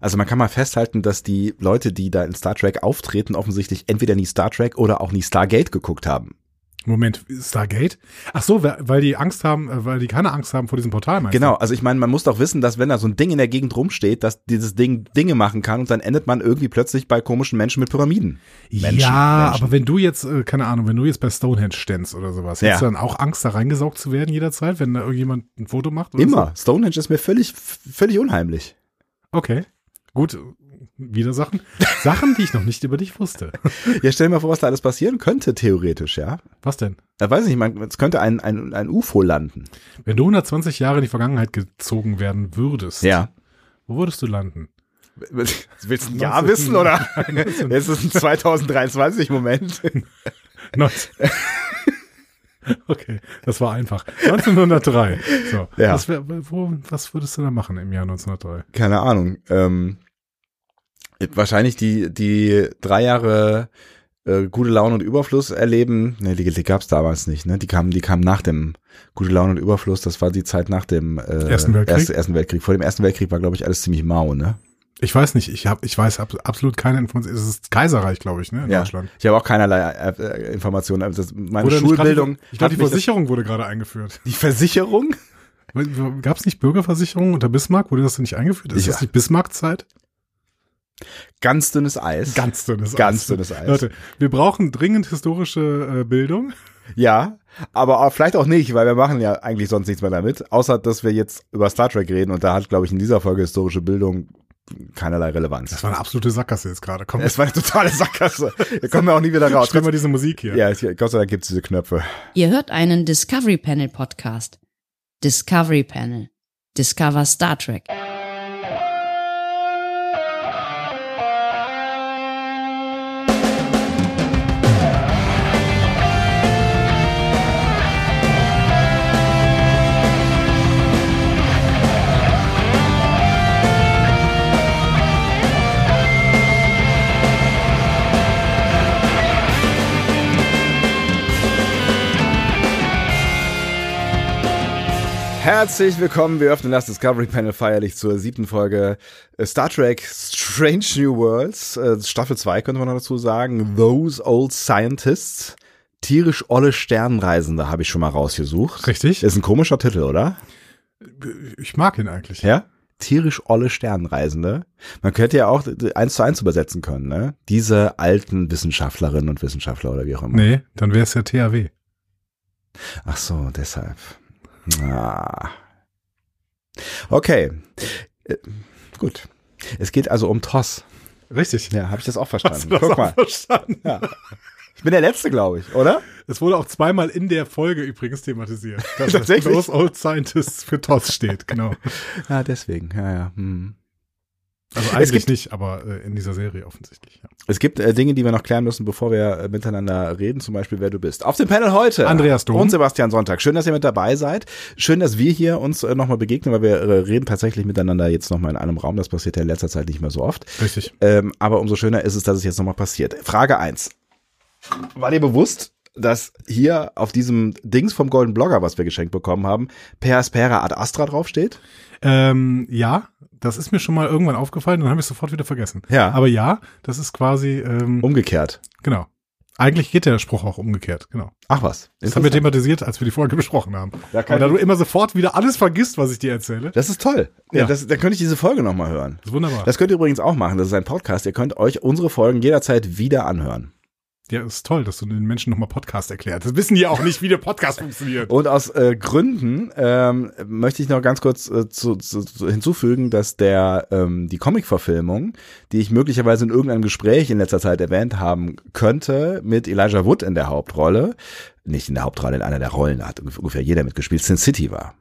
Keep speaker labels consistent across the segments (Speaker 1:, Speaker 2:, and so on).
Speaker 1: Also man kann mal festhalten, dass die Leute, die da in Star Trek auftreten, offensichtlich entweder nie Star Trek oder auch nie Stargate geguckt haben.
Speaker 2: Moment, Stargate? Ach so, weil die Angst haben, äh, weil die keine Angst haben vor diesem Portal, meinst
Speaker 1: Genau, also ich meine, man muss doch wissen, dass wenn da so ein Ding in der Gegend rumsteht, dass dieses Ding Dinge machen kann und dann endet man irgendwie plötzlich bei komischen Menschen mit Pyramiden.
Speaker 2: du?
Speaker 1: Menschen,
Speaker 2: ja,
Speaker 1: Menschen.
Speaker 2: aber wenn du jetzt, äh, keine Ahnung, wenn du jetzt bei Stonehenge ständst oder sowas,
Speaker 1: Ja.
Speaker 2: hättest du dann auch Angst, da reingesaugt zu werden jederzeit, wenn da irgendjemand ein Foto macht? Oder
Speaker 1: Immer. Stonehenge ist mir völlig, völlig unheimlich.
Speaker 2: So? Okay, gut, äh, wieder Sachen. Sachen, die ich noch nicht über dich wusste.
Speaker 1: Ja, stell dir mal vor, was da alles passieren könnte, theoretisch, ja.
Speaker 2: Was denn?
Speaker 1: Da weiß ich nicht, man, es könnte ein, ein, ein UFO landen.
Speaker 2: Wenn du 120 Jahre in die Vergangenheit gezogen werden würdest, wo würdest du landen?
Speaker 1: Willst du ein Jahr wissen oder? Es ist ein 2023 Moment.
Speaker 2: Neunz- okay, das war einfach. 1903. So,
Speaker 1: Ja.
Speaker 2: was, wär, wo, was würdest du da machen im Jahr 1903?
Speaker 1: Keine Ahnung. Ähm, wahrscheinlich die, die drei Jahre äh, gute Laune und Überfluss erleben. Ne, die, die gab es damals nicht, ne? Die kamen, die kamen nach dem gute Laune und Überfluss, das war die Zeit nach dem äh,
Speaker 2: Ersten Weltkrieg?
Speaker 1: Erst, Ersten Weltkrieg. Vor dem Ersten Weltkrieg war, glaube ich, alles ziemlich mau, ne?
Speaker 2: Ich weiß nicht, ich habe, ich weiß ab, absolut keine Information. Es ist Kaiserreich, glaube ich, ne, in
Speaker 1: Ja.
Speaker 2: Deutschland.
Speaker 1: Ich habe auch keinerlei äh, Informationen. Also das, meine
Speaker 2: Oder nicht
Speaker 1: Schulbildung.
Speaker 2: gerade die- Ich glaube,
Speaker 1: hat
Speaker 2: die
Speaker 1: mich das-
Speaker 2: Versicherung wurde gerade eingeführt.
Speaker 1: die Versicherung?
Speaker 2: Gab es nicht Bürgerversicherung unter Bismarck? Wurde das denn nicht eingeführt? Ist
Speaker 1: Ja.
Speaker 2: das die Bismarck-Zeit?
Speaker 1: Ganz dünnes Eis.
Speaker 2: Ganz dünnes
Speaker 1: Ganz dünnes Eis.
Speaker 2: Leute, wir brauchen dringend historische äh, Bildung.
Speaker 1: Ja, aber auch- vielleicht auch nicht, weil wir machen ja eigentlich sonst nichts mehr damit, außer dass wir jetzt über Star Trek reden und da hat, glaube ich, in dieser Folge historische Bildung keinerlei Relevanz.
Speaker 2: Das war eine absolute Sackgasse jetzt gerade. Komm,
Speaker 1: Es war eine totale Sackgasse. Da kommen wir auch nie wieder raus.
Speaker 2: stell mal diese Musik hier.
Speaker 1: Ja, es- Gott sei Dank gibt's diese Knöpfe.
Speaker 3: Ihr hört einen Discovery Panel Podcast. Discovery Panel. Discover Star Trek.
Speaker 1: Herzlich willkommen, wir öffnen das Discovery Panel feierlich zur siebten Folge äh, Star Trek Strange New Worlds, äh, Staffel 2 könnte man noch dazu sagen, Those Old Scientists, tierisch olle Sternreisende habe ich schon mal rausgesucht.
Speaker 2: Richtig.
Speaker 1: Ist ein komischer Titel, oder?
Speaker 2: Ich mag ihn eigentlich.
Speaker 1: Ja? Tierisch olle Sternreisende. Man könnte ja auch eins zu eins übersetzen können, ne? Diese alten Wissenschaftlerinnen und Wissenschaftler oder wie auch immer.
Speaker 2: Nee, dann wäre es ja THW.
Speaker 1: Ach so, deshalb. Ah. Okay. Äh, Gut. Es geht also um TOS.
Speaker 2: Richtig.
Speaker 1: Ja, habe ich das auch
Speaker 2: Hast
Speaker 1: verstanden.
Speaker 2: du das
Speaker 1: Guck
Speaker 2: auch
Speaker 1: mal.
Speaker 2: verstanden?
Speaker 1: Ja. Ich bin der Letzte, glaube ich, oder?
Speaker 2: Es wurde auch zweimal in der Folge übrigens thematisiert, dass
Speaker 1: Tatsächlich?
Speaker 2: Those Old Scientists für TOS steht, genau.
Speaker 1: Ja, deswegen. Ja, ja. Hm.
Speaker 2: Also
Speaker 1: Es
Speaker 2: eigentlich
Speaker 1: gibt-
Speaker 2: nicht, aber äh, in dieser Serie offensichtlich. Ja.
Speaker 1: Es gibt äh, Dinge, die wir noch klären müssen, bevor wir äh, miteinander reden, zum Beispiel, wer du bist. Auf dem Panel heute.
Speaker 2: Andreas Dom.
Speaker 1: Und Sebastian Sonntag. Schön, dass ihr mit dabei seid. Schön, dass wir hier uns äh, nochmal begegnen, weil wir äh, reden tatsächlich miteinander jetzt nochmal in einem Raum. Das passiert ja in letzter Zeit nicht mehr so oft.
Speaker 2: Richtig.
Speaker 1: Ähm, aber umso schöner ist es, dass es jetzt nochmal passiert. Frage eins: War dir bewusst, dass hier auf diesem Dings vom Golden Blogger, was wir geschenkt bekommen haben, Per Aspera ad Astra draufsteht?
Speaker 2: Ähm, ja, das ist mir schon mal irgendwann aufgefallen, dann habe ich es sofort wieder vergessen.
Speaker 1: Ja. Um
Speaker 2: Aber ja, das ist quasi, ähm,
Speaker 1: Umgekehrt.
Speaker 2: genau. Eigentlich geht der Spruch auch umgekehrt, genau.
Speaker 1: Ach was.
Speaker 2: Das haben wir thematisiert, als wir die Folge besprochen haben.
Speaker 1: Da kann
Speaker 2: Aber da
Speaker 1: ich-
Speaker 2: du immer sofort wieder alles vergisst, was ich dir erzähle,
Speaker 1: Das ist toll. Ja.
Speaker 2: Ja.
Speaker 1: das, dann könnte ich diese Folge nochmal hören.
Speaker 2: ist wunderbar.
Speaker 1: Das könnt ihr übrigens auch machen. Das ist ein Podcast. Ihr könnt euch unsere Folgen jederzeit wieder anhören.
Speaker 2: ja, ist toll, dass du den Menschen nochmal Podcast erklärst. Das wissen die auch nicht, wie der Podcast funktioniert.
Speaker 1: Und aus äh, Gründen ähm, möchte ich noch ganz kurz äh, zu, zu, zu hinzufügen, dass der ähm, die Comic-Verfilmung, die ich möglicherweise in irgendeinem Gespräch in letzter Zeit erwähnt haben könnte, mit Elijah Wood in der Hauptrolle, nicht in der Hauptrolle, in einer der Rollen hat ungefähr jeder mitgespielt, Sin City war.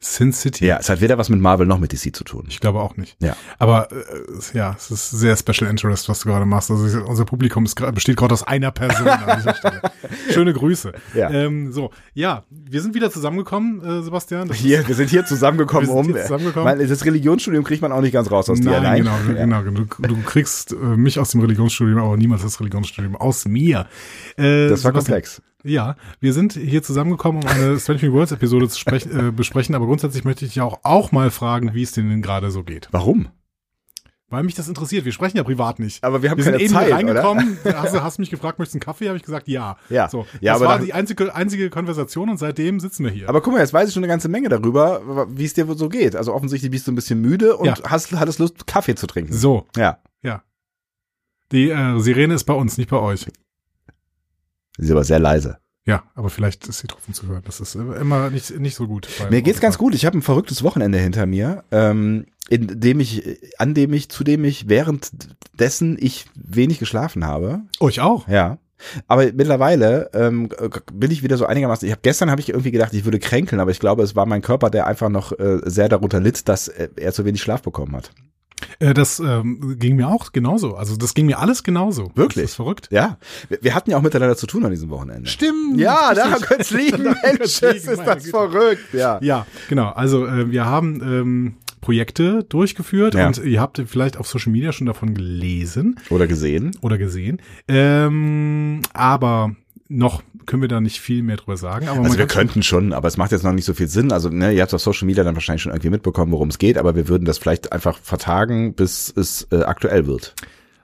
Speaker 2: Sin City.
Speaker 1: Ja, es hat weder was mit Marvel noch mit DC zu tun.
Speaker 2: Ich glaube auch nicht.
Speaker 1: Ja.
Speaker 2: Aber äh, ja, es ist sehr Special Interest, was du gerade machst. Also unser Publikum ist, gra- besteht gerade aus einer Person an dieser Stelle. Schöne Grüße.
Speaker 1: Ja.
Speaker 2: Ähm, so, ja, wir sind wieder zusammengekommen, äh, Sebastian. Das
Speaker 1: Hier, wir sind hier zusammengekommen,
Speaker 2: Wir sind
Speaker 1: um.
Speaker 2: hier zusammengekommen.
Speaker 1: Weil Das Religionsstudium kriegt man auch nicht ganz raus aus dir.
Speaker 2: Nein, genau,
Speaker 1: Ja.
Speaker 2: genau. Du, du kriegst äh, mich aus dem Religionsstudium, aber niemals das Religionsstudium aus mir. Äh,
Speaker 1: Das war
Speaker 2: Sebastian,
Speaker 1: komplex.
Speaker 2: Ja, wir sind hier zusammengekommen, um eine Strange New Worlds Episode zu sprechen, äh, besprechen, aber grundsätzlich möchte ich dich auch, auch mal fragen, wie es denen gerade so geht.
Speaker 1: Warum?
Speaker 2: Weil mich das interessiert. Wir sprechen ja privat nicht.
Speaker 1: Aber wir haben
Speaker 2: Wir sind
Speaker 1: keine
Speaker 2: eben
Speaker 1: Zeit,
Speaker 2: hier
Speaker 1: oder?
Speaker 2: reingekommen. Hast, du- hast mich gefragt, möchtest du einen Kaffee? Habe ich gesagt, ja.
Speaker 1: Ja.
Speaker 2: So,
Speaker 1: Ja,
Speaker 2: das
Speaker 1: aber
Speaker 2: war
Speaker 1: dann-
Speaker 2: die einzige, einzige Konversation und seitdem sitzen wir hier.
Speaker 1: Aber guck mal, jetzt weiß ich schon eine ganze Menge darüber, wie es dir so geht. Also offensichtlich bist du ein bisschen müde und
Speaker 2: Ja.
Speaker 1: hast, hattest Lust, Kaffee zu trinken.
Speaker 2: so,
Speaker 1: Ja.
Speaker 2: die äh, Sirene ist bei uns, nicht bei euch.
Speaker 1: Ist aber sehr leise.
Speaker 2: Ja, aber vielleicht ist sie trotzdem zu hören. Das ist äh, immer nicht, nicht so gut.
Speaker 1: Mir geht's ganz gut. Ich habe ein verrücktes Wochenende hinter mir, ähm, in dem ich, an dem ich, zu dem ich, während dessen ich wenig geschlafen habe.
Speaker 2: Euch auch?
Speaker 1: Ja. Aber mittlerweile ähm, g- bin ich wieder so einigermaßen. Ich habe gestern habe ich irgendwie gedacht, ich würde kränkeln, aber ich glaube, es war mein Körper, der einfach noch äh, sehr darunter litt, dass äh, er zu wenig Schlaf bekommen hat.
Speaker 2: Äh, das ähm, ging mir auch genauso. Also das ging mir alles genauso.
Speaker 1: Wirklich?
Speaker 2: Das ist verrückt.
Speaker 1: Ja, wir, wir hatten ja auch miteinander zu tun an diesem Wochenende.
Speaker 2: Stimmt.
Speaker 1: Ja,
Speaker 2: richtig.
Speaker 1: daran könnte es liegen,
Speaker 2: Daran
Speaker 1: Mensch,
Speaker 2: könnte's
Speaker 1: es
Speaker 2: liegen,
Speaker 1: ist
Speaker 2: meine
Speaker 1: das
Speaker 2: Güte.
Speaker 1: verrückt. Ja.
Speaker 2: Ja, genau. Also äh, wir haben ähm, Projekte durchgeführt
Speaker 1: Ja.
Speaker 2: und ihr habt vielleicht auf Social Media schon davon gelesen
Speaker 1: Oder gesehen.
Speaker 2: oder gesehen. Ähm, aber noch können wir da nicht viel mehr drüber sagen. Aber
Speaker 1: Also
Speaker 2: man
Speaker 1: wir
Speaker 2: kann-
Speaker 1: könnten schon, aber es macht jetzt noch nicht so viel Sinn. Also ne, ihr habt auf Social Media dann wahrscheinlich schon irgendwie mitbekommen, worum es geht, aber wir würden das vielleicht einfach vertagen, bis es äh, aktuell wird.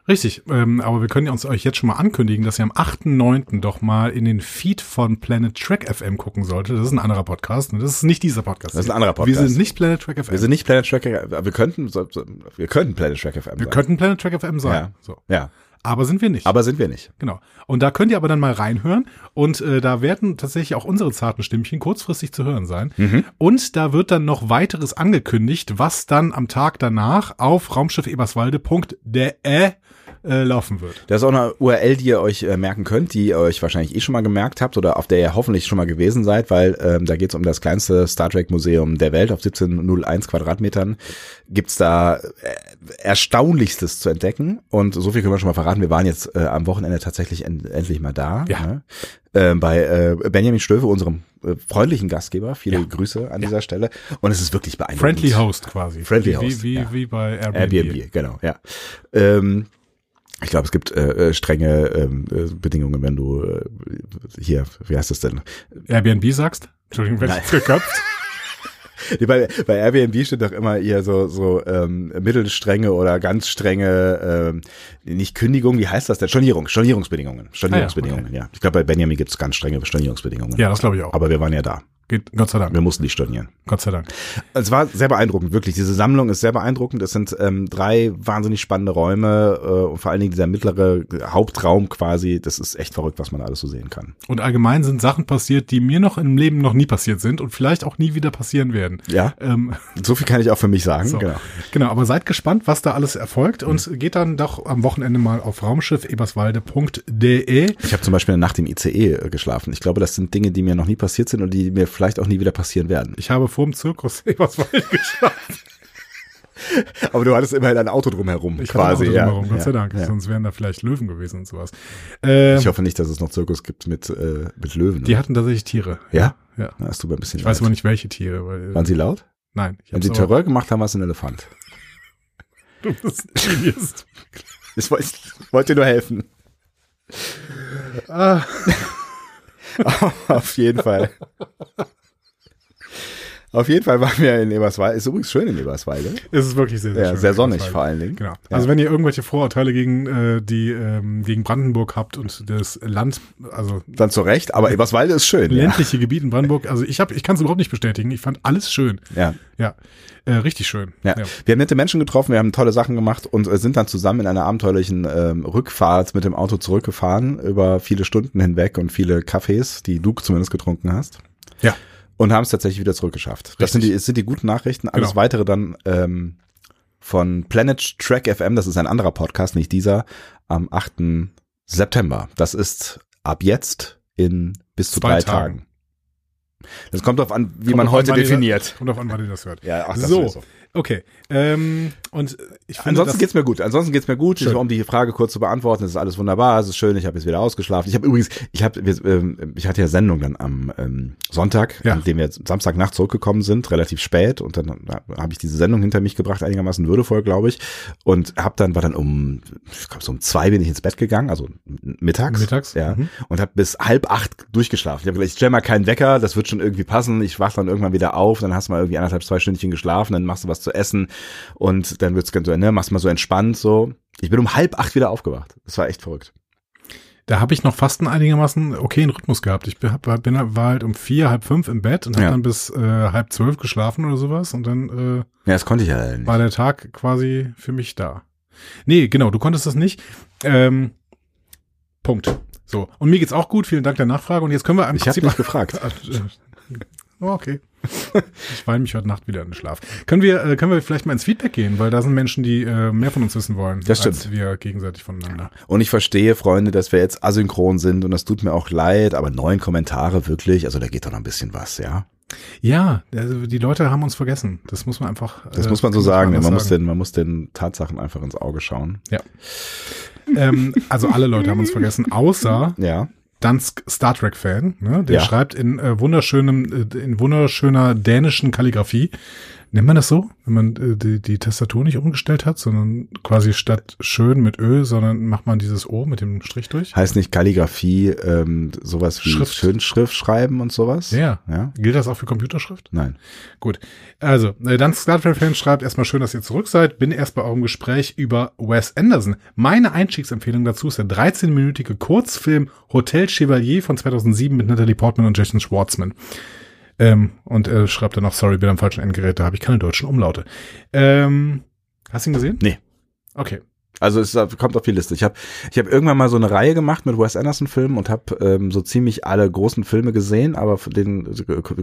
Speaker 2: Richtig, ähm, aber wir können uns euch jetzt schon mal ankündigen, dass ihr am 8.9. doch mal in den Feed von Planet Track FM gucken solltet. Das ist ein anderer Podcast. ne? Das ist nicht dieser Podcast.
Speaker 1: Das ist ein anderer
Speaker 2: Wir
Speaker 1: Podcast.
Speaker 2: sind nicht Planet Track FM.
Speaker 1: Wir sind nicht Planet Track, aber wir könnten, so- so- wir könnten Planet Track FM
Speaker 2: wir
Speaker 1: sein.
Speaker 2: könnten Planet Track FM sein.
Speaker 1: Ja.
Speaker 2: So.
Speaker 1: Ja,
Speaker 2: Aber sind wir nicht.
Speaker 1: aber sind wir nicht.
Speaker 2: Genau. Und da könnt ihr aber dann mal reinhören und äh, da werden tatsächlich auch unsere zarten Stimmchen kurzfristig zu hören sein.
Speaker 1: Mhm.
Speaker 2: Und da wird dann noch weiteres angekündigt, was dann am Tag danach auf raumschiff-eberswalde.de äh, laufen wird.
Speaker 1: Das ist auch eine URL, die ihr euch äh, merken könnt, die ihr euch wahrscheinlich eh schon mal gemerkt habt oder auf der ihr hoffentlich schon mal gewesen seid, weil ähm, da geht's um das kleinste Star Trek Museum der Welt auf 1701 Quadratmetern. Gibt's da äh, erstaunlichstes zu entdecken und so viel können wir schon mal verraten. Wir waren jetzt äh, am Wochenende tatsächlich en endlich mal da.
Speaker 2: Ja.
Speaker 1: Ne? Ähm, bei äh, Benjamin Stöve, unserem äh, freundlichen Gastgeber. Viele
Speaker 2: Ja.
Speaker 1: Grüße an dieser Stelle. Und es ist wirklich beeindruckend.
Speaker 2: Friendly Host quasi.
Speaker 1: Friendly
Speaker 2: wie,
Speaker 1: Host,
Speaker 2: Wie, wie,
Speaker 1: ja.
Speaker 2: wie bei Airbnb.
Speaker 1: Airbnb, genau, ja. Ähm, ich glaube, es gibt äh, äh, strenge ähm, äh, Bedingungen, wenn du äh, hier, wie heißt das denn?
Speaker 2: Airbnb sagst? Entschuldigung, wenn ich geköpft.
Speaker 1: Nee, Bei, bei Airbnb steht doch immer hier so, so ähm, mittelstrenge oder ganz strenge, ähm, nicht Kündigung, wie heißt das denn? Stornierung, Stornierungsbedingungen. Stornierungsbedingungen, ja. Ich glaube, bei Benjamin gibt's ganz strenge Stornierungsbedingungen.
Speaker 2: Ja, das glaube ich auch.
Speaker 1: Aber wir waren ja da.
Speaker 2: Geht, Gott sei Dank.
Speaker 1: Wir mussten nicht stornieren.
Speaker 2: Gott sei Dank.
Speaker 1: Es war sehr beeindruckend, wirklich. Diese Sammlung ist sehr beeindruckend. Es sind ähm, drei wahnsinnig spannende Räume äh, und vor allen Dingen dieser mittlere Hauptraum quasi. Das ist echt verrückt, was man da alles so sehen kann.
Speaker 2: Und allgemein sind Sachen passiert, die mir noch im Leben noch nie passiert sind und vielleicht auch nie wieder passieren werden.
Speaker 1: Ja,
Speaker 2: Ähm,
Speaker 1: so viel kann ich auch für mich sagen.
Speaker 2: So.
Speaker 1: Genau.
Speaker 2: Genau, aber seid gespannt, was da alles erfolgt und geht dann doch am Wochenende mal auf raumschiff-eberswalde.de.
Speaker 1: Ich habe zum Beispiel eine Nacht im ICE äh, geschlafen. Ich glaube, das sind Dinge, die mir noch nie passiert sind und die mir vielleicht auch nie wieder passieren werden.
Speaker 2: Ich habe vor dem Zirkus Eberswalde geschlafen.
Speaker 1: Aber du hattest immerhin ein Auto drumherum,
Speaker 2: Ich
Speaker 1: quasi.
Speaker 2: hatte ein Auto
Speaker 1: ja.
Speaker 2: drumherum, Gott
Speaker 1: ja.
Speaker 2: sei Dank,
Speaker 1: Ja.
Speaker 2: sonst wären da vielleicht Löwen gewesen und sowas. Ähm,
Speaker 1: Ich hoffe nicht, dass es noch Zirkus gibt mit, äh, mit Löwen.
Speaker 2: die hatten tatsächlich Tiere.
Speaker 1: ja?
Speaker 2: Ja.
Speaker 1: Na, es tut mir ein bisschen
Speaker 2: Ich weiß
Speaker 1: leid.
Speaker 2: aber nicht, welche Tiere. Weil,
Speaker 1: Waren sie laut?
Speaker 2: nein. Ich
Speaker 1: Wenn
Speaker 2: hab's
Speaker 1: sie
Speaker 2: aber-
Speaker 1: Terror gemacht haben, war es ein Elefant.
Speaker 2: Du bist ein Genius.
Speaker 1: Ich wollte ich wollte dir nur helfen.
Speaker 2: Ah.
Speaker 1: Auf jeden Fall. Auf jeden Fall waren wir in Eberswalde. Ist übrigens schön in Eberswalde.
Speaker 2: Es ist wirklich sehr, sehr,
Speaker 1: Ja,
Speaker 2: schön,
Speaker 1: sehr sonnig
Speaker 2: Eberswalde.
Speaker 1: vor allen Dingen.
Speaker 2: Genau.
Speaker 1: Ja.
Speaker 2: Also wenn ihr irgendwelche Vorurteile gegen äh, die ähm, gegen Brandenburg habt und das Land, also
Speaker 1: Dann zu Recht, aber Eberswalde ist schön. Ja.
Speaker 2: ländliche Gebiete in Brandenburg. Also ich habe, ich kann es überhaupt nicht bestätigen. Ich fand alles schön.
Speaker 1: Ja,
Speaker 2: Ja, äh, richtig schön.
Speaker 1: ja.
Speaker 2: Ja.
Speaker 1: Wir haben nette Menschen getroffen, wir haben tolle Sachen gemacht und äh, sind dann zusammen in einer abenteuerlichen ähm, Rückfahrt mit dem Auto zurückgefahren über viele Stunden hinweg und viele Cafés, die du zumindest getrunken hast.
Speaker 2: Ja.
Speaker 1: Und haben es tatsächlich wieder zurückgeschafft. Das sind die, das sind die guten Nachrichten. Alles
Speaker 2: Genau.
Speaker 1: weitere dann ähm, von Planet Track FM, das ist ein anderer Podcast, nicht dieser, am 8. September. Das ist ab jetzt in bis zu
Speaker 2: Zwei
Speaker 1: drei
Speaker 2: Tagen.
Speaker 1: Tagen. Das kommt darauf an, wie
Speaker 2: Kommt
Speaker 1: man
Speaker 2: drauf an,
Speaker 1: heute
Speaker 2: wann ihr-
Speaker 1: definiert.
Speaker 2: Und auf wann ihr das hört.
Speaker 1: Ja, ach, das
Speaker 2: so.
Speaker 1: ist so.
Speaker 2: Okay. Ähm, und ich finde,
Speaker 1: Ansonsten
Speaker 2: das,
Speaker 1: geht's mir gut. Ansonsten geht's mir gut. Ich,
Speaker 2: Schön.
Speaker 1: um die Frage kurz zu beantworten, es ist alles wunderbar, es ist schön. Ich habe jetzt wieder ausgeschlafen. Ich habe übrigens, ich habe, wir, ähm, ich hatte ja Sendung dann am ähm, Sonntag,
Speaker 2: Ja.
Speaker 1: an dem wir jetzt Samstagnacht zurückgekommen sind, relativ spät. Und dann habe ich diese Sendung hinter mich gebracht, einigermaßen würdevoll, glaube ich. Und habe dann war dann um, ich glaube so um zwei bin ich ins Bett gegangen, also mittags.
Speaker 2: Mittags,
Speaker 1: Ja.
Speaker 2: mhm.
Speaker 1: Und habe bis halb acht durchgeschlafen. Ich habe gedacht, ich stell mal keinen Wecker, das wird schon irgendwie passen. Ich wach dann irgendwann wieder auf, dann hast du mal irgendwie anderthalb, zwei Stündchen geschlafen, dann machst du was zu essen und dann wird's ganz so, ne, machst mal so entspannt so. Ich bin um halb acht wieder aufgewacht. Das war echt verrückt.
Speaker 2: Da habe ich noch fast einen einigermaßen okayen Rhythmus gehabt. Ich bin, hab- bin war halt um vier, halb fünf im Bett und habe
Speaker 1: Ja.
Speaker 2: dann bis äh, halb zwölf geschlafen oder sowas und dann
Speaker 1: Ja, das konnte ich ja leider
Speaker 2: äh,
Speaker 1: nicht.
Speaker 2: war der Tag quasi für mich da. Nee, genau, du konntest das nicht. Ähm, Punkt. So. Und mir geht's auch gut, vielen Dank der Nachfrage. Und jetzt können wir im
Speaker 1: Ich habe
Speaker 2: Prinzip-
Speaker 1: dich gefragt.
Speaker 2: Oh, Äh, okay. Ich weine mich heute Nacht wieder in den Schlaf. Können wir, äh, können wir vielleicht mal ins Feedback gehen, weil da sind Menschen, die äh, mehr von uns wissen wollen,
Speaker 1: Das stimmt.
Speaker 2: als wir gegenseitig voneinander.
Speaker 1: Und ich verstehe, Freunde, dass wir jetzt asynchron sind und das tut mir auch leid, aber neun Kommentare wirklich, also da geht doch noch ein bisschen was, ja.
Speaker 2: Ja, also die Leute haben uns vergessen. Das muss man einfach.
Speaker 1: Das
Speaker 2: äh,
Speaker 1: muss man so sagen. ne? Man,
Speaker 2: anders
Speaker 1: Muss den, man muss den Tatsachen einfach ins Auge schauen.
Speaker 2: Ähm, also alle Leute haben uns vergessen, außer
Speaker 1: Ja.
Speaker 2: Dansk Star Trek Fan. Ne? Der
Speaker 1: Ja.
Speaker 2: schreibt in äh, wunderschönem, äh, in wunderschöner dänischen Kalligrafie. Nennt man das so, wenn man äh, die, die Tastatur nicht umgestellt hat, sondern quasi statt schön mit Ö, sondern macht man dieses O mit dem Strich durch?
Speaker 1: Heißt nicht Kalligrafie, ähm, sowas wie
Speaker 2: Schrift.
Speaker 1: Schönschrift schreiben und sowas?
Speaker 2: Ja.
Speaker 1: Ja?
Speaker 2: Gilt das auch für Computerschrift?
Speaker 1: Nein.
Speaker 2: Gut. Also, äh, dann Scarface-Fan schreibt erstmal schön, dass ihr zurück seid. Bin erst bei eurem Gespräch über Wes Anderson. Meine Einstiegsempfehlung dazu ist der 13-minütige Kurzfilm Hotel Chevalier von 2007 mit Natalie Portman und Jason Schwartzman. Ähm, und äh, schreibt dann noch, sorry, bin am falschen Endgerät, da habe ich keine deutschen Umlaute. Ähm, hast du ihn gesehen?
Speaker 1: Nee.
Speaker 2: Okay.
Speaker 1: Also es kommt auf die Liste. Ich habe ich hab irgendwann mal so eine Reihe gemacht mit Wes Anderson-Filmen und habe ähm, so ziemlich alle großen Filme gesehen, aber den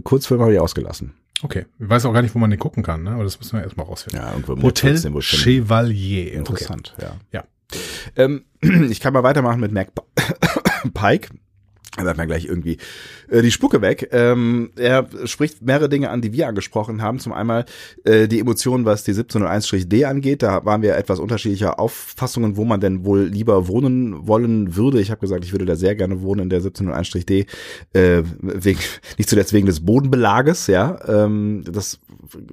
Speaker 1: Kurzfilm habe ich ausgelassen.
Speaker 2: Okay. Ich weiß auch gar nicht, wo man den gucken kann, ne? aber das müssen wir erstmal rausfinden.
Speaker 1: Ja, irgendwo im
Speaker 2: Hotel
Speaker 1: Netflix, den wohl finden.
Speaker 2: Chevalier.
Speaker 1: Interessant, ja.
Speaker 2: Ja.
Speaker 1: Ähm, ich kann mal weitermachen mit Mac Pike. Da hat mir gleich irgendwie äh, die Spucke weg. Ähm, er spricht mehrere Dinge an, die wir angesprochen haben. Zum einmal äh, die Emotionen, was die 1701-D angeht. Da waren wir etwas unterschiedlicher Auffassungen, wo man denn wohl lieber wohnen wollen würde. Ich habe gesagt, ich würde da sehr gerne wohnen in der 1701-D. Äh, wegen, nicht zuletzt wegen des Bodenbelages, ja. Ähm, das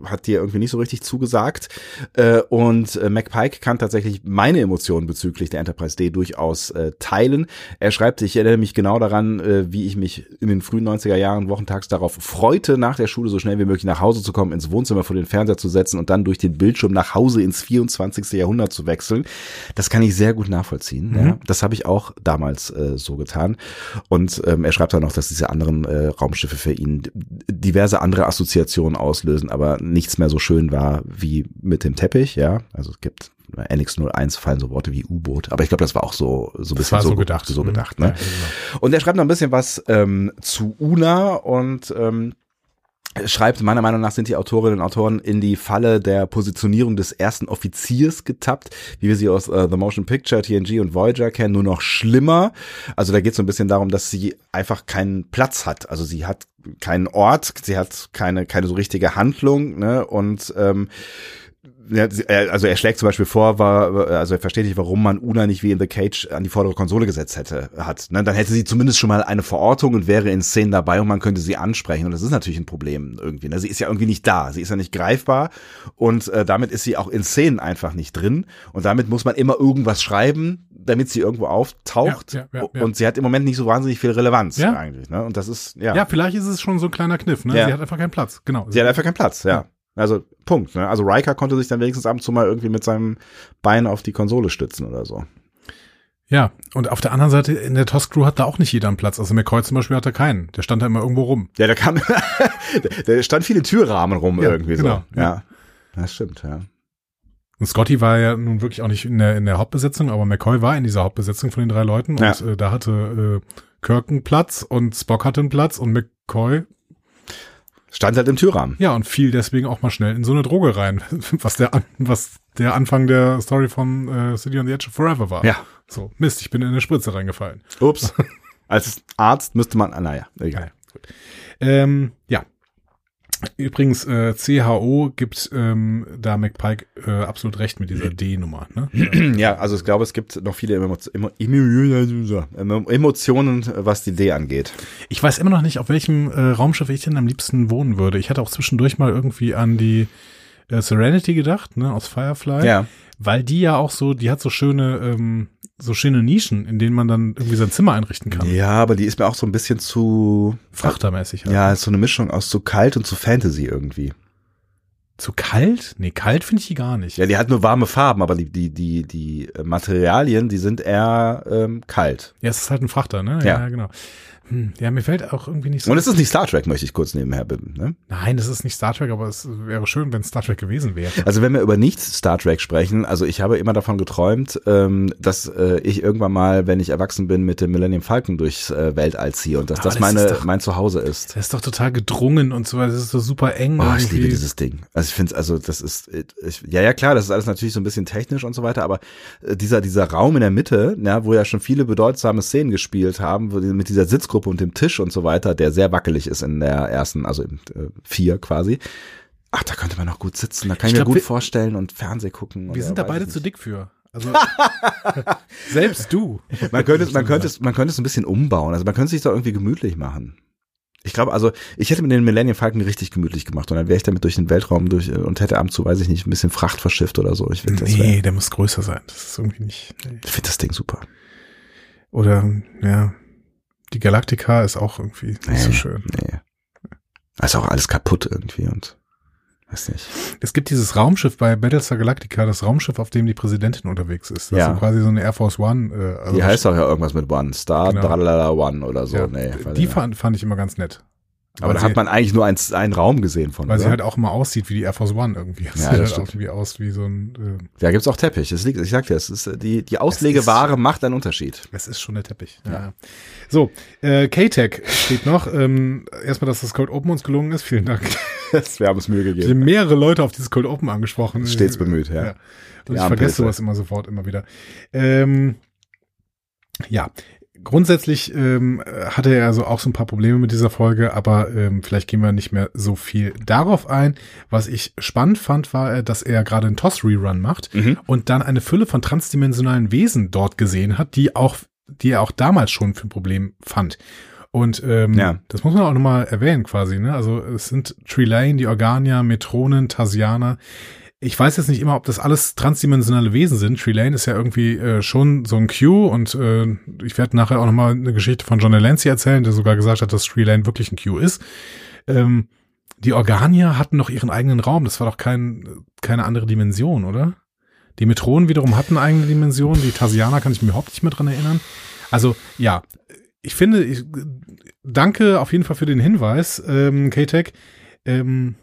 Speaker 1: hat dir irgendwie nicht so richtig zugesagt. Äh, und äh, MacPike kann tatsächlich meine Emotionen bezüglich der Enterprise D durchaus äh, teilen. Er schreibt, ich erinnere mich genau daran, äh, wie ich mich in den frühen 90er Jahren wochentags darauf freute, nach der Schule so schnell wie möglich nach Hause zu kommen, ins Wohnzimmer vor den Fernseher zu setzen und dann durch den Bildschirm nach Hause ins 24. Jahrhundert zu wechseln. Das kann ich sehr gut nachvollziehen. Ja. Das habe ich auch damals äh, so getan. Und ähm, er schreibt dann noch, dass diese anderen äh, Raumschiffe für ihn d- diverse andere Assoziationen auslösen, aber nichts mehr so schön war wie mit dem Teppich. Ja, also es gibt bei NX01 fallen so Worte wie U-Boot, aber ich glaube, das war auch so so ein
Speaker 2: Das
Speaker 1: bisschen
Speaker 2: war so gedacht.
Speaker 1: so
Speaker 2: Mhm.
Speaker 1: gedacht.
Speaker 2: Ja,
Speaker 1: Ne?
Speaker 2: genau.
Speaker 1: Und er schreibt noch ein bisschen was ähm, zu Una und ähm, schreibt, meiner Meinung nach sind die Autorinnen und Autoren in die Falle der Positionierung des ersten Offiziers getappt, wie wir sie aus äh, The Motion Picture, TNG und Voyager kennen, nur noch schlimmer. Also da geht es so ein bisschen darum, dass sie einfach keinen Platz hat. Also sie hat keinen Ort, sie hat keine, keine so richtige Handlung, ne? Und ähm, ja, sie- er- also er schlägt zum Beispiel vor, war, also er versteht nicht, warum man Una nicht wie in The Cage an die vordere Konsole gesetzt hätte, hat. Ne? Dann hätte sie zumindest schon mal eine Verortung und wäre in Szenen dabei und man könnte sie ansprechen. Und das ist natürlich ein Problem irgendwie. Ne? Sie ist ja irgendwie nicht da, sie ist ja nicht greifbar und äh, damit ist sie auch in Szenen einfach nicht drin. Und damit muss man immer irgendwas schreiben, damit sie irgendwo auftaucht.
Speaker 2: Ja, ja, ja, ja.
Speaker 1: Und sie hat im Moment nicht so wahnsinnig viel Relevanz
Speaker 2: Ja.
Speaker 1: eigentlich. Ne? Und das ist,
Speaker 2: Ja, vielleicht ist es schon so ein kleiner Kniff, ne?
Speaker 1: Ja.
Speaker 2: Sie hat einfach keinen Platz. Genau.
Speaker 1: Sie hat einfach keinen Platz, ja.
Speaker 2: Ja.
Speaker 1: Also Punkt. Ne? Also Riker konnte sich dann wenigstens ab und zu mal irgendwie mit seinem Bein auf die Konsole stützen oder so.
Speaker 2: Ja, und auf der anderen Seite, in der TOS-Crew hat da auch nicht jeder einen Platz. Also McCoy zum Beispiel hatte keinen. Der stand da immer irgendwo rum.
Speaker 1: Ja, da kam, da stand viele Türrahmen rum
Speaker 2: Ja,
Speaker 1: irgendwie
Speaker 2: genau,
Speaker 1: so. Ja. das stimmt, ja.
Speaker 2: Und Scotty war ja nun wirklich auch nicht in der, in der Hauptbesetzung, aber McCoy war in dieser Hauptbesetzung von den drei Leuten.
Speaker 1: Ja.
Speaker 2: Und äh, da hatte äh, Kirk einen Platz und Spock hatte einen Platz und McCoy,
Speaker 1: Stand halt im Türrahmen.
Speaker 2: ja, und fiel deswegen auch mal schnell in so eine Droge rein, was der, an- was der Anfang der Story von äh, City on the Edge of Forever war.
Speaker 1: Ja.
Speaker 2: So, Mist, ich bin in eine Spritze reingefallen.
Speaker 1: Ups. Als Arzt müsste man, ah, naja, egal.
Speaker 2: Ähm, ja. Übrigens, äh, CHO gibt ähm, da McPike äh, absolut recht mit dieser D-Nummer. Ne?
Speaker 1: Ja, also ich glaube, es gibt noch viele Emo Emo Emo Emotionen, was die D angeht.
Speaker 2: Ich weiß immer noch nicht, auf welchem äh, Raumschiff ich denn am liebsten wohnen würde. Ich hatte auch zwischendurch mal irgendwie an die äh, Serenity gedacht, ne, aus Firefly.
Speaker 1: Ja.
Speaker 2: Weil die ja auch so, die hat so schöne, ähm, so schöne Nischen, in denen man dann irgendwie sein Zimmer einrichten kann.
Speaker 1: Ja, aber die ist mir auch so ein bisschen zu,
Speaker 2: Frachtermäßig. halt.
Speaker 1: ja, ist so eine Mischung aus zu kalt und zu Fantasy irgendwie.
Speaker 2: Zu kalt? Nee, kalt finde ich die gar nicht.
Speaker 1: Ja, die hat nur warme Farben, aber die, die, die, die Materialien, die sind eher ähm, kalt.
Speaker 2: Ja, es ist halt ein Frachter, ne?
Speaker 1: Ja.
Speaker 2: genau. Hm, ja, mir fällt auch irgendwie nicht so.
Speaker 1: Und es ist nicht Star Trek, möchte ich kurz nebenher bitten. Ne?
Speaker 2: Nein, das ist nicht Star Trek, aber es wäre schön, wenn es Star Trek gewesen wäre.
Speaker 1: Also wenn wir über nicht Star Trek sprechen, also ich habe immer davon geträumt, ähm, dass äh, ich irgendwann mal, wenn ich erwachsen bin, mit dem Millennium Falcon durchs äh, Weltall ziehe und dass
Speaker 2: Aber
Speaker 1: das,
Speaker 2: Ah, das
Speaker 1: meine,
Speaker 2: ist doch-
Speaker 1: mein Zuhause ist.
Speaker 2: Das ist doch total gedrungen und so, das ist so super eng.
Speaker 1: Oh, ich
Speaker 2: irgendwie.
Speaker 1: liebe dieses Ding. Also ich finde es, also das ist, äh, ich, ja, ja klar, das ist alles natürlich so ein bisschen technisch und so weiter, aber äh, dieser, dieser Raum in der Mitte, ja, wo ja schon viele bedeutsame Szenen gespielt haben, wo, die- mit dieser Sitzgruppe und dem Tisch und so weiter, der sehr wackelig ist in der ersten, also im äh, vier quasi. Ach, da könnte man noch gut sitzen, da kann ich,
Speaker 2: Ich
Speaker 1: mir
Speaker 2: glaub,
Speaker 1: gut
Speaker 2: wir-
Speaker 1: vorstellen und Fernseh gucken.
Speaker 2: Wir
Speaker 1: oder
Speaker 2: sind da
Speaker 1: weiß
Speaker 2: beide
Speaker 1: ich
Speaker 2: zu
Speaker 1: nicht.
Speaker 2: dick für. Also, selbst du.
Speaker 1: Man könnte es, man könnte es, man könnte es ein bisschen umbauen. Also man könnte es sich da irgendwie gemütlich machen. Ich glaube, also ich hätte mir den Millennium Falcon richtig gemütlich gemacht und dann wäre ich damit durch den Weltraum durch äh, und hätte ab und zu, weiß ich nicht, ein bisschen Fracht verschifft oder so. Ich finde das, wär-
Speaker 2: Nee, der muss größer sein. Das ist irgendwie nicht. nee.
Speaker 1: ich find das Ding super.
Speaker 2: Oder, ja. Die Galactica ist auch irgendwie nicht so
Speaker 1: Nee.
Speaker 2: schön.
Speaker 1: Nee. Also auch alles kaputt irgendwie und weiß nicht.
Speaker 2: Es gibt dieses Raumschiff bei Battlestar Galactica, das Raumschiff, auf dem die Präsidentin unterwegs ist. Das
Speaker 1: Ja.
Speaker 2: ist so quasi so eine Air Force One. Äh, also
Speaker 1: Die heißt auch ja irgendwas mit One Star,
Speaker 2: Genau.
Speaker 1: Dralala One oder so.
Speaker 2: ja,
Speaker 1: nee, weiß
Speaker 2: die
Speaker 1: ich nicht.
Speaker 2: fand, fand ich immer ganz nett.
Speaker 1: Aber
Speaker 2: Weil
Speaker 1: da
Speaker 2: sie-
Speaker 1: hat man eigentlich nur einen, einen Raum gesehen von.
Speaker 2: Weil sie
Speaker 1: oder?
Speaker 2: halt auch immer aussieht wie die Air Force One irgendwie.
Speaker 1: das
Speaker 2: sieht halt
Speaker 1: stimmt.
Speaker 2: auch irgendwie aus wie so ein. äh,
Speaker 1: da gibt's auch Teppich. Es liegt, ich sag dir, es ist äh, die die Auslegeware macht einen Unterschied.
Speaker 2: Äh, es ist schon der Teppich. Ja. So, äh, K-Tech steht noch. Ähm, erstmal, dass das Cold Open uns gelungen ist. Vielen Dank.
Speaker 1: Wir haben es Mühe
Speaker 2: Wir haben
Speaker 1: gegeben.
Speaker 2: mehrere Leute auf dieses Cold Open angesprochen.
Speaker 1: Stets bemüht, ja.
Speaker 2: Und
Speaker 1: Die
Speaker 2: ich
Speaker 1: armen
Speaker 2: vergesse
Speaker 1: Pilze.
Speaker 2: sowas immer sofort, immer wieder. Ähm, ja, grundsätzlich ähm, hatte er also auch so ein paar Probleme mit dieser Folge, aber ähm, vielleicht gehen wir nicht mehr so viel darauf ein. Was ich spannend fand, war, äh, dass er gerade einen Toss-Rerun macht
Speaker 1: Mhm.
Speaker 2: und dann eine Fülle von transdimensionalen Wesen dort gesehen hat, die auch, die er auch damals schon für ein Problem fand. Und ähm,
Speaker 1: Ja.
Speaker 2: das muss man auch nochmal erwähnen quasi. Ne? Also es sind Trelane, die Organia, Metronen, Tasianer. Ich weiß jetzt nicht immer, ob das alles transdimensionale Wesen sind. Trelane ist ja irgendwie äh, schon so ein Q und äh, ich werde nachher auch nochmal eine Geschichte von John Delancey erzählen, der sogar gesagt hat, dass Trelane wirklich ein Q ist. Ähm, die Organia hatten noch ihren eigenen Raum. Das war doch kein, keine andere Dimension, oder? Die Metronen wiederum hatten eigene Dimensionen. Die Tasianer kann ich mir überhaupt nicht mehr dran erinnern. Also, ja. Ich finde, ich, danke auf jeden Fall für den Hinweis, ähm, K-Tech. Ähm,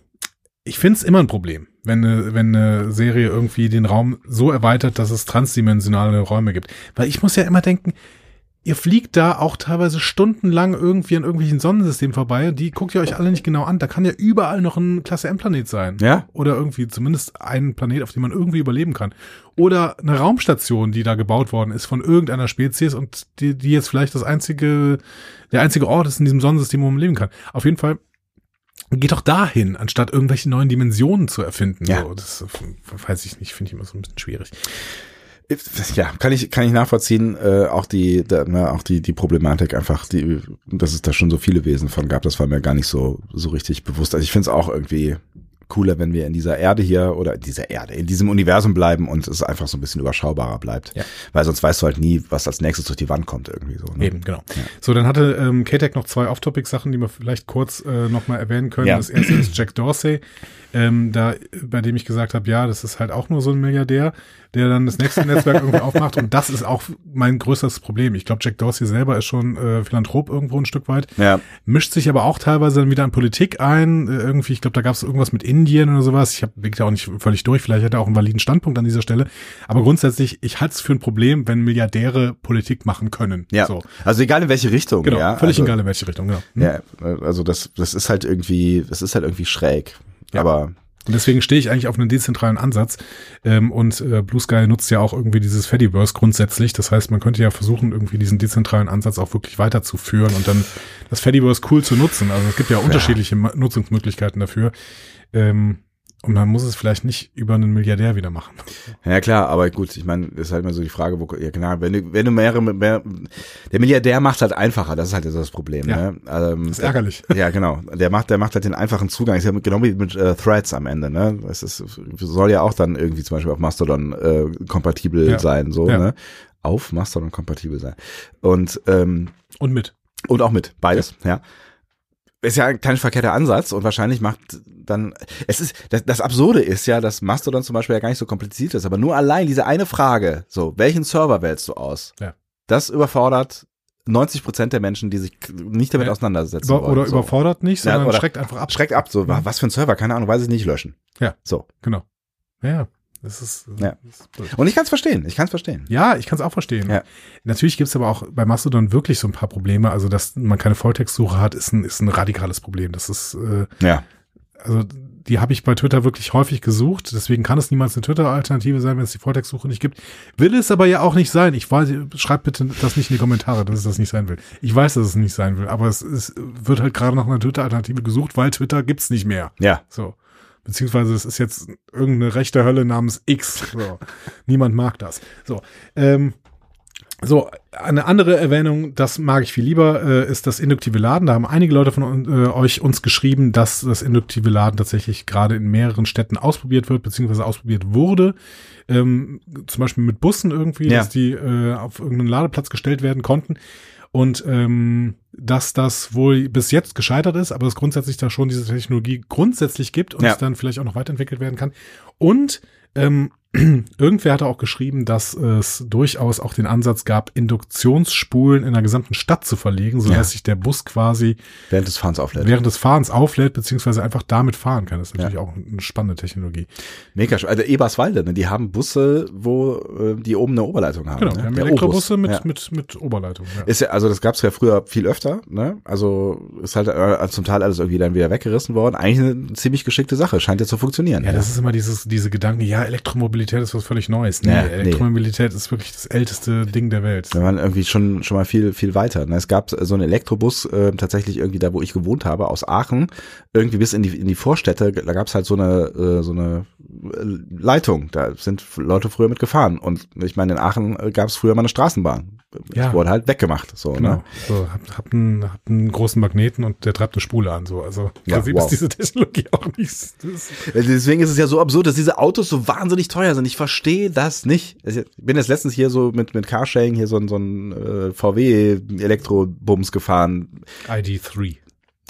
Speaker 2: ich finde es immer ein Problem, wenn eine, wenn eine Serie irgendwie den Raum so erweitert, dass es transdimensionale Räume gibt. Weil ich muss ja immer denken, ihr fliegt da auch teilweise stundenlang irgendwie an irgendwelchen Sonnensystemen vorbei. Die guckt ihr euch alle nicht genau an. Da kann ja überall noch ein Klasse-M-Planet sein
Speaker 1: Ja?
Speaker 2: oder irgendwie zumindest einen Planet, auf dem man irgendwie überleben kann. Oder eine Raumstation, die da gebaut worden ist von irgendeiner Spezies und die, die jetzt vielleicht das einzige, der einzige Ort ist in diesem Sonnensystem, wo man leben kann. Auf jeden Fall geht doch dahin, anstatt irgendwelche neuen Dimensionen zu erfinden.
Speaker 1: Ja.
Speaker 2: So, das äh, weiß ich nicht, finde ich immer so ein bisschen schwierig.
Speaker 1: Ja, kann ich, kann ich nachvollziehen, äh, auch die, da, ne, auch die, die Problematik einfach, die, dass es da schon so viele Wesen von gab, das war mir gar nicht so, so richtig bewusst. Also ich finde es auch irgendwie cooler, wenn wir in dieser Erde hier oder in dieser Erde, in diesem Universum bleiben und es einfach so ein bisschen überschaubarer bleibt.
Speaker 2: Ja.
Speaker 1: Weil sonst weißt du halt nie, was als nächstes durch die Wand kommt irgendwie so. Ne?
Speaker 2: Eben, genau. So, dann hatte ähm, K-Tech noch zwei Off-Topic-Sachen, die wir vielleicht kurz äh, nochmal erwähnen können.
Speaker 1: Ja.
Speaker 2: Das erste ist Jack Dorsey, ähm, da, bei dem ich gesagt habe, ja, das ist halt auch nur so ein Milliardär, der dann das nächste Netzwerk irgendwie aufmacht. Und das ist auch mein größtes Problem. Ich glaube, Jack Dorsey selber ist schon äh, Philanthrop irgendwo ein Stück weit
Speaker 1: Ja.
Speaker 2: mischt sich aber auch teilweise dann wieder in Politik ein. Äh, Irgendwie, ich glaube, da gab es irgendwas mit Indien oder sowas. Ich hab, blick da auch nicht völlig durch. Vielleicht hat er auch einen validen Standpunkt an dieser Stelle. Aber grundsätzlich, ich halte es für ein Problem, wenn Milliardäre Politik machen können.
Speaker 1: Ja.
Speaker 2: So.
Speaker 1: Also egal in welche Richtung.
Speaker 2: Genau,
Speaker 1: ja?
Speaker 2: völlig
Speaker 1: also,
Speaker 2: egal in welche Richtung, genau. Hm?
Speaker 1: Ja, also das, das ist halt irgendwie, das ist halt irgendwie schräg.
Speaker 2: Ja.
Speaker 1: Aber
Speaker 2: Und deswegen stehe ich eigentlich auf einen dezentralen Ansatz. Ähm, und äh, Blue Sky nutzt ja auch irgendwie dieses Fediverse grundsätzlich. Das heißt, man könnte ja versuchen, irgendwie diesen dezentralen Ansatz auch wirklich weiterzuführen und dann das Fediverse cool zu nutzen. Also es gibt ja unterschiedliche Ma- Nutzungsmöglichkeiten dafür. Ähm, und man muss es vielleicht nicht über einen Milliardär wieder machen.
Speaker 1: Ja klar, aber gut, ich meine, das ist halt immer so die Frage, wo ja genau, wenn du, wenn du mehrere mehr, der Milliardär macht halt einfacher, das ist halt so das Problem,
Speaker 2: Ja.
Speaker 1: ne? Ähm,
Speaker 2: Das ist ärgerlich.
Speaker 1: ja, genau. Der macht, der macht halt den einfachen Zugang. Ist ja genau wie mit äh, Threads am Ende, ne? Es ist, soll ja auch dann irgendwie zum Beispiel auf Mastodon äh, kompatibel
Speaker 2: Ja.
Speaker 1: sein, so,
Speaker 2: Ja.
Speaker 1: ne? Auf Mastodon kompatibel sein. Und ähm,
Speaker 2: Und mit.
Speaker 1: und auch mit, beides, ja. ist ja kein verkehrter Ansatz und wahrscheinlich macht dann, es ist, das, das Absurde ist ja, dass Mastodon zum Beispiel ja gar nicht so kompliziert ist, aber nur allein diese eine Frage, so, welchen Server wählst du aus?
Speaker 2: Ja.
Speaker 1: Das überfordert 90 Prozent der Menschen, die sich nicht damit
Speaker 2: Ja.
Speaker 1: auseinandersetzen
Speaker 2: Über,
Speaker 1: wollen.
Speaker 2: oder
Speaker 1: so.
Speaker 2: überfordert nicht,
Speaker 1: Ja,
Speaker 2: sondern
Speaker 1: oder-
Speaker 2: schreckt einfach ab. Mhm.
Speaker 1: Schreckt ab, so, wa- was für ein Server, keine Ahnung, weiß ich nicht, löschen.
Speaker 2: Ja.
Speaker 1: So.
Speaker 2: Genau. Ja, das ist. äh,
Speaker 1: Ja.
Speaker 2: Das ist blöd.
Speaker 1: Und ich kann es verstehen, ich kann es verstehen.
Speaker 2: Ja, ich kann es auch verstehen.
Speaker 1: Ja.
Speaker 2: Natürlich gibt's aber auch bei Mastodon wirklich so ein paar Probleme. Also, dass man keine Volltextsuche hat, ist ein, ist ein radikales Problem. Das ist, äh,
Speaker 1: Ja.
Speaker 2: also die habe ich bei Twitter wirklich häufig gesucht. Deswegen kann es niemals eine Twitter-Alternative sein, wenn es die Volltextsuche nicht gibt. Will es aber ja auch nicht sein. Ich weiß, schreibt bitte das nicht in die Kommentare, dass es das nicht sein will. Ich weiß, dass es nicht sein will, aber es, es wird halt gerade nach einer Twitter-Alternative gesucht, weil Twitter gibt's nicht mehr.
Speaker 1: Ja.
Speaker 2: So. Beziehungsweise es ist jetzt irgendeine rechte Hölle namens X. So. Niemand mag das. So. Ähm, so, eine andere Erwähnung, das mag ich viel lieber, äh, ist das induktive Laden. Da haben einige Leute von äh, euch uns geschrieben, dass das induktive Laden tatsächlich gerade in mehreren Städten ausprobiert wird, beziehungsweise ausprobiert wurde. Ähm, zum Beispiel mit Bussen irgendwie,
Speaker 1: Ja.
Speaker 2: dass die äh, auf irgendeinen Ladeplatz gestellt werden konnten. Und ähm, dass das wohl bis jetzt gescheitert ist, aber es grundsätzlich da schon diese Technologie grundsätzlich gibt und
Speaker 1: Ja.
Speaker 2: es dann vielleicht auch noch weiterentwickelt werden kann. Und ähm, irgendwer hatte auch geschrieben, dass es durchaus auch den Ansatz gab, Induktionsspulen in der gesamten Stadt zu verlegen, sodass
Speaker 1: Ja.
Speaker 2: sich der Bus quasi
Speaker 1: Während des Fahrens auflädt.
Speaker 2: während des Fahrens auflädt, beziehungsweise einfach damit fahren kann. Das ist
Speaker 1: Ja.
Speaker 2: natürlich auch eine spannende Technologie.
Speaker 1: Mega schön. Also Eberswalde, ne? die haben Busse, wo äh, die oben eine Oberleitung haben.
Speaker 2: Genau,
Speaker 1: ne?
Speaker 2: wir haben
Speaker 1: Der
Speaker 2: Elektrobusse
Speaker 1: Obus.
Speaker 2: mit,
Speaker 1: Ja.
Speaker 2: mit, mit Oberleitung. Ja.
Speaker 1: Ist ja, also das gab's ja früher viel öfter, ne? Also ist halt äh, zum Teil alles irgendwie dann wieder weggerissen worden. Eigentlich eine ziemlich geschickte Sache, scheint ja zu funktionieren. ne?
Speaker 2: Ja, das ist immer dieses, diese Gedanken, ja, Elektromobilität ist was völlig Neues. Nee,
Speaker 1: Ja, nee.
Speaker 2: Elektromobilität ist wirklich das älteste Ding der Welt.
Speaker 1: wir waren irgendwie schon schon mal viel viel weiter. Ne? Es gab so einen Elektrobus äh, tatsächlich irgendwie da, wo ich gewohnt habe, aus Aachen irgendwie bis in die in die Vorstädte. Da gab's halt so eine äh, so eine äh, Leitung. Da sind Leute früher mit gefahren. Und ich meine, in Aachen äh, gab's früher mal eine Straßenbahn.
Speaker 2: Ja.
Speaker 1: Das wurde halt weggemacht. So, ne?
Speaker 2: Genau. So, hab, hab, einen, hab einen großen Magneten und der treibt eine Spule an. So. Also im
Speaker 1: Ja,
Speaker 2: Prinzip
Speaker 1: wow.
Speaker 2: ist diese Technologie auch nicht. Das ist,
Speaker 1: Deswegen ist es ja so absurd, dass diese Autos so wahnsinnig teuer sind. Ich verstehe das nicht. Ich bin jetzt letztens hier so mit, mit Carsharing hier so ein, so ein äh, VW-Elektrobums gefahren.
Speaker 2: ID3.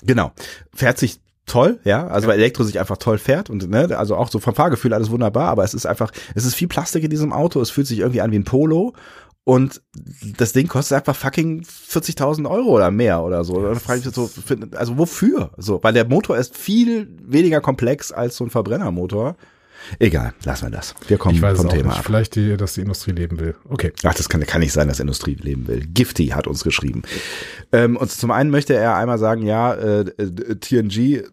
Speaker 1: Genau. Fährt sich toll, ja. Also weil Elektro sich einfach toll fährt und ne, also auch so vom Fahrgefühl alles wunderbar, aber es ist einfach, es ist viel Plastik in diesem Auto, es fühlt sich irgendwie an wie ein Polo. Und das Ding kostet einfach fucking 40.000 Euro oder mehr oder so. Dann frage ich mich so, für- also wofür? So, weil der Motor ist viel weniger komplex als so ein Verbrennermotor. Egal, lassen wir das. Wir kommen
Speaker 2: Ich weiß es
Speaker 1: vom
Speaker 2: auch
Speaker 1: Thema
Speaker 2: nicht.
Speaker 1: ab.
Speaker 2: Vielleicht, die, dass die Industrie leben will. Okay.
Speaker 1: Ach, das kann, kann nicht sein, dass Industrie leben will. Gifty hat uns geschrieben. Ähm, und zum einen möchte er einmal sagen, ja, äh, äh, TNG,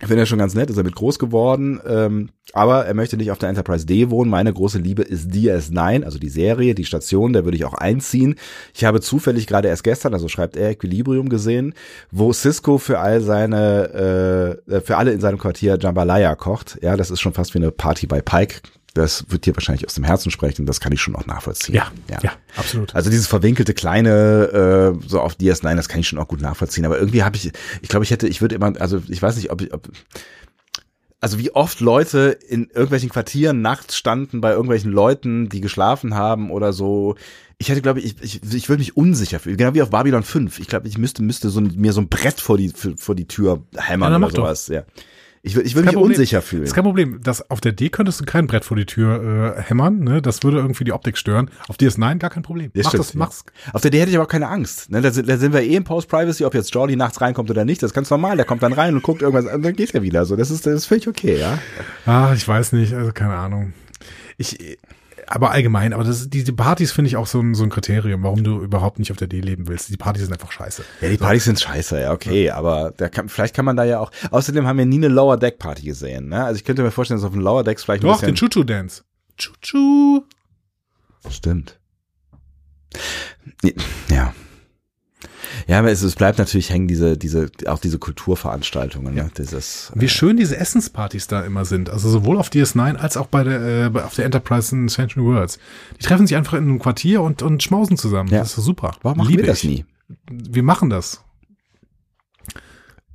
Speaker 1: finde er schon ganz nett, ist damit groß geworden, ähm, aber er möchte nicht auf der Enterprise D wohnen. Meine große Liebe ist DS9, also die Serie, die Station, da würde ich auch einziehen. Ich habe zufällig gerade erst gestern, also schreibt er, Equilibrium gesehen, wo Cisco für all seine, äh, für alle in seinem Quartier Jambalaya kocht. Ja, das ist schon fast wie eine Party bei Pike. Das wird dir wahrscheinlich aus dem Herzen sprechen, das kann ich schon auch nachvollziehen.
Speaker 2: Ja, ja, absolut.
Speaker 1: Also dieses verwinkelte kleine, äh, so auf DS9, das kann ich schon auch gut nachvollziehen. Aber irgendwie habe ich, ich glaube, ich hätte, ich würde immer, also ich weiß nicht, ob ich, ob, also wie oft Leute in irgendwelchen Quartieren nachts standen bei irgendwelchen Leuten, die geschlafen haben oder so. Ich hätte, glaube ich, ich, ich würde mich unsicher fühlen. Genau wie auf Babylon 5. Ich glaube, ich müsste, müsste so ein, mir so ein Brett vor die, für- vor die Tür hämmern
Speaker 2: Ja, dann
Speaker 1: oder
Speaker 2: mach doch.
Speaker 1: sowas. Ja. Ich, wür- ich würde mich
Speaker 2: Problem.
Speaker 1: unsicher fühlen.
Speaker 2: Das ist kein Problem. Das, auf der D könntest du kein Brett vor die Tür äh, hämmern. Ne? Das würde irgendwie die Optik stören. Auf DS9 gar kein Problem.
Speaker 1: Ja,
Speaker 2: mach
Speaker 1: stimmt,
Speaker 2: das,
Speaker 1: ja.
Speaker 2: mach's.
Speaker 1: Auf der D hätte ich aber auch keine Angst. Ne? Da, sind, da sind wir eh im Post-Privacy, ob jetzt Jordi nachts reinkommt oder nicht, das ist ganz normal. Der kommt dann rein und guckt irgendwas an, dann geht er wieder. So, das ist, das ist völlig okay, ja.
Speaker 2: Ah, ich weiß nicht, also keine Ahnung. Ich, äh, aber allgemein, aber das, diese Partys finde ich auch so ein, so ein Kriterium, warum du überhaupt nicht auf der D leben willst. Die Partys sind einfach scheiße.
Speaker 1: Ja, die Partys sind scheiße, ja, okay, aber da kann, vielleicht kann man da ja auch. Außerdem haben wir nie eine Lower Deck Party gesehen, ne? Also ich könnte mir vorstellen, dass auf dem Lower Decks vielleicht ein
Speaker 2: Doch, den
Speaker 1: bisschen.
Speaker 2: Chuchu Dance. Chuchu.
Speaker 1: Stimmt. Ja. Ja, aber es, es bleibt natürlich hängen, diese, diese, auch diese Kulturveranstaltungen, ne? Dieses.
Speaker 2: Wie schön diese Essenspartys da immer sind. Also sowohl auf DS9 als auch bei der, äh, bei- auf der Enterprise in Century Worlds. Die treffen sich einfach in einem Quartier und, und schmausen zusammen.
Speaker 1: Ja.
Speaker 2: Das ist super.
Speaker 1: Warum machen
Speaker 2: Liebe
Speaker 1: wir das
Speaker 2: ich.
Speaker 1: nie?
Speaker 2: Wir machen das.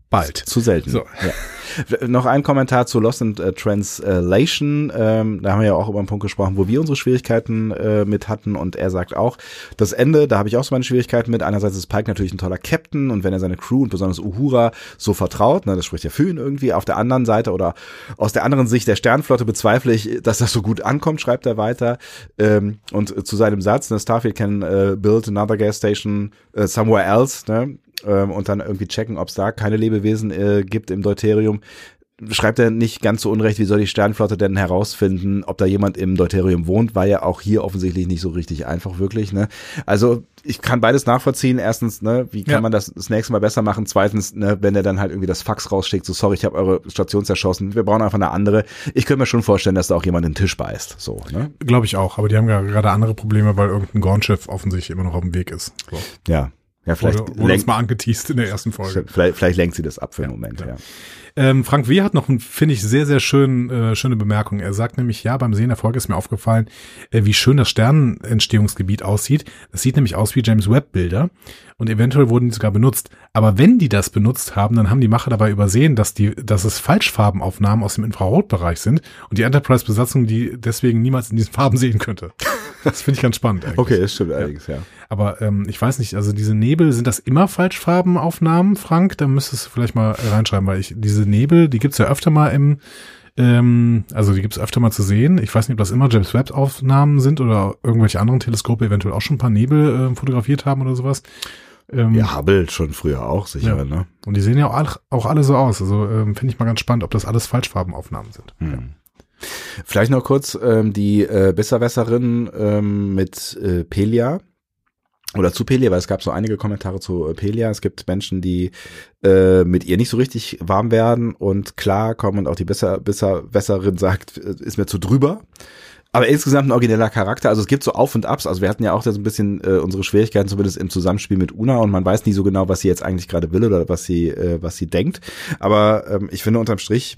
Speaker 2: Bald.
Speaker 1: Zu selten.
Speaker 2: So.
Speaker 1: Ja. Noch ein Kommentar zu Lost in äh, Translation. Ähm, da haben wir ja auch über einen Punkt gesprochen, wo wir unsere Schwierigkeiten äh, mit hatten. Und er sagt auch, das Ende, da habe ich auch so meine Schwierigkeiten mit. Einerseits ist Pike natürlich ein toller Captain und wenn er seine Crew und besonders Uhura so vertraut, ne, das spricht ja für ihn irgendwie. Auf der anderen Seite oder aus der anderen Sicht der Sternflotte bezweifle ich, dass das so gut ankommt, schreibt er weiter. Ähm, und äh, zu seinem Satz, ne, Starfield can äh, build another gas station äh, somewhere else, ne? ähm, und dann irgendwie checken, ob es da keine Lebewesen äh, gibt im Deuterium. Schreibt er nicht ganz so unrecht, wie soll die Sternflotte denn herausfinden, ob da jemand im Deuterium wohnt, war ja auch hier offensichtlich nicht so richtig einfach, wirklich. Ne? Also ich kann beides nachvollziehen. Erstens, ne, wie kann
Speaker 2: Ja.
Speaker 1: man das das nächste Mal besser machen? Zweitens, ne, wenn er dann halt irgendwie das Fax rausschickt, so sorry, ich habe eure Station zerschossen, wir brauchen einfach eine andere. Ich könnte mir schon vorstellen, dass da auch jemand den Tisch beißt. So, ne?
Speaker 2: Glaube ich auch, aber die haben ja gerade andere Probleme, weil irgendein Gornschiff offensichtlich immer noch auf dem Weg ist. So.
Speaker 1: Ja. Ja, vielleicht,
Speaker 2: Wurde, wurde uns
Speaker 1: lenkt,
Speaker 2: mal angeteased in der ersten Folge.
Speaker 1: vielleicht, vielleicht lenkt sie das ab für den Moment, ja.
Speaker 2: Ähm, Frank W. hat noch, ein, finde ich, sehr, sehr schön, äh, schöne Bemerkung. Er sagt nämlich, ja, beim Sehen der Folge ist mir aufgefallen, äh, wie schön das Sternenentstehungsgebiet aussieht. Das sieht nämlich aus wie James Webb-Bilder und eventuell wurden die sogar benutzt. Aber wenn die das benutzt haben, dann haben die Macher dabei übersehen, dass, die, dass es Falschfarbenaufnahmen aus dem Infrarotbereich sind und die Enterprise-Besatzung die deswegen niemals in diesen Farben sehen könnte. Das finde ich ganz spannend. Eigentlich.
Speaker 1: Okay, das stimmt allerdings, ja.
Speaker 2: Aber ähm, ich weiß nicht, also diese Nebel, sind das immer Falschfarbenaufnahmen, Frank? Da müsstest du vielleicht mal reinschreiben, weil ich diese Nebel, die gibt's ja öfter mal im, ähm, also die gibt's öfter mal zu sehen. Ich weiß nicht, ob das immer James Webb-Aufnahmen sind oder irgendwelche anderen Teleskope eventuell auch schon ein paar Nebel äh, fotografiert haben oder sowas. Ähm,
Speaker 1: Ja, Hubble schon früher auch, sicher,
Speaker 2: Ja.
Speaker 1: ne?
Speaker 2: Und die sehen ja auch, all- auch alle so aus. Also ähm, finde ich mal ganz spannend, ob das alles Falschfarbenaufnahmen sind.
Speaker 1: Vielleicht noch kurz ähm, die äh, Besserwässerin ähm, mit äh, Pelia. Oder zu Pelia, weil es gab so einige Kommentare zu äh, Pelia. Es gibt Menschen, die äh, mit ihr nicht so richtig warm werden und klar kommen und auch die Besser, Besserwässerin sagt, äh, ist mir zu drüber. Aber insgesamt ein origineller Charakter. Also es gibt so Auf und Abs. Also wir hatten ja auch da so ein bisschen äh, unsere Schwierigkeiten, zumindest im Zusammenspiel mit Una und man weiß nie so genau, was sie jetzt eigentlich gerade will oder was sie, äh, was sie denkt. Aber ähm, ich finde unterm Strich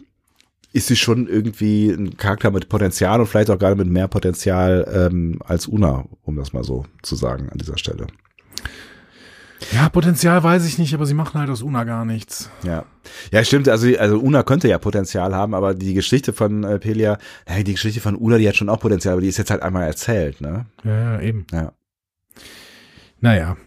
Speaker 1: ist sie schon irgendwie ein Charakter mit Potenzial und vielleicht auch gerade mit mehr Potenzial ähm, als Una, um das mal so zu sagen an dieser Stelle.
Speaker 2: Ja, Potenzial weiß ich nicht, aber sie machen halt aus Una gar nichts.
Speaker 1: Ja, ja, stimmt. Also, also Una könnte ja Potenzial haben, aber die Geschichte von äh, Pelia, hey, die Geschichte von Una, die hat schon auch Potenzial, aber die ist jetzt halt einmal erzählt, ne?
Speaker 2: Ja, ja eben.
Speaker 1: Ja.
Speaker 2: Naja.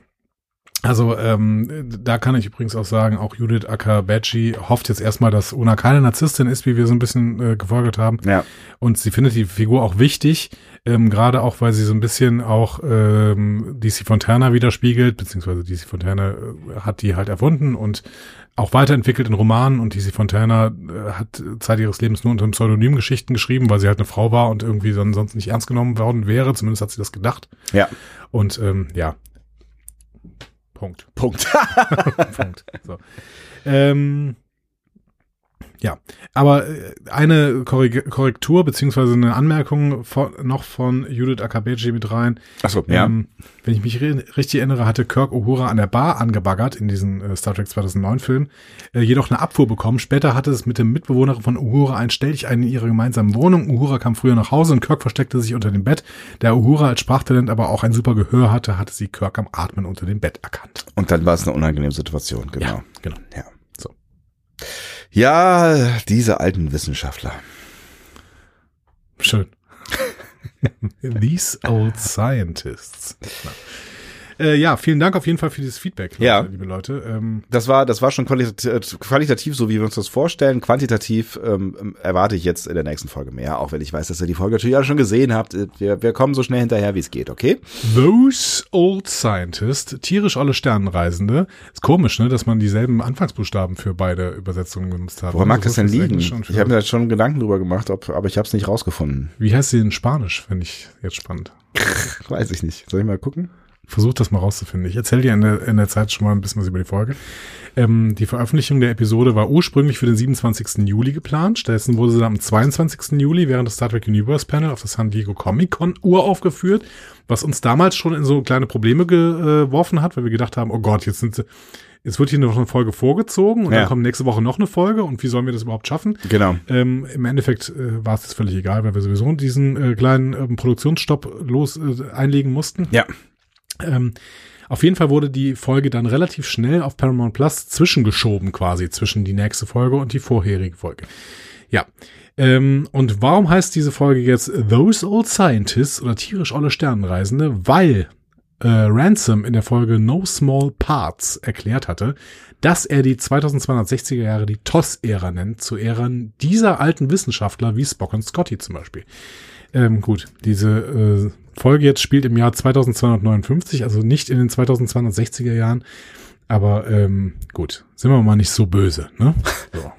Speaker 2: Also ähm, da kann ich übrigens auch sagen, auch Judith Akabachi hofft jetzt erstmal, dass Una keine Narzisstin ist, wie wir so ein bisschen äh, gefolgert haben.
Speaker 1: Ja,
Speaker 2: Und sie findet die Figur auch wichtig, ähm, gerade auch, weil sie so ein bisschen auch ähm, DC Fontana widerspiegelt, beziehungsweise DC Fontana äh, hat die halt erfunden und auch weiterentwickelt in Romanen und DC Fontana äh, hat Zeit ihres Lebens nur unter einem Pseudonym Geschichten geschrieben, weil sie halt eine Frau war und irgendwie dann sonst nicht ernst genommen worden wäre, zumindest hat sie das gedacht.
Speaker 1: ja.
Speaker 2: Und ähm, ja. Punkt.
Speaker 1: Punkt.
Speaker 2: Punkt. So. Ähm, ja, aber äh, eine Korrig Korrektur beziehungsweise eine Anmerkung von, noch von Judith Akabeji mit rein.
Speaker 1: Achso,
Speaker 2: Ähm, wenn ich mich ri- richtig erinnere, hatte Kirk Uhura an der Bar angebaggert in diesem äh, Star Trek 2009 Film, äh, jedoch eine Abfuhr bekommen. Später hatte es mit dem Mitbewohner von Uhura ein Stelldichein in ihrer gemeinsamen Wohnung. Uhura kam früher nach Hause und Kirk versteckte sich unter dem Bett. Da Uhura als Sprachtalent aber auch ein super Gehör hatte, hatte sie Kirk am Atmen unter dem Bett erkannt.
Speaker 1: Und dann war es eine unangenehme Situation, genau.
Speaker 2: genau.
Speaker 1: Ja.
Speaker 2: So.
Speaker 1: Ja, diese alten Wissenschaftler.
Speaker 2: Schön. These old scientists. Äh, ja, vielen Dank auf jeden Fall für dieses Feedback, Leute,
Speaker 1: Ja.
Speaker 2: liebe Leute. Ähm,
Speaker 1: Das war, das war schon qualitativ, äh, qualitativ, so wie wir uns das vorstellen. Quantitativ ähm, erwarte ich jetzt in der nächsten Folge mehr, auch wenn ich weiß, dass ihr die Folge natürlich alle schon gesehen habt. Äh, Wir, wir kommen so schnell hinterher, wie es geht, okay?
Speaker 2: those old scientists, tierisch alle Sternenreisende. Ist komisch, ne, dass man dieselben Anfangsbuchstaben für beide Übersetzungen genutzt hat.
Speaker 1: Woran mag das denn
Speaker 2: Sowohl fürs
Speaker 1: liegen?
Speaker 2: Englische und für-
Speaker 1: Ich habe mir da schon Gedanken drüber gemacht, ob, aber ich habe es nicht rausgefunden.
Speaker 2: Wie heißt sie in Spanisch? Finde ich jetzt spannend.
Speaker 1: Weiß ich nicht. Soll ich mal gucken?
Speaker 2: Versuch das mal rauszufinden. Ich erzähle dir in der, in der Zeit schon mal ein bisschen was über die Folge. Ähm, die Veröffentlichung der Episode war ursprünglich für den 27. Juli geplant. Stattdessen wurde sie dann am 22. Juli während des Star Trek Universe Panel auf der San Diego Comic Con uraufgeführt, was uns damals schon in so kleine Probleme geworfen hat, weil wir gedacht haben, oh Gott, jetzt sind sie, jetzt wird hier noch eine Folge vorgezogen und
Speaker 1: Ja.
Speaker 2: dann kommt nächste Woche noch eine Folge und wie sollen wir das überhaupt schaffen?
Speaker 1: Genau.
Speaker 2: Ähm, Im Endeffekt äh, war es jetzt völlig egal, weil wir sowieso diesen äh, kleinen ähm, Produktionsstopp los äh, einlegen mussten.
Speaker 1: Ja.
Speaker 2: Ähm, Auf jeden Fall wurde die Folge dann relativ schnell auf Paramount Plus zwischengeschoben quasi, zwischen die nächste Folge und die vorherige Folge. Ja. Ähm, und warum heißt diese Folge jetzt Those Old Scientists oder tierisch olle Sternenreisende? Weil äh, Ransom in der Folge No Small Parts erklärt hatte, dass er die 2260er Jahre die TOS-Ära nennt, zu Ehren dieser alten Wissenschaftler wie Spock und Scotty zum Beispiel. Ähm, gut, diese äh, Folge jetzt spielt im Jahr 2259, also nicht in den 2260er Jahren, aber ähm, gut, sind wir mal nicht so böse, ne? So.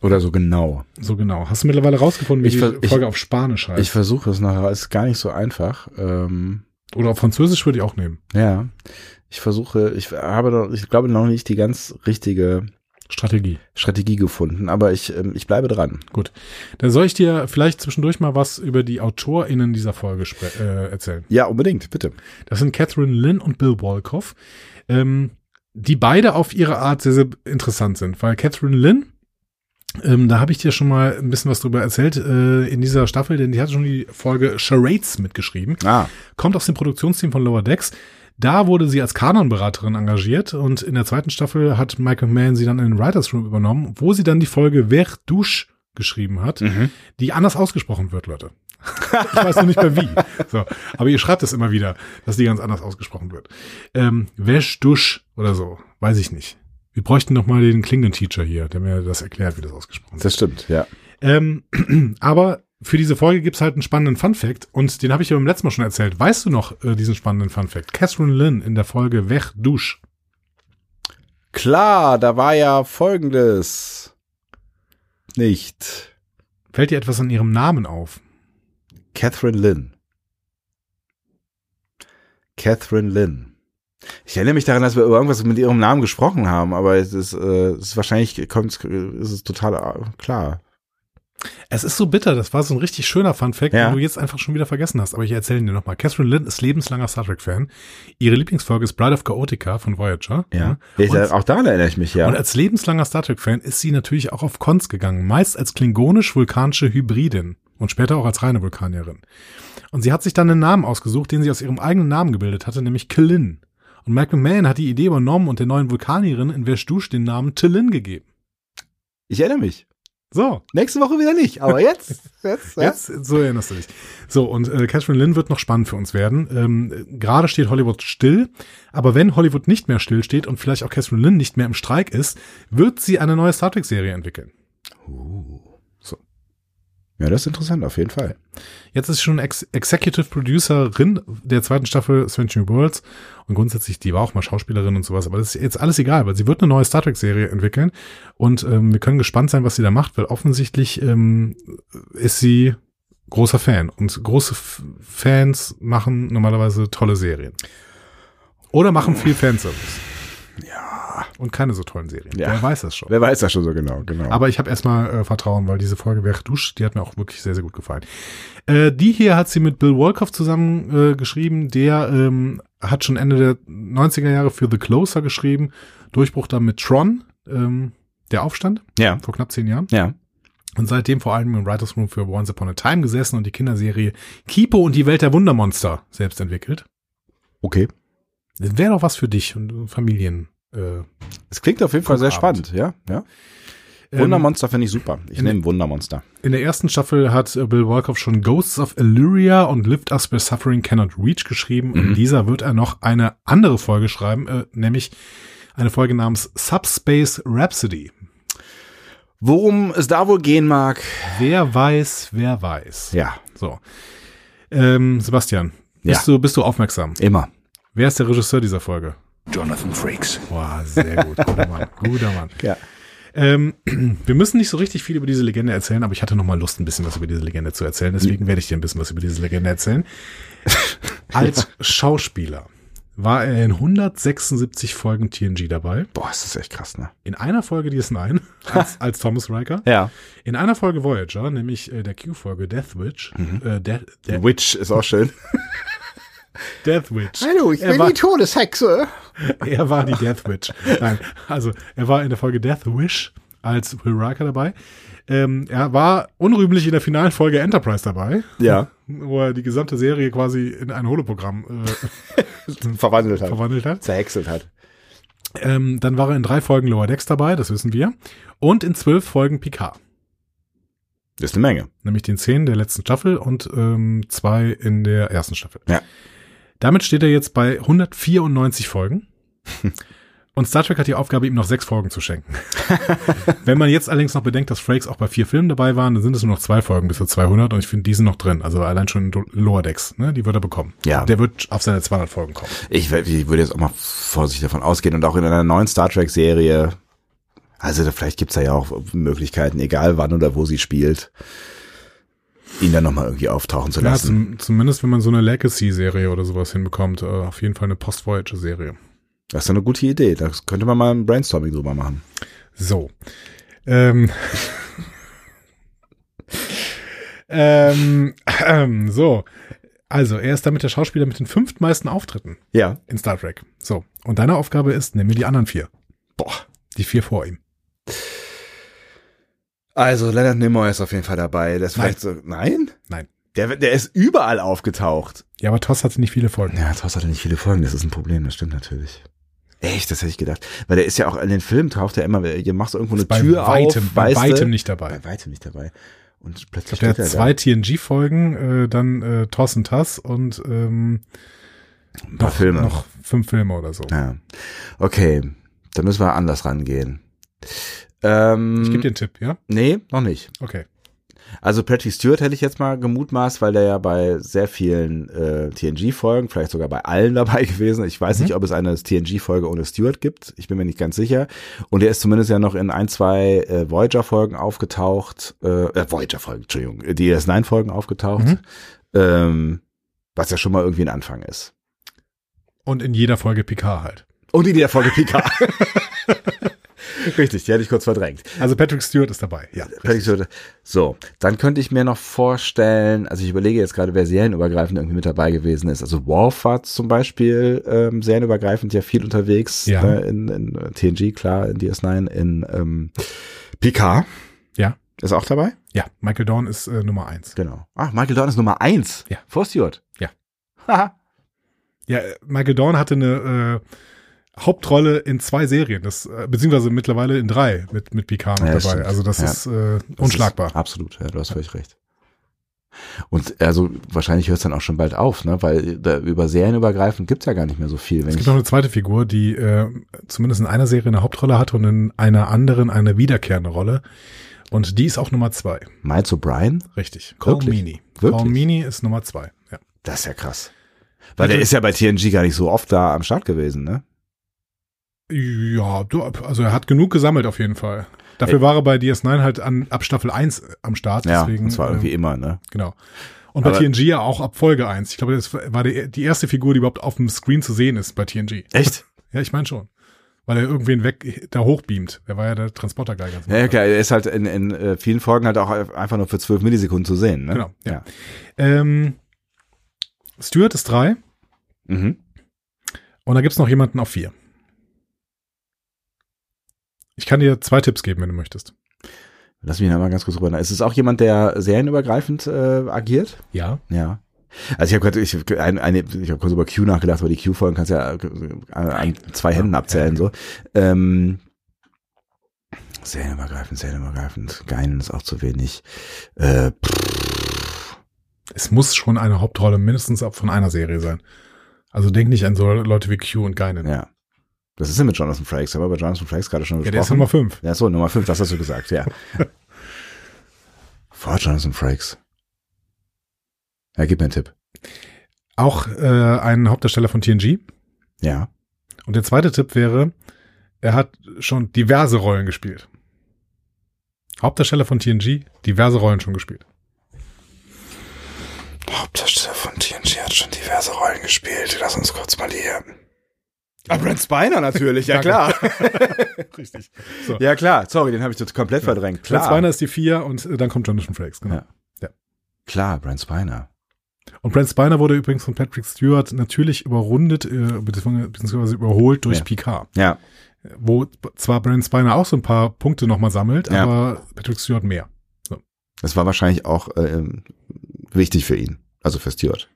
Speaker 1: Oder so genau.
Speaker 2: So genau. Hast du mittlerweile rausgefunden, wie
Speaker 1: Ich
Speaker 2: die
Speaker 1: ver- ich-
Speaker 2: Folge auf Spanisch heißt?
Speaker 1: Ich versuche es nachher, ist gar nicht so einfach. Ähm,
Speaker 2: Oder auf Französisch würde ich auch nehmen.
Speaker 1: ja, ich versuche, ich habe doch, ich glaube noch nicht die ganz richtige
Speaker 2: Strategie.
Speaker 1: Strategie gefunden, aber ich, ähm, ich bleibe dran.
Speaker 2: Dann soll ich dir vielleicht zwischendurch mal was über die AutorInnen dieser Folge spre- äh, erzählen.
Speaker 1: Ja, unbedingt, bitte.
Speaker 2: Das sind Catherine Lynn und Bill Wolkoff, ähm, die beide auf ihre Art sehr, sehr interessant sind, weil Catherine Lynn, ähm, da habe ich dir schon mal ein bisschen was drüber erzählt äh, in dieser Staffel, denn die hat schon die Folge Charades mitgeschrieben
Speaker 1: Ah,
Speaker 2: kommt aus dem Produktionsteam von Lower Decks. Da wurde sie als Kanonberaterin engagiert und in der zweiten Staffel hat Michael Mann sie dann in den Writers Room übernommen, wo sie dann die Folge Verdouche geschrieben hat,
Speaker 1: Mhm.
Speaker 2: die anders ausgesprochen wird, Leute. Ich weiß noch nicht mehr wie. So, aber ihr schreibt es immer wieder, dass die ganz anders ausgesprochen wird. Ähm, Verdouche oder so, weiß ich nicht. Wir bräuchten noch mal den klingenden Teacher hier, der mir das erklärt, wie das ausgesprochen wird.
Speaker 1: das stimmt, ja.
Speaker 2: Ähm, aber für diese Folge gibt's halt einen spannenden Fun Fact und den habe ich ja beim letzten Mal schon erzählt. Weißt du noch äh, diesen spannenden Fun Fact? Catherine Lynn in der Folge Weg Dusch.
Speaker 1: Klar, da war ja folgendes. Nicht.
Speaker 2: Fällt dir etwas an ihrem Namen auf?
Speaker 1: Catherine Lynn. Catherine Lynn. Ich erinnere mich daran, dass wir über irgendwas mit ihrem Namen gesprochen haben, aber es ist, äh, es ist wahrscheinlich kommt, es ist total äh, klar.
Speaker 2: Es ist so bitter, das war so ein richtig schöner Fun Fact,
Speaker 1: Ja.
Speaker 2: den du jetzt einfach schon wieder vergessen hast. Aber ich erzähle ihn dir nochmal. Catherine Lynn ist lebenslanger Star Trek-Fan. Ihre Lieblingsfolge ist Bride of Chaotica von Voyager.
Speaker 1: Mhm. Ja. Ich,
Speaker 2: Und-
Speaker 1: auch daran erinnere ich mich, ja.
Speaker 2: Und äh, als lebenslanger Star Trek-Fan ist sie natürlich auch auf Cons gegangen, meist als klingonisch-vulkanische Hybridin und später auch als reine Vulkanierin. Und sie hat sich dann einen Namen ausgesucht, den sie aus ihrem eigenen Namen gebildet hatte, nämlich Killin. Und Mike McMahon hat die Idee übernommen und der neuen Vulkanierin in Verstusch den Namen Tillin gegeben.
Speaker 1: Ich erinnere mich.
Speaker 2: So,
Speaker 1: Nächste Woche wieder nicht, aber jetzt, jetzt, ja.
Speaker 2: jetzt, so erinnerst du dich. So, und äh, Catherine Lynn wird noch spannend für uns werden. Ähm, Gerade steht Hollywood still, aber wenn Hollywood nicht mehr still steht und vielleicht auch Catherine Lynn nicht mehr im Streik ist, wird sie eine neue Star Trek-Serie entwickeln.
Speaker 1: Ja, das ist interessant, auf jeden Fall.
Speaker 2: Jetzt ist sie schon Ex Executive Producerin der zweiten Staffel Century Worlds und grundsätzlich, die war auch mal Schauspielerin und sowas, aber das ist jetzt alles egal, weil sie wird eine neue Star Trek-Serie entwickeln und ähm, wir können gespannt sein, was sie da macht, weil offensichtlich ähm, ist sie großer Fan und große F Fans machen normalerweise tolle Serien. Oder machen viel Fanservice. Ja. Und keine so tollen Serien.
Speaker 1: Ja.
Speaker 2: Wer weiß das schon.
Speaker 1: Wer weiß das schon so genau, genau.
Speaker 2: Aber ich habe erstmal äh, Vertrauen, weil diese Folge wäre Dusch, die hat mir auch wirklich sehr, sehr gut gefallen. Äh, die hier hat sie mit Bill Wolkoff zusammen äh, geschrieben. Der ähm, hat schon Ende der 90er Jahre für The Closer geschrieben. Durchbruch dann mit Tron, ähm, der Aufstand,
Speaker 1: ja,
Speaker 2: vor knapp zehn Jahren.
Speaker 1: ja.
Speaker 2: Und seitdem vor allem im Writers Room für Once Upon a Time gesessen und die Kinderserie Kipo und die Welt der Wundermonster selbst entwickelt.
Speaker 1: Okay.
Speaker 2: Das wäre doch was für dich und Familien. Äh,
Speaker 1: Es klingt auf jeden Fall sehr
Speaker 2: Guckabend.
Speaker 1: spannend, ja, ja.
Speaker 2: ähm,
Speaker 1: Wundermonster finde ich super. Ich
Speaker 2: in-
Speaker 1: nehme Wundermonster.
Speaker 2: In der ersten Staffel hat äh, Bill Wolkoff schon Ghosts of Illyria und Lift Us Where Suffering Cannot Reach geschrieben. Und in
Speaker 1: Mhm.
Speaker 2: dieser wird er noch eine andere Folge schreiben, äh, nämlich eine Folge namens Subspace Rhapsody.
Speaker 1: Worum es da wohl gehen mag.
Speaker 2: Wer weiß, wer weiß.
Speaker 1: Ja,
Speaker 2: So. Ähm, Sebastian,
Speaker 1: Ja.
Speaker 2: bist, du, bist du aufmerksam?
Speaker 1: immer.
Speaker 2: Wer ist der Regisseur dieser Folge?
Speaker 4: Jonathan Frakes.
Speaker 2: Boah, sehr gut. Guter Mann. Guter Mann.
Speaker 1: Ja.
Speaker 2: Ähm, wir müssen nicht so richtig viel über diese Legende erzählen, aber ich hatte noch mal Lust, ein bisschen was über diese Legende zu erzählen. Deswegen werde ich dir ein bisschen was über diese Legende erzählen. Als Schauspieler war er in 176 Folgen TNG dabei.
Speaker 1: Boah, ist das echt krass, ne?
Speaker 2: In einer Folge DS9 als, als Thomas Riker.
Speaker 1: Ja.
Speaker 2: In einer Folge Voyager, nämlich äh, der Q-Folge Death Witch.
Speaker 5: Mhm.
Speaker 2: Äh, De De
Speaker 1: Witch ist auch schön.
Speaker 2: Death Witch.
Speaker 5: Hallo, ich
Speaker 2: Er
Speaker 5: bin
Speaker 2: war-
Speaker 5: die Todeshexe.
Speaker 2: Er war die Death Witch. Nein, also er war in der Folge Death Wish als Will Riker dabei. Ähm, er war unrühmlich in der finalen Folge Enterprise dabei,
Speaker 1: Ja,
Speaker 2: wo er die gesamte Serie quasi in ein Holoprogramm
Speaker 1: verwandelt
Speaker 2: äh,
Speaker 1: hat.
Speaker 2: verwandelt hat.
Speaker 1: Zerhäckselt halt. hat.
Speaker 2: Ähm, dann war er in drei Folgen Lower Decks dabei, das wissen wir. Und in zwölf Folgen Picard.
Speaker 1: Das ist eine Menge.
Speaker 2: Nämlich den zehn der letzten Staffel und ähm, zwei in der ersten Staffel.
Speaker 1: Ja.
Speaker 2: Damit steht er jetzt bei 194 Folgen. Und Star Trek hat die Aufgabe, ihm noch sechs Folgen zu schenken. Wenn man jetzt allerdings noch bedenkt, dass Frakes auch bei vier Filmen dabei waren, dann sind es nur noch zwei Folgen bis zu 200 und ich finde, die sind noch drin. Also allein schon in Do- Lower Decks, ne? die wird er bekommen.
Speaker 1: Ja.
Speaker 2: Der wird auf seine 200 Folgen kommen.
Speaker 1: Ich, wär- ich würde jetzt auch mal vorsichtig davon ausgehen und auch in einer neuen Star Trek Serie. Also da, vielleicht gibt's da ja auch Möglichkeiten, egal wann oder wo sie spielt, ihn dann nochmal irgendwie auftauchen zu
Speaker 2: Ja,
Speaker 1: lassen.
Speaker 2: zum, zumindest wenn man so eine Legacy-Serie oder sowas hinbekommt, äh, auf jeden Fall eine Post-Voyager-Serie.
Speaker 1: das ist eine gute Idee. Da könnte man mal ein Brainstorming drüber machen.
Speaker 2: So. Ähm. ähm, ähm, so. Also, er ist damit der Schauspieler mit den fünftmeisten Auftritten
Speaker 1: Ja.
Speaker 2: in Star Trek. So. Und deine Aufgabe ist, nimm mir die anderen vier.
Speaker 1: Boah.
Speaker 2: Die vier vor ihm.
Speaker 1: Also Leonard Nimoy ist auf jeden Fall dabei. Das ist
Speaker 2: Nein.
Speaker 1: vielleicht so. Nein?
Speaker 2: Nein.
Speaker 1: Der, der ist überall aufgetaucht.
Speaker 2: Ja, aber Toss hatte nicht viele Folgen.
Speaker 1: Ja, Thorst hatte nicht viele Folgen, das ist ein Problem, das stimmt natürlich. Echt, das hätte ich gedacht. Weil der ist ja auch in den Filmen taucht der immer, ihr machst irgendwo eine
Speaker 2: Bei
Speaker 1: also Tür
Speaker 2: weitem,
Speaker 1: auf,
Speaker 2: bei
Speaker 1: weißt du?
Speaker 2: weitem nicht dabei.
Speaker 1: Bei weitem nicht dabei. Und
Speaker 2: Ich
Speaker 1: plötzlich
Speaker 2: glaube, der
Speaker 1: steht
Speaker 2: hat
Speaker 1: er
Speaker 2: zwei TNG-Folgen, äh, dann äh, Toss und Tass und ähm,
Speaker 1: da. Ein paar
Speaker 2: noch,
Speaker 1: Filme.
Speaker 2: noch fünf Filme oder so.
Speaker 1: Genau. Ja. Okay, da müssen wir anders rangehen. Ähm,
Speaker 2: Ich gebe dir einen Tipp, ja?
Speaker 1: nee, noch nicht.
Speaker 2: Okay.
Speaker 1: Also Patrick Stewart hätte ich jetzt mal gemutmaßt, weil der ja bei sehr vielen äh, TNG-Folgen, vielleicht sogar bei allen dabei gewesen. ist. Ich weiß nicht, ob es eine TNG-Folge ohne Stewart gibt. Ich bin mir nicht ganz sicher. Und er ist zumindest ja noch in ein, zwei äh, Voyager-Folgen aufgetaucht. Äh, äh, Voyager-Folgen, Entschuldigung. Die E DS9-Folgen aufgetaucht.
Speaker 2: Mhm.
Speaker 1: Ähm, was ja schon mal irgendwie ein Anfang ist.
Speaker 2: Und in jeder Folge Picard halt.
Speaker 1: Und in der Folge Picard. Richtig, die hätte ich kurz verdrängt.
Speaker 2: Also Patrick Stewart ist dabei, ja.
Speaker 1: Richtig. So, So, dann könnte ich mir noch vorstellen, also ich überlege jetzt gerade, wer serienübergreifend irgendwie mit dabei gewesen ist. Also Worf war zum Beispiel ähm, serienübergreifend ja viel unterwegs
Speaker 2: Ja.
Speaker 1: ne, in, in TNG, klar, in DS9, in ähm, PK.
Speaker 2: Ja.
Speaker 1: Ist auch dabei?
Speaker 2: Ja, Michael Dorn ist äh, Nummer eins.
Speaker 1: Genau. Ah, Michael Dorn ist Nummer eins.
Speaker 2: Ja.
Speaker 1: Vor Stewart.
Speaker 2: Ja.
Speaker 1: Haha.
Speaker 2: Ja, äh, Michael Dorn hatte eine äh, Hauptrolle in zwei Serien, das, äh, beziehungsweise mittlerweile in drei mit, mit Picard
Speaker 1: Ja,
Speaker 2: dabei.
Speaker 1: das stimmt.
Speaker 2: Also das
Speaker 1: Ja.
Speaker 2: ist äh,
Speaker 1: Das
Speaker 2: unschlagbar.
Speaker 1: Ist, absolut, ja, du hast völlig recht. Und also wahrscheinlich hört es dann auch schon bald auf, ne? Weil da, über serienübergreifend gibt's ja gar nicht mehr so viel.
Speaker 2: es
Speaker 1: Wenn
Speaker 2: gibt
Speaker 1: ich,
Speaker 2: noch eine zweite Figur, die äh, zumindest in einer Serie eine Hauptrolle hat und in einer anderen eine wiederkehrende Rolle. Und die ist auch Nummer zwei.
Speaker 1: Miles O'Brien?
Speaker 2: Richtig.
Speaker 1: Wirklich?
Speaker 2: Meany. Paul
Speaker 1: Wirklich?
Speaker 2: Meany ist Nummer zwei. Ja.
Speaker 1: Das ist ja krass. Weil der
Speaker 2: Also-
Speaker 1: ist ja bei TNG gar nicht so oft da am Start gewesen, ne?
Speaker 2: Ja, du, also er hat genug gesammelt auf jeden Fall. Dafür
Speaker 1: Ey.
Speaker 2: war er bei DS9 halt an, ab Staffel 1 am Start.
Speaker 1: Ja,
Speaker 2: deswegen,
Speaker 1: und zwar irgendwie
Speaker 2: ähm,
Speaker 1: immer, ne?
Speaker 2: Genau. Und bei
Speaker 1: Aber-
Speaker 2: TNG ja auch ab Folge 1. Ich glaube, das war die, die erste Figur, die überhaupt auf dem Screen zu sehen ist bei TNG.
Speaker 1: Echt?
Speaker 2: Ja, ich meine schon. Weil er irgendwen weg da hochbeamt. Er war ja der Transporter-Guy ganz
Speaker 1: Ja, okay, er ist halt in, in äh, vielen Folgen halt auch einfach nur für zwölf Millisekunden zu sehen, ne?
Speaker 2: Genau, ja.
Speaker 1: Ja.
Speaker 2: Ähm, Stewart ist drei
Speaker 1: Mhm.
Speaker 2: und da gibt's noch jemanden auf vier. Ich kann dir zwei Tipps geben, wenn du möchtest.
Speaker 1: Lass mich da mal ganz kurz rüber. Ist es auch jemand, der serienübergreifend äh, agiert?
Speaker 2: Ja.
Speaker 1: Ja. Also ich habe gerade, ich, ein, eine- ich hab kurz über Q nachgedacht, aber die Q-Folgen kannst du ja äh, an, an zwei Händen abzählen, so. Ähm, serienübergreifend, serienübergreifend. Geilen ist auch zu wenig. Äh,
Speaker 2: Es muss schon eine Hauptrolle mindestens ab von einer Serie sein. Also denk nicht an so Leute wie Q und Guinan.
Speaker 1: Ja. Das ist ja mit Jonathan Frakes, aber bei Jonathan Frakes gerade schon
Speaker 2: ja
Speaker 1: gesprochen.
Speaker 2: der ist Nummer fünf.
Speaker 1: Ja, so, Nummer 5, das hast du gesagt, ja. Vor Jonathan Frakes. Ja, gib mir einen Tipp.
Speaker 2: Auch äh, ein Hauptdarsteller von TNG.
Speaker 1: Ja.
Speaker 2: Und der zweite Tipp wäre, er hat schon diverse Rollen gespielt. Hauptdarsteller von TNG, diverse Rollen schon gespielt.
Speaker 1: Hauptdarsteller von TNG hat schon diverse Rollen gespielt. Lass uns kurz mal ähm, hier. Ah, Brent Spiner natürlich, ja klar.
Speaker 2: Richtig. So.
Speaker 1: ja klar, sorry, den habe ich jetzt komplett verdrängt.
Speaker 2: Platz
Speaker 1: Klar.
Speaker 2: Weiner ist die vier und äh, dann kommt Jonathan Frakes. Genau.
Speaker 1: Ja. Klar, Brent Spiner.
Speaker 2: Und Brent Spiner wurde übrigens von Patrick Stewart natürlich überrundet, äh, beziehungsweise überholt durch
Speaker 1: Ja.
Speaker 2: Picard.
Speaker 1: Ja,
Speaker 2: Wo zwar Brent Spiner auch so ein paar Punkte nochmal sammelt,
Speaker 1: Ja.
Speaker 2: aber Patrick Stewart mehr.
Speaker 1: das war wahrscheinlich auch ähm, wichtig für ihn, also für Stewart.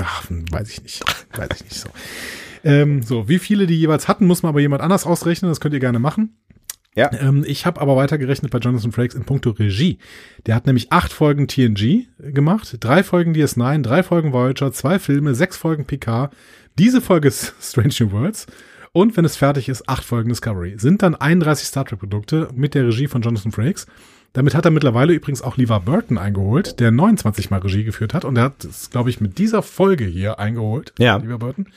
Speaker 2: Ach, weiß ich nicht. Weiß ich nicht so. Ähm, so, wie viele die jeweils hatten, muss man aber jemand anders ausrechnen. Das könnt ihr gerne machen.
Speaker 1: Ja.
Speaker 2: Ähm, ich habe aber weitergerechnet bei Jonathan Frakes in puncto Regie. Der hat nämlich acht Folgen TNG gemacht, drei Folgen DS9, drei Folgen Voyager, zwei Filme, sechs Folgen Picard, diese Folge ist Strange New Worlds und wenn es fertig ist, acht Folgen Discovery. Sind dann 31 Star Trek Produkte mit der Regie von Jonathan Frakes. Damit hat er mittlerweile übrigens auch Levar Burton eingeholt, der 29 Mal Regie geführt hat. Und er hat es, glaube ich, mit dieser Folge hier eingeholt,
Speaker 1: Ja.
Speaker 2: Levar Burton.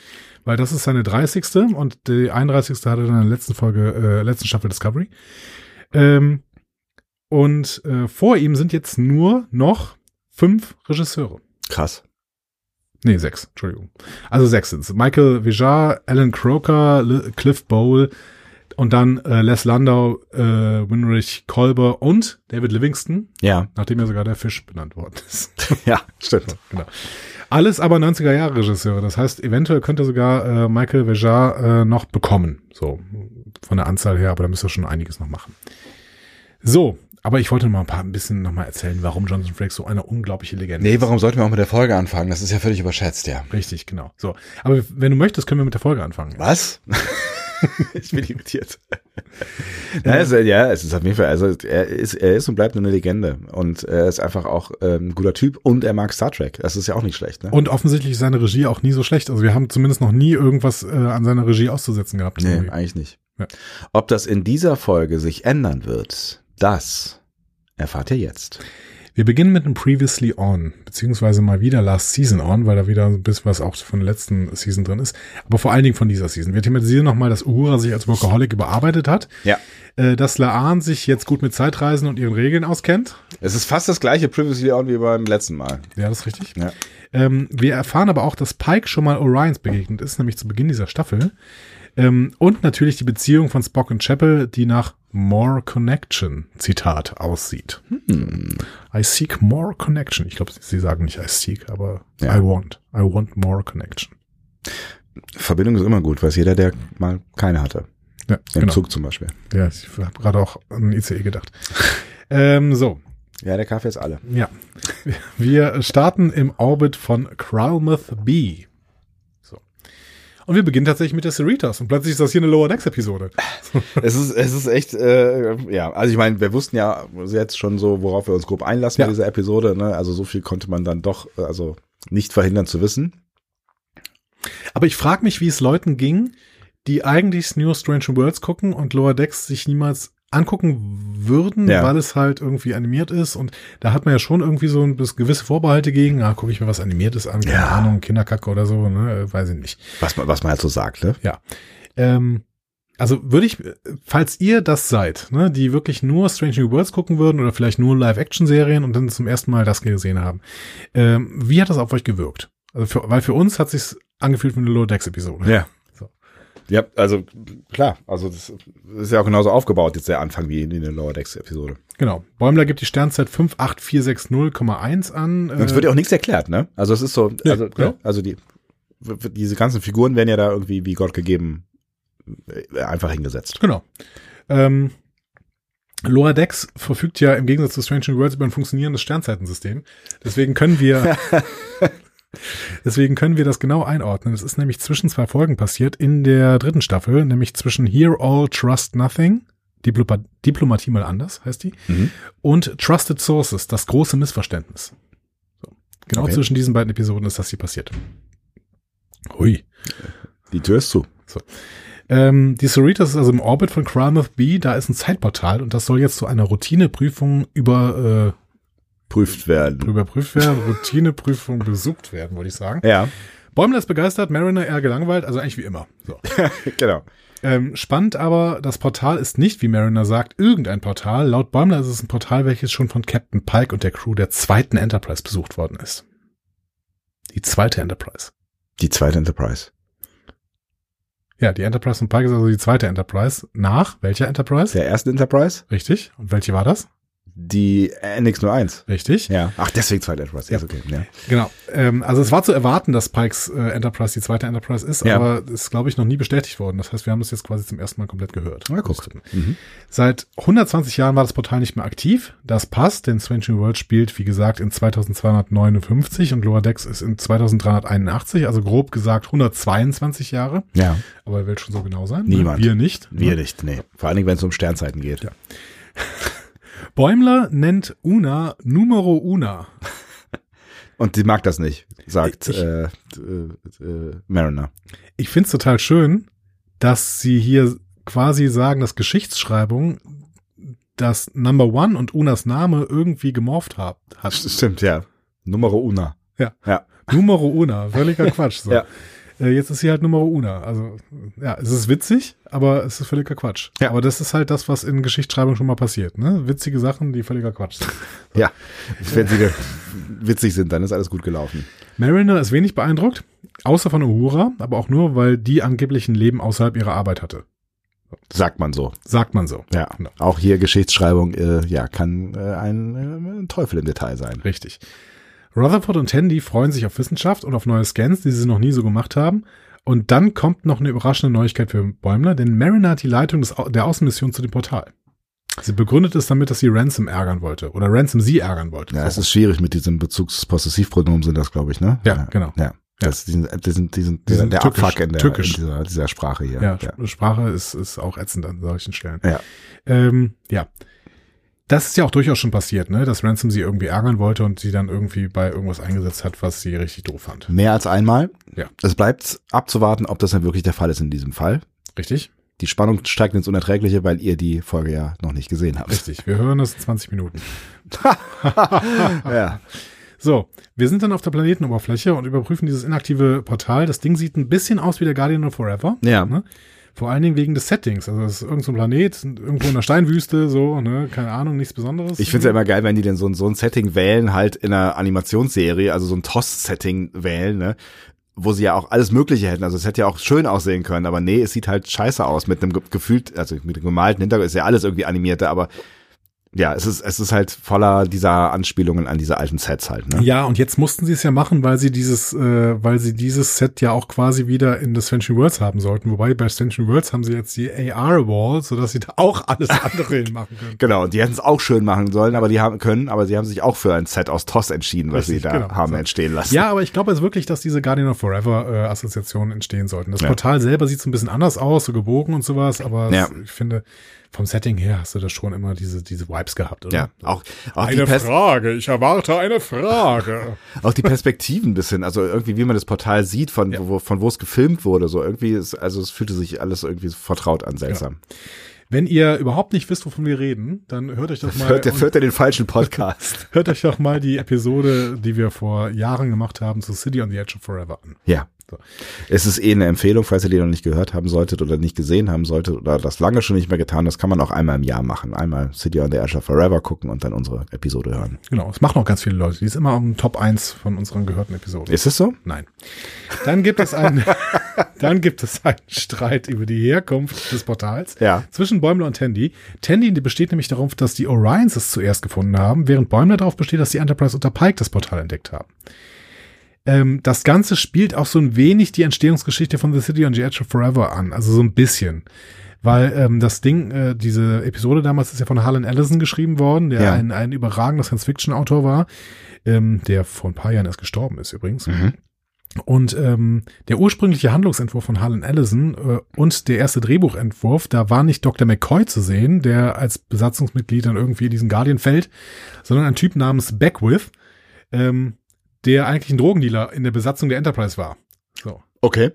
Speaker 2: Weil das ist seine 30. und die 31. hat er dann in der letzten Folge, äh, letzten Staffel Discovery. Ähm, und äh, vor ihm sind jetzt nur noch fünf Regisseure.
Speaker 1: Krass.
Speaker 2: Nee, sechs, Entschuldigung. Also sechs sind's. Michael Vijar, Alan Croker, L Cliff Bowl und dann äh, Les Landau, äh, Winrich Kolber und David Livingston,
Speaker 1: Ja,
Speaker 2: nachdem ja sogar der Fisch benannt worden ist.
Speaker 1: ja, stimmt.
Speaker 2: genau. Alles aber 90er-Jahre-Regisseure. Das heißt, eventuell könnte sogar äh, Michael Vijar äh, noch bekommen. So, von der Anzahl her, aber da müsste er schon einiges noch machen. So, aber ich wollte mal ein, paar, ein bisschen nochmal erzählen, warum Jonathan Frakes so eine unglaubliche Legende
Speaker 1: Nee, warum sollten wir auch mit der Folge anfangen? Das ist ja völlig überschätzt, ja.
Speaker 2: Richtig, genau. So. Aber wenn du möchtest, können wir mit der Folge anfangen.
Speaker 1: Was? ich bin irritiert. ja, es, ist- ja, es ist auf jeden Fall, also er ist, er ist und bleibt eine Legende. Und er ist einfach auch ähm, ein guter Typ und er mag Star Trek. Das ist ja auch nicht schlecht, ne?
Speaker 2: Und offensichtlich ist seine Regie auch nie so schlecht. Also wir haben zumindest noch nie irgendwas äh, an seiner Regie auszusetzen gehabt.
Speaker 1: nee,
Speaker 2: Irgendwie.
Speaker 1: eigentlich nicht.
Speaker 2: Ja.
Speaker 1: Ob das in dieser Folge sich ändern wird, das erfahrt ihr jetzt.
Speaker 2: Wir beginnen mit einem Previously On, beziehungsweise mal wieder Last Season On, weil da wieder ein bisschen was auch von der letzten Season drin ist. Aber vor allen Dingen von dieser Season. Wir thematisieren nochmal, dass Uhura sich als Workaholic überarbeitet hat.
Speaker 1: Ja.
Speaker 2: Äh, dass Laan sich jetzt gut mit Zeitreisen und ihren Regeln auskennt.
Speaker 1: Es ist fast das gleiche Previously on wie beim letzten Mal.
Speaker 2: Ja, das ist richtig.
Speaker 1: Ja.
Speaker 2: Ähm, wir erfahren aber auch, dass Pike schon mal Orions begegnet ist, nämlich zu Beginn dieser Staffel. Ähm, und natürlich die Beziehung von Spock und Chapel, die nach More Connection, Zitat, aussieht.
Speaker 1: Hm.
Speaker 2: I seek more connection. Ich glaube, sie, sie sagen nicht I seek, aber
Speaker 1: Ja.
Speaker 2: I want. I want more connection.
Speaker 1: Verbindung ist immer gut, weiß jeder, der mal keine hatte.
Speaker 2: Ja,
Speaker 1: Im
Speaker 2: genau.
Speaker 1: Zug zum Beispiel.
Speaker 2: Ja, ich habe gerade auch an ICE gedacht. ähm, so,
Speaker 1: Ja, der Kaffee ist alle.
Speaker 2: ja. Wir starten im Orbit von Kralmouth B. So. Und wir beginnen tatsächlich mit der Cerritos. Und plötzlich ist das hier eine Lower Decks Episode.
Speaker 1: Es ist, es ist echt, äh, ja, also ich meine, wir wussten ja jetzt schon so, worauf wir uns grob einlassen
Speaker 2: Ja.
Speaker 1: bei dieser Episode, ne? Also so viel konnte man dann doch, äh, also nicht verhindern zu wissen.
Speaker 2: Aber ich frage mich, wie es Leuten ging, die eigentlich New Strange Worlds gucken und Lower Decks sich niemals angucken würden,
Speaker 1: Ja.
Speaker 2: weil es halt irgendwie animiert ist. Und da hat man ja schon irgendwie so ein bis gewisse Vorbehalte gegen. Na, gucke ich mir was Animiertes an. Keine
Speaker 1: Ja.
Speaker 2: Ahnung, Kinderkacke oder so. Ne? Weiß ich nicht.
Speaker 1: Was man, was man halt so sagt, ne?
Speaker 2: Ähm, also würde ich, falls ihr das seid, ne, die wirklich nur Strange New Worlds gucken würden oder vielleicht nur Live-Action-Serien und dann zum ersten Mal das gesehen haben, ähm, wie hat das auf euch gewirkt? Also für, weil für uns hat sich's angefühlt wie eine Low Decks Episode.
Speaker 1: Ja.
Speaker 2: So.
Speaker 1: Ja, also klar, also das ist ja auch genauso aufgebaut jetzt der Anfang wie in der Lower Decks Episode.
Speaker 2: Genau. Bäumler gibt die Sternzeit 58460,1 an.
Speaker 1: Und es wird ja auch nichts erklärt, ne? Also es ist so,
Speaker 2: Ja,
Speaker 1: also,
Speaker 2: genau.
Speaker 1: ne? also die, w- w- diese ganzen Figuren werden ja da irgendwie wie Gott gegeben äh, einfach hingesetzt.
Speaker 2: Genau. Ähm, Loa Dex verfügt ja im Gegensatz zu Strange New Worlds über ein funktionierendes Sternzeitensystem. Deswegen können wir, deswegen können wir das genau einordnen. Es ist nämlich zwischen zwei Folgen passiert in der dritten Staffel, nämlich zwischen Hear All, Trust Nothing, Diploma- Diplomatie mal anders heißt die,
Speaker 1: Mhm.
Speaker 2: und Trusted Sources, das große Missverständnis. So. Genau
Speaker 1: Okay.
Speaker 2: zwischen diesen beiden Episoden ist das hier passiert. Hui.
Speaker 1: Die Tür ist zu.
Speaker 2: Ähm, die Cerritos ist also im Orbit von Kralmouth B, da ist ein Zeitportal und das soll jetzt zu einer Routineprüfung über,
Speaker 1: Prüft
Speaker 2: äh,
Speaker 1: werden.
Speaker 2: überprüft werden, Routineprüfung besucht werden, würde ich sagen.
Speaker 1: Ja,
Speaker 2: Bäumler ist begeistert, Mariner eher gelangweilt, also eigentlich wie immer. So.
Speaker 1: genau.
Speaker 2: Ähm, spannend aber, das Portal ist nicht, wie Mariner sagt, irgendein Portal. Laut Bäumler ist es ein Portal, welches schon von Captain Pike und der Crew der zweiten Enterprise besucht worden ist. Die zweite Enterprise.
Speaker 1: Die zweite Enterprise.
Speaker 2: Ja, die Enterprise von Pike ist also die zweite Enterprise. Nach welcher Enterprise?
Speaker 1: Der ersten Enterprise?
Speaker 2: Richtig. Und welche war das?
Speaker 1: die NX01.
Speaker 2: Richtig?
Speaker 1: Ja. Ach, deswegen zweite Enterprise. Ja. Ist okay. Ja.
Speaker 2: Genau. Ähm, also es war zu erwarten, dass Pikes äh, Enterprise die zweite Enterprise ist,
Speaker 1: Ja.
Speaker 2: aber ist, glaube ich, noch nie bestätigt worden. Das heißt, wir haben das jetzt quasi zum ersten Mal komplett gehört.
Speaker 1: Na, guck. Mhm.
Speaker 2: Seit 120 Jahren war das Portal nicht mehr aktiv. Das passt, denn Strange New World spielt, wie gesagt, in 2259 und Lower Decks ist in 2381, also grob gesagt 122 Jahre.
Speaker 1: Ja.
Speaker 2: Aber wer will schon so genau sein?
Speaker 1: Niemand.
Speaker 2: Wir nicht.
Speaker 1: Wir nicht, nee. Vor allen Dingen, wenn es um Sternzeiten geht.
Speaker 2: Ja. Bäumler nennt Una Numero Una.
Speaker 1: Und sie mag das nicht, sagt
Speaker 2: Ich-
Speaker 1: äh, äh, äh, Mariner.
Speaker 2: Ich find's total schön, dass sie hier quasi sagen, dass Geschichtsschreibung das Number One und Unas Name irgendwie gemorpht hat. hat.
Speaker 1: Stimmt, ja. Numero una.
Speaker 2: Numero Una, völliger Quatsch. So.
Speaker 1: Ja.
Speaker 2: Äh, Jetzt ist sie halt Numero Una. Also, ja, es ist witzig, aber es ist völliger Quatsch.
Speaker 1: Ja.
Speaker 2: Aber das ist halt das, was in Geschichtsschreibung schon mal passiert. Ne? Witzige Sachen, die völliger Quatsch sind.
Speaker 1: Ja. Wenn sie ge- witzig sind, dann ist alles gut gelaufen.
Speaker 2: Mariner ist wenig beeindruckt, außer von Uhura, aber auch nur, weil die angeblich ein Leben außerhalb ihrer Arbeit hatte.
Speaker 1: Sagt man so.
Speaker 2: Sagt man so.
Speaker 1: Ja.
Speaker 2: Genau.
Speaker 1: Auch hier Geschichtsschreibung, äh, ja, kann äh, ein, äh, ein Teufel im Detail sein.
Speaker 2: Richtig. Rutherford und Tandy freuen sich auf Wissenschaft und auf neue Scans, die sie noch nie so gemacht haben. Und dann kommt noch eine überraschende Neuigkeit für Bäumler, denn Mariner hat die Leitung des, Au- der Außenmission zu dem Portal. Sie begründet es damit, dass sie Ransom ärgern wollte oder Ransom sie ärgern wollte.
Speaker 1: Ja, es ist schwierig mit diesem Bezugspossessivpronomen sind das, glaube ich, ne?
Speaker 2: Ja, genau.
Speaker 1: Ja. Das, die sind, die sind, die sind, die
Speaker 2: Die
Speaker 1: sind
Speaker 2: sind
Speaker 1: der
Speaker 2: tückisch,
Speaker 1: Abfuck in, der, in
Speaker 2: tückisch.
Speaker 1: dieser, dieser Sprache hier.
Speaker 2: ja, Sp- Sprache ist, ist auch ätzend an solchen Stellen.
Speaker 1: Ja.
Speaker 2: Ähm, ja. Das ist ja auch durchaus schon passiert, ne? dass Ransom sie irgendwie ärgern wollte und sie dann irgendwie bei irgendwas eingesetzt hat, was sie richtig doof fand.
Speaker 1: Mehr als einmal.
Speaker 2: Ja.
Speaker 1: Es bleibt abzuwarten, ob das dann wirklich der Fall ist in diesem Fall.
Speaker 2: Richtig?
Speaker 1: Die Spannung steigt ins Unerträgliche, weil ihr die Folge ja noch nicht gesehen habt.
Speaker 2: Richtig. Wir hören das in 20 Minuten.
Speaker 1: Ja.
Speaker 2: So, wir sind dann auf der Planetenoberfläche und überprüfen dieses inaktive Portal. Das Ding sieht ein bisschen aus wie der Guardian of Forever.
Speaker 1: Ja.
Speaker 2: Ne? Vor allen Dingen wegen des Settings. Also es ist irgendein so ein Planet, irgendwo in der Steinwüste, so, ne? Keine Ahnung, nichts Besonderes.
Speaker 1: Ich finde es ja immer geil, wenn die denn so, ein- so ein Setting wählen, halt in einer Animationsserie, also so ein Toss-Setting wählen, ne? Wo sie ja auch alles Mögliche hätten. Also es hätte ja auch schön aussehen können, aber nee, es sieht halt scheiße aus mit einem ge- gefühlt, also mit dem gemalten Hintergrund ist ja alles irgendwie animierte, aber ja, es ist, es ist halt voller dieser Anspielungen an diese alten Sets halt, ne?
Speaker 2: Ja, und jetzt mussten sie es ja machen, weil sie dieses, äh, weil sie dieses Set ja auch quasi wieder in das Svention Worlds haben sollten. Wobei bei Svention Worlds haben sie jetzt die AR-Wall, sodass sie da auch alles andere hin machen können.
Speaker 1: Genau, und die hätten es auch schön machen sollen, aber die haben können, aber sie haben sich auch für ein Set aus Toss entschieden, was sie
Speaker 2: Richtig,
Speaker 1: da
Speaker 2: genau.
Speaker 1: haben
Speaker 2: So.
Speaker 1: entstehen lassen.
Speaker 2: Ja, aber ich glaube also wirklich, dass diese Guardian of Forever äh, Assoziationen entstehen sollten. Das
Speaker 1: Ja.
Speaker 2: Portal selber sieht so ein bisschen anders aus, so gebogen und sowas, aber
Speaker 1: Ja.
Speaker 2: es- ich finde, vom Setting her hast du da schon immer diese, diese Vibes gehabt, oder?
Speaker 1: Ja, auch, auch die
Speaker 2: Eine
Speaker 1: Pest
Speaker 2: Frage, ich erwarte eine Frage.
Speaker 1: auch die Perspektiven ein bisschen, also irgendwie, wie man das Portal sieht, von, wo, von wo es gefilmt wurde, so irgendwie, ist, also es fühlte sich alles irgendwie vertraut an, seltsam.
Speaker 2: Wenn ihr überhaupt nicht wisst, wovon wir reden, dann hört euch doch mal
Speaker 1: Hört, der,
Speaker 2: und-
Speaker 1: hört er den falschen Podcast?
Speaker 2: hört euch doch mal die Episode, die wir vor Jahren gemacht haben, zu City on the Edge of Forever an.
Speaker 1: ja.
Speaker 2: So.
Speaker 1: Es ist eh eine Empfehlung, falls ihr die noch nicht gehört haben solltet oder nicht gesehen haben solltet oder das lange schon nicht mehr getan, das kann man auch einmal im Jahr machen. Einmal City on the Edge of Forever gucken und dann unsere Episode hören.
Speaker 2: Genau, es machen auch ganz viele Leute. Die ist immer am Top 1 von unseren gehörten Episoden.
Speaker 1: Ist es so?
Speaker 2: Nein. Dann gibt es einen, dann gibt es einen Streit über die Herkunft des Portals
Speaker 1: Ja.
Speaker 2: zwischen Bäumler und Tandy. Tandy besteht nämlich darauf, dass die Orions es zuerst gefunden haben, während Bäumler darauf besteht, dass die Enterprise unter Pike das Portal entdeckt haben. Ähm, das Ganze spielt auch so ein wenig die Entstehungsgeschichte von The City on the Edge of Forever an, also so ein bisschen. Weil ähm, das Ding, äh, diese Episode damals ist ja von Harlan Ellison geschrieben worden, der
Speaker 1: Ja.
Speaker 2: ein, ein überragender Science-Fiction-Autor war, ähm, der vor ein paar Jahren erst gestorben ist übrigens. Und ähm, der ursprüngliche Handlungsentwurf von Harlan Ellison äh, und der erste Drehbuchentwurf, da war nicht Dr. McCoy zu sehen, der als Besatzungsmitglied dann irgendwie in diesen Guardian fällt, sondern ein Typ namens Beckwith, ähm, der eigentlich ein Drogendealer in der Besatzung der Enterprise war. So.
Speaker 1: Okay.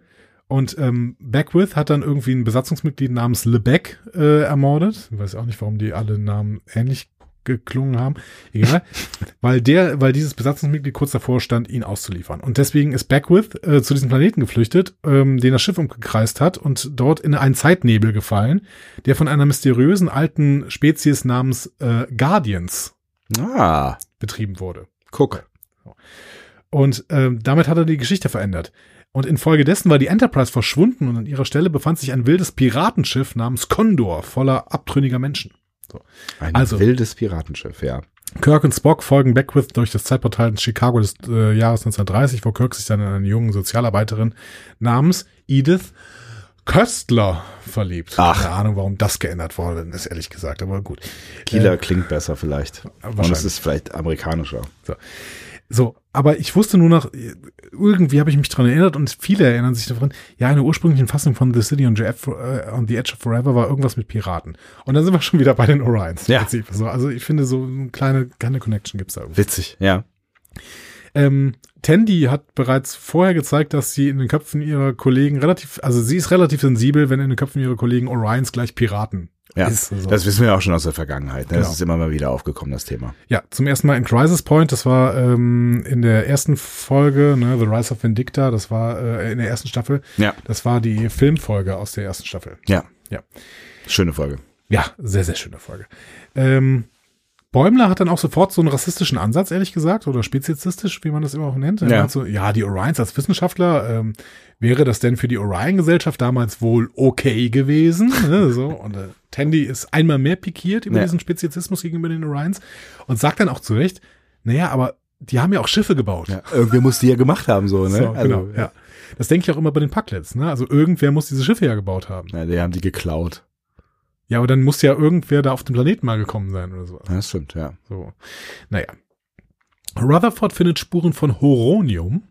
Speaker 2: Und ähm, Beckwith hat dann irgendwie ein Besatzungsmitglied namens LeBeck äh, ermordet. Ich weiß auch nicht, warum die alle Namen ähnlich geklungen haben. Egal. weil der, weil dieses Besatzungsmitglied kurz davor stand, ihn auszuliefern. Und deswegen ist Beckwith äh, zu diesem Planeten geflüchtet, ähm, den das Schiff umgekreist hat und dort in einen Zeitnebel gefallen, der von einer mysteriösen alten Spezies namens äh, Guardians
Speaker 1: Ah,
Speaker 2: betrieben wurde.
Speaker 1: guck.
Speaker 2: Und ähm, damit hat er die Geschichte verändert. Und infolgedessen war die Enterprise verschwunden und an ihrer Stelle befand sich ein wildes Piratenschiff namens Condor voller abtrünniger Menschen.
Speaker 1: Ein
Speaker 2: Also.
Speaker 1: wildes Piratenschiff, ja.
Speaker 2: Kirk und Spock folgen Beckwith durch das Zeitportal in Chicago des äh, Jahres 1930, wo Kirk sich dann in eine junge Sozialarbeiterin namens Edith Köstler verliebt.
Speaker 1: Ach.
Speaker 2: Keine Ahnung, warum das geändert worden ist, ehrlich gesagt, aber gut.
Speaker 1: Kieler klingt besser vielleicht. Und
Speaker 2: wahrscheinlich.
Speaker 1: es ist vielleicht amerikanischer.
Speaker 2: So, aber ich wusste nur noch, irgendwie habe ich mich daran erinnert und viele erinnern sich daran, ja, in der ursprünglichen Fassung von The City on, JF, äh, on the Edge of Forever war irgendwas mit Piraten. Und dann sind wir schon wieder bei den Orions. im
Speaker 1: Ja.
Speaker 2: Prinzip. So, also ich finde, so eine kleine, kleine Connection gibt's da irgendwie.
Speaker 1: Witzig, ja.
Speaker 2: Ähm, Tandy hat bereits vorher gezeigt, dass sie in den Köpfen ihrer Kollegen relativ, also sie ist relativ sensibel, wenn in den Köpfen ihrer Kollegen Orions gleich Piraten
Speaker 1: Ja,
Speaker 2: ist. Also,
Speaker 1: das wissen wir auch schon aus der Vergangenheit. Ne?
Speaker 2: Genau.
Speaker 1: Das ist immer mal wieder aufgekommen, das Thema.
Speaker 2: ja, zum ersten Mal in Crisis Point, das war ähm, in der ersten Folge, ne, The Rise of Vindicta, das war äh, in der ersten Staffel,
Speaker 1: Ja.
Speaker 2: das war die Filmfolge aus der ersten Staffel.
Speaker 1: Ja.
Speaker 2: Ja.
Speaker 1: Schöne Folge.
Speaker 2: Ja, sehr, sehr schöne Folge. Ähm, Bäumler hat dann auch sofort so einen rassistischen Ansatz, ehrlich gesagt, oder speziesistisch, wie man das immer auch nennt. Er
Speaker 1: Ja.
Speaker 2: meint So, ja, die Orions als Wissenschaftler, ähm, wäre das denn für die Orion-Gesellschaft damals wohl okay gewesen? ne, so, und äh, Tandy ist einmal mehr pikiert über
Speaker 1: Ja.
Speaker 2: diesen Speziesismus gegenüber den Orions und sagt dann auch zu Recht, naja, aber die haben ja auch Schiffe gebaut.
Speaker 1: Irgendwer muss die ja gemacht haben, so, ne?
Speaker 2: So, genau,
Speaker 1: Also,
Speaker 2: ja. Das denke ich auch immer bei den Packlets, ne? Also irgendwer muss diese Schiffe ja gebaut haben.
Speaker 1: Ja, die haben die geklaut.
Speaker 2: Ja, aber dann muss ja irgendwer da auf den Planeten mal gekommen sein oder so.
Speaker 1: Ja, das stimmt, ja.
Speaker 2: So, naja. Rutherford findet Spuren von Horonium,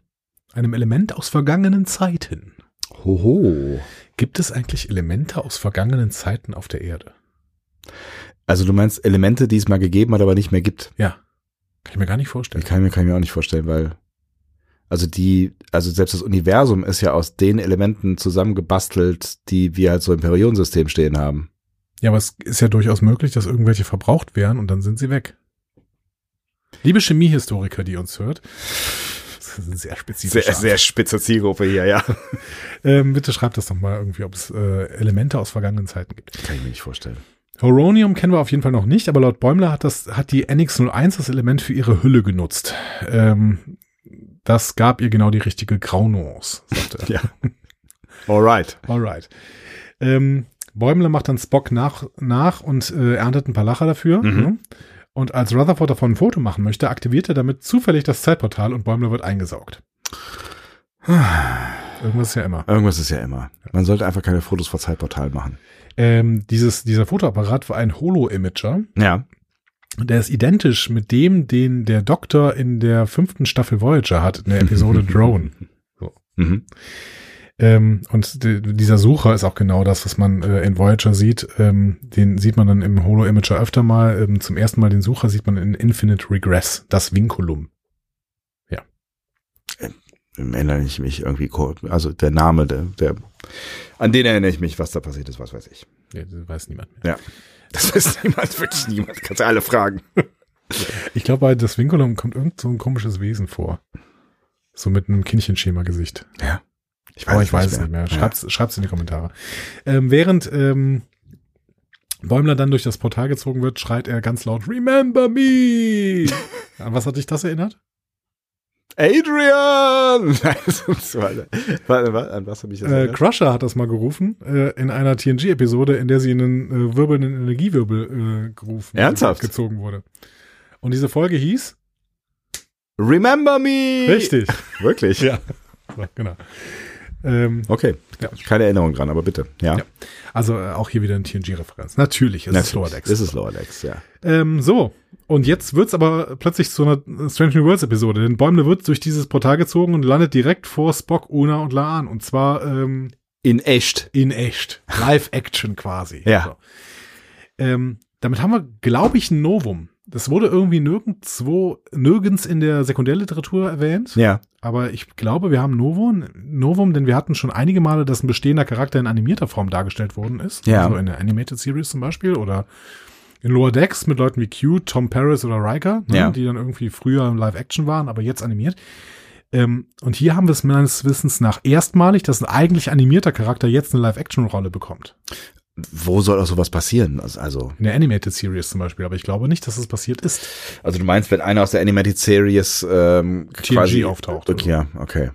Speaker 2: einem Element aus vergangenen Zeiten.
Speaker 1: Hoho.
Speaker 2: Gibt es eigentlich Elemente aus vergangenen Zeiten auf der Erde?
Speaker 1: Also du meinst Elemente, die es mal gegeben hat, aber nicht mehr gibt.
Speaker 2: Ja. Kann ich mir gar nicht
Speaker 1: Die
Speaker 2: vorstellen.
Speaker 1: kann ich mir, kann ich mir auch nicht vorstellen, weil also die, also selbst das Universum ist ja aus den Elementen zusammengebastelt, die wir halt so im Periodensystem stehen haben.
Speaker 2: Ja, aber es ist ja durchaus möglich, dass irgendwelche verbraucht werden und dann sind sie weg. Liebe Chemiehistoriker, die uns hört, das ist ein sehr spezifischer
Speaker 1: spitze Zielgruppe hier, ja.
Speaker 2: Ähm, bitte schreibt das doch mal irgendwie, ob es äh, Elemente aus vergangenen Zeiten gibt.
Speaker 1: Kann ich mir nicht vorstellen.
Speaker 2: Horonium kennen wir auf jeden Fall noch nicht, aber laut Bäumler hat, das, hat die NX01 das Element für ihre Hülle genutzt. Ähm, das gab ihr genau die richtige Graunuance, sagte er.
Speaker 1: Ja. Alright.
Speaker 2: Alright. Ähm, Bäumler macht dann Spock nach, nach und äh, erntet ein paar Lacher dafür.
Speaker 1: Mhm.
Speaker 2: Ne? Und als Rutherford davon ein Foto machen möchte, aktiviert er damit zufällig das Zeitportal und Bäumler wird eingesaugt. Irgendwas ist ja immer.
Speaker 1: Irgendwas ist ja immer. Man sollte einfach keine Fotos vor Zeitportal machen.
Speaker 2: Ähm, dieses, dieser Fotoapparat war ein Holo-Imager.
Speaker 1: Ja.
Speaker 2: Der ist identisch mit dem, den der Doktor in der fünften Staffel Voyager hat, in der Episode Drone.
Speaker 1: Mhm.
Speaker 2: Ähm, und de, dieser Sucher ist auch genau das, was man äh, in Voyager sieht. Ähm, den sieht man dann im Holo-Imager öfter mal. Ähm, zum ersten Mal den Sucher sieht man in Infinite Regress, das Vinculum.
Speaker 1: Erinnere ich mich irgendwie, ko- also der Name, der, der, an den erinnere ich mich, was da passiert ist, was weiß ich.
Speaker 2: Ja, das weiß niemand mehr.
Speaker 1: Ja. Das weiß niemand, wirklich niemand. Kannst ja alle fragen.
Speaker 2: Ich glaube, bei das Vinculum kommt irgend so ein komisches Wesen vor. So mit einem Kindchenschema-Gesicht.
Speaker 1: Ja. Ich
Speaker 2: Aber Oh, ich weiß es nicht mehr. Schreibt's, schreibt's in die Kommentare. Ähm, während ähm, Bäumler dann durch das Portal gezogen wird, schreit er ganz laut Remember me! An was hat dich das erinnert?
Speaker 1: Adrian! Nein, sonst war- warte, warte, an was habe ich das
Speaker 2: Äh,
Speaker 1: erinnert?
Speaker 2: Crusher hat das mal gerufen äh, in einer TNG-Episode, in der sie in einen äh, wirbelnden Energiewirbel äh, gerufen
Speaker 1: Ernsthaft?
Speaker 2: gezogen wurde. Und diese Folge hieß
Speaker 1: Remember me!
Speaker 2: Richtig.
Speaker 1: Wirklich?
Speaker 2: Ja. So, genau. Ähm,
Speaker 1: Okay.
Speaker 2: Ja.
Speaker 1: Keine Erinnerung dran, aber bitte. Ja.
Speaker 2: Ja. also äh, auch hier wieder eine TNG-Referenz. Natürlich, es ist Lower Decks.
Speaker 1: Das ist Lower Decks, ja.
Speaker 2: Ähm, so. Und jetzt wird's aber plötzlich zu einer Strange New Worlds Episode, denn Bäumle wird durch dieses Portal gezogen und landet direkt vor Spock, Una und Laan. Und zwar ähm,
Speaker 1: In echt.
Speaker 2: in echt. Live-Action quasi.
Speaker 1: Ja.
Speaker 2: So. Ähm, damit haben wir, glaube ich, ein Novum. Das wurde irgendwie nirgendwo, nirgends in der Sekundärliteratur erwähnt.
Speaker 1: Ja.
Speaker 2: Aber ich glaube, wir haben Novum, Novum, denn wir hatten schon einige Male, dass ein bestehender Charakter in animierter Form dargestellt worden ist.
Speaker 1: Ja.
Speaker 2: Also in der Animated Series zum Beispiel oder in Lower Decks mit Leuten wie Q, Tom Paris oder Riker, ne,
Speaker 1: Ja.
Speaker 2: die dann irgendwie früher im Live-Action waren, aber jetzt animiert. Ähm, und hier haben wir es meines Wissens nach erstmalig, dass ein eigentlich animierter Charakter jetzt eine Live-Action-Rolle bekommt.
Speaker 1: Wo soll auch sowas passieren? Also- Also,
Speaker 2: In der Animated Series zum Beispiel, aber ich glaube nicht, dass es passiert ist.
Speaker 1: also du meinst, wenn einer aus der Animated Series ähm,
Speaker 2: TNG auftaucht.
Speaker 1: Okay, ja, okay.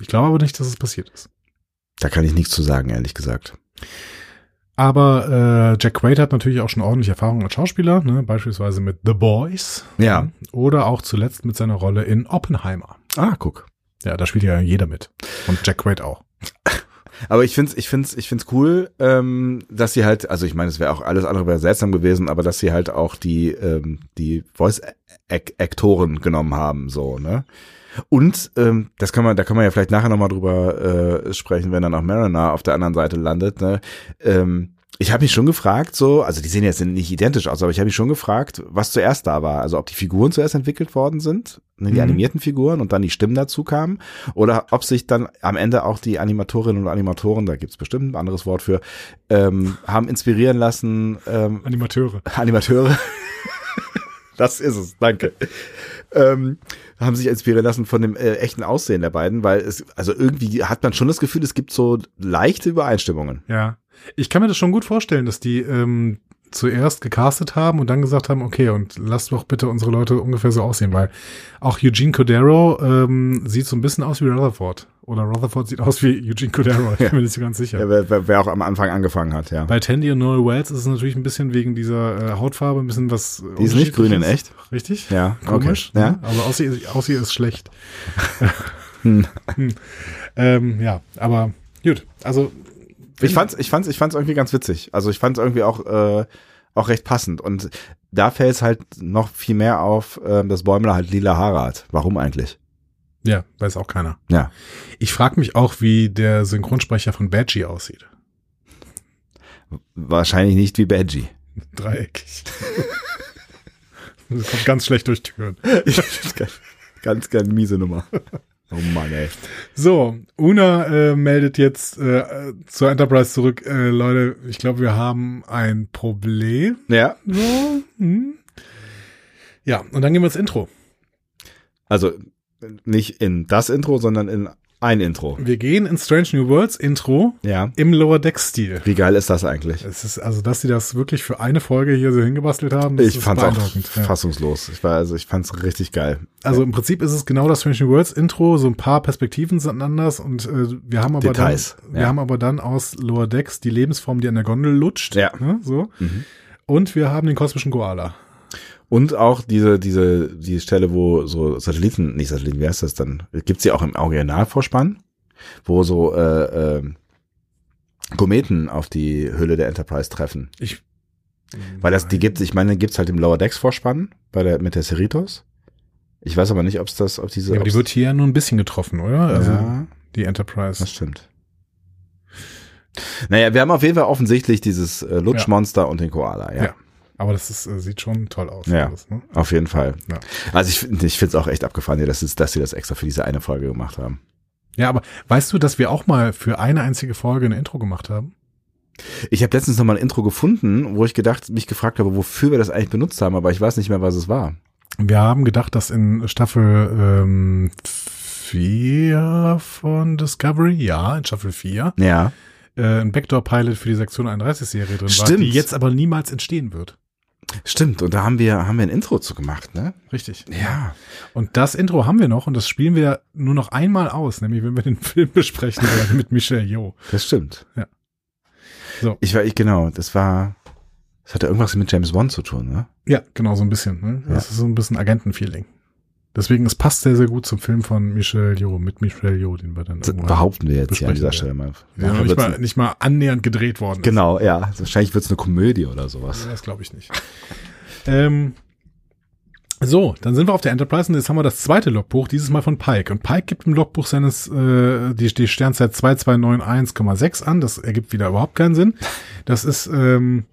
Speaker 2: Ich glaube aber nicht, dass es passiert ist.
Speaker 1: Da kann ich nichts zu sagen, ehrlich gesagt.
Speaker 2: Aber äh, Jack Quaid hat natürlich auch schon ordentlich Erfahrung als Schauspieler, ne? beispielsweise mit The Boys
Speaker 1: Ja.
Speaker 2: oder auch zuletzt mit seiner Rolle in Oppenheimer.
Speaker 1: Ah, guck.
Speaker 2: Ja, da spielt ja jeder mit. Und Jack Quaid auch.
Speaker 1: Aber ich find's, ich find's, ich find's cool, ähm, dass sie halt, also ich meine, es wäre auch alles andere wäre seltsam gewesen, aber dass sie halt auch die ähm, die Voice Aktoren genommen haben, so ne. Und ähm, das kann man, da kann man ja vielleicht nachher nochmal drüber äh, sprechen, wenn dann auch Mariner auf der anderen Seite landet. Ne? Ähm, ich habe mich schon gefragt, so, also die sehen jetzt nicht identisch aus, aber ich habe mich schon gefragt, was zuerst da war. Also ob die Figuren zuerst entwickelt worden sind, ne, die
Speaker 2: Mhm.
Speaker 1: animierten Figuren und dann die Stimmen dazu kamen, oder ob sich dann am Ende auch die Animatorinnen und Animatoren, da gibt's bestimmt ein anderes Wort für, ähm, haben inspirieren lassen, ähm,
Speaker 2: Animateure.
Speaker 1: Animateure. Das ist es, danke. Ähm, haben sich inspirieren lassen von dem äh, echten Aussehen der beiden, weil es, also irgendwie hat man schon das Gefühl, es gibt so leichte Übereinstimmungen.
Speaker 2: Ja. Ich kann mir das schon gut vorstellen, dass die ähm, zuerst gecastet haben und dann gesagt haben, okay, und lasst doch bitte unsere Leute ungefähr so aussehen, weil auch Eugene Codero ähm, sieht so ein bisschen aus wie Rutherford. Oder Rutherford sieht aus wie Eugene Codero, ich bin mir nicht so ganz sicher.
Speaker 1: Ja, wer, wer, wer auch am Anfang angefangen hat, ja.
Speaker 2: Bei Tandy und Noel Wells ist es natürlich ein bisschen wegen dieser äh, Hautfarbe ein bisschen was. äh,
Speaker 1: Die ist nicht grün in
Speaker 2: Unterschiedliches.
Speaker 1: echt.
Speaker 2: Richtig?
Speaker 1: Ja,
Speaker 2: Komisch.
Speaker 1: okay.
Speaker 2: Ne? Aber aus ihr, aus ihr ist schlecht.
Speaker 1: Hm.
Speaker 2: Hm. ähm, ja, aber gut. Also
Speaker 1: Ich fand's, ich fand's, ich fand's irgendwie ganz witzig. Also ich fand's irgendwie auch, äh, auch recht passend. Und da fällt es halt noch viel mehr auf, äh, dass Bäumler halt lila Haare hat. Warum eigentlich?
Speaker 2: Ja, weiß auch keiner.
Speaker 1: Ja.
Speaker 2: Ich frage mich auch, wie der Synchronsprecher von Badgie aussieht.
Speaker 1: Wahrscheinlich nicht wie Badgie.
Speaker 2: Dreieckig. das kommt ganz schlecht durch Türen.
Speaker 1: ganz, ganz miese Nummer. Oh Mann, ey.
Speaker 2: So, Una äh, meldet jetzt äh, äh, zur Enterprise zurück. Äh, Leute, ich glaube, wir haben ein Problem.
Speaker 1: Ja,
Speaker 2: So, hm. Ja, und dann gehen wir ins Intro.
Speaker 1: Also nicht in das Intro, sondern in ein Intro.
Speaker 2: Wir gehen ins Strange New Worlds Intro
Speaker 1: Ja.
Speaker 2: im Lower Deck-Stil.
Speaker 1: Wie geil ist das eigentlich?
Speaker 2: Es ist also, dass sie das wirklich für eine Folge hier so hingebastelt haben. Das
Speaker 1: Ich
Speaker 2: ist
Speaker 1: fand's auch
Speaker 2: beeindruckend, ja.
Speaker 1: fassungslos. Ich war also ich fand's richtig geil.
Speaker 2: Also im Prinzip ist es genau das Strange New Worlds Intro, so ein paar Perspektiven sind anders und äh, wir haben aber
Speaker 1: Details,
Speaker 2: dann, wir
Speaker 1: ja.
Speaker 2: haben aber dann aus Lower Decks die Lebensform, die an der Gondel lutscht,
Speaker 1: Ja. Mhm.
Speaker 2: ne, so. Und wir haben den kosmischen Koala.
Speaker 1: Und auch diese diese die Stelle, wo so Satelliten, nicht Satelliten, wie heißt das dann? Gibt's die auch im Originalvorspann, wo so äh, äh, Kometen auf die Hülle der Enterprise treffen.
Speaker 2: Ich
Speaker 1: Weil das die gibt's, ich meine, gibt's halt im Lower Decks Vorspann bei der mit der Cerritos. Ich weiß aber nicht, ob's das ob diese
Speaker 2: ja, aber die
Speaker 1: ob's-
Speaker 2: wird hier ja nur ein bisschen getroffen, oder? Also
Speaker 1: ja.
Speaker 2: die Enterprise.
Speaker 1: Das stimmt. Naja, wir haben auf jeden Fall offensichtlich dieses äh, Lutschmonster und den Koala, ja.
Speaker 2: Ja. Aber das ist, äh, sieht schon toll aus.
Speaker 1: Ja.
Speaker 2: alles, ne?
Speaker 1: Auf jeden Fall.
Speaker 2: Ja.
Speaker 1: Also ich, find- ich finde es auch echt abgefahren, hier, dass, es- dass sie das extra für diese eine Folge gemacht haben.
Speaker 2: ja, aber weißt du, dass wir auch mal für eine einzige Folge ein Intro gemacht haben?
Speaker 1: Ich habe letztens noch mal ein Intro gefunden, wo ich gedacht, mich gefragt habe, wofür wir das eigentlich benutzt haben, aber ich weiß nicht mehr, was es war.
Speaker 2: Wir haben gedacht, dass in Staffel ähm, 4 von Discovery, ja, in Staffel 4,
Speaker 1: Ja.
Speaker 2: äh, ein Backdoor-Pilot für die Sektion 31-Serie drin war,
Speaker 1: Stimmt.
Speaker 2: die jetzt aber niemals entstehen wird.
Speaker 1: Stimmt, und da haben wir, haben wir ein Intro zu gemacht, ne?
Speaker 2: Richtig.
Speaker 1: Ja.
Speaker 2: Und das Intro haben wir noch und das spielen wir nur noch einmal aus, nämlich wenn wir den Film besprechen werden mit Michelle Yeoh.
Speaker 1: Das stimmt.
Speaker 2: Ja. So.
Speaker 1: Ich war, ich, genau, das war, das hatte irgendwas mit James Bond zu tun, ne?
Speaker 2: Ja, genau so ein bisschen. Ne?
Speaker 1: Ja.
Speaker 2: Das ist so ein bisschen Agenten-Feeling. Deswegen, es passt sehr, sehr gut zum Film von Michelle Yeoh, mit Michelle Yeoh, den wir dann
Speaker 1: Das
Speaker 2: irgendwann-
Speaker 1: behaupten wir jetzt hier an
Speaker 2: Besprechen
Speaker 1: dieser
Speaker 2: wir.
Speaker 1: Stelle mal.
Speaker 2: der noch
Speaker 1: Nachher
Speaker 2: nicht
Speaker 1: wird's-
Speaker 2: mal, nicht mal annähernd gedreht worden ist.
Speaker 1: Genau, ja. Wahrscheinlich wird's eine Komödie oder sowas.
Speaker 2: Nee, Das glaube ich nicht. ähm, so, dann sind wir auf der Enterprise und jetzt haben wir das zweite Logbuch, dieses Mal von Pike. Und Pike gibt im Logbuch seines, äh, die, die Sternzeit 2291,6 an. Das ergibt wieder überhaupt keinen Sinn. Das ist ähm,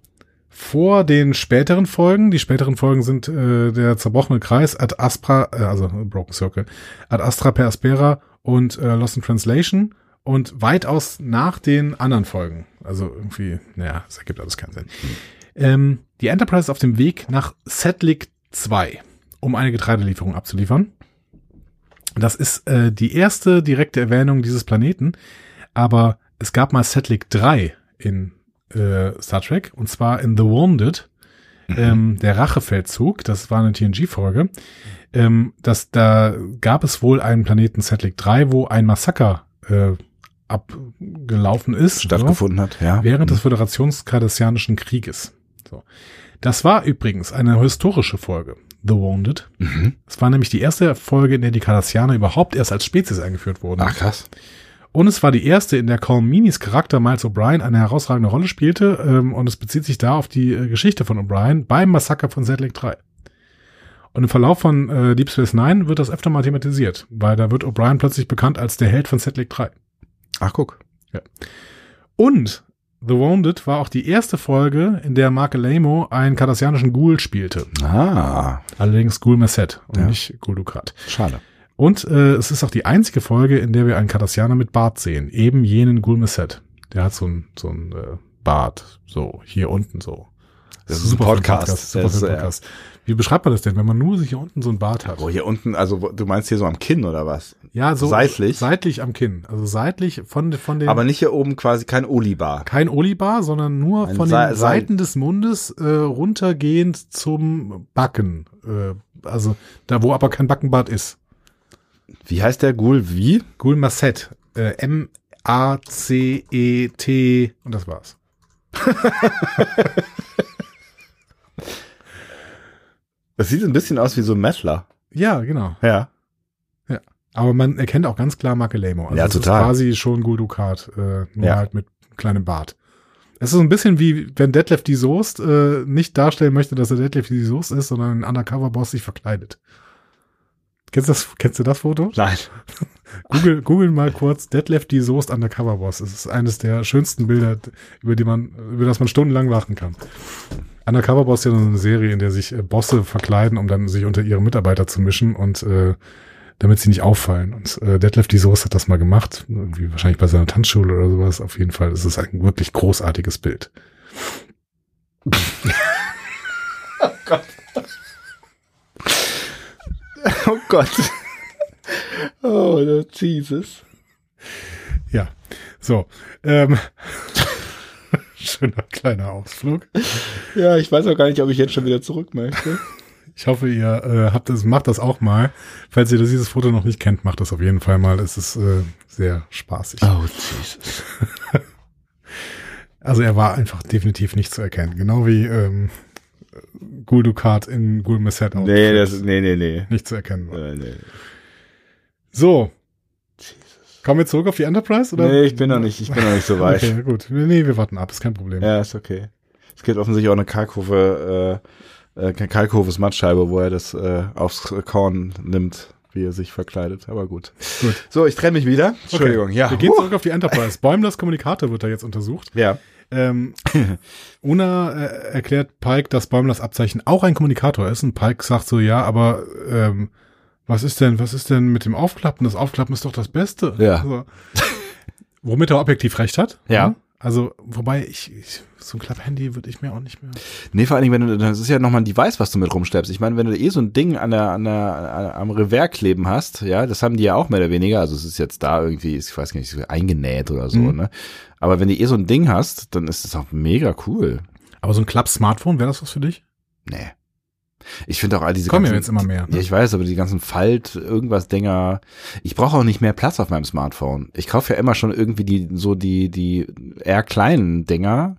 Speaker 2: vor den späteren Folgen. Die späteren Folgen sind äh, der zerbrochene Kreis, Ad Aspra, äh, also Broken Circle, Ad Astra per Aspera und äh, Lost in Translation. Und weitaus nach den anderen Folgen. Also irgendwie, naja, es ergibt alles keinen Sinn. Ähm, die Enterprise ist auf dem Weg nach Sedlick 2, um eine Getreidelieferung abzuliefern. Das ist äh, die erste direkte Erwähnung dieses Planeten, aber es gab mal Sedlick 3 in äh, Star Trek, und zwar in The Wounded, ähm, der Rachefeldzug, das war eine TNG-Folge. Ähm, das, da gab es wohl einen Planeten Sedlick 3, wo ein Massaker äh, abgelaufen ist. ne?
Speaker 1: stattgefunden hat, ja.
Speaker 2: so, während des Föderationskardassianischen Krieges. So. Das war übrigens eine historische Folge, The Wounded.
Speaker 1: Mhm.
Speaker 2: Es war nämlich die erste Folge, in der die Cardassianer überhaupt erst als Spezies eingeführt wurden.
Speaker 1: Ach, krass.
Speaker 2: Und es war die erste, in der Colminis Charakter Miles O'Brien eine herausragende Rolle spielte. Ähm, und es bezieht sich da auf die äh, Geschichte von O'Brien beim Massaker von Sedlec 3. Und im Verlauf von äh, Deep Space Nine wird das öfter mal thematisiert, weil da wird O'Brien plötzlich bekannt als der Held von Sedlec 3.
Speaker 1: Ach, guck.
Speaker 2: Und The Wounded war auch die erste Folge, in der Mark Alamo einen kardassianischen Ghoul spielte.
Speaker 1: Ah,
Speaker 2: Allerdings Ghoul Messet und
Speaker 1: Ja.
Speaker 2: nicht Ghoul Dukat.
Speaker 1: schade.
Speaker 2: Und äh, es ist auch die einzige Folge, in der wir einen Cardassianer mit Bart sehen. Eben jenen Gulmeset. Der hat so ein, so ein äh, Bart, so hier unten so.
Speaker 1: Das ist ein
Speaker 2: für einen
Speaker 1: Podcast.
Speaker 2: Super
Speaker 1: Das
Speaker 2: für einen
Speaker 1: ist, äh,
Speaker 2: Podcast. Wie beschreibt man das denn, wenn man nur sich hier unten so ein Bart hat?
Speaker 1: Oh, hier unten, also wo- du meinst hier so am Kinn oder was?
Speaker 2: Ja, so
Speaker 1: seitlich?
Speaker 2: seitlich am Kinn. Also seitlich von, von den
Speaker 1: Aber nicht hier oben quasi kein Olibar.
Speaker 2: kein Olibar, sondern nur
Speaker 1: Ein
Speaker 2: von den
Speaker 1: Sei- Sei-
Speaker 2: Seiten des Mundes äh, runtergehend zum Backen. Äh, also da, wo aber kein Backenbart ist.
Speaker 1: Wie heißt der Ghoul? Wie?
Speaker 2: Gul Macet. Äh, M-A-C-E-T. E Und das war's.
Speaker 1: Das sieht ein bisschen aus wie so ein Mettler.
Speaker 2: Ja, genau.
Speaker 1: Ja.
Speaker 2: Aber man erkennt auch ganz klar Marke Lemo.
Speaker 1: Ja,
Speaker 2: es
Speaker 1: total.
Speaker 2: Ist quasi schon Gul Dukat, äh, nur
Speaker 1: Ja.
Speaker 2: halt mit kleinem Bart. Es ist so ein bisschen wie, wenn Detlef die Soest äh, nicht darstellen möchte, dass er Detlef die Soest ist, sondern ein Undercover-Boss sich verkleidet. Kennst du, das, kennst du das Foto?
Speaker 1: Nein.
Speaker 2: Google, Google mal kurz Detlef die Soest Undercover Boss. Es ist eines der schönsten Bilder, über die man, über das man stundenlang lachen kann. Undercover Boss ist ja so eine Serie, in der sich äh, Bosse verkleiden, um dann sich unter ihre Mitarbeiter zu mischen und äh, damit sie nicht auffallen. Und äh, Detlef die Soest hat das mal gemacht, irgendwie wahrscheinlich bei seiner Tanzschule oder sowas. Auf jeden Fall ist es ein wirklich großartiges Bild.
Speaker 1: Oh Gott. Oh, Jesus.
Speaker 2: Ja, so. Ähm. Schöner kleiner Ausflug.
Speaker 1: Ja, ich weiß auch gar nicht, ob ich jetzt schon wieder zurück möchte.
Speaker 2: Ich hoffe, ihr äh, habt das, macht das auch mal. Falls ihr das, dieses Foto noch nicht kennt, macht das auf jeden Fall mal. Es ist äh, sehr spaßig.
Speaker 1: Oh, Jesus.
Speaker 2: Also er war einfach definitiv nicht zu erkennen. Genau wie ähm, Gul Dukat in Gul Messet auch
Speaker 1: Nee, das ist, nee, nee, nee.
Speaker 2: nicht zu erkennen war.
Speaker 1: Äh, nee.
Speaker 2: So. Kommen wir zurück auf die Enterprise? Oder?
Speaker 1: Nee, ich bin noch nicht, ich bin noch nicht so weit.
Speaker 2: Okay, gut. Nee, nee, wir warten ab, ist kein Problem.
Speaker 1: Ja, ist okay. Es gibt offensichtlich auch eine Kalkhofe, äh, äh, Kalkhofes Mattscheibe, wo er das äh, aufs Korn nimmt, wie er sich verkleidet. Aber gut.
Speaker 2: Gut.
Speaker 1: So, ich trenne mich wieder. Entschuldigung, ja.
Speaker 2: Wir gehen
Speaker 1: Huh.
Speaker 2: zurück auf die Enterprise. Bäumlers Kommunikator wird da jetzt untersucht.
Speaker 1: Ja.
Speaker 2: Ähm, Una äh, erklärt Pike, dass Bäumlers Abzeichen auch ein Kommunikator ist und Pike sagt so, ja, aber ähm, was ist denn, was ist denn mit dem Aufklappen? Das Aufklappen ist doch das Beste.
Speaker 1: Ja.
Speaker 2: So. Womit er objektiv recht hat.
Speaker 1: Ja.
Speaker 2: Ne? Also, wobei ich, ich so ein Klapphandy würde ich mir auch nicht mehr.
Speaker 1: Nee, vor allen Dingen, wenn du, das ist ja nochmal ein Device, was du mit rumschleppst. Ich meine, wenn du eh so ein Ding an der, an der, an- am Revers kleben hast, ja, das haben die ja auch mehr oder weniger. Also es ist jetzt da irgendwie, ich weiß gar nicht, eingenäht oder so,
Speaker 2: Mhm.
Speaker 1: ne? Aber wenn du eh so ein Ding hast, dann ist das auch mega cool.
Speaker 2: Aber so ein Klapp-Smartphone, wäre das was für dich?
Speaker 1: Nee. Ich finde auch all diese
Speaker 2: Kommen ja
Speaker 1: ganzen-
Speaker 2: jetzt immer mehr.
Speaker 1: Ja, ich weiß, aber die ganzen Falt, irgendwas Dinger. Ich brauche auch nicht mehr Platz auf meinem Smartphone. Ich kaufe ja immer schon irgendwie die, so die, die eher kleinen Dinger,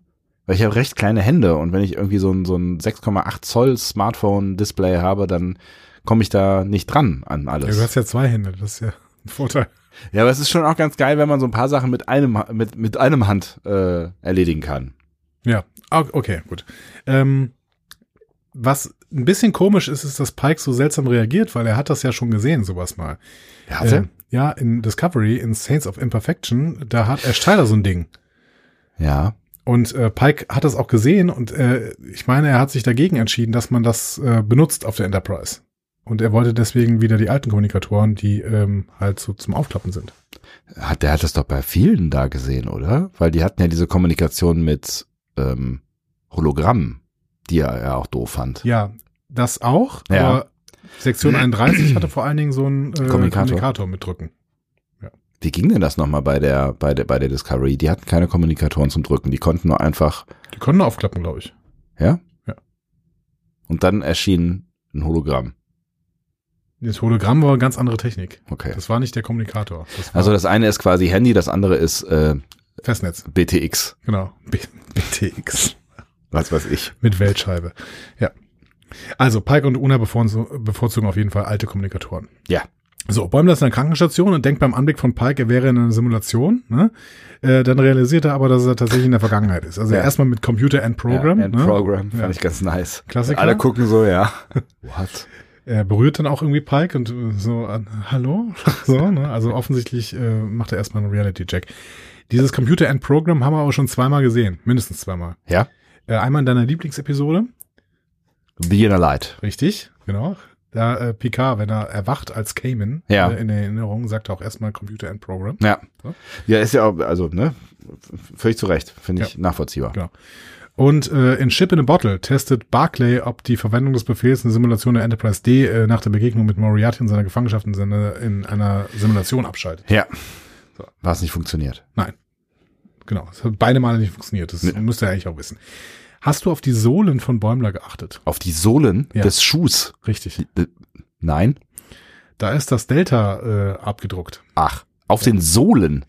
Speaker 1: weil ich habe recht kleine Hände und wenn ich irgendwie so ein, so ein 6,8 Zoll Smartphone Display habe, dann komme ich da nicht dran an
Speaker 2: Ja, du
Speaker 1: alles.
Speaker 2: hast ja zwei Hände, das ist ja ein Vorteil.
Speaker 1: Ja, aber es ist schon auch ganz geil, wenn man so ein paar Sachen mit einem, Ha- mit, mit einem Hand äh, erledigen kann.
Speaker 2: Ja, ah, okay, gut. Ähm, was ein bisschen komisch ist, ist, dass Pike so seltsam reagiert, weil er hat das ja schon gesehen, sowas mal.
Speaker 1: Ja,
Speaker 2: Ähm, ja, in Discovery, in Saints of Imperfection, da hat Ash Tyler so ein Ding.
Speaker 1: ja.
Speaker 2: Und äh, Pike hat das auch gesehen und äh, ich meine, er hat sich dagegen entschieden, dass man das äh, benutzt auf der Enterprise. Und er wollte deswegen wieder die alten Kommunikatoren, die ähm, halt so zum Aufklappen sind.
Speaker 1: Hat, der hat das doch bei vielen da gesehen, oder? Weil die hatten ja diese Kommunikation mit ähm, Hologrammen, die er ja auch doof fand.
Speaker 2: Ja, das auch,
Speaker 1: Ja.
Speaker 2: aber Sektion 31 hatte vor allen Dingen so einen äh,
Speaker 1: Kommunikator.
Speaker 2: Kommunikator mit drücken.
Speaker 1: Wie ging denn das nochmal bei der, bei der, bei der Discovery? Die hatten keine Kommunikatoren zum Drücken, die konnten nur einfach,
Speaker 2: Die können aufklappen, glaube ich.
Speaker 1: ja?
Speaker 2: Ja.
Speaker 1: Und dann erschien ein Hologramm.
Speaker 2: Das Hologramm war eine ganz andere Technik.
Speaker 1: Okay.
Speaker 2: Das war nicht der Kommunikator. Das war
Speaker 1: Also das eine ist quasi Handy, das andere ist äh,
Speaker 2: Festnetz.
Speaker 1: BTX.
Speaker 2: Genau. B BTX.
Speaker 1: Was weiß ich.
Speaker 2: Mit Weltscheibe. Ja. Also, Pike und Una bevorzu- bevorzugen auf jeden Fall alte Kommunikatoren.
Speaker 1: Ja.
Speaker 2: So, Bäumler ist in der Krankenstation und denkt beim Anblick von Pike, er wäre in einer Simulation. Ne? Äh, dann realisiert er aber, dass er tatsächlich in der Vergangenheit ist. Also
Speaker 1: Ja.
Speaker 2: erstmal mit Computer and Program.
Speaker 1: ja, and
Speaker 2: ne?
Speaker 1: Program fand
Speaker 2: Ja.
Speaker 1: ich ganz nice.
Speaker 2: Klassiker.
Speaker 1: Alle gucken so, ja. What?
Speaker 2: er berührt dann auch irgendwie Pike und äh, so, äh, hallo? So, ne? Also offensichtlich äh, macht er erstmal einen Reality-Check. Dieses Computer and Program haben wir aber schon zweimal gesehen. Mindestens zweimal.
Speaker 1: Ja.
Speaker 2: Äh, einmal in deiner Lieblingsepisode.
Speaker 1: Vienna Light.
Speaker 2: Richtig, genau. Da äh, Picard, wenn er erwacht als Cayman
Speaker 1: Ja.
Speaker 2: äh, in der Erinnerung, sagt er auch erstmal Computer and Program.
Speaker 1: Ja.
Speaker 2: So.
Speaker 1: Ja, ist ja auch, also, ne? Völlig zu Recht. Finde ich nachvollziehbar.
Speaker 2: Genau. Und äh, in Ship in a Bottle testet Barclay, ob die Verwendung des Befehls eine Simulation der Enterprise D äh, nach der Begegnung mit Moriarty in seiner Gefangenschaft in, seine, in einer Simulation abschaltet.
Speaker 1: Ja. Was nicht funktioniert.
Speaker 2: Nein. Genau. Es hat beide Male nicht funktioniert. Das müsste er eigentlich auch wissen. Hast du auf die Sohlen von Bäumler geachtet?
Speaker 1: Auf die Sohlen
Speaker 2: Ja.
Speaker 1: des Schuhs. äh,
Speaker 2: Richtig.
Speaker 1: Nein.
Speaker 2: Da ist das Delta äh, abgedruckt.
Speaker 1: Ach. Auf den Sohlen.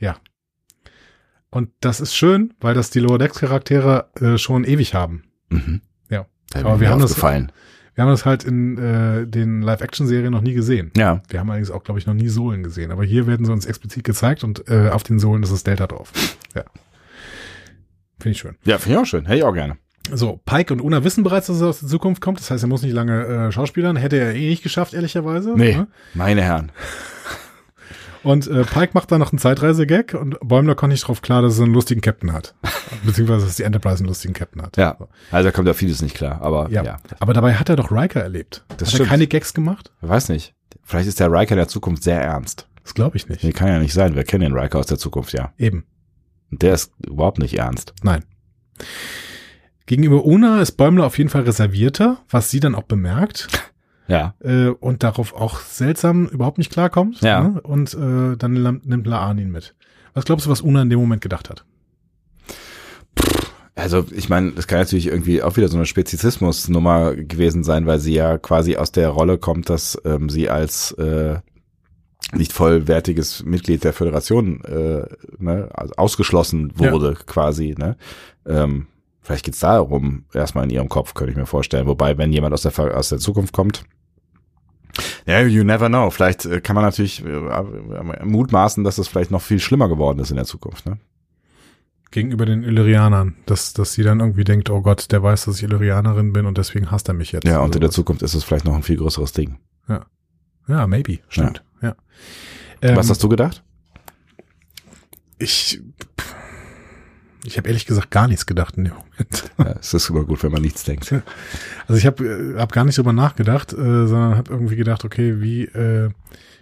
Speaker 2: Und das ist schön, weil das die Lower Decks Charaktere äh, schon ewig haben.
Speaker 1: Mhm.
Speaker 2: Ja.
Speaker 1: Da
Speaker 2: Aber wir haben das-
Speaker 1: gefallen.
Speaker 2: Wir haben das halt in äh, den Live-Action-Serien noch nie gesehen.
Speaker 1: Ja.
Speaker 2: Wir haben allerdings auch, glaube ich, noch nie Sohlen gesehen. Aber hier werden sie uns explizit gezeigt und äh, auf den Sohlen ist das Delta drauf. Ja. Finde ich schön.
Speaker 1: Ja, finde ich auch schön. Hätte ich auch gerne.
Speaker 2: So, Pike und Una wissen bereits, dass er aus der Zukunft kommt. Das heißt, er muss nicht lange äh, schauspielern. Hätte er eh nicht geschafft, ehrlicherweise.
Speaker 1: Nee.
Speaker 2: Ne?
Speaker 1: Meine Herren.
Speaker 2: Und äh, Pike macht dann noch einen Zeitreise-Gag und Bäumler kommt nicht drauf klar, dass er einen lustigen Captain hat. Beziehungsweise, dass die Enterprise einen lustigen Captain hat.
Speaker 1: Ja.
Speaker 2: So.
Speaker 1: Also da kommt da vieles nicht klar, aber ja.
Speaker 2: Ja. Aber dabei hat er doch Riker erlebt.
Speaker 1: Das
Speaker 2: hat
Speaker 1: stimmt.
Speaker 2: er keine Gags gemacht?
Speaker 1: Ich weiß nicht. Vielleicht ist der Riker der Zukunft sehr ernst.
Speaker 2: Das glaube ich nicht.
Speaker 1: Nee, kann ja nicht sein. Wir kennen den Riker aus der Zukunft, ja.
Speaker 2: Eben.
Speaker 1: Und der ist überhaupt nicht ernst.
Speaker 2: Nein. Gegenüber Una ist Bäumler auf jeden Fall reservierter, was sie dann auch bemerkt
Speaker 1: Ja.
Speaker 2: äh, und darauf auch seltsam überhaupt nicht klarkommt.
Speaker 1: Ja.
Speaker 2: Ne? Und äh, dann lam- nimmt Laan ihn mit. Was glaubst du, was Una in dem Moment gedacht hat?
Speaker 1: Also ich meine, das kann natürlich irgendwie auch wieder so eine Spezizismus-Nummer gewesen sein, weil sie ja quasi aus der Rolle kommt, dass ähm, sie als äh, nicht vollwertiges Mitglied der Föderation äh, ne, also ausgeschlossen wurde quasi. Ne? Ähm, vielleicht geht's da darum, erstmal in ihrem Kopf, könnte ich mir vorstellen. Wobei, wenn jemand aus der, Ver- aus der Zukunft kommt, ja, you never know. Vielleicht äh, kann man natürlich äh, mutmaßen, dass es vielleicht noch viel schlimmer geworden ist in der Zukunft. Ne?
Speaker 2: Gegenüber den Illyrianern, dass, dass sie dann irgendwie denkt, oh Gott, der weiß, dass ich Illyrianerin bin und deswegen hasst er mich jetzt.
Speaker 1: Ja, und in
Speaker 2: Also,
Speaker 1: der Zukunft ist es vielleicht noch ein viel größeres Ding.
Speaker 2: ja maybe, stimmt. Ja. Ähm,
Speaker 1: Was hast du gedacht?
Speaker 2: Ich, ich habe ehrlich gesagt gar nichts gedacht in dem Moment.
Speaker 1: Ja, es ist immer gut, wenn man nichts denkt.
Speaker 2: Also ich habe äh, hab gar nicht drüber nachgedacht, äh, sondern habe irgendwie gedacht, okay, wie äh,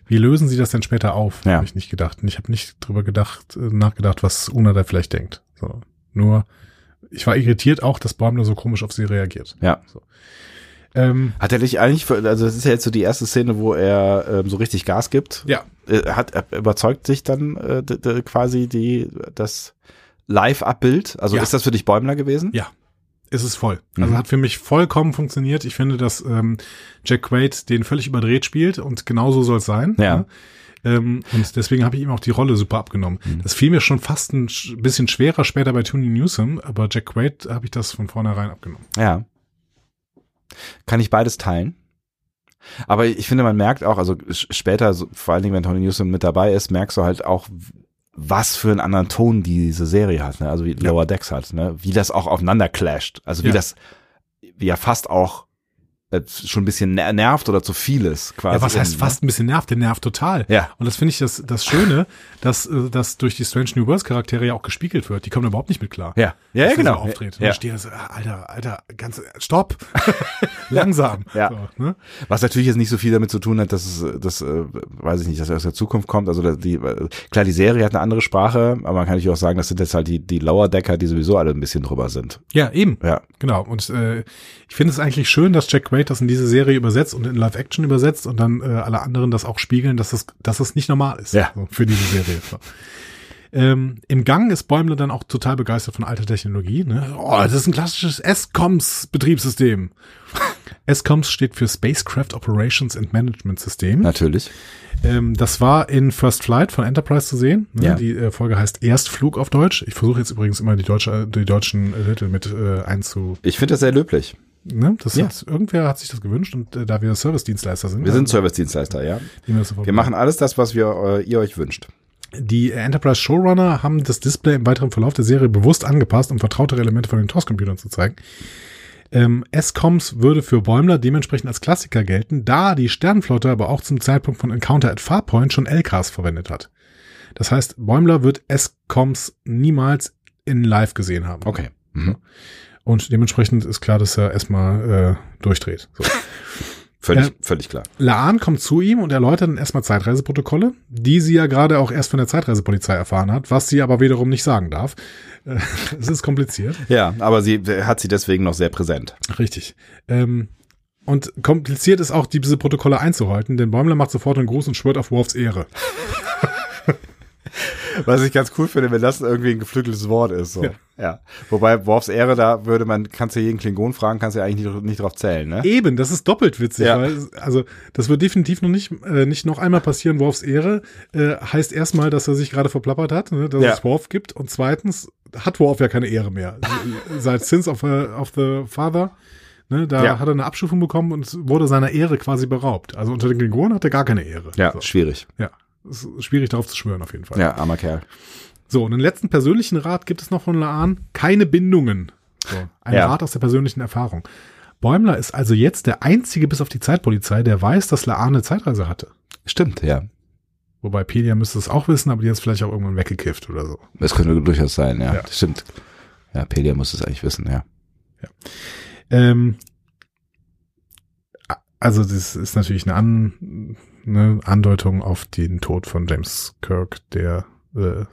Speaker 2: wie lösen sie das denn später auf?
Speaker 1: Ja.
Speaker 2: Habe ich nicht gedacht. Und ich habe nicht drüber gedacht, äh, nachgedacht, was Una da vielleicht denkt. So. Nur ich war irritiert auch, dass Bäumler so komisch auf sie reagiert.
Speaker 1: Ja.
Speaker 2: Ähm,
Speaker 1: Hat er dich eigentlich, ver- also das ist ja jetzt so die erste Szene, wo er ähm, so richtig Gas gibt.
Speaker 2: ja,
Speaker 1: Äh, Hat er überzeugt sich dann äh, d- d- quasi die das Live-Abbild? Also
Speaker 2: Ja.
Speaker 1: ist das für dich Bäumler gewesen?
Speaker 2: Ja. ist es voll. Also
Speaker 1: Mhm.
Speaker 2: hat für mich vollkommen funktioniert. Ich finde, dass ähm, Jack Quaid den völlig überdreht spielt und genauso soll es sein.
Speaker 1: Ja.
Speaker 2: Ne? Ähm, und deswegen habe ich ihm auch die Rolle super abgenommen.
Speaker 1: Mhm.
Speaker 2: Das fiel mir schon fast ein sch- bisschen schwerer später bei Tony Newsom, aber Jack Quaid habe ich das von vornherein abgenommen.
Speaker 1: Ja. Kann ich beides teilen? Aber ich finde, man merkt auch, also s- später, so, vor allen Dingen, wenn Tony Newsom mit dabei ist, merkst du halt auch, w- was für einen anderen Ton diese Serie hat, ne? also wie Lower Decks hat, ne? wie das auch aufeinander clasht, also wie
Speaker 2: Ja.
Speaker 1: das ja fast auch äh, schon ein bisschen ner- nervt oder zu viel ist quasi. ne?
Speaker 2: ja, was heißt
Speaker 1: eben,
Speaker 2: fast ein bisschen nervt? Der nervt total.
Speaker 1: Ja.
Speaker 2: Und das finde ich das, das Schöne, dass äh, das durch die Strange New Worlds Charaktere ja auch gespiegelt wird. Die kommen überhaupt nicht mit klar.
Speaker 1: Ne? Ja, ja, ja
Speaker 2: dass er
Speaker 1: genau.
Speaker 2: So auftritt. Und
Speaker 1: Ja.
Speaker 2: ich stehe da so, ah, alter, alter, ganz, äh, stopp. Langsam.
Speaker 1: Ja.
Speaker 2: So, ne?
Speaker 1: Was natürlich jetzt nicht so viel damit zu tun hat, dass es, das, äh, weiß ich nicht, dass er aus der Zukunft kommt. Also da- die, äh, klar, die Serie hat eine andere Sprache, aber man kann natürlich auch sagen, das sind jetzt halt die, die Lower Decker, die sowieso alle ein bisschen drüber sind.
Speaker 2: ja, eben.
Speaker 1: Ja,
Speaker 2: Genau, und äh, ich finde es eigentlich schön, dass Jack Quaid das in diese Serie übersetzt und in Live-Action übersetzt und dann äh, alle anderen das auch spiegeln, dass es, dass es nicht normal ist
Speaker 1: Ja.
Speaker 2: so, für diese Serie. So. Ähm, Im Gang ist Bäumle dann auch total begeistert von alter Technologie. Ne? Oh, das ist ein klassisches SCOMS-Betriebssystem. SCOMS steht für Spacecraft Operations and Management System.
Speaker 1: Natürlich.
Speaker 2: Ähm, das war in First Flight von Enterprise zu sehen. Ne?
Speaker 1: Ja.
Speaker 2: Die äh, Folge heißt Erstflug auf Deutsch. Ich versuche jetzt übrigens immer die, deutsche, die deutschen äh, Titel mit äh, einzu.
Speaker 1: Ich finde das sehr löblich.
Speaker 2: Ne? Das
Speaker 1: Ja.
Speaker 2: hat, irgendwer hat sich das gewünscht und äh, da wir Service-Dienstleister sind,
Speaker 1: Wir sind
Speaker 2: also,
Speaker 1: Service-Dienstleister, ja.
Speaker 2: nehmen das sofort
Speaker 1: Wir
Speaker 2: mit.
Speaker 1: machen alles das, was wir, äh, ihr euch wünscht.
Speaker 2: Die Enterprise Showrunner haben das Display im weiteren Verlauf der Serie bewusst angepasst, um vertrautere Elemente von den TOS-Computern zu zeigen. Ähm, SCOMS würde für Bäumler dementsprechend als Klassiker gelten, da die Sternenflotte aber auch zum Zeitpunkt von Encounter at Farpoint schon LKs verwendet hat. Das heißt, Bäumler wird SCOMS niemals in live gesehen haben.
Speaker 1: Okay. Mhm.
Speaker 2: Und dementsprechend ist klar, dass er erstmal äh, durchdreht. So.
Speaker 1: Völlig,
Speaker 2: Ja.
Speaker 1: völlig klar.
Speaker 2: Laan kommt zu ihm und erläutert dann erstmal Zeitreiseprotokolle, die sie ja gerade auch erst von der Zeitreisepolizei erfahren hat, was sie aber wiederum nicht sagen darf. Äh, Es ist kompliziert.
Speaker 1: Ja, aber sie äh, hat sie deswegen noch sehr präsent.
Speaker 2: Richtig. Ähm, und kompliziert ist auch, diese Protokolle einzuhalten, denn Bäumler macht sofort einen Gruß und schwört auf Worfs Ehre.
Speaker 1: Was ich ganz cool finde, wenn das irgendwie ein geflügeltes Wort ist. So. Ja. Wobei Worfs Ehre, da würde man, kannst du jeden Klingon fragen, kannst du ja eigentlich nicht, nicht drauf zählen, ne?
Speaker 2: Eben, das ist doppelt witzig,
Speaker 1: Ja.
Speaker 2: weil also das wird definitiv noch nicht, äh, nicht noch einmal passieren. Worfs Ehre äh, heißt erstmal, dass er sich gerade verplappert hat, ne, dass
Speaker 1: Ja.
Speaker 2: es Worf gibt und zweitens hat Worf ja keine Ehre mehr seit Sins of, äh, of the Father. Ne, da
Speaker 1: Ja.
Speaker 2: hat er eine Abstufung bekommen und wurde seiner Ehre quasi beraubt. Also unter den Klingonen hat er gar keine Ehre.
Speaker 1: Ja,
Speaker 2: so,
Speaker 1: schwierig.
Speaker 2: ja. Ist schwierig darauf zu schwören auf jeden Fall.
Speaker 1: Ja, armer Kerl.
Speaker 2: So, und einen letzten persönlichen Rat gibt es noch von Laan. Keine Bindungen. So, ein
Speaker 1: Ja.
Speaker 2: Rat aus der persönlichen Erfahrung. Bäumler ist also jetzt der Einzige bis auf die Zeitpolizei, der weiß, dass Laan eine Zeitreise hatte.
Speaker 1: Stimmt, ja.
Speaker 2: Wobei Pedia müsste es auch wissen, aber die hat es vielleicht auch irgendwann weggekifft oder so.
Speaker 1: Das könnte durchaus sein, ja.
Speaker 2: Ja.
Speaker 1: Stimmt. Ja, Pelia muss es eigentlich wissen, ja.
Speaker 2: Ähm, also das ist natürlich eine, An, eine Andeutung auf den Tod von James Kirk, der äh,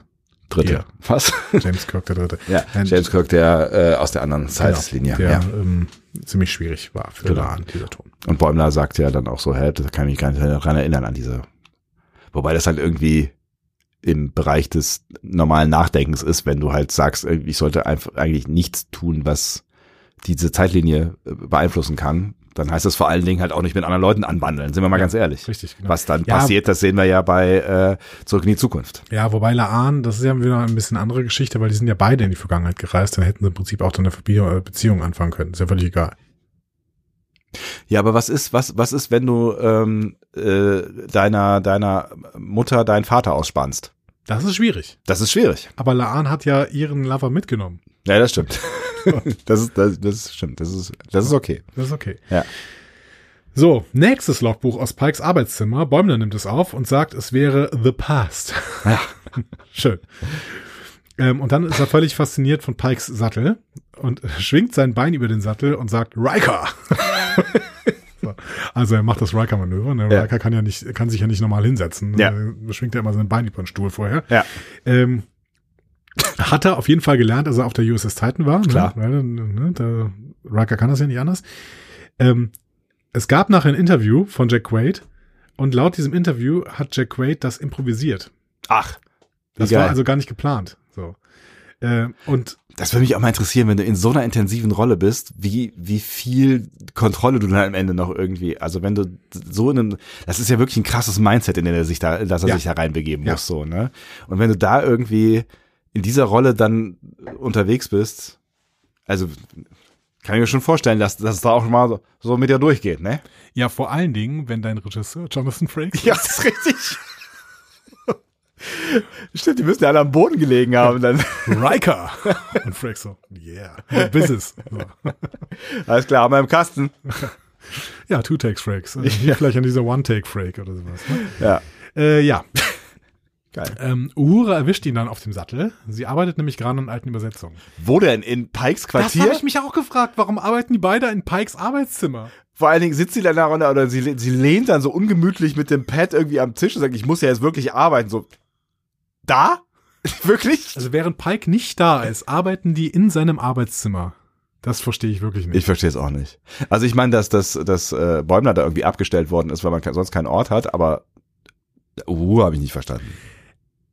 Speaker 1: Dritte.
Speaker 2: Ja.
Speaker 1: Was?
Speaker 2: James Kirk der Dritte.
Speaker 1: Ja,
Speaker 2: Ein-
Speaker 1: James Kirk, der äh, aus der
Speaker 2: Genau.
Speaker 1: anderen Zeitlinie.
Speaker 2: der
Speaker 1: ja.
Speaker 2: Ähm, ziemlich schwierig war für
Speaker 1: Genau.
Speaker 2: Laan, dieser Ton.
Speaker 1: Und Bäumler sagt ja dann auch so, hä, da kann ich mich gar nicht daran erinnern an diese. Wobei das halt irgendwie im Bereich des normalen Nachdenkens ist, wenn du halt sagst, ich sollte einfach eigentlich nichts tun, was diese Zeitlinie äh, beeinflussen kann, dann heißt das vor allen Dingen halt auch nicht mit anderen Leuten anbandeln, sind wir mal ganz ehrlich.
Speaker 2: Richtig, genau.
Speaker 1: Was dann
Speaker 2: Ja.
Speaker 1: passiert, das sehen wir ja bei äh, Zurück in die Zukunft.
Speaker 2: Ja, wobei Laan, das ist ja wieder ein bisschen andere Geschichte, weil die sind ja beide in die Vergangenheit gereist, dann hätten sie im Prinzip auch dann eine Verbi- äh, Beziehung anfangen können. Ist ja völlig egal.
Speaker 1: Ja, aber was ist, was, was ist, wenn du ähm, äh, deiner, deiner Mutter deinen Vater ausspannst?
Speaker 2: Das ist schwierig.
Speaker 1: Das ist schwierig.
Speaker 2: Aber Laan hat ja ihren Lover mitgenommen.
Speaker 1: Ja, das stimmt. Das ist, das, das stimmt. Das ist, das ist okay.
Speaker 2: Das ist okay.
Speaker 1: Ja.
Speaker 2: So, nächstes Logbuch aus Pikes Arbeitszimmer. Bäumler nimmt es auf und sagt, es wäre The Past.
Speaker 1: Ja.
Speaker 2: Schön. Ähm, und dann ist er völlig fasziniert von Pikes Sattel und schwingt sein Bein über den Sattel und sagt Riker. So. Also er macht das Riker-Manöver. Ne?
Speaker 1: Ja.
Speaker 2: Riker kann ja nicht, kann sich ja nicht normal hinsetzen.
Speaker 1: Ja.
Speaker 2: Äh, Schwingt ja immer sein Bein über den Stuhl vorher.
Speaker 1: Ja.
Speaker 2: Ähm, hat er auf jeden Fall gelernt, als er auf der USS Titan war.
Speaker 1: Klar.
Speaker 2: Ne? Weil, ne, der Riker kann das ja nicht anders. Ähm, es gab nachher ein Interview von Jack Quaid und laut diesem Interview hat Jack Quaid das improvisiert.
Speaker 1: Ach.
Speaker 2: Das
Speaker 1: Wie geil.
Speaker 2: war also gar nicht geplant. So. Ähm, und
Speaker 1: Das würde mich auch mal interessieren, wenn du in so einer intensiven Rolle bist, wie, wie viel Kontrolle du dann am Ende noch irgendwie, also wenn du so in einem, das ist ja wirklich ein krasses Mindset, in den er sich da, dass er
Speaker 2: Ja.
Speaker 1: sich da reinbegeben
Speaker 2: Ja.
Speaker 1: muss, so, ne? Und wenn du da irgendwie in dieser Rolle dann unterwegs bist, also, kann ich mir schon vorstellen, dass, dass es da auch mal so, so mit dir durchgeht, ne?
Speaker 2: ja, vor allen Dingen, wenn dein Regisseur Jonathan Frakes
Speaker 1: Ja, das ist richtig. Stimmt, die müssen ja alle am Boden gelegen haben. Dann.
Speaker 2: Riker und Frakes so, yeah, what business. So.
Speaker 1: Alles klar, haben wir im Kasten.
Speaker 2: Ja, Two Takes Frakes. Also hier Vielleicht an dieser One Take Frake oder sowas. Ne?
Speaker 1: Ja,
Speaker 2: Äh, ja,
Speaker 1: geil.
Speaker 2: ähm, Uhura erwischt ihn dann auf dem Sattel. Sie arbeitet nämlich gerade an alten Übersetzungen.
Speaker 1: Wo denn? In Pikes
Speaker 2: Das habe
Speaker 1: Quartier?
Speaker 2: ich mich auch gefragt. Warum arbeiten die beide in Pikes Arbeitszimmer?
Speaker 1: Vor allen Dingen sitzt sie dann da runter oder sie, sie lehnt dann so ungemütlich mit dem Pad irgendwie am Tisch und sagt, ich muss ja jetzt wirklich arbeiten. So, da? wirklich?
Speaker 2: Also während Pike nicht da ist, arbeiten die in seinem Arbeitszimmer. Das verstehe ich wirklich nicht.
Speaker 1: Ich verstehe es auch nicht. Also ich meine, dass, dass, dass äh, Bäumler da uh, irgendwie abgestellt worden ist, weil man ke- sonst keinen Ort hat, aber Ruhe habe ich nicht verstanden.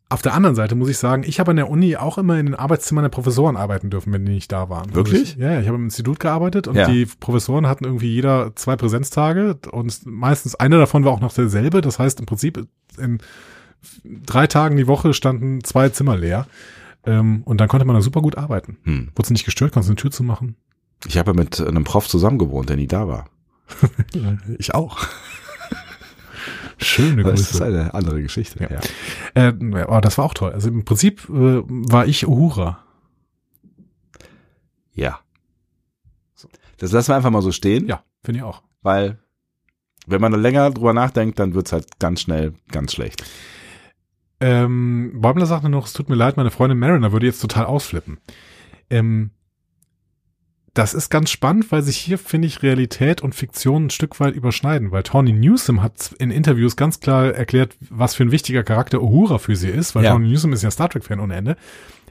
Speaker 2: Auf der anderen Seite muss ich sagen, ich habe an der Uni auch immer in den Arbeitszimmern der Professoren arbeiten dürfen, wenn die nicht da waren.
Speaker 1: Wirklich?
Speaker 2: Also ich, ja, ja, ich habe im Institut gearbeitet und
Speaker 1: Ja.
Speaker 2: die Professoren hatten irgendwie jeder zwei Präsenztage und meistens einer davon war auch noch derselbe. Das heißt, im Prinzip in drei Tagen die Woche standen zwei Zimmer leer. Ähm, und dann konnte man da super gut arbeiten.
Speaker 1: Hm.
Speaker 2: Wurdest du nicht gestört, konntest du eine Tür zumachen?
Speaker 1: Ich habe mit einem Prof zusammen gewohnt, der nie da war.
Speaker 2: Ich auch. Schöne
Speaker 1: Das ist halt
Speaker 2: Grüße.
Speaker 1: eine andere Geschichte.
Speaker 2: Ja. Äh, oh, das war auch toll. Also im Prinzip äh, war ich Uhura.
Speaker 1: Ja. Das lassen wir einfach mal so stehen,
Speaker 2: Ja, finde ich auch.
Speaker 1: weil wenn man da länger drüber nachdenkt, dann wird's halt ganz schnell ganz schlecht.
Speaker 2: Ähm, Bäumler sagte noch, es tut mir leid, meine Freundin Mariner würde jetzt total ausflippen. Ähm, das ist ganz spannend, weil sich hier, finde ich, Realität und Fiktion ein Stück weit überschneiden, weil Tawny Newsom hat in Interviews ganz klar erklärt, was für ein wichtiger Charakter Uhura für sie ist, weil
Speaker 1: Ja.
Speaker 2: Tawny Newsom ist ja Star Trek-Fan ohne Ende.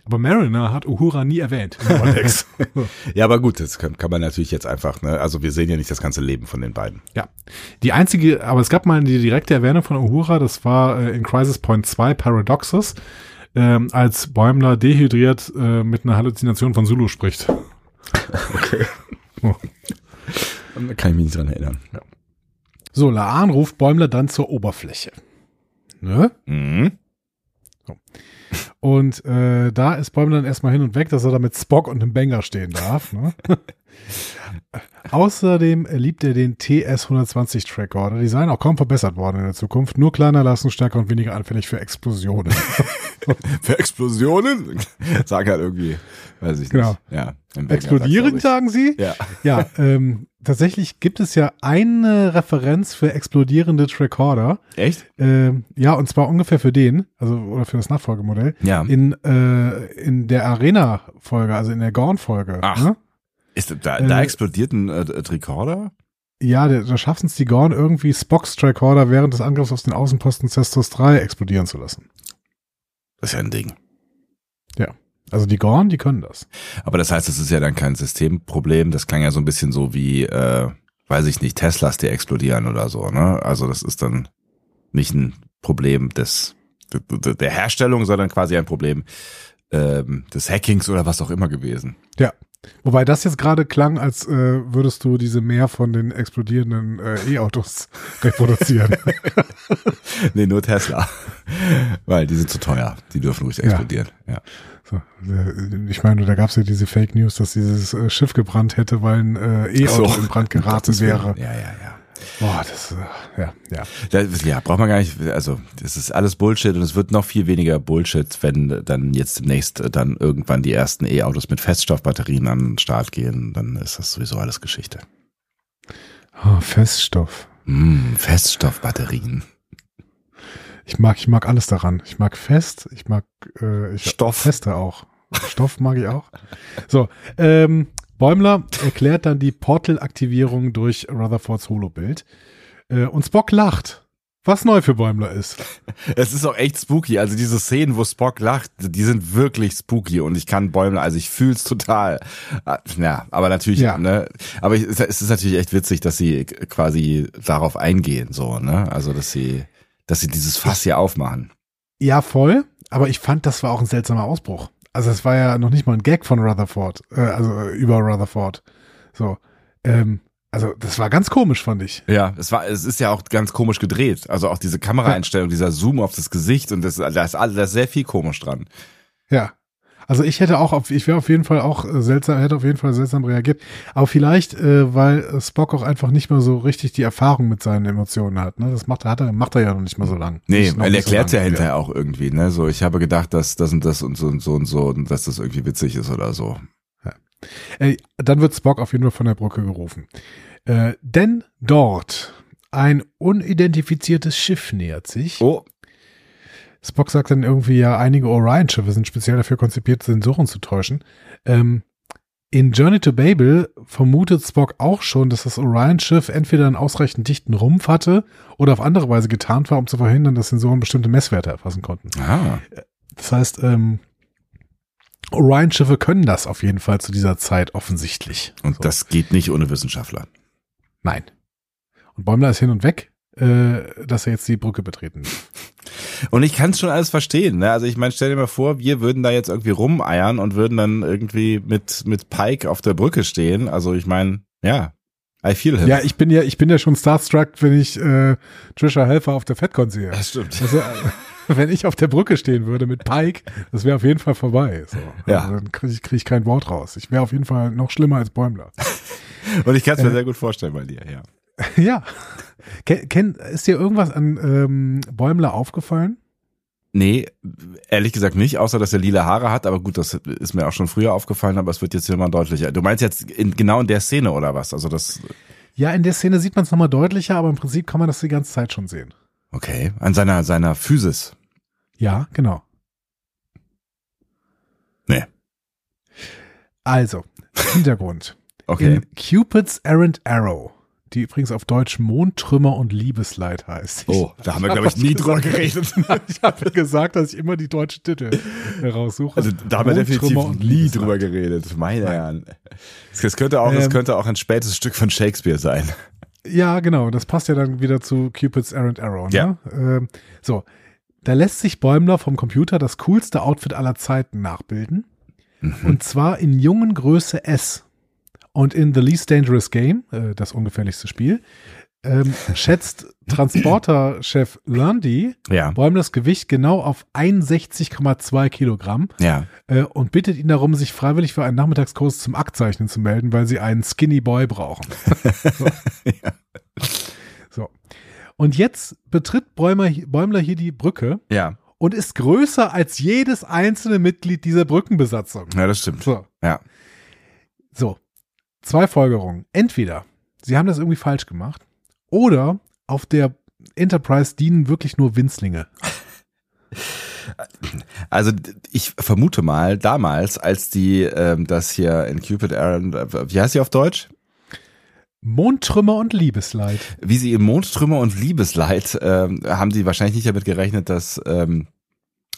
Speaker 2: Aber Mariner hat Uhura nie erwähnt. in Vortex.
Speaker 1: Ja, aber gut, das kann, kann man natürlich jetzt einfach, ne? Also wir sehen ja nicht das ganze Leben von den beiden.
Speaker 2: Ja. Die einzige, aber es gab mal die direkte Erwähnung von Uhura, das war äh, in Crisis Point 2 Paradoxes, ähm, als Bäumler dehydriert äh, mit einer Halluzination von Zulu spricht.
Speaker 1: Kann ich mich nicht dran erinnern.
Speaker 2: So, Laan ruft Bäumler dann zur Oberfläche. Ne?
Speaker 1: Mhm.
Speaker 2: Und äh, da ist Bäumler dann erstmal hin und weg, dass er da mit Spock und einem Banger stehen darf. Ne? Außerdem liebt er den TS-120 Trackorder. Die seien auch kaum verbessert worden in der Zukunft. Nur kleiner, leistungsstärker und weniger anfällig für Explosionen.
Speaker 1: Für Explosionen? Sagen halt irgendwie, weiß ich
Speaker 2: Genau.
Speaker 1: nicht. Ja, im Wenger
Speaker 2: Explodieren,
Speaker 1: sagt's auch
Speaker 2: sagen Sie?
Speaker 1: nicht. Ja.
Speaker 2: Ja, ähm, tatsächlich gibt es ja eine Referenz für explodierende Recorder.
Speaker 1: Echt?
Speaker 2: Ähm, ja, und zwar ungefähr für den, also oder für das Nachfolgemodell.
Speaker 1: Ja.
Speaker 2: In, äh, in der Arena-Folge, also in der Gorn-Folge.
Speaker 1: Ach.
Speaker 2: Ne?
Speaker 1: Ist, da, da
Speaker 2: Äh,
Speaker 1: explodiert ein äh, äh, Recorder?
Speaker 2: Ja, der- da schaffen es die Gorn irgendwie, Spocks Tricorder während des Angriffs auf den Außenposten Cestos 3 explodieren zu lassen.
Speaker 1: Das ist ja ein Ding.
Speaker 2: Also die Gorn, die können das.
Speaker 1: Aber das heißt, es ist ja dann kein Systemproblem. Das klang ja so ein bisschen so wie, äh, weiß ich nicht, Teslas, die explodieren oder so. Ne? Also das ist dann nicht ein Problem des der der Herstellung, sondern quasi ein Problem ähm, des Hackings oder was auch immer gewesen.
Speaker 2: Wobei das jetzt gerade klang, als äh, würdest du diese mehr von den explodierenden äh, E-Autos reproduzieren.
Speaker 1: Nee, nur Tesla. Weil die sind zu teuer. Die dürfen ruhig explodieren. Ja.
Speaker 2: So, äh, ich meine, da gab es ja diese Fake News, dass dieses äh, Schiff gebrannt hätte, weil ein äh, E-Auto
Speaker 1: Ach so. Um
Speaker 2: in Brand geraten wäre.
Speaker 1: Ja, ja, ja.
Speaker 2: Boah, das, äh, ja, ja.
Speaker 1: Das, ja, braucht man gar nicht. Also, das ist alles Bullshit und es wird noch viel weniger Bullshit, wenn dann jetzt demnächst äh, dann irgendwann die ersten E-Autos mit Feststoffbatterien an den Start gehen. Dann ist das sowieso alles Geschichte.
Speaker 2: Ah, Feststoff.
Speaker 1: Mm, Feststoffbatterien.
Speaker 2: Ich mag, ich mag alles daran. Ich mag fest, ich mag äh, ich,
Speaker 1: Stoff.
Speaker 2: Feste auch. Stoff mag ich auch. So, ähm, Bäumler erklärt dann die Portal-Aktivierung durch Rutherfords Holobild. Äh, und Spock lacht. Was neu für Bäumler ist.
Speaker 1: Es ist auch echt spooky. Also diese Szenen, wo Spock lacht, die sind wirklich spooky und ich kann Bäumler, also ich fühl's total. Ah, Ja, aber natürlich,
Speaker 2: Ja.
Speaker 1: ne? Aber ich, es ist natürlich echt witzig, dass sie quasi darauf eingehen, so, ne? Also, dass sie, dass sie dieses Fass hier aufmachen.
Speaker 2: Ja, voll. Aber ich fand, das war auch ein seltsamer Ausbruch. Also es war ja noch nicht mal ein Gag von Rutherford, äh, also äh, über Rutherford. So, ähm, also das war ganz komisch, fand ich.
Speaker 1: Ja, es war, es ist ja auch ganz komisch gedreht. Also auch diese Kameraeinstellung, dieser Zoom auf das Gesicht und das, da ist alles, da ist sehr viel komisch dran.
Speaker 2: Ja. Also ich hätte auch, auf, ich wäre auf jeden Fall auch äh, seltsam, hätte auf jeden Fall seltsam reagiert. Aber vielleicht, äh, weil äh, Spock auch einfach nicht mehr so richtig die Erfahrung mit seinen Emotionen hat. Ne? Das macht er, hat er, macht er ja noch nicht mal so lang.
Speaker 1: Nee,
Speaker 2: Nicht- noch
Speaker 1: er
Speaker 2: nicht so
Speaker 1: erklärt ja
Speaker 2: lang.
Speaker 1: hinterher auch irgendwie, ne? So, ich habe gedacht, dass das und das und so und so und so und dass das irgendwie witzig ist oder so.
Speaker 2: Äh, dann wird Spock auf jeden Fall von der Brücke gerufen. Äh, denn dort ein unidentifiziertes Schiff nähert sich.
Speaker 1: Oh,
Speaker 2: Spock sagt dann irgendwie, ja, einige Orion-Schiffe sind speziell dafür konzipiert, Sensoren zu täuschen. Ähm, in Journey to Babel vermutet Spock auch schon, dass das Orion-Schiff entweder einen ausreichend dichten Rumpf hatte oder auf andere Weise getarnt war, um zu verhindern, dass Sensoren bestimmte Messwerte erfassen konnten.
Speaker 1: ah,
Speaker 2: Das heißt, ähm, Orion-Schiffe können das auf jeden Fall zu dieser Zeit offensichtlich.
Speaker 1: und
Speaker 2: So.
Speaker 1: das geht nicht ohne Wissenschaftler.
Speaker 2: Nein. Und Bäumler ist hin und weg. äh, dass er jetzt die Brücke betreten wird.
Speaker 1: Und ich kann es schon alles verstehen. Ne? Also ich meine, stell dir mal vor, wir würden da jetzt irgendwie rumeiern und würden dann irgendwie mit, mit Pike auf der Brücke stehen. Also ich meine, ja, I feel him.
Speaker 2: Ja, ich bin ja, ich bin ja schon starstruck, wenn ich äh, Trisha Helfer auf der FedCon sehe.
Speaker 1: das stimmt.
Speaker 2: Also, äh, wenn ich auf der Brücke stehen würde mit Pike, das wäre auf jeden Fall vorbei. So.
Speaker 1: Ja.
Speaker 2: Also, dann kriege ich, krieg ich kein Wort raus. Ich wäre auf jeden Fall noch schlimmer als Bäumler.
Speaker 1: Und ich kann es
Speaker 2: äh,
Speaker 1: mir sehr gut vorstellen bei dir, ja.
Speaker 2: ja. Ken, Ken, ist dir irgendwas an ähm, Bäumler aufgefallen?
Speaker 1: Nee, ehrlich gesagt nicht, außer dass er lila Haare hat, aber gut, das ist mir auch schon früher aufgefallen, aber es wird jetzt hier mal deutlicher. Du meinst jetzt in, genau in der Szene oder was? Also das,
Speaker 2: Ja, in der Szene sieht man es nochmal deutlicher, aber im Prinzip kann man das die ganze Zeit schon sehen.
Speaker 1: okay, an seiner, seiner Physis.
Speaker 2: Ja, genau.
Speaker 1: Nee.
Speaker 2: Also, Hintergrund.
Speaker 1: Okay.
Speaker 2: In Cupid's Errant Arrow, die übrigens auf Deutsch Mondtrümmer und Liebesleid heißt.
Speaker 1: oh, da haben wir, glaube ich, nie drüber geredet.
Speaker 2: Ich habe gesagt, dass ich immer die deutschen Titel heraussuche.
Speaker 1: Also da haben wir definitiv
Speaker 2: Mondtrümmer und
Speaker 1: nie
Speaker 2: Liebesleid.
Speaker 1: drüber geredet, meine Herren. Das- Das könnte auch, das
Speaker 2: Ähm.
Speaker 1: könnte auch ein spätes Stück von Shakespeare sein.
Speaker 2: Ja, genau. Das passt ja dann wieder zu Cupid's Errant Arrow. Ne?
Speaker 1: Ja.
Speaker 2: Ähm, so, da lässt sich Bäumler vom Computer das coolste Outfit aller Zeiten nachbilden.
Speaker 1: Mhm.
Speaker 2: Und zwar in jungen Größe S. Und in The Least Dangerous Game, äh, das ungefährlichste Spiel, ähm, schätzt Transporterchef Lundy
Speaker 1: Ja,
Speaker 2: Bäumlers Gewicht genau auf 61,2 Kilogramm
Speaker 1: ja.
Speaker 2: äh, und bittet ihn darum, sich freiwillig für einen Nachmittagskurs zum Aktzeichnen zu melden, weil sie einen Skinny Boy brauchen.
Speaker 1: Ja.
Speaker 2: So. Und jetzt betritt Bäumer, Bäumler hier die Brücke
Speaker 1: Ja,
Speaker 2: und ist größer als jedes einzelne Mitglied dieser Brückenbesatzung.
Speaker 1: ja das stimmt.
Speaker 2: So.
Speaker 1: Ja.
Speaker 2: So. Zwei Folgerungen. Entweder sie haben das irgendwie falsch gemacht oder auf der Enterprise dienen wirklich nur Winzlinge.
Speaker 1: Also d- ich vermute mal, damals, als die ähm, das hier in Cupid Aaron, äh, wie heißt sie auf Deutsch?
Speaker 2: Mondtrümmer und Liebesleid.
Speaker 1: Wie sie im Mondströmer und Liebesleid, ähm, haben sie wahrscheinlich nicht damit gerechnet, dass, ähm,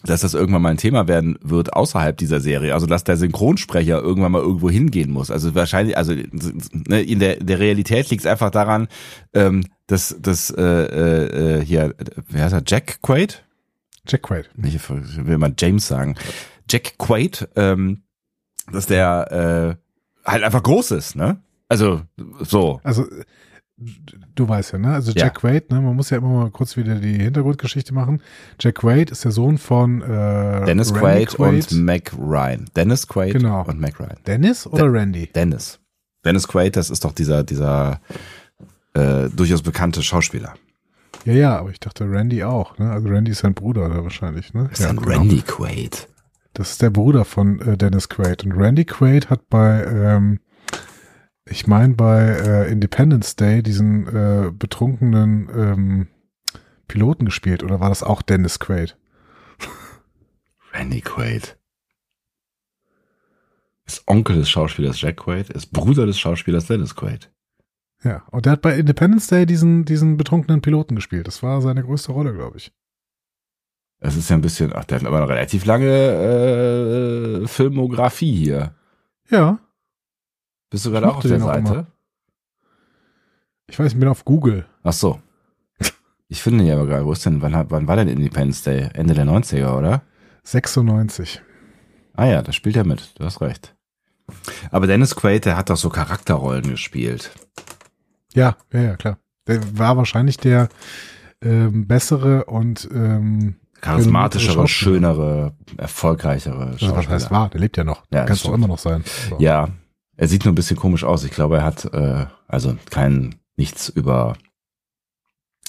Speaker 1: dass das irgendwann mal ein Thema werden wird außerhalb dieser Serie. Also dass der Synchronsprecher irgendwann mal irgendwo hingehen muss. Also wahrscheinlich, also ne, in der, der Realität liegt es einfach daran, ähm, dass, dass äh, äh, äh, hier, äh, wer heißt er, Jack Quaid?
Speaker 2: Jack Quaid.
Speaker 1: Nee, Ich will mal James sagen. Jack Quaid, ähm, dass der äh, halt einfach groß ist, ne? Also so.
Speaker 2: Also äh, du weißt ja, ne? Also
Speaker 1: Ja.
Speaker 2: Jack Quaid, ne? Man muss ja immer mal kurz wieder die Hintergrundgeschichte machen. Jack Quaid ist der Sohn von äh,
Speaker 1: Dennis
Speaker 2: Randy
Speaker 1: Quaid, und Mac Ryan. Dennis Quaid
Speaker 2: Genau.
Speaker 1: und Mac Ryan.
Speaker 2: Dennis oder Randy?
Speaker 1: Dennis. Dennis Quaid, das ist doch dieser, dieser äh, durchaus bekannte Schauspieler.
Speaker 2: Ja, ja, aber ich dachte Randy auch. Ne? Also Randy ist sein Bruder da wahrscheinlich. Ne?
Speaker 1: Ist
Speaker 2: ja,
Speaker 1: dann
Speaker 2: genau.
Speaker 1: Randy Quaid.
Speaker 2: Das ist der Bruder von äh, Dennis Quaid. Und Randy Quaid hat bei, ähm, ich meine bei äh, Independence Day diesen äh, betrunkenen ähm, Piloten gespielt. Oder war das auch Dennis Quaid?
Speaker 1: Randy Quaid. Ist Onkel des Schauspielers Jack Quaid, ist Bruder des Schauspielers Dennis Quaid.
Speaker 2: Ja, und der hat bei Independence Day diesen, diesen betrunkenen Piloten gespielt. Das war seine größte Rolle, glaube ich.
Speaker 1: Das ist ja ein bisschen, ach, der hat aber eine relativ lange äh, Filmografie hier.
Speaker 2: Ja,
Speaker 1: Bist du gerade
Speaker 2: Ich
Speaker 1: auch auf
Speaker 2: mochte
Speaker 1: der
Speaker 2: den auch
Speaker 1: Seite?
Speaker 2: immer. ich weiß, ich bin auf Google.
Speaker 1: Ach so. Ich finde ja aber gerade, wo ist denn, wann, hat- wann war denn Independence Day? Ende der 90er, oder?
Speaker 2: 96.
Speaker 1: Ah ja, da spielt er mit, du hast recht. Aber Dennis Quaid, der hat doch so Charakterrollen gespielt.
Speaker 2: Ja, ja, ja, klar. Der war wahrscheinlich der ähm, bessere und ähm,
Speaker 1: Charismatischere,
Speaker 2: Schauspieler.
Speaker 1: schönere, erfolgreichere
Speaker 2: Also was
Speaker 1: Schauspieler.
Speaker 2: heißt war? Der lebt ja noch.
Speaker 1: Ja, das
Speaker 2: Kannst du
Speaker 1: stimmt.
Speaker 2: immer noch sein. So.
Speaker 1: Ja, er sieht nur ein bisschen komisch aus. Ich glaube, er hat äh, also kein nichts über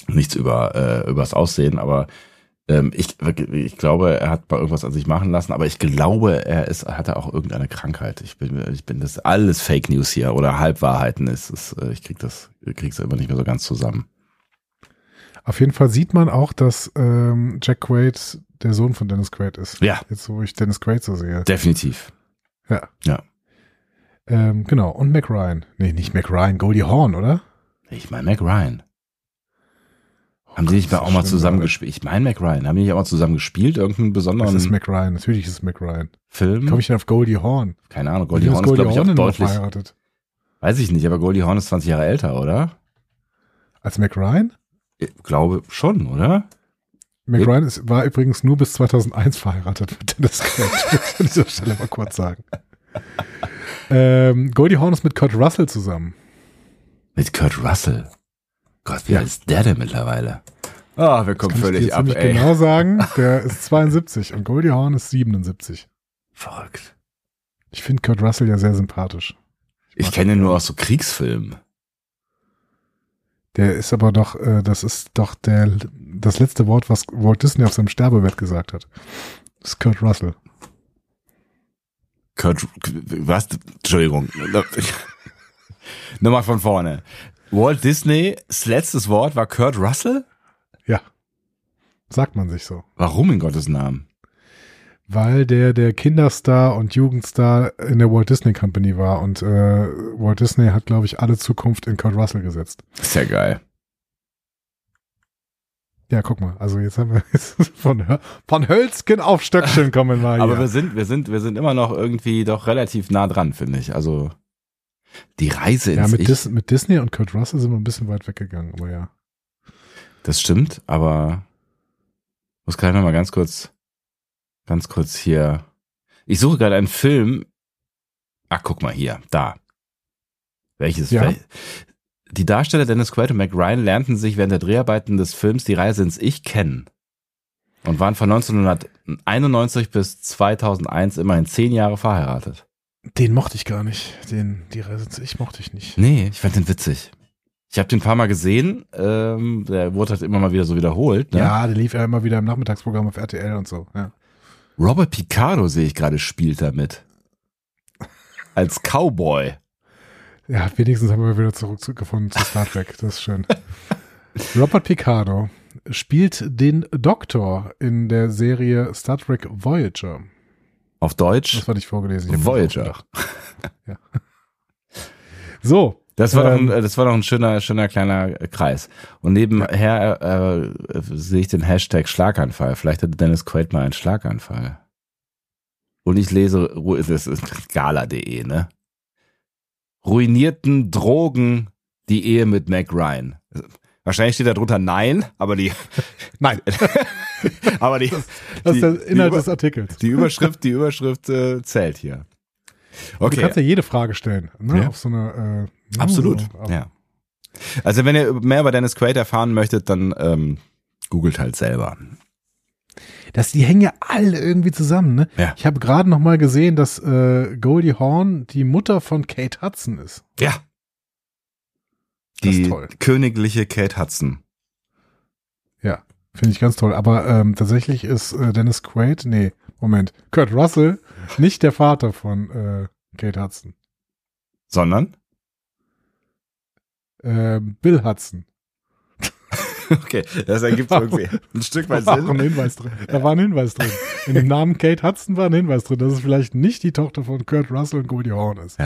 Speaker 1: nichts über äh, übers Aussehen, aber ähm, ich ich glaube, er hat mal irgendwas an sich machen lassen, aber ich glaube, er ist hatte auch irgendeine Krankheit. Ich bin ich bin das alles Fake News hier oder Halbwahrheiten ist es äh, ich krieg das ich krieg's immer nicht mehr so ganz zusammen.
Speaker 2: Auf jeden Fall sieht man auch, dass ähm, Jack Quaid der Sohn von Dennis Quaid ist.
Speaker 1: Ja,
Speaker 2: Jetzt, wo ich Dennis Quaid so sehe.
Speaker 1: definitiv.
Speaker 2: Ja.
Speaker 1: Ja.
Speaker 2: Ähm, genau. Und Mac Ryan. Nee, nicht Mac Ryan. Goldie Horn, oder?
Speaker 1: Ich meine Mac Ryan. Haben die nicht mal auch mal zusammen gespielt? Ich meine Mac Ryan. Haben die nicht auch mal zusammen gespielt? Irgendeinen
Speaker 2: Das
Speaker 1: besonderen
Speaker 2: ist Mac Ryan. Natürlich ist es Mac Ryan.
Speaker 1: Film?
Speaker 2: Komme ich denn auf Goldie Horn?
Speaker 1: Keine Ahnung, Goldie
Speaker 2: Wie
Speaker 1: Hawn ist, glaube ich,
Speaker 2: Horn
Speaker 1: auch
Speaker 2: denn noch
Speaker 1: deutlich.
Speaker 2: verheiratet?
Speaker 1: Weiß ich nicht, aber Goldie Hawn ist 20 Jahre älter, oder?
Speaker 2: Als Mac Ryan?
Speaker 1: Ich glaube schon, oder?
Speaker 2: Mac Ryan ist, war übrigens nur bis 2001 verheiratet mit Dennis Quaid. Das an dieser Stelle mal kurz sagen. Ähm, Goldie Hawn ist mit Kurt Russell zusammen.
Speaker 1: Mit Kurt Russell. Gott, wie
Speaker 2: Ja.
Speaker 1: alt ist der denn mittlerweile? Ah, wir kommen
Speaker 2: Kann ich dir
Speaker 1: völlig
Speaker 2: jetzt
Speaker 1: ab,
Speaker 2: nicht
Speaker 1: ey.
Speaker 2: genau sagen. Der ist 72 und Goldie Hawn ist 77.
Speaker 1: Verrückt.
Speaker 2: Ich finde Kurt Russell ja sehr sympathisch.
Speaker 1: Ich
Speaker 2: mag
Speaker 1: kenne nur aus so Kriegsfilmen.
Speaker 2: Der ist aber doch, äh, das ist doch der, das letzte Wort, was Walt Disney auf seinem Sterbebett gesagt hat. Das ist Kurt Russell.
Speaker 1: Kurt, was? Entschuldigung. Nochmal von vorne. Walt Disneys letztes Wort war Kurt Russell?
Speaker 2: Ja. Sagt man sich so.
Speaker 1: Warum in Gottes Namen?
Speaker 2: Weil der der Kinderstar und Jugendstar in der Walt Disney Company war und äh, Walt Disney hat, glaube ich, alle Zukunft in Kurt Russell gesetzt.
Speaker 1: Ist ja geil.
Speaker 2: Ja, guck mal. Also jetzt haben wir jetzt von, Hö- von Hölzgen auf Stöckchen kommen wir
Speaker 1: Aber
Speaker 2: hier.
Speaker 1: wir sind, wir sind, wir sind immer noch irgendwie doch relativ nah dran, finde ich. Also, die Reise
Speaker 2: ja,
Speaker 1: ins
Speaker 2: mit,
Speaker 1: Ich,
Speaker 2: Dis mit Disney und Kurt Russell sind wir ein bisschen weit weggegangen, aber ja.
Speaker 1: das stimmt, aber muss gerade noch mal ganz kurz, ganz kurz hier. Ich suche gerade einen Film. Ah, guck mal hier, da. Welches?
Speaker 2: Ja.
Speaker 1: Wel die Darsteller Dennis Quaid und Mac Ryan lernten sich während der Dreharbeiten des Films Die Reise ins Ich kennen und waren von 1991 bis 2001 immerhin zehn Jahre verheiratet.
Speaker 2: Den mochte ich gar nicht. Den, die Reise, ich mochte ich nicht.
Speaker 1: Nee, ich fand den witzig. Ich habe den ein paar Mal gesehen. Ähm, der wurde halt immer mal wieder so wiederholt. Ne?
Speaker 2: Ja, der lief ja immer wieder im Nachmittagsprogramm auf RTL und so. Ja.
Speaker 1: Robert Picardo sehe ich gerade spielt damit. Als Cowboy.
Speaker 2: ja, wenigstens haben wir wieder zurück- zurückgefunden zu Star Trek. Das ist schön. Robert Picardo spielt den Doktor in der Serie Star Trek Voyager.
Speaker 1: Auf Deutsch.
Speaker 2: Das war nicht vorgelesen. ich hab mir
Speaker 1: Voyager.
Speaker 2: das aufgedacht. So,
Speaker 1: Das war,
Speaker 2: Ähm.
Speaker 1: doch ein, das war doch ein schöner, schöner kleiner Kreis. Und nebenher äh, äh, sehe ich den Hashtag Schlaganfall. Vielleicht hatte Dennis Quaid mal einen Schlaganfall. Und ich lese, Ru- das ist gala.de, ne? Ruinierten Drogen die Ehe mit Mac Ryan. Wahrscheinlich steht da drunter nein, aber die,
Speaker 2: nein,
Speaker 1: aber die,
Speaker 2: das
Speaker 1: die,
Speaker 2: ist der Inhalt
Speaker 1: die,
Speaker 2: des
Speaker 1: Über-
Speaker 2: Artikels.
Speaker 1: die Überschrift, die Überschrift äh, zählt hier.
Speaker 2: Du kannst
Speaker 1: Okay,
Speaker 2: ja jede Frage stellen. Ne?
Speaker 1: Ja.
Speaker 2: Auf so eine, äh,
Speaker 1: absolut.
Speaker 2: So,
Speaker 1: Ja. Also wenn ihr mehr über Dennis Quaid erfahren möchtet, dann ähm, googelt halt selber.
Speaker 2: Das, die hängen ja alle irgendwie zusammen, ne?
Speaker 1: Ja.
Speaker 2: Ich habe gerade noch mal gesehen, dass äh, Goldie Hawn die Mutter von Kate Hudson ist.
Speaker 1: Ja.
Speaker 2: Das ist
Speaker 1: Die
Speaker 2: toll.
Speaker 1: königliche Kate Hudson.
Speaker 2: Ja, finde ich ganz toll. Aber ähm, tatsächlich ist äh, Dennis Quaid, nee, Moment, Kurt Russell nicht der Vater von äh, Kate Hudson.
Speaker 1: Sondern?
Speaker 2: Äh, Bill Hudson.
Speaker 1: Okay, das ergibt irgendwie ein Stück
Speaker 2: Da
Speaker 1: weit
Speaker 2: war auch ein
Speaker 1: Sinn.
Speaker 2: Hinweis drin. Da war ein Hinweis drin. In dem Namen Kate Hudson war ein Hinweis drin, dass es vielleicht nicht die Tochter von Kurt Russell und Goldie Hawn ist.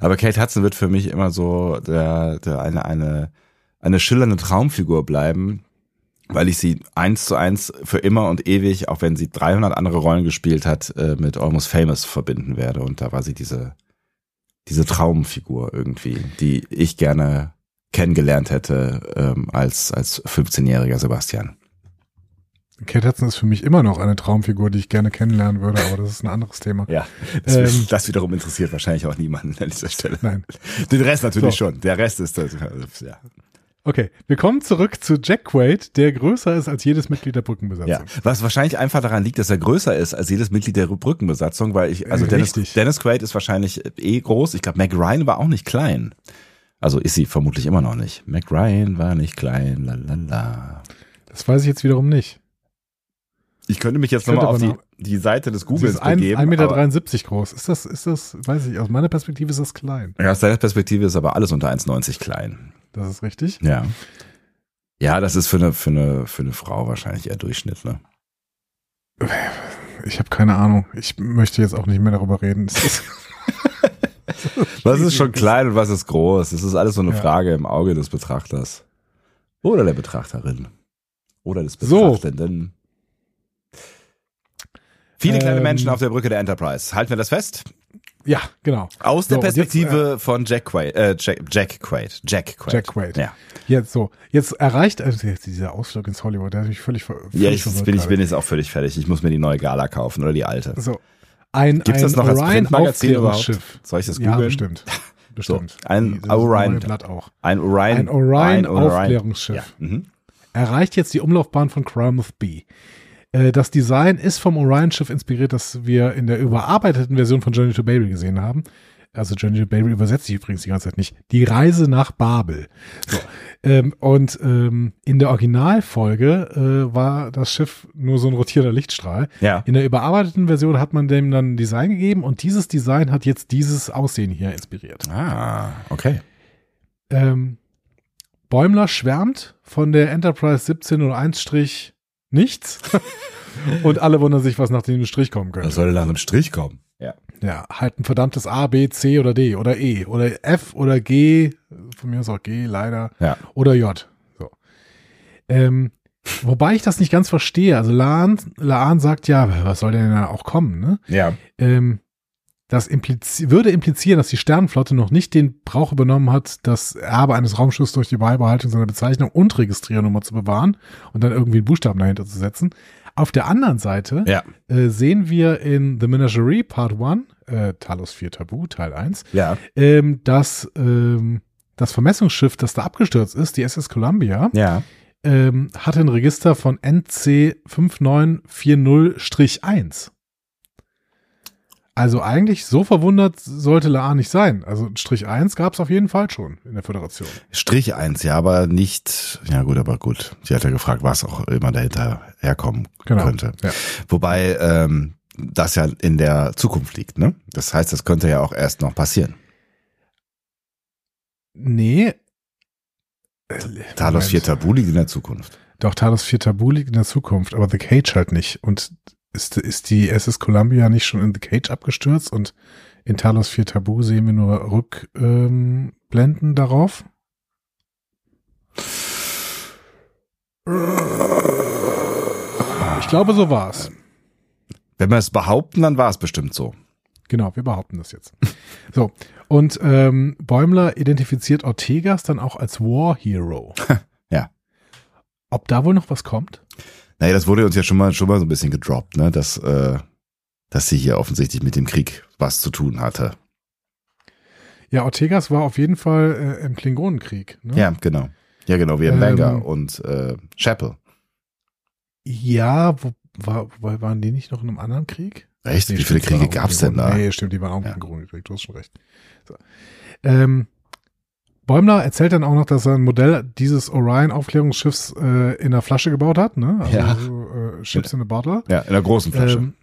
Speaker 1: Aber Kate Hudson wird für mich immer so der, der eine, eine, eine schillernde Traumfigur bleiben, weil ich sie eins zu eins für immer und ewig, auch wenn sie 300 andere Rollen gespielt hat, äh, mit Almost Famous verbinden werde. Und da war sie diese, diese Traumfigur irgendwie, die ich gerne kennengelernt hätte ähm, als, als 15-jähriger Sebastian.
Speaker 2: Kate Hudson ist für mich immer noch eine Traumfigur, die ich gerne kennenlernen würde, aber das ist ein anderes Thema.
Speaker 1: Ja, das,
Speaker 2: Ähm.
Speaker 1: das wiederum interessiert wahrscheinlich auch niemanden an dieser Stelle.
Speaker 2: Nein.
Speaker 1: Den Rest natürlich
Speaker 2: So.
Speaker 1: schon. Der Rest ist das. Ja.
Speaker 2: Okay, wir kommen zurück zu Jack Quaid, der größer ist als jedes Mitglied der
Speaker 1: Ja,
Speaker 2: Brückenbesatzung.
Speaker 1: was wahrscheinlich einfach daran liegt, dass er größer ist als jedes Mitglied der Brückenbesatzung, weil ich, also
Speaker 2: Äh,
Speaker 1: Dennis,
Speaker 2: richtig.
Speaker 1: Dennis Quaid ist wahrscheinlich eh groß. Ich glaube, Mac Ryan war auch nicht klein. Also ist sie vermutlich immer noch nicht. Mac Ryan war nicht klein, lalala.
Speaker 2: Das weiß ich jetzt wiederum nicht.
Speaker 1: Ich könnte mich jetzt
Speaker 2: Ich könnte
Speaker 1: nochmal auf die,
Speaker 2: aber
Speaker 1: die Seite des
Speaker 2: Sie
Speaker 1: Googles
Speaker 2: ist ein-
Speaker 1: begeben.
Speaker 2: 1,73
Speaker 1: aber-
Speaker 2: Meter groß. Ist das, ist das, weiß ich, aus meiner Perspektive ist das klein.
Speaker 1: Ja, aus deiner Perspektive ist aber alles unter 1,90 klein.
Speaker 2: Das ist richtig.
Speaker 1: Ja. Ja, das ist für eine, für eine, für eine Frau wahrscheinlich eher Durchschnitt, ne?
Speaker 2: Ich habe keine Ahnung. Ich möchte jetzt auch nicht mehr darüber reden. Es ist-
Speaker 1: Was ist schon klein und was ist groß? Das ist alles so eine
Speaker 2: Ja.
Speaker 1: Frage im Auge des Betrachters. Oder der Betrachterin. Oder des
Speaker 2: So.
Speaker 1: Betrachtenden. Viele kleine
Speaker 2: Ähm.
Speaker 1: Menschen auf der Brücke der Enterprise. Halten wir das fest?
Speaker 2: Ja, genau.
Speaker 1: Aus der
Speaker 2: So, und jetzt,
Speaker 1: Perspektive von Jack Quaid, äh, Jack, Jack Quaid, Jack Quaid.
Speaker 2: Jack Quaid.
Speaker 1: Ja,
Speaker 2: äh, Jetzt so. Jetzt erreicht also jetzt dieser Ausflug ins Hollywood, der hat mich völlig, ver völlig
Speaker 1: ja ich,
Speaker 2: verwirrt
Speaker 1: bin, ich
Speaker 2: gerade.
Speaker 1: bin jetzt auch völlig fertig. Ich muss mir die neue Gala kaufen oder die alte.
Speaker 2: So. Ein,
Speaker 1: Gibt's
Speaker 2: ein
Speaker 1: das noch als Printmagazin
Speaker 2: Orion-Aufklärungsschiff.
Speaker 1: überhaupt? Soll ich das
Speaker 2: Ja,
Speaker 1: googeln?
Speaker 2: bestimmt. Bestimmt.
Speaker 1: ein
Speaker 2: Die- das
Speaker 1: Orion-
Speaker 2: neue Blatt auch.
Speaker 1: Ein Orion.
Speaker 2: Ein Orion-Aufklärungsschiff.
Speaker 1: Ja. Mhm.
Speaker 2: Erreicht jetzt die Umlaufbahn von Crownmouth B. Äh, Das Design ist vom Orion-Schiff inspiriert, das wir in der überarbeiteten Version von Journey to Babel gesehen haben. Also Journey to Babel übersetzt sich übrigens die ganze Zeit nicht. Die Reise nach Babel. So. ähm, und ähm, in der Originalfolge äh, war das Schiff nur so ein rotierender Lichtstrahl.
Speaker 1: ja.
Speaker 2: In der überarbeiteten Version hat man dem dann ein Design gegeben und dieses Design hat jetzt dieses Aussehen hier inspiriert.
Speaker 1: Ah, okay.
Speaker 2: Ähm, Bäumler schwärmt von der Enterprise 1701- nichts. und alle wundern sich, was nach dem Strich kommen könnte.
Speaker 1: Das sollte nach einem Strich kommen. Ja.
Speaker 2: ja, halt ein verdammtes A, B, C oder D oder E oder F oder G. Von mir aus auch G, leider.
Speaker 1: Ja.
Speaker 2: Oder J. So. Ähm, wobei ich das nicht ganz verstehe. Also Laan, Laan sagt ja, was soll denn da auch kommen, ne?
Speaker 1: Ja.
Speaker 2: ähm, das impliz würde implizieren, dass die Sternenflotte noch nicht den Brauch übernommen hat, das Erbe eines Raumschiffs durch die Beibehaltung seiner Bezeichnung und Registriernummer zu bewahren und dann irgendwie einen Buchstaben dahinter zu setzen. Auf der anderen Seite
Speaker 1: Ja.
Speaker 2: äh, sehen wir in The Menagerie Part 1, äh, Talos 4 Tabu, Teil 1,
Speaker 1: Ja.
Speaker 2: ähm, dass ähm, das Vermessungsschiff, das da abgestürzt ist, die SS Columbia,
Speaker 1: Ja.
Speaker 2: ähm, hatte ein Register von NC 5940-1. Also eigentlich so verwundert sollte Laan nicht sein. Also ein Strich 1 gab es auf jeden Fall schon in der Föderation.
Speaker 1: Strich eins, ja, aber nicht. Ja, gut, aber gut. Sie hat ja gefragt, was auch immer dahinter herkommen
Speaker 2: Genau.
Speaker 1: könnte.
Speaker 2: Ja.
Speaker 1: Wobei ähm, das ja in der Zukunft liegt, ne? Das heißt, das könnte ja auch erst noch passieren.
Speaker 2: Nee.
Speaker 1: Talos 4
Speaker 2: Moment.
Speaker 1: Tabu liegt in der Zukunft.
Speaker 2: Doch, Talos 4 Tabu liegt in der Zukunft, aber The Cage halt nicht. Und ist, ist die SS Columbia nicht schon in The Cage abgestürzt? Und in Talos 4 Tabu sehen wir nur Rückblenden ähm, Blenden darauf? Ich glaube, so war's.
Speaker 1: Wenn wir es behaupten, dann war es bestimmt so.
Speaker 2: Genau, wir behaupten das jetzt. So, und ähm, Bäumler identifiziert Ortegas dann auch als War Hero.
Speaker 1: Ja.
Speaker 2: Ob da wohl noch was kommt?
Speaker 1: Naja, das wurde uns ja schon mal, schon mal so ein bisschen gedroppt, ne? Dass, äh, dass sie hier offensichtlich mit dem Krieg was zu tun hatte.
Speaker 2: Ja, Ortegas war auf jeden Fall äh, im Klingonenkrieg. Ne?
Speaker 1: Ja, genau. Ja, genau, wie in
Speaker 2: Ähm.
Speaker 1: Bangor und äh, Chapel.
Speaker 2: Ja, wo, war, wobei waren die nicht noch in einem anderen Krieg?
Speaker 1: Echt?
Speaker 2: Nee,
Speaker 1: wie viele
Speaker 2: stimmt, die
Speaker 1: Kriege
Speaker 2: waren auch
Speaker 1: gab's
Speaker 2: im
Speaker 1: denn da?
Speaker 2: Klingonenkrieg. Nee, stimmt, die waren auch im
Speaker 1: Ja.
Speaker 2: Klingonenkrieg, du hast schon recht. So. Ähm, Bäumler erzählt dann auch noch, dass er ein Modell dieses Orion-Aufklärungsschiffs äh, in der Flasche gebaut hat, ne? Also
Speaker 1: Ja.
Speaker 2: so, äh, Ships in a Bottle.
Speaker 1: Ja, in der großen Flasche.
Speaker 2: Ähm,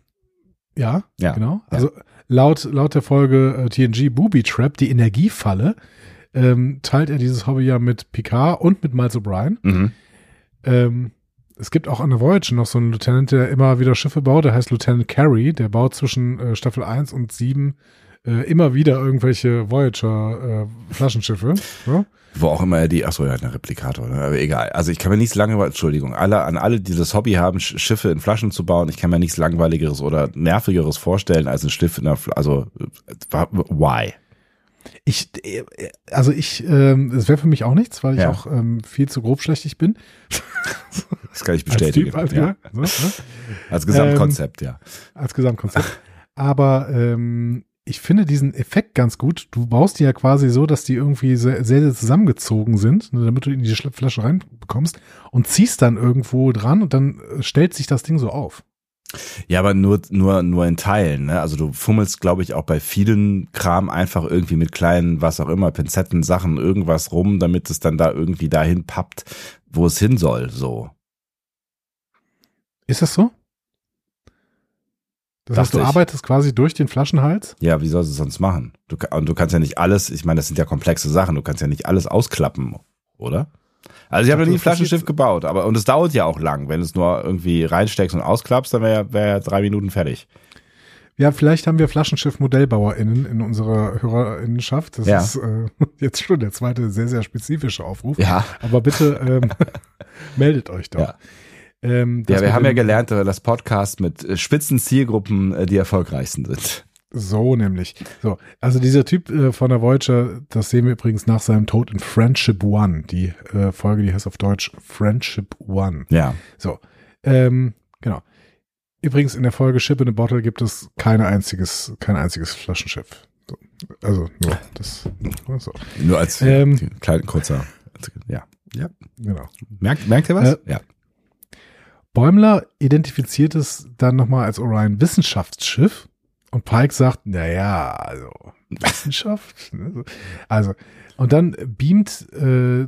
Speaker 2: ja,
Speaker 1: Ja,
Speaker 2: genau. Also laut, laut der Folge äh, TNG Booby Trap, die Energiefalle, ähm, teilt er dieses Hobby ja mit Picard und mit Miles O'Brien.
Speaker 1: mhm.
Speaker 2: Ähm, es gibt auch an der Voyager noch so einen Lieutenant, der immer wieder Schiffe baut, der heißt Lieutenant Carey, der baut zwischen äh, Staffel 1 und 7 äh, immer wieder irgendwelche äh, Voyager-Flaschenschiffe. so.
Speaker 1: Wo auch immer er die, achso, ja, eine Replikator, ne? aber egal. Also ich kann mir nichts langweiliges, Entschuldigung, alle, an alle, die das Hobby haben, Sch- Schiffe in Flaschen zu bauen, ich kann mir nichts langweiligeres oder nervigeres vorstellen als ein Schiff in der, Fl- also, äh, why?
Speaker 2: Ich, äh, also ich, ähm, es wäre für mich auch nichts, weil ich
Speaker 1: Ja.
Speaker 2: auch ähm, viel zu grobschlächtig bin.
Speaker 1: Das kann ich
Speaker 2: Als
Speaker 1: bestätigen.
Speaker 2: Typ, also,
Speaker 1: ja.
Speaker 2: ja, Ähm. so, ne?
Speaker 1: als Gesamtkonzept, ja.
Speaker 2: als Gesamtkonzept. Aber ähm, ich finde diesen Effekt ganz gut. Du baust die ja quasi so, dass die irgendwie sehr, sehr sehr zusammengezogen sind, ne, damit du in die Schla- Flasche reinbekommst und ziehst dann irgendwo dran und dann äh, stellt sich das Ding so auf.
Speaker 1: Ja, aber nur, nur, nur in Teilen. Ne? Also du fummelst, glaube ich, auch bei vielen Kram einfach irgendwie mit kleinen, was auch immer, Pinzetten, Sachen, irgendwas rum, damit es dann da irgendwie dahin pappt, wo es hin soll. So.
Speaker 2: Ist das so? Das heißt,
Speaker 1: Dachte
Speaker 2: du
Speaker 1: ich.
Speaker 2: arbeitest quasi durch den Flaschenhals?
Speaker 1: Ja, wie sollst du es sonst machen? Du, ka- und du kannst ja nicht alles, ich meine, das sind ja komplexe Sachen, du kannst ja nicht alles ausklappen, oder? Also ich habe
Speaker 2: Ach,
Speaker 1: noch nie
Speaker 2: du
Speaker 1: ein Flaschenschiff
Speaker 2: verstehst-
Speaker 1: gebaut, aber und es dauert ja auch lang. Wenn du es nur irgendwie reinsteckst und ausklappst, dann wäre ja, wär ja drei Minuten fertig.
Speaker 2: Ja, vielleicht haben wir Flaschenschiff-ModellbauerInnen in unserer Hörerinnenschaft. Das
Speaker 1: Ja.
Speaker 2: ist äh, jetzt schon der zweite sehr, sehr spezifische Aufruf.
Speaker 1: Ja.
Speaker 2: Aber bitte ähm, meldet euch doch.
Speaker 1: Ja.
Speaker 2: Ähm, das
Speaker 1: Ja, wir
Speaker 2: mit
Speaker 1: haben ja
Speaker 2: dem-
Speaker 1: gelernt, dass Podcast mit äh, spitzen Zielgruppen äh, die äh, erfolgreichsten sind.
Speaker 2: So nämlich. So, also dieser Typ äh, von der Voyager, das sehen wir übrigens nach seinem Tod in Friendship One. Die äh, Folge, die heißt auf Deutsch Friendship One.
Speaker 1: Ja.
Speaker 2: So, ähm, genau. Übrigens in der Folge Ship in a Bottle gibt es keine einziges, kein einziges Flaschenschiff. So, also nur das. So,
Speaker 1: Nur als
Speaker 2: Ähm.
Speaker 1: kleiner, kurzer. Ja. ja.
Speaker 2: genau.
Speaker 1: Merkt, merkt ihr was? ja.
Speaker 2: Bäumler identifiziert es dann nochmal als Orion Wissenschaftsschiff und Pike sagt, naja, also Wissenschaft. ne, so. also, und dann beamt äh,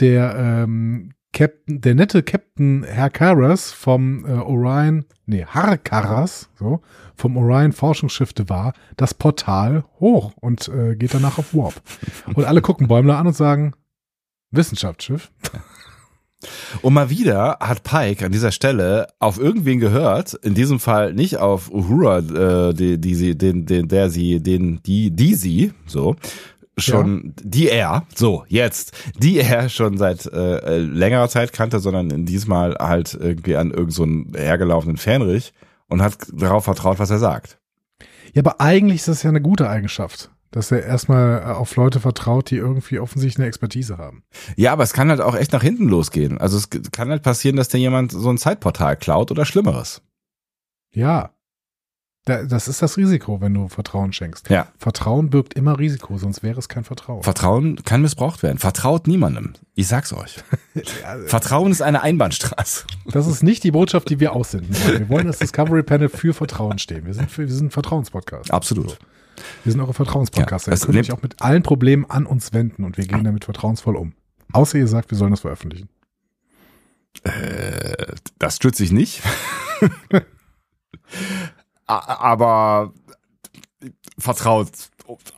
Speaker 2: der ähm, Captain, der nette Captain Harkaras vom äh, Orion, nee, Harkaras, so, vom Orion Forschungsschiff war das Portal hoch und äh, geht danach auf Warp. Und alle gucken Bäumler an und sagen, Wissenschaftsschiff.
Speaker 1: Und mal wieder hat Pike an dieser Stelle auf irgendwen gehört, in diesem Fall nicht auf Uhura, äh, die, die sie, den, den, der sie, den, die, die sie, so, schon, die er, so, jetzt, die er schon seit äh, äh, längerer Zeit kannte, sondern in diesmal halt irgendwie an irgendeinen so einen hergelaufenen Fähnrich und hat darauf vertraut, was er sagt.
Speaker 2: Ja, aber eigentlich ist das ja eine gute Eigenschaft, dass er erstmal äh, auf Leute vertraut, die irgendwie offensichtlich eine Expertise haben.
Speaker 1: Ja, aber es kann halt auch echt nach hinten losgehen. Also es kann halt passieren, dass dir jemand so ein Zeitportal klaut oder Schlimmeres.
Speaker 2: Ja. Da, das ist das Risiko, wenn du Vertrauen schenkst.
Speaker 1: Ja.
Speaker 2: Vertrauen birgt immer Risiko, sonst wäre es kein Vertrauen.
Speaker 1: Vertrauen kann missbraucht werden. Vertraut niemandem. Ich sag's euch. Vertrauen ist eine Einbahnstraße.
Speaker 2: Das ist nicht die Botschaft, die wir aussenden wollen. Wir wollen das Discovery Panel für Vertrauen stehen. Wir sind, für, wir sind ein Vertrauenspodcast.
Speaker 1: Absolut.
Speaker 2: Wir sind auch ein Vertrauenspodcast.
Speaker 1: Ja,
Speaker 2: Ja,
Speaker 1: es
Speaker 2: ihr könnt
Speaker 1: nimmt-
Speaker 2: euch auch mit allen Problemen an uns wenden und wir gehen damit vertrauensvoll um. Außer ihr sagt, wir sollen das veröffentlichen.
Speaker 1: Äh, das stütze ich nicht. A- Aber vertraut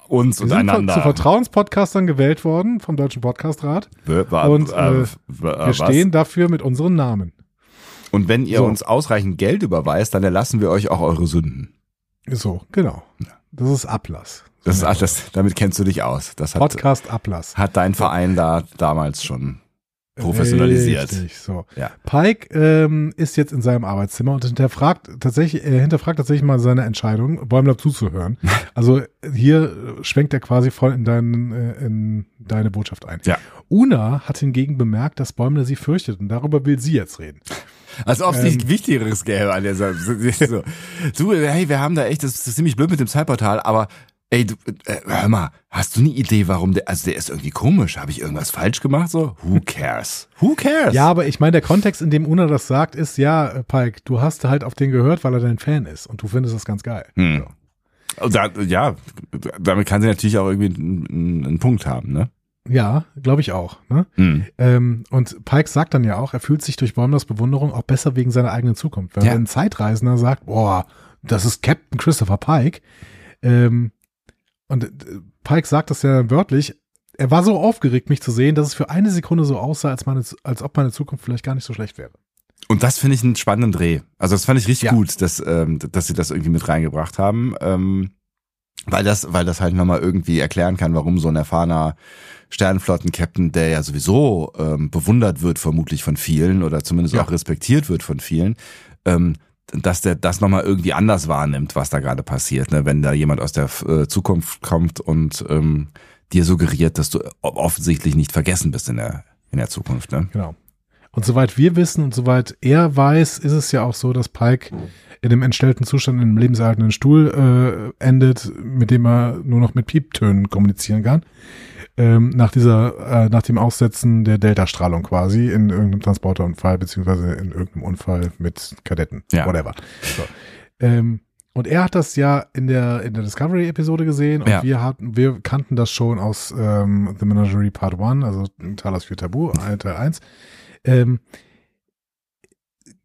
Speaker 1: uns
Speaker 2: Wir
Speaker 1: und
Speaker 2: sind von- zu
Speaker 1: einander.
Speaker 2: Vertrauenspodcastern gewählt worden vom Deutschen Podcastrat.
Speaker 1: Wir- wa-
Speaker 2: Und,
Speaker 1: äh,
Speaker 2: äh,
Speaker 1: wa-
Speaker 2: Wir
Speaker 1: was?
Speaker 2: stehen dafür mit unseren Namen.
Speaker 1: Und wenn ihr
Speaker 2: So.
Speaker 1: uns ausreichend Geld überweist, dann erlassen wir euch auch eure Sünden.
Speaker 2: So, genau. Das ist Ablass.
Speaker 1: Das ist alles, das, damit kennst du dich aus. Das hat,
Speaker 2: Podcast Ablass.
Speaker 1: hat dein Verein da damals schon professionalisiert.
Speaker 2: Richtig, so.
Speaker 1: Ja.
Speaker 2: Pike ähm, ist jetzt in seinem Arbeitszimmer und hinterfragt tatsächlich, er hinterfragt tatsächlich mal seine Entscheidung, Bäumler zuzuhören. Also hier äh, schwenkt er quasi voll in, deinen, äh, in deine Botschaft ein.
Speaker 1: Ja.
Speaker 2: Una hat hingegen bemerkt, dass Bäumler sie fürchtet und darüber will sie jetzt reden.
Speaker 1: Als ob es Also nicht Wichtigeres gäbe an der Sa- so. Du, hey, wir haben da echt, das ist ziemlich blöd mit dem Zeitportal, aber ey, du, äh, hör mal, hast du eine Idee, warum der, also der ist irgendwie komisch, habe ich irgendwas falsch gemacht so? Who cares? Who cares?
Speaker 2: Ja, aber ich meine, der Kontext, in dem Una das sagt, ist ja, äh, Pike, du hast halt auf den gehört, weil er dein Fan ist und du findest das ganz geil.
Speaker 1: Hm.
Speaker 2: So.
Speaker 1: Und Da, ja, damit kann sie natürlich auch irgendwie einen, einen, einen Punkt haben, ne?
Speaker 2: Ja, glaube ich auch. Ne?
Speaker 1: Hm.
Speaker 2: Ähm, und Pike sagt dann ja auch, er fühlt sich durch Bäumlers Bewunderung auch besser wegen seiner eigenen Zukunft. Weil
Speaker 1: Ja.
Speaker 2: wenn ein Zeitreisender sagt, boah, das ist Captain Christopher Pike, ähm, und äh, Pike sagt das ja dann wörtlich, er war so aufgeregt, mich zu sehen, dass es für eine Sekunde so aussah, als, meine, als ob meine Zukunft vielleicht gar nicht so schlecht wäre.
Speaker 1: Und das finde ich einen spannenden Dreh. Also das fand ich richtig
Speaker 2: Ja.
Speaker 1: gut, dass, ähm, dass sie das irgendwie mit reingebracht haben. Ähm, weil das, weil das halt nochmal irgendwie erklären kann, warum so ein erfahrener Sternflotten-Captain, der ja sowieso ähm, bewundert wird, vermutlich von vielen oder zumindest
Speaker 2: Ja.
Speaker 1: auch respektiert wird von vielen, ähm, dass der das nochmal irgendwie anders wahrnimmt, was da gerade passiert. Ne? Wenn da jemand aus der äh, Zukunft kommt und ähm, dir suggeriert, dass du offensichtlich nicht vergessen bist in der, in der Zukunft. Ne?
Speaker 2: Genau. Und soweit wir wissen und soweit er weiß, ist es ja auch so, dass Pike in dem entstellten Zustand in einem lebenserhaltenden Stuhl äh, endet, mit dem er nur noch mit Pieptönen kommunizieren kann. Ähm, nach dieser, äh, nach dem Aussetzen der Delta-Strahlung quasi in irgendeinem Transporterunfall beziehungsweise in irgendeinem Unfall mit Kadetten,
Speaker 1: Ja.
Speaker 2: whatever. So. Ähm, und er hat das ja in der in der Discovery-Episode gesehen und
Speaker 1: Ja.
Speaker 2: wir hatten, wir kannten das schon aus ähm, The Menagerie Part 1, also Talos für Tabu, äh, Teil 1. Ähm,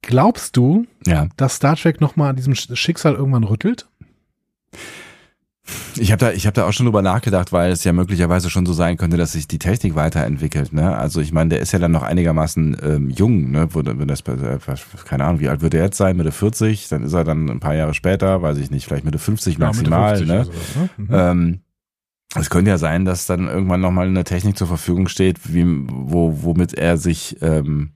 Speaker 2: glaubst du,
Speaker 1: Ja.
Speaker 2: dass Star Trek nochmal an diesem Sch- Schicksal irgendwann rüttelt?
Speaker 1: Ich habe da, ich habe da auch schon drüber nachgedacht, weil es ja möglicherweise schon so sein könnte, dass sich die Technik weiterentwickelt. Ne? Also ich meine, der ist ja dann noch einigermaßen ähm, jung. Ne? Wo, wenn das, äh, keine Ahnung, wie alt wird er jetzt sein? Mitte 40? Dann ist er dann ein paar Jahre später, weiß ich nicht, vielleicht Mitte 50 maximal.
Speaker 2: Ja, mit 50
Speaker 1: ne?
Speaker 2: oder sowas, ne? Mhm.
Speaker 1: Ähm, es könnte ja sein, dass dann irgendwann nochmal eine Technik zur Verfügung steht, wie, wo, womit er sich, ähm,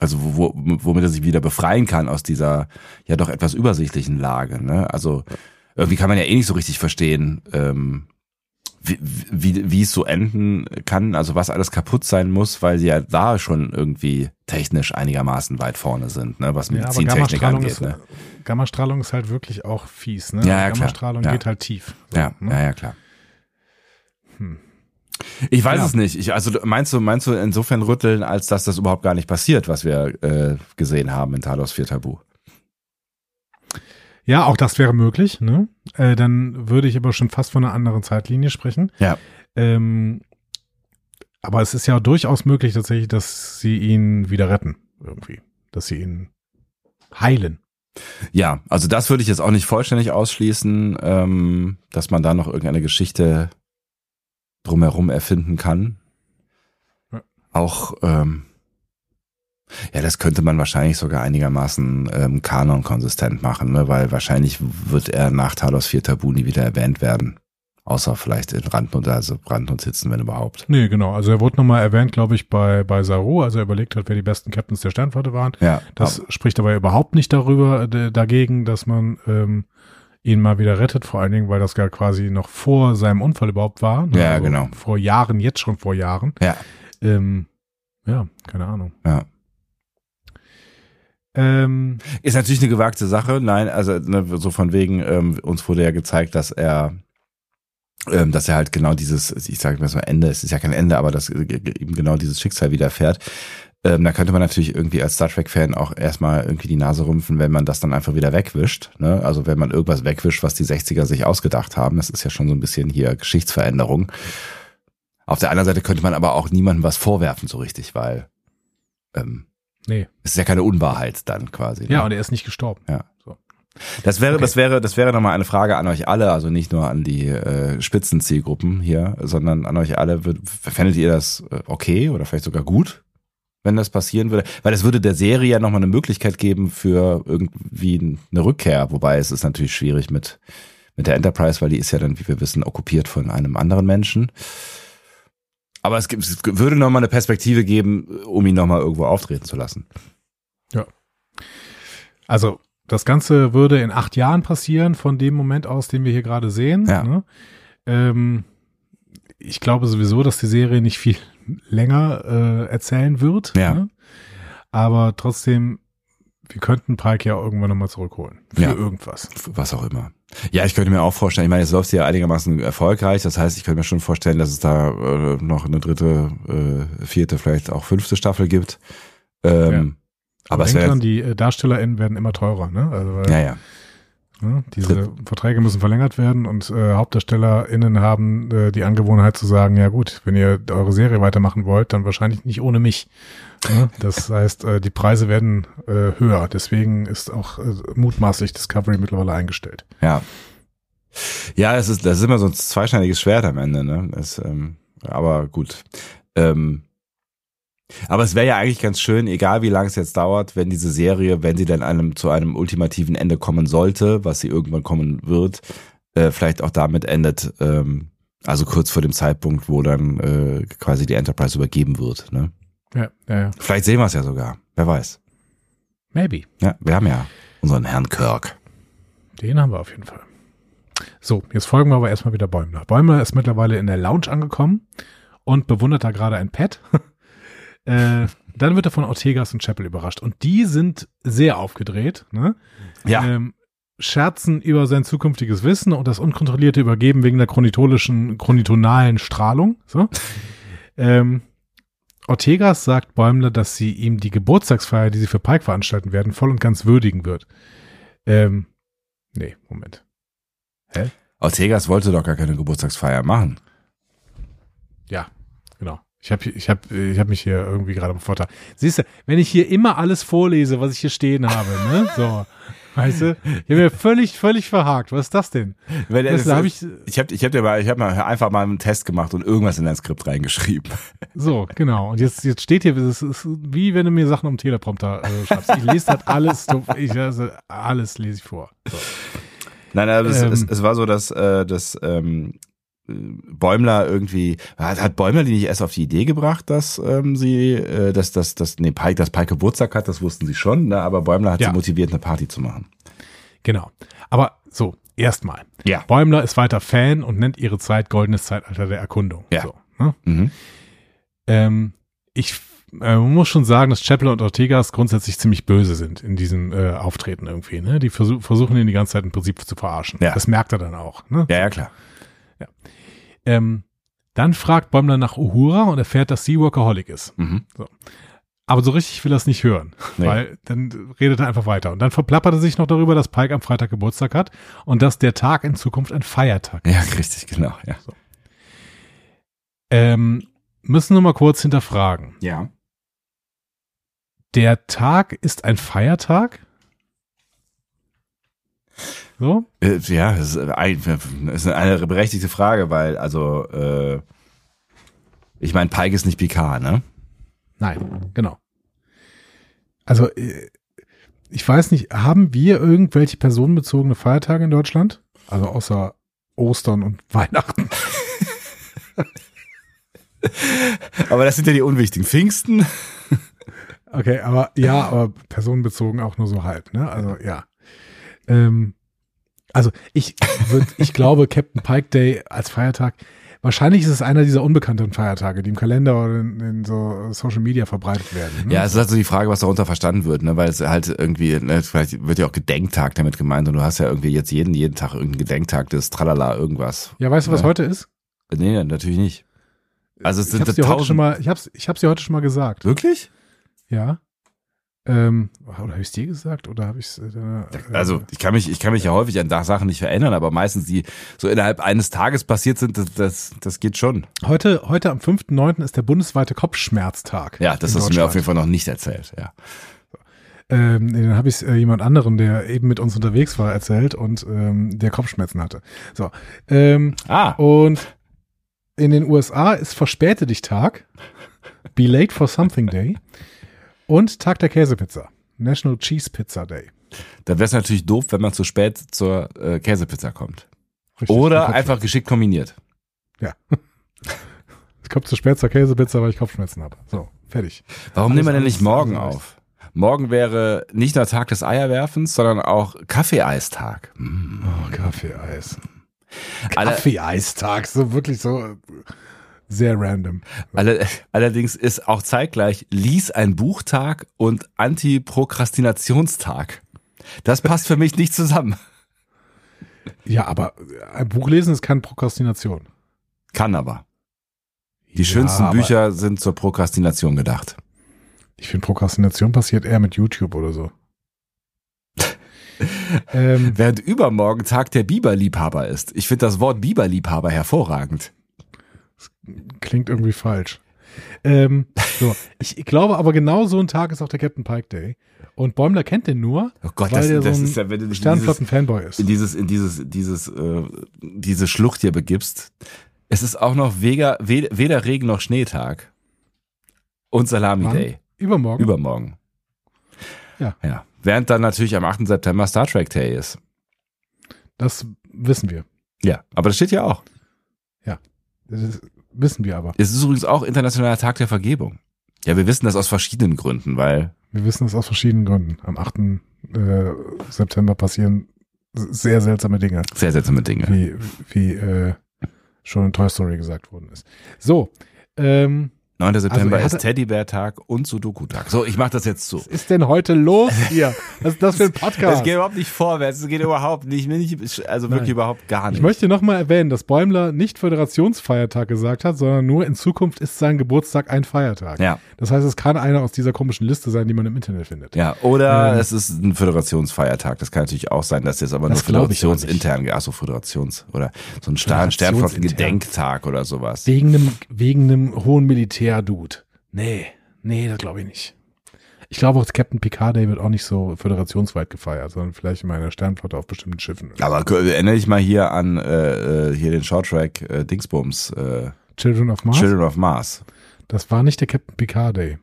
Speaker 1: also wo, wo- womit er sich wieder befreien kann aus dieser ja doch etwas übersichtlichen Lage. Ne? Also irgendwie kann man ja eh nicht so richtig verstehen, ähm, wie, wie, wie es so enden kann, also was alles kaputt sein muss, weil sie ja da schon irgendwie technisch einigermaßen weit vorne sind, ne, was Medizintechnik
Speaker 2: Gammastrahlung
Speaker 1: angeht.
Speaker 2: ist,
Speaker 1: Ne?
Speaker 2: Gammastrahlung ist halt wirklich auch fies, ne?
Speaker 1: Ja, ja, klar.
Speaker 2: Gammastrahlung
Speaker 1: Ja.
Speaker 2: geht halt tief. So,
Speaker 1: Ja,
Speaker 2: ne? Hm.
Speaker 1: ja, ja, klar. Ich weiß
Speaker 2: Ja.
Speaker 1: es nicht. Ich, also meinst du, meinst du insofern rütteln, als dass das überhaupt gar nicht passiert, was wir äh, gesehen haben in Talos 4 Tabu?
Speaker 2: Ja, auch das wäre möglich. Ne? Äh, dann würde ich aber schon fast von einer anderen Zeitlinie sprechen.
Speaker 1: Ja.
Speaker 2: Ähm, aber es ist ja durchaus möglich tatsächlich, dass sie ihn wieder retten. Irgendwie. Dass sie ihn heilen.
Speaker 1: Ja, also das würde ich jetzt auch nicht vollständig ausschließen, ähm, dass man da noch irgendeine Geschichte drumherum erfinden kann.
Speaker 2: Ja.
Speaker 1: Auch, ähm, ja, das könnte man wahrscheinlich sogar einigermaßen ähm, kanonkonsistent machen, ne? weil wahrscheinlich wird er nach Talos 4 Tabu nie wieder erwähnt werden. Außer vielleicht in Randnot, also Randnotizen, wenn überhaupt.
Speaker 2: Nee, genau. Also er wurde nochmal erwähnt, glaube ich, bei, bei Saru, als er überlegt hat, wer die besten Captains der Sternflotte waren.
Speaker 1: Ja,
Speaker 2: Das spricht aber überhaupt nicht darüber, d- dagegen, dass man ähm, ihn mal wieder rettet, vor allen Dingen, weil das ja quasi noch vor seinem Unfall überhaupt war. ne?
Speaker 1: Ja, genau.
Speaker 2: Vor Jahren, jetzt schon vor Jahren.
Speaker 1: Ja.
Speaker 2: Ähm, ja, keine Ahnung.
Speaker 1: Ja.
Speaker 2: Ähm,
Speaker 1: Ist natürlich eine gewagte Sache. Nein, also ne, so von wegen, ähm, uns wurde ja gezeigt, dass er, ähm, dass er halt genau dieses, ich sage mal so Ende, es ist ja kein Ende, aber dass äh, ihm genau dieses Schicksal widerfährt. Ähm, da könnte man natürlich irgendwie als Star Trek-Fan auch erstmal irgendwie die Nase rümpfen, wenn man das dann einfach wieder wegwischt. Ne? Also wenn man irgendwas wegwischt, was die 60er sich ausgedacht haben. Das ist ja schon so ein bisschen hier Geschichtsveränderung. Auf der anderen Seite könnte man aber auch niemandem was vorwerfen so richtig, weil ähm,
Speaker 2: nee.
Speaker 1: es ist ja keine Unwahrheit dann quasi. ne?
Speaker 2: Ja, und er ist nicht gestorben.
Speaker 1: Das wäre,
Speaker 2: Okay.
Speaker 1: das wäre, das wäre nochmal eine Frage an euch alle, also nicht nur an die äh, Spitzenzielgruppen hier, sondern an euch alle. Wür- Fändet ihr das äh, okay oder vielleicht sogar gut, wenn das passieren würde? Weil es würde der Serie ja nochmal eine Möglichkeit geben für irgendwie eine Rückkehr, wobei es ist natürlich schwierig mit, mit der Enterprise, weil die ist ja dann, wie wir wissen, okkupiert von einem anderen Menschen. Aber es, gibt, es würde nochmal eine Perspektive geben, um ihn nochmal irgendwo auftreten zu lassen.
Speaker 2: Also, das Ganze würde in acht Jahren passieren, von dem Moment aus, den wir hier gerade sehen.
Speaker 1: Ja.
Speaker 2: Ne? Ähm, ich glaube sowieso, dass die Serie nicht viel länger äh, erzählen wird.
Speaker 1: Ja.
Speaker 2: Ne? Aber trotzdem, wir könnten Pike ja irgendwann nochmal zurückholen. Für
Speaker 1: Ja.
Speaker 2: irgendwas.
Speaker 1: was auch immer. Ja, ich könnte mir auch vorstellen, ich meine, jetzt läuft sie ja einigermaßen erfolgreich, das heißt, ich könnte mir schon vorstellen, dass es da äh, noch eine dritte, äh, vierte, vielleicht auch fünfte Staffel gibt. Ähm, Aber es
Speaker 2: Denk
Speaker 1: wäre,
Speaker 2: dran, die äh, DarstellerInnen werden immer teurer. Ne? Also, weil,
Speaker 1: ja, ja,
Speaker 2: Ne? Diese Verträge müssen verlängert werden und äh, HauptdarstellerInnen haben äh, die Angewohnheit zu sagen, ja gut, wenn ihr eure Serie weitermachen wollt, dann wahrscheinlich nicht ohne mich. Ne? Das heißt, äh, die Preise werden äh, höher. Deswegen ist auch äh, mutmaßlich Discovery mittlerweile eingestellt.
Speaker 1: ja. Ja, es ist, das ist immer so ein zweischneidiges Schwert am Ende, ne? Das, ähm, aber gut. Ähm, aber es wäre ja eigentlich ganz schön, egal wie lange es jetzt dauert, wenn diese Serie, wenn sie dann einem, zu einem ultimativen Ende kommen sollte, was sie irgendwann kommen wird, äh, vielleicht auch damit endet, ähm, also kurz vor dem Zeitpunkt, wo dann äh, quasi die Enterprise übergeben wird. Ne?
Speaker 2: Ja, ja, ja.
Speaker 1: Vielleicht sehen wir es ja sogar. Wer weiß.
Speaker 2: Maybe.
Speaker 1: Ja, wir haben ja unseren Herrn Kirk.
Speaker 2: Den haben wir auf jeden Fall. So, jetzt folgen wir aber erstmal wieder Bäumler. Bäumler ist mittlerweile in der Lounge angekommen und bewundert da gerade ein Pad. äh, dann wird er von Ortegas und Chapel überrascht. Und die sind sehr aufgedreht, ne?
Speaker 1: Ja,
Speaker 2: Ähm, Scherzen über sein zukünftiges Wissen und das unkontrollierte Übergeben wegen der chronitolischen, chronitonalen Strahlung. So. ähm, Ortegas sagt Bäumler, dass sie ihm die Geburtstagsfeier, die sie für Pike veranstalten werden, voll und ganz würdigen wird. Ähm, nee, Moment.
Speaker 1: Ortegas wollte doch gar keine Geburtstagsfeier machen.
Speaker 2: Ja, genau. Ich habe ich hab, ich hab mich hier irgendwie gerade am Vorteil. Siehst du, wenn ich hier immer alles vorlese, was ich hier stehen habe, ne? So. Weißt du? Ich habe mir völlig, völlig verhakt. Was ist das denn?
Speaker 1: Wenn,
Speaker 2: Weißt du, da hab ich,
Speaker 1: Ich habe ich hab dir mal, ich hab mal einfach mal einen Test gemacht und irgendwas in dein Skript reingeschrieben.
Speaker 2: So, genau. Und jetzt, jetzt steht hier, es ist wie wenn du mir Sachen um Teleprompter äh, schreibst. Ich lese das alles, du- ich, also, alles lese ich vor. So.
Speaker 1: Nein, nein es,
Speaker 2: Ähm.
Speaker 1: es, es war so, dass, äh, dass ähm, äh, Bäumler irgendwie hat, hat Bäumler die nicht erst auf die Idee gebracht, dass ähm, sie, äh, dass dass dass nee, Pike, dass Pike Geburtstag hat, das wussten sie schon, ne? aber Bäumler hat
Speaker 2: Ja.
Speaker 1: sie motiviert, eine Party zu machen.
Speaker 2: Genau. Aber so, Erstmal.
Speaker 1: Ja.
Speaker 2: Bäumler ist weiter Fan und nennt ihre Zeit goldenes Zeitalter der Erkundung.
Speaker 1: Ja.
Speaker 2: So, ne?
Speaker 1: Mhm.
Speaker 2: ähm, ich äh, man muss schon sagen, dass Chaplin und Ortegas grundsätzlich ziemlich böse sind in diesem äh, Auftreten irgendwie. Ne? Die versuch, versuchen ihn die ganze Zeit im Prinzip zu verarschen.
Speaker 1: Ja.
Speaker 2: Das merkt er dann auch. Ne?
Speaker 1: Ja, ja, klar.
Speaker 2: Ähm, dann fragt Bäumler nach Uhura und erfährt, dass sie Workaholic ist.
Speaker 1: Mhm.
Speaker 2: Aber so richtig will er es nicht hören,
Speaker 1: Nee.
Speaker 2: weil dann redet er einfach weiter. Und dann verplappert er sich noch darüber, dass Pike am Freitag Geburtstag hat und dass der Tag in Zukunft ein Feiertag
Speaker 1: Ja, richtig, genau. Ja.
Speaker 2: Ähm, müssen wir mal kurz hinterfragen.
Speaker 1: ja.
Speaker 2: Der Tag ist ein Feiertag? So?
Speaker 1: Äh, Ja, das ist, ein, das ist eine berechtigte Frage, weil, also, äh, ich meine, Pike ist nicht Picard, ne?
Speaker 2: Nein, genau. Also, äh, ich weiß nicht, haben wir irgendwelche personenbezogene Feiertage in Deutschland? Also außer Ostern und Weihnachten.
Speaker 1: Aber das sind ja die unwichtigen Pfingsten.
Speaker 2: Okay, aber ja, aber personenbezogen auch nur so halb, ne? Also ja. Ähm, also ich würd, ich glaube, Captain Pike Day als Feiertag, wahrscheinlich ist es einer dieser unbekannten Feiertage, die im Kalender oder in, in so Social Media verbreitet werden. Ne?
Speaker 1: Ja, es ist also die Frage, was darunter verstanden wird, ne? Weil es halt irgendwie, ne, vielleicht wird ja auch Gedenktag damit gemeint und du hast ja irgendwie jetzt jeden, jeden Tag irgendeinen Gedenktag des Tralala irgendwas.
Speaker 2: Ja, weißt du, was
Speaker 1: Ja.
Speaker 2: heute ist?
Speaker 1: Nee, natürlich nicht. Also es
Speaker 2: Ich
Speaker 1: sind
Speaker 2: hab's dir heute
Speaker 1: tausend.
Speaker 2: schon mal, ich hab's, ich hab's dir heute schon mal gesagt.
Speaker 1: Wirklich?
Speaker 2: Ja. Ähm, oder habe ich dir gesagt oder habe ich äh,
Speaker 1: Also ich kann mich, ich kann mich ja häufig an da- Sachen nicht verändern, aber meistens die so innerhalb eines Tages passiert sind, das, das, das geht schon.
Speaker 2: heute heute am 5.9. ist der bundesweite Kopfschmerztag.
Speaker 1: Ja, das
Speaker 2: in
Speaker 1: hast du mir auf
Speaker 2: Deutschland.
Speaker 1: jeden Fall noch nicht erzählt, ja.
Speaker 2: Ähm, nee, dann habe ich äh, jemand anderen, der eben mit uns unterwegs war, erzählt und ähm, der Kopfschmerzen hatte. So. Ähm,
Speaker 1: Ah,
Speaker 2: und in den USA ist Verspäte dich Tag, Be Late for Something Day und Tag der Käsepizza, National Cheese Pizza Day.
Speaker 1: dann wäre es natürlich doof, wenn man zu spät zur äh, Käsepizza kommt.
Speaker 2: Richtig, ich
Speaker 1: Oder
Speaker 2: hab
Speaker 1: einfach geschickt kombiniert.
Speaker 2: Kopfschmerzen. Ich komme zu spät zur Käsepizza, weil ich Kopfschmerzen habe. So, fertig.
Speaker 1: Warum
Speaker 2: Alles
Speaker 1: nehmen wir denn
Speaker 2: alles-
Speaker 1: nicht morgen
Speaker 2: alles
Speaker 1: auf? Morgen wäre nicht nur Tag des Eierwerfens, sondern auch Kaffeeeistag. Mm.
Speaker 2: Oh, Kaffee-Eis.
Speaker 1: Alle-
Speaker 2: Kaffee-Eistag, so wirklich so äh, sehr random.
Speaker 1: Alle, allerdings ist auch zeitgleich Lies ein Buchtag und Antiprokrastinationstag. Das passt für mich nicht zusammen.
Speaker 2: Ja, aber äh, ein Buch lesen ist keine Prokrastination.
Speaker 1: Kann aber. Die
Speaker 2: Ja,
Speaker 1: schönsten
Speaker 2: aber-
Speaker 1: Bücher sind zur Prokrastination gedacht.
Speaker 2: Ich finde, Prokrastination passiert eher mit YouTube oder so. ähm,
Speaker 1: Während übermorgen Tag der Biberliebhaber ist. Ich finde das Wort Biberliebhaber hervorragend.
Speaker 2: klingt irgendwie falsch. Ähm, so. ich, ich glaube aber genau so ein Tag ist auch der Captain Pike Day. Und Bäumler kennt den nur,
Speaker 1: Oh Gott,
Speaker 2: weil
Speaker 1: das,
Speaker 2: der
Speaker 1: das
Speaker 2: so ein
Speaker 1: ist ja, wenn du dich in dieses,
Speaker 2: Sternflotten-Fanboy ist.
Speaker 1: in dieses, in dieses, dieses, äh, diese Schlucht hier begibst. Es ist auch noch weder, wed- weder Regen noch Schneetag. Und Salami
Speaker 2: Wann?
Speaker 1: Day.
Speaker 2: Übermorgen.
Speaker 1: Übermorgen.
Speaker 2: Ja.
Speaker 1: ja. Während dann natürlich am 8. September Star Trek Day ist.
Speaker 2: Das wissen wir.
Speaker 1: Ja. Aber das steht ja auch.
Speaker 2: Das ist, wissen wir aber.
Speaker 1: Es ist übrigens auch Internationaler Tag der Vergebung. Ja, wir wissen das aus verschiedenen Gründen, weil
Speaker 2: Wir wissen es aus verschiedenen Gründen. Am 8. Äh, September passieren s- sehr seltsame Dinge.
Speaker 1: sehr seltsame Dinge.
Speaker 2: wie, wie äh, schon in Toy Story gesagt worden ist. So, ähm,
Speaker 1: 9. September
Speaker 2: er hatte-
Speaker 1: ist Teddybär-Tag und Sudoku-Tag. So, ich mache das jetzt zu.
Speaker 2: was ist denn heute los hier? Was ist das für ein
Speaker 1: Es
Speaker 2: Podcast?
Speaker 1: geht um überhaupt nicht vorwärts, es geht überhaupt nicht, nicht also
Speaker 2: Nein.
Speaker 1: wirklich überhaupt gar nicht.
Speaker 2: Ich möchte nochmal erwähnen, dass Bäumler nicht Föderationsfeiertag gesagt hat, sondern nur in Zukunft ist sein Geburtstag ein Feiertag.
Speaker 1: ja,
Speaker 2: Das heißt, es kann einer aus dieser komischen Liste sein, die man im Internet findet.
Speaker 1: ja. Oder
Speaker 2: Ähm.
Speaker 1: es ist ein Föderationsfeiertag. Das kann natürlich auch sein, dass jetzt aber
Speaker 2: Das
Speaker 1: nur
Speaker 2: glaub ich aber nicht.
Speaker 1: föderationsintern, ach so, Föderations- oder so ein Stern,
Speaker 2: Föderationsintern.
Speaker 1: Sternflotten-Gedenktag oder sowas.
Speaker 2: Wegen einem, wegen einem hohen Militärdude. Nee, nee, das glaube ich nicht. Ich glaube auch, Captain Picard Day wird auch nicht so föderationsweit gefeiert, sondern vielleicht in meiner Sternflotte auf bestimmten Schiffen.
Speaker 1: Aber k- erinnere dich mal hier an äh, äh, hier den Shorttrack äh, Dingsbums äh,
Speaker 2: Children of Mars?
Speaker 1: Children of Mars.
Speaker 2: Das war nicht der Captain Picard Day.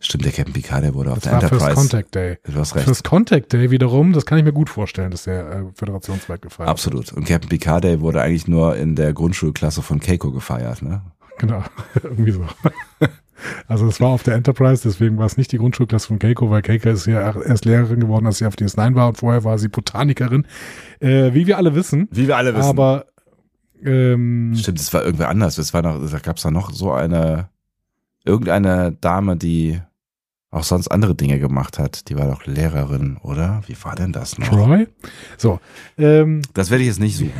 Speaker 1: Stimmt, der Captain Picard, der wurde auf
Speaker 2: Das
Speaker 1: der
Speaker 2: war First
Speaker 1: Enterprise.
Speaker 2: Contact Day.
Speaker 1: Du hast recht.
Speaker 2: First Contact Day wiederum, das kann ich mir gut vorstellen, dass der äh, föderationsweit gefeiert
Speaker 1: Absolut. Und Captain Picard Day wurde eigentlich nur in der Grundschulklasse von Keiko gefeiert, ne?
Speaker 2: wird. Genau, irgendwie so. Also es war auf der Enterprise, deswegen war es nicht die Grundschulklasse von Keiko, weil Keiko ist ja erst Lehrerin geworden, als sie auf DS9 war und vorher war sie Botanikerin. Äh, wie wir alle wissen.
Speaker 1: Wie wir alle wissen.
Speaker 2: Aber ähm,
Speaker 1: Stimmt, es war irgendwer anders. Es war noch, da gab es da noch so eine, irgendeine Dame, die auch sonst andere Dinge gemacht hat. Die war doch Lehrerin, oder? Wie war denn das noch?
Speaker 2: Troy? So. Ähm,
Speaker 1: Das werde ich jetzt nicht suchen.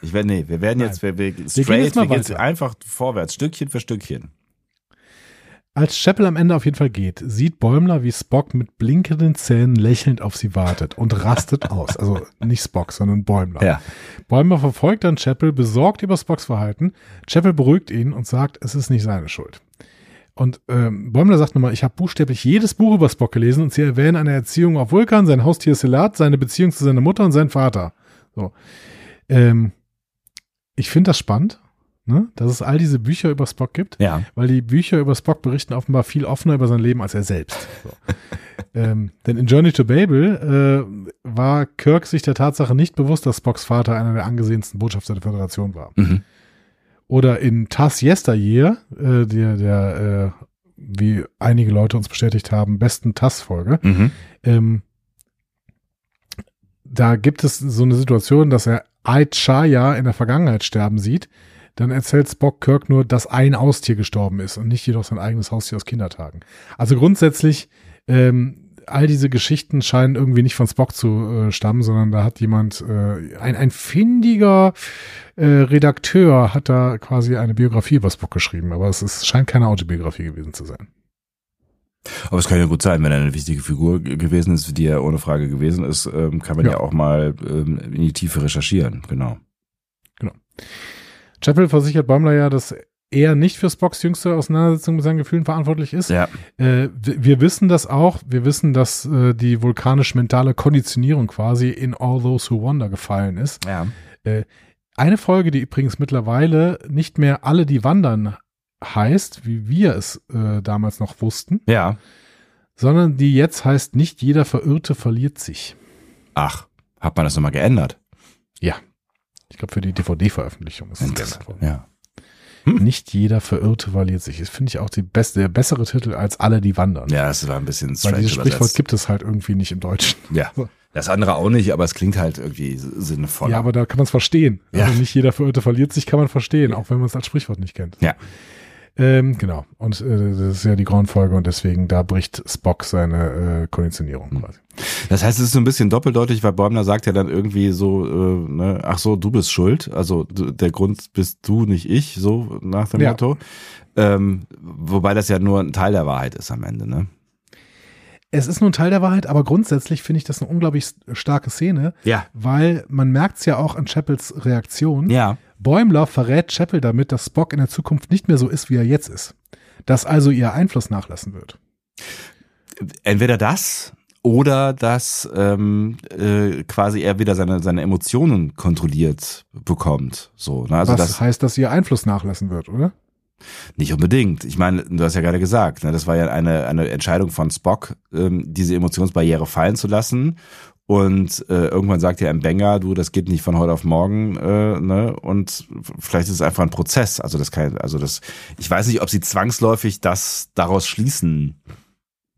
Speaker 1: Ich werde, nee, wir werden jetzt, wir, wir straight,
Speaker 2: jetzt mal
Speaker 1: wir gehen jetzt
Speaker 2: weiter.
Speaker 1: einfach vorwärts, Stückchen für Stückchen.
Speaker 2: Als Chapel am Ende auf jeden Fall geht, sieht Bäumler, wie Spock mit blinkenden Zähnen lächelnd auf sie wartet und rastet aus. Also nicht Spock, sondern Bäumler.
Speaker 1: Ja.
Speaker 2: Bäumler verfolgt dann Chapel, besorgt über Spocks Verhalten. Chapel beruhigt ihn und sagt, es ist nicht seine Schuld. Und ähm, Bäumler sagt nochmal, ich habe buchstäblich jedes Buch über Spock gelesen und sie erwähnen eine Erziehung auf Vulkan, sein Haustier Selat, seine Beziehung zu seiner Mutter und seinen Vater. So. Ähm, ich finde das spannend, ne? dass es all diese Bücher über Spock gibt
Speaker 1: Ja.
Speaker 2: weil die Bücher über Spock berichten offenbar viel offener über sein Leben als er selbst. So. ähm, denn in Journey to Babel äh, war Kirk sich der Tatsache nicht bewusst, dass Spocks Vater einer der angesehensten Botschafter der Föderation war.
Speaker 1: Mhm.
Speaker 2: Oder in Tas Yesteryear, äh, der, der äh, wie einige Leute uns bestätigt haben, besten TAS-Folge,
Speaker 1: Mhm.
Speaker 2: ähm, da gibt es so eine Situation, dass er Ait Shaya in der Vergangenheit sterben sieht. Dann erzählt Spock Kirk nur, dass ein Haustier gestorben ist und nicht jedoch sein eigenes Haustier aus Kindertagen. Also grundsätzlich, ähm, all diese Geschichten scheinen irgendwie nicht von Spock zu äh, stammen, sondern da hat jemand, äh, ein, ein findiger äh, Redakteur hat da quasi eine Biografie über Spock geschrieben, aber es ist, scheint keine Autobiografie gewesen zu sein.
Speaker 1: Aber es kann ja gut sein, wenn er eine wichtige Figur g- gewesen ist, die er ohne Frage gewesen ist, ähm, kann man ja,
Speaker 2: Ja.
Speaker 1: auch mal ähm, in die Tiefe recherchieren. Genau.
Speaker 2: Chapel versichert Bäumler ja, dass er nicht für Spocks jüngste Auseinandersetzung mit seinen Gefühlen verantwortlich ist.
Speaker 1: Ja.
Speaker 2: Äh, w- wir wissen das auch. Wir wissen, dass äh, die vulkanisch-mentale Konditionierung quasi in All Those Who Wonder gefallen ist.
Speaker 1: Ja.
Speaker 2: Eine Folge, die übrigens mittlerweile nicht mehr alle, die wandern, heißt, wie wir es äh, damals noch wussten,
Speaker 1: Ja.
Speaker 2: sondern die jetzt heißt, nicht jeder Verirrte verliert sich.
Speaker 1: Ach, hat man das nochmal geändert?
Speaker 2: Ich glaube, für die DVD-Veröffentlichung ist es geändert worden.
Speaker 1: Ja.
Speaker 2: Nicht jeder Verirrte verliert sich. Das finde ich auch die beste, der bessere Titel als alle, die wandern.
Speaker 1: Ja, das war ein bisschen
Speaker 2: Weil
Speaker 1: strange
Speaker 2: dieses Sprichwort
Speaker 1: übersetzt.
Speaker 2: gibt es halt irgendwie nicht im Deutschen.
Speaker 1: Ja. Das andere auch nicht, aber es klingt halt irgendwie s- sinnvoller.
Speaker 2: Ja, aber da kann man es verstehen.
Speaker 1: Ja.
Speaker 2: Also nicht jeder Verirrte verliert sich, kann man verstehen, auch wenn man es als Sprichwort nicht kennt.
Speaker 1: Ja.
Speaker 2: Ähm, genau. Und äh, das ist ja die Grauenfolge und deswegen, da bricht Spock seine äh, Konditionierung
Speaker 1: Hm.
Speaker 2: quasi.
Speaker 1: Das heißt, es ist so ein bisschen doppeldeutig, weil Bäumler sagt ja dann irgendwie so, äh, ne, ach so, du bist schuld. Also du, der Grund bist du, nicht ich, so nach dem
Speaker 2: Ja.
Speaker 1: Motto. Ähm, wobei das ja nur ein Teil der Wahrheit ist am Ende, ne?
Speaker 2: Es ist nur ein Teil der Wahrheit, aber grundsätzlich finde ich das eine unglaublich s- starke Szene,
Speaker 1: Ja.
Speaker 2: weil man merkt es ja auch an Chapels Reaktion.
Speaker 1: Ja.
Speaker 2: Bäumler verrät Chapel damit, dass Spock in der Zukunft nicht mehr so ist, wie er jetzt ist. Dass also ihr Einfluss nachlassen wird.
Speaker 1: Entweder das oder dass ähm, äh, quasi er wieder seine, seine Emotionen kontrolliert bekommt. So, ne? Also
Speaker 2: was
Speaker 1: das
Speaker 2: heißt, dass ihr Einfluss nachlassen wird, oder?
Speaker 1: Nicht unbedingt. Ich meine, du hast ja gerade gesagt, ne, das war ja eine, eine Entscheidung von Spock, ähm, diese Emotionsbarriere fallen zu lassen. Und äh, irgendwann sagt ja ein Banger, du, das geht nicht von heute auf morgen, äh, ne? Und f- vielleicht ist es einfach ein Prozess. Also das kann, also das, ich weiß nicht, ob sie zwangsläufig das daraus schließen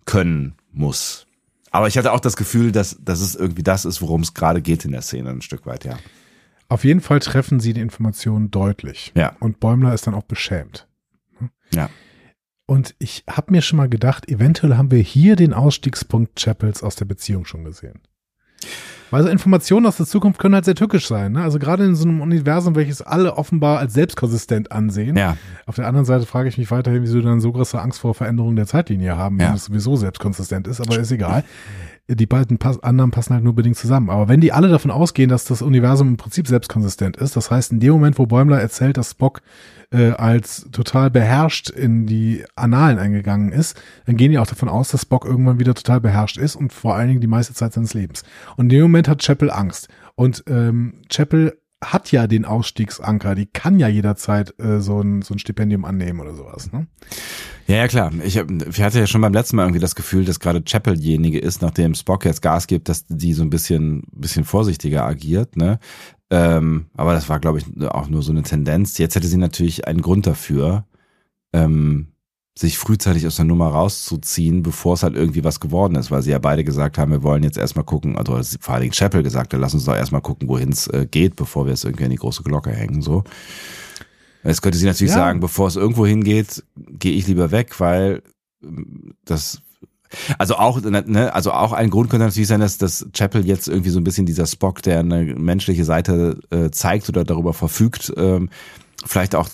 Speaker 1: können muss. Aber ich hatte auch das Gefühl, dass, dass es irgendwie das ist, worum es gerade geht in der Szene ein Stück weit, ja.
Speaker 2: Auf jeden Fall treffen sie die Informationen deutlich.
Speaker 1: Ja.
Speaker 2: Und Bäumler ist dann auch beschämt.
Speaker 1: Ja.
Speaker 2: Und ich habe mir schon mal gedacht, eventuell haben wir hier den Ausstiegspunkt Chapels aus der Beziehung schon gesehen. Weil so Informationen aus der Zukunft können halt sehr tückisch sein. Ne? Also gerade in so einem Universum, welches alle offenbar als selbstkonsistent ansehen.
Speaker 1: Ja.
Speaker 2: Auf der anderen Seite frage ich mich weiterhin, wieso die dann so große Angst vor Veränderungen der Zeitlinie haben, wenn
Speaker 1: Ja.
Speaker 2: es sowieso selbstkonsistent ist, aber ist egal. Die beiden pass anderen passen halt nur bedingt zusammen. Aber wenn die alle davon ausgehen, dass das Universum im Prinzip selbstkonsistent ist, das heißt, in dem Moment, wo Bäumler erzählt, dass Spock äh, als total beherrscht in die Annalen eingegangen ist, dann gehen die auch davon aus, dass Spock irgendwann wieder total beherrscht ist und vor allen Dingen die meiste Zeit seines Lebens. Und in dem Moment hat Chapel Angst. Und ähm, Chapel hat ja den Ausstiegsanker, die kann ja jederzeit äh, so, ein, so ein Stipendium annehmen oder sowas. Ne?
Speaker 1: Ja, ja, klar. Ich, hab- ich hatte ja schon beim letzten Mal irgendwie das Gefühl, dass gerade Chapel diejenige ist, nachdem Spock jetzt Gas gibt, dass die so ein bisschen, bisschen vorsichtiger agiert, ne? Ähm, aber das war, glaube ich, auch nur so eine Tendenz. Jetzt hätte sie natürlich einen Grund dafür, ähm, sich frühzeitig aus der Nummer rauszuziehen, bevor es halt irgendwie was geworden ist, weil sie ja beide gesagt haben, wir wollen jetzt erstmal gucken, also vor allen Dingen Chappell gesagt hat, lass uns doch erstmal gucken, wohin es äh, geht, bevor wir es irgendwie an die große Glocke hängen, so. Jetzt könnte sie natürlich
Speaker 2: Ja.
Speaker 1: sagen, bevor es irgendwo hingeht, gehe ich lieber weg, weil ähm, das also auch, ne, also auch ein Grund könnte natürlich sein, dass, dass Chappell jetzt irgendwie so ein bisschen dieser Spock, der eine menschliche Seite äh, zeigt oder darüber verfügt, ähm, vielleicht auch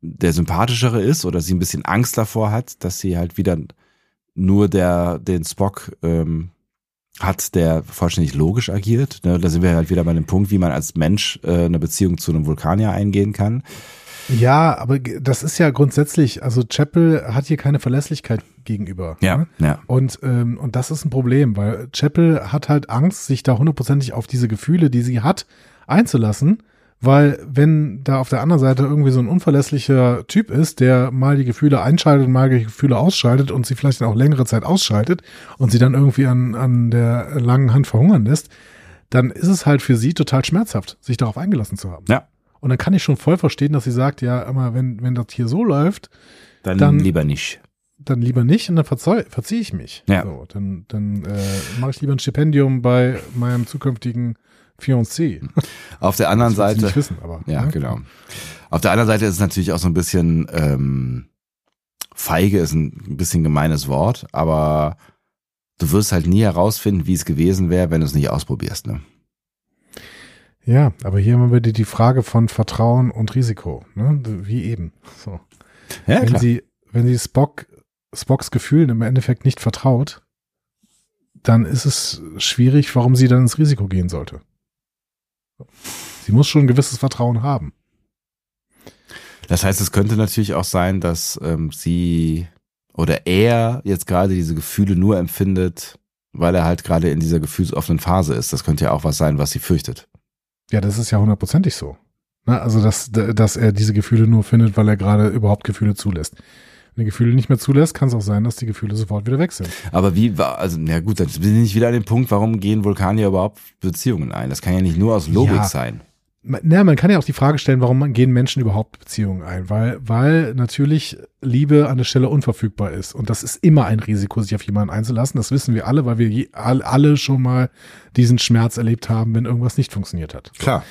Speaker 1: der sympathischere ist oder sie ein bisschen Angst davor hat, dass sie halt wieder nur der den Spock ähm, hat, der vollständig logisch agiert. Ne? Da sind wir halt wieder bei dem Punkt, wie man als Mensch äh, eine Beziehung zu einem Vulkanier eingehen kann.
Speaker 2: Ja, aber g- das ist ja grundsätzlich, also Chapel hat hier keine Verlässlichkeit gegenüber. ne?
Speaker 1: ja.
Speaker 2: Und, ähm, und das ist ein Problem, weil Chapel hat halt Angst, sich da hundertprozentig auf diese Gefühle, die sie hat, einzulassen. Weil wenn da auf der anderen Seite irgendwie so ein unverlässlicher Typ ist, der mal die Gefühle einschaltet, mal die Gefühle ausschaltet und sie vielleicht dann auch längere Zeit ausschaltet und sie dann irgendwie an, an der langen Hand verhungern lässt, dann ist es halt für sie total schmerzhaft, sich darauf eingelassen zu haben.
Speaker 1: Ja.
Speaker 2: Und dann kann ich schon voll verstehen, dass sie sagt, ja, immer wenn, wenn das hier so läuft,
Speaker 1: Dann,
Speaker 2: Dann-
Speaker 1: lieber nicht.
Speaker 2: dann lieber nicht und dann verzeih, verziehe ich mich.
Speaker 1: Ja.
Speaker 2: So, dann dann äh, mache ich lieber ein Stipendium bei meinem zukünftigen Fiancé.
Speaker 1: Auf der anderen
Speaker 2: Das will sie
Speaker 1: Seite.
Speaker 2: nicht wissen, aber.
Speaker 1: Ja,
Speaker 2: ne?
Speaker 1: genau. Auf der anderen Seite ist es natürlich auch so ein bisschen ähm, feige, ist ein bisschen gemeines Wort, aber du wirst halt nie herausfinden, wie es gewesen wäre, wenn du es nicht ausprobierst. Ne?
Speaker 2: Ja, aber hier haben wir die, die Frage von Vertrauen und Risiko. Ne? Wie eben. So.
Speaker 1: Ja,
Speaker 2: wenn sie, wenn sie Spock, Spocks Gefühlen im Endeffekt nicht vertraut, dann ist es schwierig, warum sie dann ins Risiko gehen sollte. Sie muss schon ein gewisses Vertrauen haben.
Speaker 1: Das heißt, es könnte natürlich auch sein, dass ähm, sie oder er jetzt gerade diese Gefühle nur empfindet, weil er halt gerade in dieser gefühlsoffenen Phase ist. Das könnte ja auch was sein, was sie fürchtet.
Speaker 2: Ja, das ist ja hundertprozentig so. Ne? Also, dass, dass er diese Gefühle nur findet, weil er gerade überhaupt Gefühle zulässt. Wenn er Gefühle nicht mehr zulässt, kann es auch sein, dass die Gefühle sofort wieder weg sind.
Speaker 1: Aber wie war, also, na gut, dann bin ich wieder an dem Punkt, warum gehen Vulkanier überhaupt Beziehungen ein? Das kann ja nicht nur aus Logik
Speaker 2: Ja.
Speaker 1: sein.
Speaker 2: Man- Na, man kann ja auch die Frage stellen, warum man- gehen Menschen überhaupt Beziehungen ein? Weil, weil natürlich Liebe an der Stelle unverfügbar ist. Und das ist immer ein Risiko, sich auf jemanden einzulassen. Das wissen wir alle, weil wir je, all, alle schon mal diesen Schmerz erlebt haben, wenn irgendwas nicht funktioniert hat.
Speaker 1: Klar.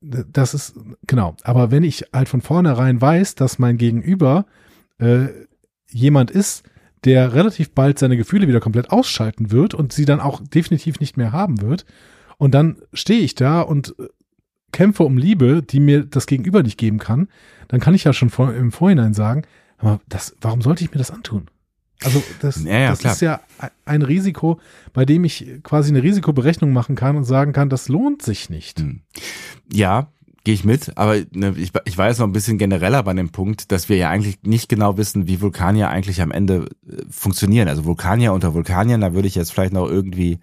Speaker 2: D- das ist, genau. Aber wenn ich halt von vornherein weiß, dass mein Gegenüber äh, jemand ist, der relativ bald seine Gefühle wieder komplett ausschalten wird und sie dann auch definitiv nicht mehr haben wird, und dann stehe ich da und äh, kämpfe um Liebe, die mir das Gegenüber nicht geben kann, dann kann ich ja schon vor, im Vorhinein sagen, aber das, warum sollte ich mir das antun? Also das,
Speaker 1: Ja, ja,
Speaker 2: das
Speaker 1: klar.
Speaker 2: ist ja e- ein Risiko, bei dem ich quasi eine Risikoberechnung machen kann und sagen kann, das lohnt sich nicht.
Speaker 1: Hm. Ja, gehe ich mit, aber ne, ich, ich weiß noch ein bisschen genereller bei dem Punkt, dass wir ja eigentlich nicht genau wissen, wie Vulkanier eigentlich am Ende äh, funktionieren. Also Vulkanier unter Vulkaniern, da würde ich jetzt vielleicht noch irgendwie,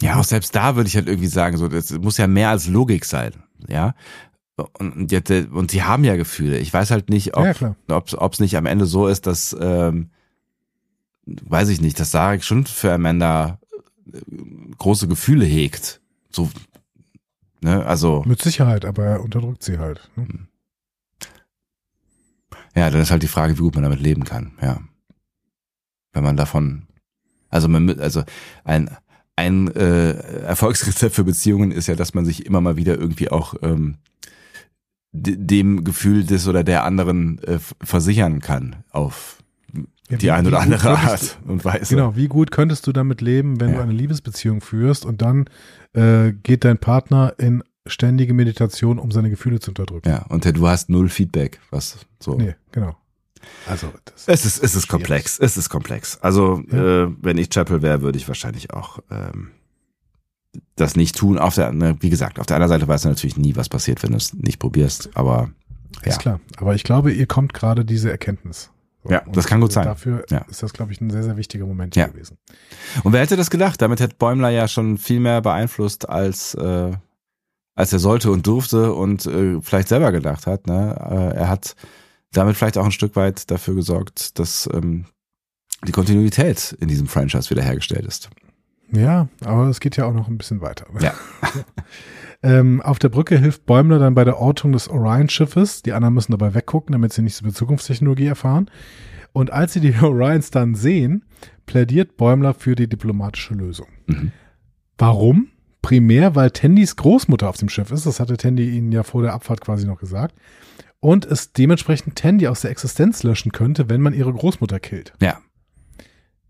Speaker 1: ja, auch selbst da würde ich halt irgendwie sagen, so, das muss ja mehr als Logik sein, ja. Und, und, jetzt, äh, und sie haben ja Gefühle. Ich weiß halt nicht, ob,
Speaker 2: Ja, klar.
Speaker 1: ob es nicht am Ende so ist, dass, ähm, weiß ich nicht, dass Sarek schon für Amanda äh, große Gefühle hegt. So, ne, also,
Speaker 2: Mit Sicherheit, aber er unterdrückt sie halt. Ne?
Speaker 1: ja, dann ist halt die Frage, wie gut man damit leben kann, ja. Wenn man davon, also man, mü- also ein, ein äh, Erfolgsrezept für Beziehungen ist ja, dass man sich immer mal wieder irgendwie auch ähm, de- dem Gefühl des oder der anderen äh, f- versichern kann auf
Speaker 2: Ja,
Speaker 1: die
Speaker 2: wie-
Speaker 1: ein
Speaker 2: wie
Speaker 1: oder
Speaker 2: gut
Speaker 1: andere
Speaker 2: könntest
Speaker 1: Art und Weise.
Speaker 2: Du, genau, wie gut könntest du damit leben, wenn
Speaker 1: Ja.
Speaker 2: du eine Liebesbeziehung führst und dann äh, geht dein Partner in ständige Meditation, um seine Gefühle zu unterdrücken?
Speaker 1: Ja, und du hast null Feedback, was so.
Speaker 2: Nee, genau. Also, das
Speaker 1: Es ist, es ist
Speaker 2: Schwierig.
Speaker 1: komplex, es ist komplex. Also,
Speaker 2: Ja.
Speaker 1: äh, wenn ich Chapel wäre, würde ich wahrscheinlich auch ähm, das nicht tun. Auf der, ne, wie gesagt, auf der anderen Seite weißt du natürlich nie, was passiert, wenn du es nicht probierst. Aber
Speaker 2: ist
Speaker 1: ja.
Speaker 2: klar. Aber ich glaube, ihr kommt gerade diese Erkenntnis. So,
Speaker 1: Ja,
Speaker 2: und äh,
Speaker 1: das kann gut sein.
Speaker 2: Dafür
Speaker 1: Ja.
Speaker 2: ist das, glaube ich, ein sehr, sehr wichtiger Moment
Speaker 1: Ja.
Speaker 2: gewesen.
Speaker 1: Und wer hätte das gedacht? Damit hätte Bäumler ja schon viel mehr beeinflusst, als, äh, als er sollte und durfte und äh, vielleicht selber gedacht hat. Ne? Äh, er hat damit vielleicht auch ein Stück weit dafür gesorgt, dass ähm, die Kontinuität in diesem Franchise wiederhergestellt ist.
Speaker 2: Ja, aber es geht ja auch noch ein bisschen weiter.
Speaker 1: Ja.
Speaker 2: Ähm, auf der Brücke hilft Bäumler dann bei der Ortung des Orion-Schiffes. Die anderen müssen dabei weggucken, damit sie nichts über Zukunftstechnologie erfahren. Und als sie die Orions dann sehen, plädiert Bäumler für die diplomatische Lösung.
Speaker 1: Mhm.
Speaker 2: Warum? Primär, weil Tandys Großmutter auf dem Schiff ist. Das hatte Tandy ihnen ja vor der Abfahrt quasi noch gesagt. Und es dementsprechend Tandy aus der Existenz löschen könnte, wenn man ihre Großmutter killt.
Speaker 1: Ja.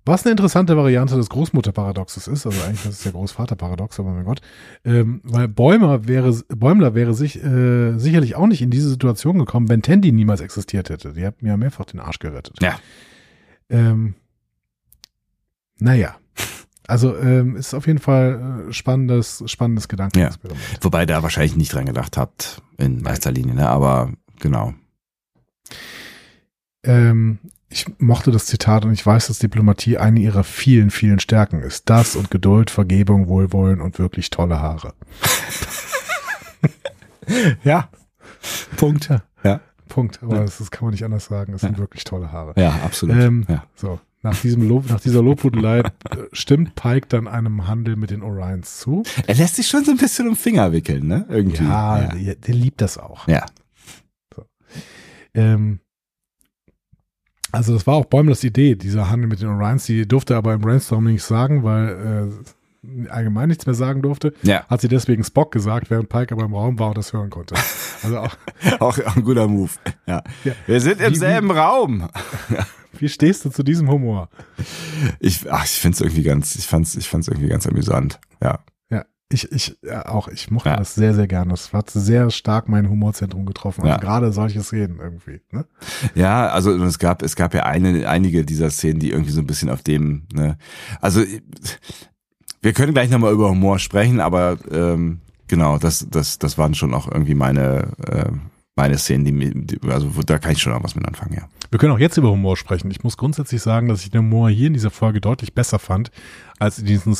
Speaker 2: Was eine interessante Variante des Großmutterparadoxes ist, also eigentlich das ist der Großvaterparadox, aber mein Gott, ähm, weil Bäumer wäre, Bäumler wäre sich äh, sicherlich auch nicht in diese Situation gekommen, wenn Tandy niemals existiert hätte. Die hat mir ja mehrfach den Arsch gerettet.
Speaker 1: Ja.
Speaker 2: Ähm, naja. Also ähm, ist auf jeden Fall äh, spannendes, spannendes Gedankenexperiment.
Speaker 1: Wobei ihr da wahrscheinlich nicht dran gedacht habt, in erster Linie, ne? aber genau.
Speaker 2: Ähm, ich mochte das Zitat und ich weiß, dass Diplomatie eine ihrer vielen, vielen Stärken ist. Das und Geduld, Vergebung, Wohlwollen und wirklich tolle Haare. ja. Punkt.
Speaker 1: Ja.
Speaker 2: Punkt. Aber das, das kann man nicht anders sagen. Es sind wirklich tolle Haare.
Speaker 1: Ja, absolut.
Speaker 2: Ähm,
Speaker 1: ja.
Speaker 2: So. Nach diesem Lob, nach dieser Lobhudelei äh, stimmt Pike dann einem Handel mit den Orions zu.
Speaker 1: Er lässt sich schon so ein bisschen um den Finger wickeln, ne? Irgendwie.
Speaker 2: Ja,
Speaker 1: ja.
Speaker 2: Der, der liebt das auch.
Speaker 1: ja.
Speaker 2: Ähm, also das war auch Bäumlers Idee, dieser Handel mit den Orions. Die durfte aber im Brainstorming nichts sagen, weil äh, allgemein nichts mehr sagen durfte.
Speaker 1: Ja.
Speaker 2: Hat sie deswegen Spock gesagt, während Pike aber im Raum war und das hören konnte. Also auch,
Speaker 1: Auch, auch ein guter Move. Ja.
Speaker 2: Ja.
Speaker 1: Wir sind
Speaker 2: Wie-
Speaker 1: im
Speaker 2: wie-
Speaker 1: selben Raum.
Speaker 2: wie stehst du zu diesem Humor?
Speaker 1: Ich, ach, ich find's irgendwie ganz, ich fand's, ich fand's irgendwie ganz amüsant. Ja.
Speaker 2: Ja, ich, ich ja, auch, ich mochte
Speaker 1: Ja.
Speaker 2: das sehr, sehr gerne. Das hat sehr stark mein Humorzentrum getroffen. Also
Speaker 1: Ja.
Speaker 2: gerade solche Szenen irgendwie. Ne?
Speaker 1: Ja, also und es gab, es gab ja eine, einige dieser Szenen, die irgendwie so ein bisschen auf dem, ne, also wir können gleich nochmal über Humor sprechen, aber ähm, genau, das, das, das waren schon auch irgendwie meine, äh, meine Szenen, die, mir- die also wo- da kann ich schon auch was mit anfangen, ja.
Speaker 2: Wir können auch jetzt über Humor sprechen. Ich muss grundsätzlich sagen, dass ich den Humor hier in dieser Folge deutlich besser fand, als in diesen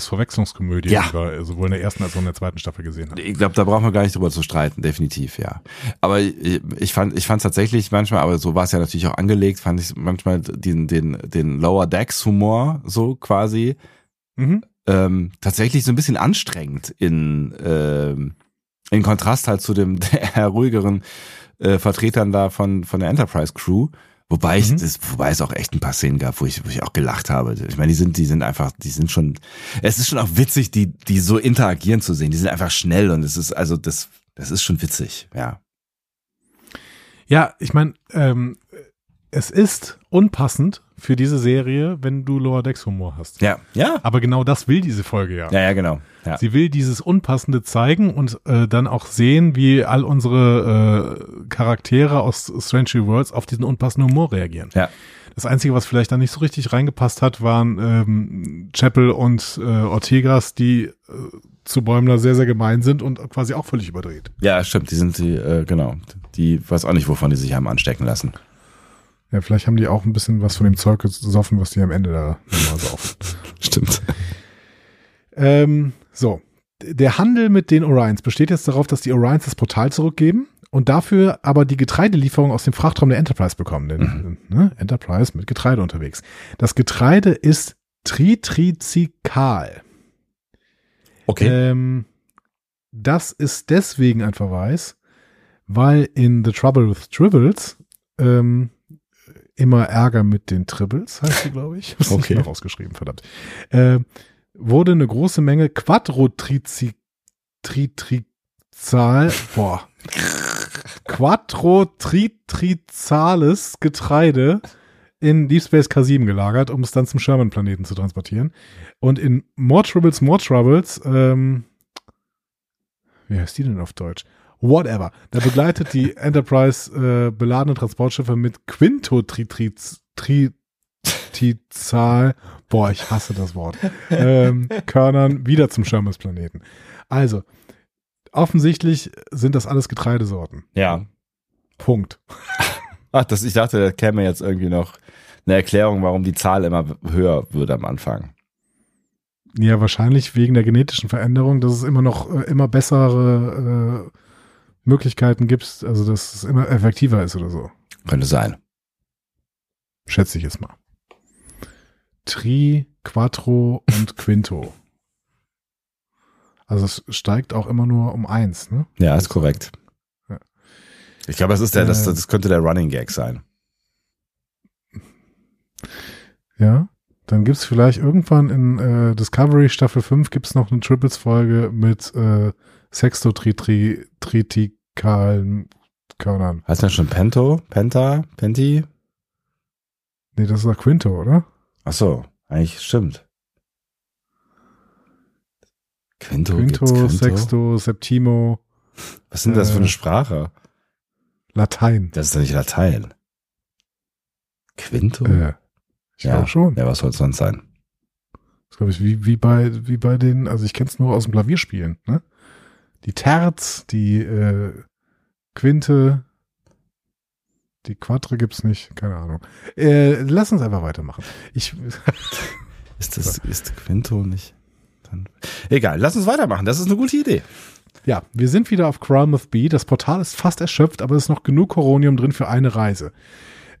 Speaker 2: Spock-Liebesverwechslungskomödie,
Speaker 1: Ja.
Speaker 2: die wir äh, sowohl in der ersten als auch in der zweiten Staffel gesehen haben.
Speaker 1: Ich glaube, da brauchen wir gar nicht drüber zu streiten, definitiv, ja. Aber ich ich fand ich fand's tatsächlich manchmal, aber so war es ja natürlich auch angelegt, fand ich manchmal den, den, den Lower Decks Humor so quasi
Speaker 2: Mhm.
Speaker 1: ähm, tatsächlich so ein bisschen anstrengend in, ähm, in Kontrast halt zu dem der ruhigeren äh, Vertretern da von, von der Enterprise Crew. Wobei ich,
Speaker 2: Mhm.
Speaker 1: das, wobei es auch echt ein paar Szenen gab, wo ich, wo ich auch gelacht habe. Ich meine, die sind, die sind einfach, die sind schon, es ist schon auch witzig, die, die so interagieren zu sehen. Die sind einfach schnell und es ist, also das, das ist schon witzig, ja.
Speaker 2: Ja, ich meine, ähm, es ist unpassend für diese Serie, wenn du Lower Decks Humor hast.
Speaker 1: Ja, ja.
Speaker 2: Aber genau das will diese Folge ja.
Speaker 1: Ja, ja, genau. Ja.
Speaker 2: Sie will dieses Unpassende zeigen und äh, dann auch sehen, wie all unsere äh, Charaktere aus Strange New Worlds auf diesen unpassenden Humor reagieren.
Speaker 1: Ja.
Speaker 2: Das Einzige, was vielleicht da nicht so richtig reingepasst hat, waren ähm, Chapel und äh, Ortegas, die äh, zu Bäumler sehr, sehr gemein sind und quasi auch völlig überdreht.
Speaker 1: ja, stimmt, die sind, die, äh, genau. Die weiß auch nicht, wovon die sich haben anstecken lassen.
Speaker 2: Ja, vielleicht haben die auch ein bisschen was von dem Zeug gesoffen, was die am Ende da nochmal saufen.
Speaker 1: Stimmt.
Speaker 2: Ähm, so. Der Handel mit den Orions besteht jetzt darauf, dass die Orions das Portal zurückgeben und dafür aber die Getreidelieferung aus dem Frachtraum der Enterprise bekommen. Denn ne, Enterprise mit Getreide unterwegs. Das Getreide ist Tritrizikal.
Speaker 1: Okay.
Speaker 2: Ähm, das ist deswegen ein Verweis, weil in The Trouble with Tribbles ähm, immer Ärger mit den Tribbles heißt sie, glaube ich. Hab's
Speaker 1: Okay.
Speaker 2: Nicht mehr rausgeschrieben, verdammt. Ähm, wurde eine große Menge Quadrotrizizahl, boah, Quadrotritrizales Getreide in Deep Space K7 gelagert, um es dann zum Sherman-Planeten zu transportieren. Und in More Troubles, More Troubles, ähm, wie heißt die denn auf Deutsch? Whatever. Da begleitet die Enterprise äh, beladene Transportschiffe mit Quintotritizal, boah, ich hasse das Wort, ähm, Körnern wieder zum Sherman-Planeten. Also, offensichtlich sind das alles Getreidesorten.
Speaker 1: ja.
Speaker 2: Punkt.
Speaker 1: Ach, das, ich dachte, da käme jetzt irgendwie noch eine Erklärung, warum die Zahl immer höher wird am Anfang.
Speaker 2: Ja, wahrscheinlich wegen der genetischen Veränderung, dass es immer noch äh, immer bessere äh, Möglichkeiten gibt, also dass es immer effektiver ist oder so.
Speaker 1: Könnte sein.
Speaker 2: Schätze ich jetzt mal. Tri, Quattro und Quinto. Also es steigt auch immer nur um eins, ne?
Speaker 1: Ja, ist korrekt.
Speaker 2: Ja.
Speaker 1: Ich glaube, das ist der, das,
Speaker 2: Äh.
Speaker 1: das könnte der Running Gag sein.
Speaker 2: Ja. Dann gibt's vielleicht irgendwann in äh, Discovery Staffel 5 gibt's noch eine Triples-Folge mit äh, Sextotritikalen Körnern.
Speaker 1: Heißt der schon Pento? Penta? Penti?
Speaker 2: Nee, das ist nach Quinto, oder?
Speaker 1: Ach so, eigentlich stimmt. Quinto,
Speaker 2: Quinto,
Speaker 1: gibt's Quinto?
Speaker 2: Sexto, Septimo,
Speaker 1: Was sind das für
Speaker 2: äh,
Speaker 1: eine Sprache?
Speaker 2: Latein.
Speaker 1: Das ist doch nicht Latein. Quinto?
Speaker 2: Äh, ich
Speaker 1: Ja.
Speaker 2: glaube schon.
Speaker 1: Ja, was soll es sonst sein?
Speaker 2: Das glaube ich, wie, wie bei, wie bei den, also ich kenne es nur aus dem Klavierspielen, ne? Die Terz, die äh, Quinte, die Quadre gibt's nicht, keine Ahnung. Äh, lass uns einfach weitermachen. Ich,
Speaker 1: Ist das ist Quinto nicht? Dann, egal, lass uns weitermachen. Das ist eine gute Idee.
Speaker 2: ja, wir sind wieder auf Crowmouth B. Das Portal ist fast erschöpft, aber es ist noch genug Coronium drin für eine Reise.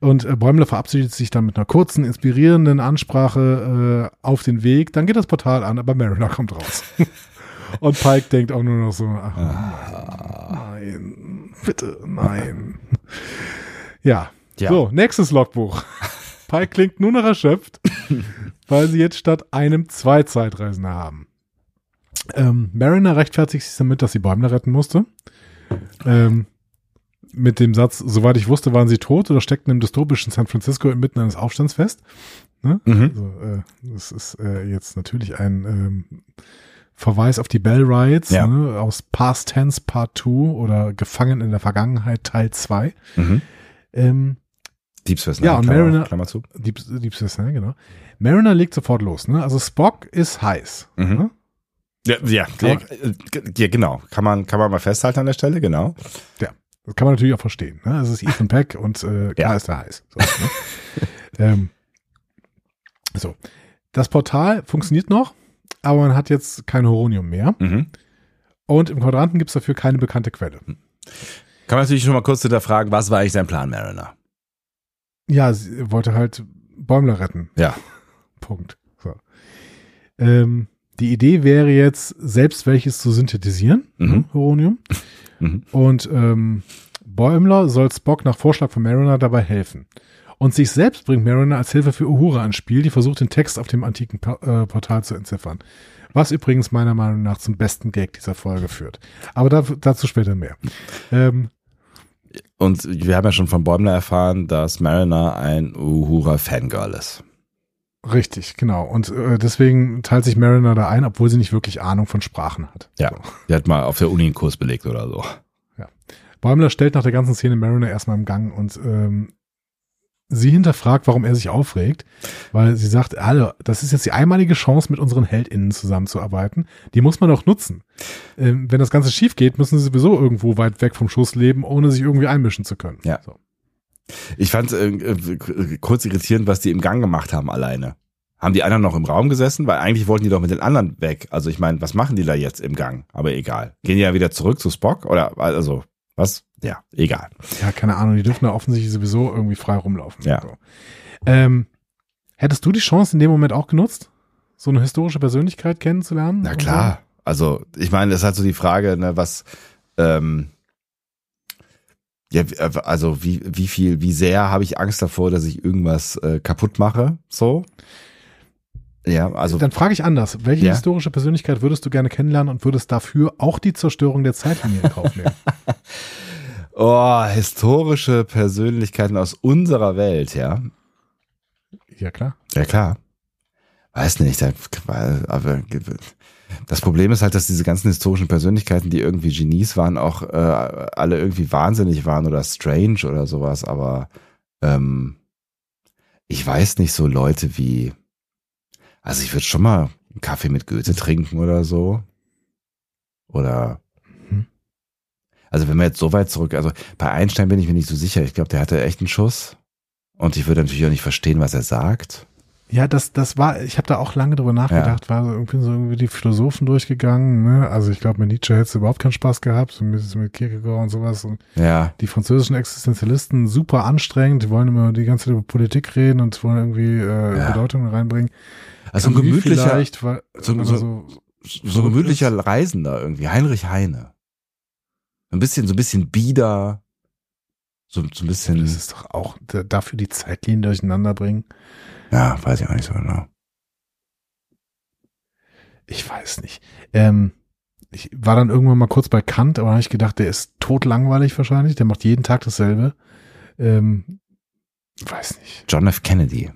Speaker 2: Und äh, Bäumler verabschiedet sich dann mit einer kurzen, inspirierenden Ansprache äh, auf den Weg. Dann geht das Portal an, aber Mariner kommt raus. Und Pike denkt auch nur noch so, ach, Nein, bitte, nein. Ja.
Speaker 1: Ja.
Speaker 2: So, nächstes Logbuch. Pi klingt nur noch erschöpft, weil sie jetzt statt einem zwei Zeitreisende haben. Ähm, Mariner rechtfertigt sich damit, dass sie Bäumler retten musste. Ähm, mit dem Satz, soweit ich wusste, waren sie tot oder steckten im dystopischen San Francisco inmitten eines Aufstands fest. Ne?
Speaker 1: Mhm.
Speaker 2: Also, äh, das ist äh, jetzt natürlich ein ähm, Verweis auf die Bell Riots
Speaker 1: Ja.
Speaker 2: ne? aus Past Tense Part 2 oder Gefangen in der Vergangenheit Teil 2.
Speaker 1: Mhm.
Speaker 2: Ähm,
Speaker 1: Deep Space
Speaker 2: Ja, und
Speaker 1: Klammer,
Speaker 2: Mariner-
Speaker 1: Klammer zu.
Speaker 2: Deep, Deep Space Nine, genau. Mariner legt sofort los. Ne? Also Spock ist heiß.
Speaker 1: Mhm.
Speaker 2: Ne?
Speaker 1: Ja, ja, ja, g- ja, genau. Kann man, kann man mal festhalten an der Stelle, genau.
Speaker 2: Das kann man natürlich auch verstehen. Ne? Es ist Ethan Peck und äh, klar
Speaker 1: Ja.
Speaker 2: ist er heiß. So, ne? ähm, so. Das Portal funktioniert noch, aber man hat jetzt kein Horonium mehr.
Speaker 1: Mhm.
Speaker 2: Und im Quadranten gibt es dafür keine bekannte Quelle.
Speaker 1: Hm. Kann man natürlich schon mal kurz hinterfragen, was war eigentlich sein Plan, Mariner?
Speaker 2: Ja, sie wollte halt Bäumler retten.
Speaker 1: Ja.
Speaker 2: Punkt. So. Ähm, die Idee wäre jetzt, selbst welches zu synthetisieren,
Speaker 1: Mhm.
Speaker 2: ne, Horonium.
Speaker 1: Mhm.
Speaker 2: Und ähm, Bäumler soll Spock nach Vorschlag von Mariner dabei helfen. Und sich selbst bringt Mariner als Hilfe für Uhura ins Spiel, die versucht, den Text auf dem antiken Pa- äh, Portal zu entziffern. Was übrigens meiner Meinung nach zum besten Gag dieser Folge führt. Aber da, dazu später mehr. Ähm,
Speaker 1: Und wir haben ja schon von Bäumler erfahren, dass Mariner ein Uhura-Fangirl ist.
Speaker 2: Richtig, genau. Und äh, deswegen teilt sich Mariner da ein, obwohl sie nicht wirklich Ahnung von Sprachen hat.
Speaker 1: Ja.
Speaker 2: So.
Speaker 1: Die hat mal auf der Uni einen Kurs belegt oder so.
Speaker 2: Bäumler stellt nach der ganzen Szene Mariner erstmal im Gang und ähm, sie hinterfragt, warum er sich aufregt, weil sie sagt, alle, das ist jetzt die einmalige Chance, mit unseren HeldInnen zusammenzuarbeiten. Die muss man doch nutzen. Ähm, wenn das Ganze schief geht, müssen sie sowieso irgendwo weit weg vom Schuss leben, ohne sich irgendwie einmischen zu können.
Speaker 1: Ja.
Speaker 2: So.
Speaker 1: Ich fand äh, äh, kurz irritierend, was die im Gang gemacht haben alleine. Haben die anderen noch im Raum gesessen? Weil eigentlich wollten die doch mit den anderen weg. Also ich meine, was machen die da jetzt im Gang? Aber egal. Gehen die ja wieder zurück zu Spock? Oder also, was? Ja, egal.
Speaker 2: Ja, keine Ahnung, die dürfen da offensichtlich sowieso irgendwie frei rumlaufen.
Speaker 1: Ja.
Speaker 2: So. Ähm, hättest du die Chance in dem Moment auch genutzt, so eine historische Persönlichkeit kennenzulernen?
Speaker 1: Na klar. Also ich meine, das ist halt so die Frage, ne, was, ähm, ja, wie- äh, also wie, wie viel, wie sehr habe ich Angst davor, dass ich irgendwas äh, kaputt mache? So? Ja, also
Speaker 2: So? Dann frage ich anders. Welche
Speaker 1: Ja.
Speaker 2: historische Persönlichkeit würdest du gerne kennenlernen und würdest dafür auch die Zerstörung der Zeitlinie in Kauf nehmen?
Speaker 1: Oh, historische Persönlichkeiten aus unserer Welt, ja.
Speaker 2: ja, klar.
Speaker 1: Ja, klar. Weiß nicht, da- aber das Problem ist halt, dass diese ganzen historischen Persönlichkeiten, die irgendwie Genies waren, auch äh, alle irgendwie wahnsinnig waren oder strange oder sowas, aber ähm, ich weiß nicht, so Leute wie, also ich würde schon mal einen Kaffee mit Goethe trinken oder so. Oder,
Speaker 2: Mhm.
Speaker 1: also wenn wir jetzt so weit zurück, also bei Einstein bin ich mir nicht so sicher, ich glaube, der hatte echt einen Schuss und ich würde natürlich auch nicht verstehen, was er sagt.
Speaker 2: Ja, das, das war, ich habe da auch lange drüber nachgedacht, war so irgendwie so irgendwie die Philosophen durchgegangen. Ne? Also ich glaube, mit Nietzsche hättest du überhaupt keinen Spaß gehabt, so mit, mit Kierkegaard und sowas. Und
Speaker 1: Ja.
Speaker 2: die französischen Existenzialisten super anstrengend, die wollen immer die ganze Zeit über Politik reden und wollen irgendwie äh,
Speaker 1: Ja.
Speaker 2: Bedeutungen reinbringen.
Speaker 1: Also ein
Speaker 2: Camus
Speaker 1: gemütlicher,
Speaker 2: vielleicht, weil,
Speaker 1: so-
Speaker 2: so,
Speaker 1: so-
Speaker 2: so,
Speaker 1: so ein gemütlicher Reisender irgendwie. Heinrich Heine. Ein bisschen, so ein bisschen bieder. So, so ein bisschen,
Speaker 2: Das ist doch auch da- dafür die Zeitlinien durcheinander bringen.
Speaker 1: ja, weiß ich auch nicht so genau.
Speaker 2: Ich weiß nicht. Ähm, ich war dann irgendwann mal kurz bei Kant, aber habe ich gedacht, der ist totlangweilig wahrscheinlich. Der macht jeden Tag dasselbe. Ähm, weiß nicht.
Speaker 1: John F. Kennedy.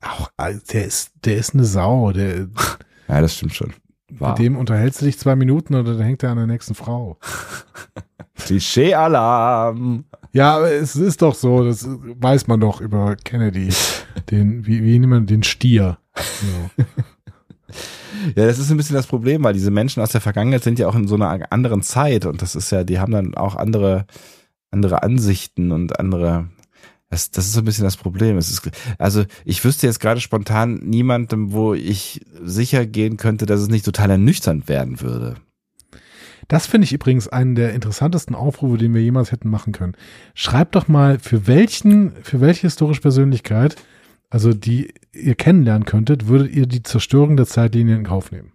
Speaker 2: Auch äh, der ist, der ist eine Sau. Der,
Speaker 1: Ja, das stimmt schon. Wow.
Speaker 2: Mit dem unterhältst du dich zwei Minuten oder dann hängt er an der nächsten Frau.
Speaker 1: Klischee-Alarm.
Speaker 2: Ja, aber es ist doch so, das weiß man doch über Kennedy. Den, wie, wie nennt man den Stier? So.
Speaker 1: Ja, das ist ein bisschen das Problem, weil diese Menschen aus der Vergangenheit sind ja auch in so einer anderen Zeit und das ist ja, die haben dann auch andere, andere Ansichten und andere. Das, das ist so ein bisschen das Problem. Es ist, also ich wüsste jetzt gerade spontan niemandem, wo ich sicher gehen könnte, dass es nicht total ernüchternd werden würde.
Speaker 2: Das finde ich übrigens einen der interessantesten Aufrufe, den wir jemals hätten machen können. Schreibt doch mal, für welchen, für welche historische Persönlichkeit, also die ihr kennenlernen könntet, würdet ihr die Zerstörung der Zeitlinien in Kauf nehmen?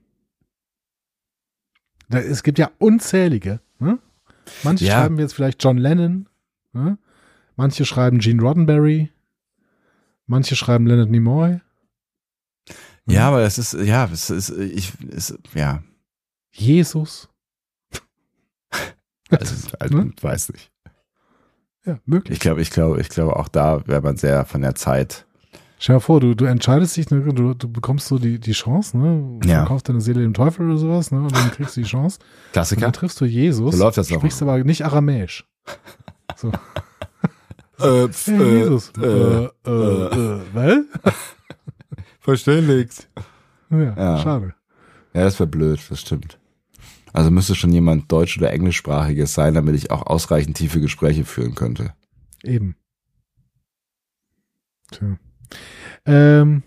Speaker 2: Da, es gibt ja unzählige. Ne? Manche
Speaker 1: Ja.
Speaker 2: schreiben jetzt vielleicht John Lennon, ne? manche schreiben Gene Roddenberry, manche schreiben Leonard Nimoy.
Speaker 1: Ja, aber das ist, ja, es ist, ich, es, ja,
Speaker 2: Jesus.
Speaker 1: also, also,
Speaker 2: Ne?
Speaker 1: weiß nicht.
Speaker 2: Ja, möglich.
Speaker 1: Ich glaube, ich glaube, ich glaube, auch da wäre man sehr von der Zeit.
Speaker 2: Stell dir vor, du, du entscheidest dich, ne, du, du bekommst so die, die Chance, ne?
Speaker 1: Ja.
Speaker 2: Verkaufst deine Seele dem Teufel oder sowas, ne? Und dann kriegst du die Chance. Und
Speaker 1: Klassiker.
Speaker 2: dann triffst du Jesus.
Speaker 1: So läuft das doch.
Speaker 2: Sprichst aber nicht Aramäisch. So.
Speaker 1: Äh,
Speaker 2: Hey, Jesus. Äh, äh, äh, weil?
Speaker 1: verstehe nichts.
Speaker 2: Ja,
Speaker 1: Ja.
Speaker 2: schade.
Speaker 1: Ja, das wäre blöd, das stimmt. Also müsste schon jemand Deutsch- oder Englischsprachiges sein, damit ich auch ausreichend tiefe Gespräche führen könnte.
Speaker 2: Eben. Tja. Ähm.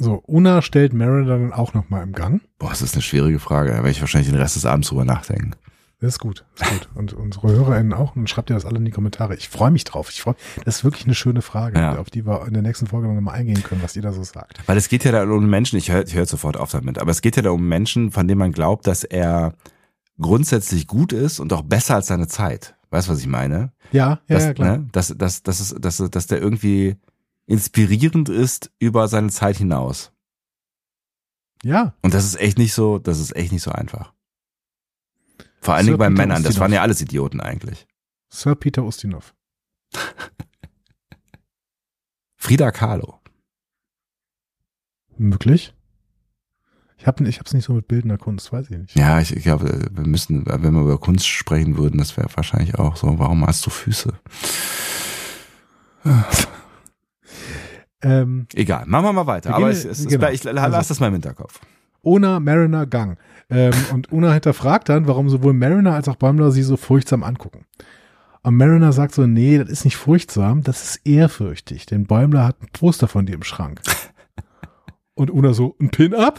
Speaker 2: So, Una stellt Maren dann auch nochmal im Gang.
Speaker 1: Boah, das ist eine schwierige Frage. Da werde ich wahrscheinlich den Rest des Abends drüber nachdenken.
Speaker 2: Das ist gut, das ist gut. Und unsere HörerInnen auch. Und schreibt ihr das alle in die Kommentare. Ich freue mich drauf. Ich freue, das ist wirklich eine schöne Frage,
Speaker 1: Ja.
Speaker 2: auf die wir in der nächsten Folge dann mal eingehen können, was ihr da so sagt.
Speaker 1: Weil es geht ja da um Menschen, ich höre ich hör jetzt sofort auf damit, aber es geht ja da um Menschen, von denen man glaubt, dass er grundsätzlich gut ist und auch besser als seine Zeit. Weißt du, was ich meine?
Speaker 2: Ja, ja,
Speaker 1: dass,
Speaker 2: ja klar.
Speaker 1: Ne, dass, dass, dass, es, dass, dass der irgendwie inspirierend ist über seine Zeit hinaus.
Speaker 2: Ja,
Speaker 1: Und das ist echt nicht so, das ist echt nicht so einfach. Vor allen
Speaker 2: Sir
Speaker 1: Dingen bei
Speaker 2: Peter
Speaker 1: Männern, das
Speaker 2: Ustinov.
Speaker 1: waren ja alles Idioten eigentlich.
Speaker 2: Sir Peter Ustinov.
Speaker 1: Frida Kahlo.
Speaker 2: Möglich? Ich habe ich hab's nicht so mit bildender Kunst, weiß ich nicht.
Speaker 1: Ja, ich, ich glaube, wir müssen, wenn wir über Kunst sprechen würden, das wäre wahrscheinlich auch so, warum hast du Füße?
Speaker 2: Ähm,
Speaker 1: Egal, machen wir mal weiter.
Speaker 2: Wir
Speaker 1: Aber
Speaker 2: gehen-
Speaker 1: ich, es,
Speaker 2: genau.
Speaker 1: es, ich lass
Speaker 2: Also-
Speaker 1: das mal im Hinterkopf.
Speaker 2: Una Mariner Gang. Ähm, und Una hinterfragt dann, warum sowohl Mariner als auch Bumler sie so furchtsam angucken. Und Mariner sagt so, nee, das ist nicht furchtsam, das ist ehrfürchtig, denn Bäumler hat ein Poster von dir im Schrank. Und Una so, ein Pin-Up?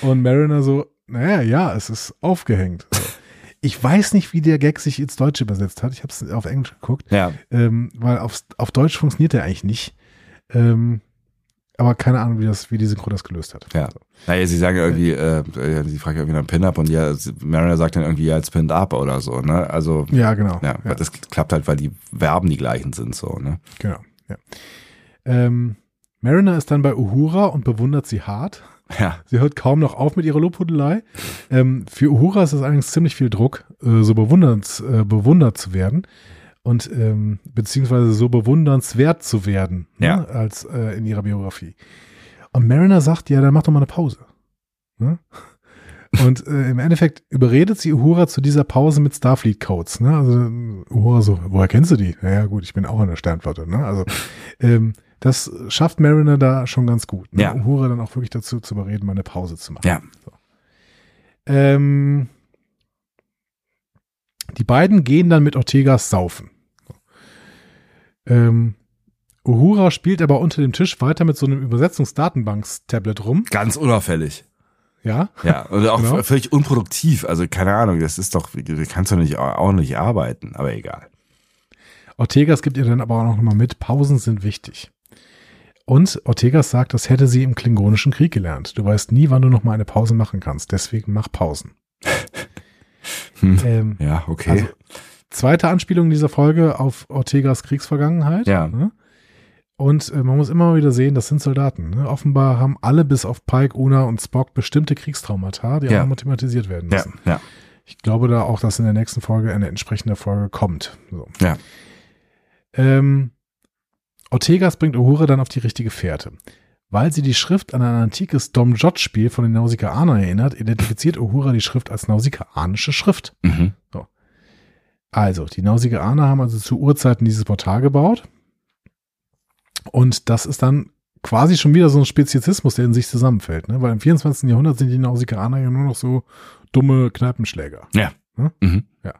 Speaker 2: Und Mariner so, naja, ja, es ist aufgehängt. Ich weiß nicht, wie der Gag sich ins Deutsche übersetzt hat. Ich habe es auf Englisch geguckt
Speaker 1: Ja,
Speaker 2: ähm, weil auf, auf Deutsch funktioniert der eigentlich nicht. Ähm, aber keine Ahnung, wie, das, wie die Synchro das gelöst hat.
Speaker 1: Ja. naja, sie sagen irgendwie, äh, äh, sie fragen irgendwie nach einem Pin-Up und ja, sie- Mariner sagt dann irgendwie, ja, jetzt pinnt up oder so, ne? Also,
Speaker 2: Ja, genau.
Speaker 1: ja, das klappt halt, weil die Verben die gleichen sind, so, ne?
Speaker 2: genau. Ja. Ähm, Mariner ist dann bei Uhura und bewundert sie hart.
Speaker 1: Ja.
Speaker 2: Sie hört kaum noch auf mit ihrer Lobhudelei. Ähm, für Uhura ist es allerdings ziemlich viel Druck, äh, so bewunderns, äh, bewundert zu werden und ähm, beziehungsweise so bewundernswert zu werden,
Speaker 1: Ja.
Speaker 2: ne, als äh, in ihrer Biografie. Und Mariner sagt, ja, dann mach doch mal eine Pause. Ne? Und äh, im Endeffekt überredet sie Uhura zu dieser Pause mit Starfleet-Codes. Ne? Also äh, Uhura so, woher kennst du die? Naja gut, ich bin auch in der Sternflotte. Ne? Also ähm, das schafft Mariner da schon ganz gut. Ne?
Speaker 1: Ja.
Speaker 2: Uhura dann auch wirklich dazu zu überreden, mal eine Pause zu machen.
Speaker 1: Ja.
Speaker 2: So. Ähm, die beiden gehen dann mit Ortegas saufen. Ähm, Uhura spielt aber unter dem Tisch weiter mit so einem Übersetzungsdatenbanks-Tablet rum.
Speaker 1: Ganz unauffällig.
Speaker 2: Ja,
Speaker 1: Ja, und auch
Speaker 2: Genau.
Speaker 1: völlig unproduktiv. Also keine Ahnung, das ist doch, du kannst doch nicht auch nicht arbeiten, aber egal.
Speaker 2: Ortegas gibt ihr dann aber auch noch mal mit, Pausen sind wichtig. Und Ortegas sagt, das hätte sie im Klingonischen Krieg gelernt. Du weißt nie, wann du noch mal eine Pause machen kannst. Deswegen mach Pausen.
Speaker 1: Hm.
Speaker 2: Ähm,
Speaker 1: Ja, okay.
Speaker 2: Also, zweite Anspielung dieser Folge auf Ortegas Kriegsvergangenheit.
Speaker 1: Ja.
Speaker 2: Ne? Und äh, man muss immer mal wieder sehen, das sind Soldaten. Ne? Offenbar haben alle bis auf Pike, Una und Spock bestimmte Kriegstraumata, die
Speaker 1: Ja.
Speaker 2: auch nochmal thematisiert werden
Speaker 1: ja,
Speaker 2: müssen.
Speaker 1: ja,
Speaker 2: Ich glaube da auch, dass in der nächsten Folge eine entsprechende Folge kommt. So.
Speaker 1: Ja.
Speaker 2: Ähm, Ortegas bringt Uhura dann auf die richtige Fährte. Weil sie die Schrift an ein antikes Dom-Jot-Spiel von den Nausikaanern erinnert, identifiziert Uhura die Schrift als nausikaanische Schrift.
Speaker 1: mhm.
Speaker 2: Also, die Nausikaaner haben also zu Urzeiten dieses Portal gebaut. Und das ist dann quasi schon wieder so ein Speziesismus, der in sich zusammenfällt. Ne? Weil im 24. Jahrhundert sind die Nausikaaner ja nur noch so dumme Kneipenschläger.
Speaker 1: Ja.
Speaker 2: Ne?
Speaker 1: Mhm.
Speaker 2: ja.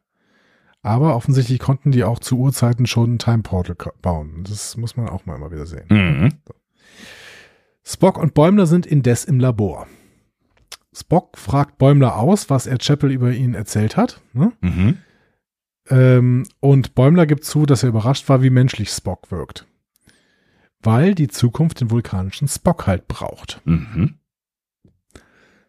Speaker 2: Aber offensichtlich konnten die auch zu Urzeiten schon ein Time Portal ka- bauen. Das muss man auch mal immer wieder sehen.
Speaker 1: Mhm.
Speaker 2: Spock und Bäumler sind indes im Labor. Spock fragt Bäumler aus, was er Chapel über ihn erzählt hat. Ne?
Speaker 1: Mhm.
Speaker 2: Ähm, und Bäumler gibt zu, dass er überrascht war, wie menschlich Spock wirkt. Weil die Zukunft den vulkanischen Spock halt braucht.
Speaker 1: Mhm.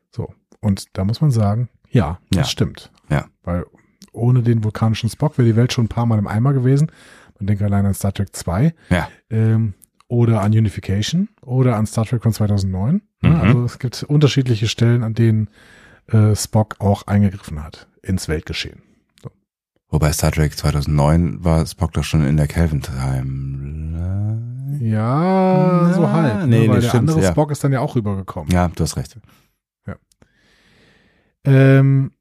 Speaker 2: So. Und da muss man sagen, ja, das
Speaker 1: Ja.
Speaker 2: stimmt.
Speaker 1: Ja.
Speaker 2: Weil ohne den vulkanischen Spock wäre die Welt schon ein paar Mal im Eimer gewesen. Man denkt allein an Star Trek 2.
Speaker 1: Ja.
Speaker 2: Ähm, oder an Unification oder an Star Trek von 2009.
Speaker 1: Mhm.
Speaker 2: Also es gibt unterschiedliche Stellen, an denen äh, Spock auch eingegriffen hat ins Weltgeschehen.
Speaker 1: Wobei Star Trek 2009 war Spock doch schon in der Kelvin Timeline.
Speaker 2: Ja,
Speaker 1: Na,
Speaker 2: so halb.
Speaker 1: nee,
Speaker 2: ne, weil
Speaker 1: nee,
Speaker 2: der
Speaker 1: stimmt,
Speaker 2: andere
Speaker 1: ja.
Speaker 2: Spock ist dann ja auch rübergekommen.
Speaker 1: Ja, du hast recht.
Speaker 2: Ähm,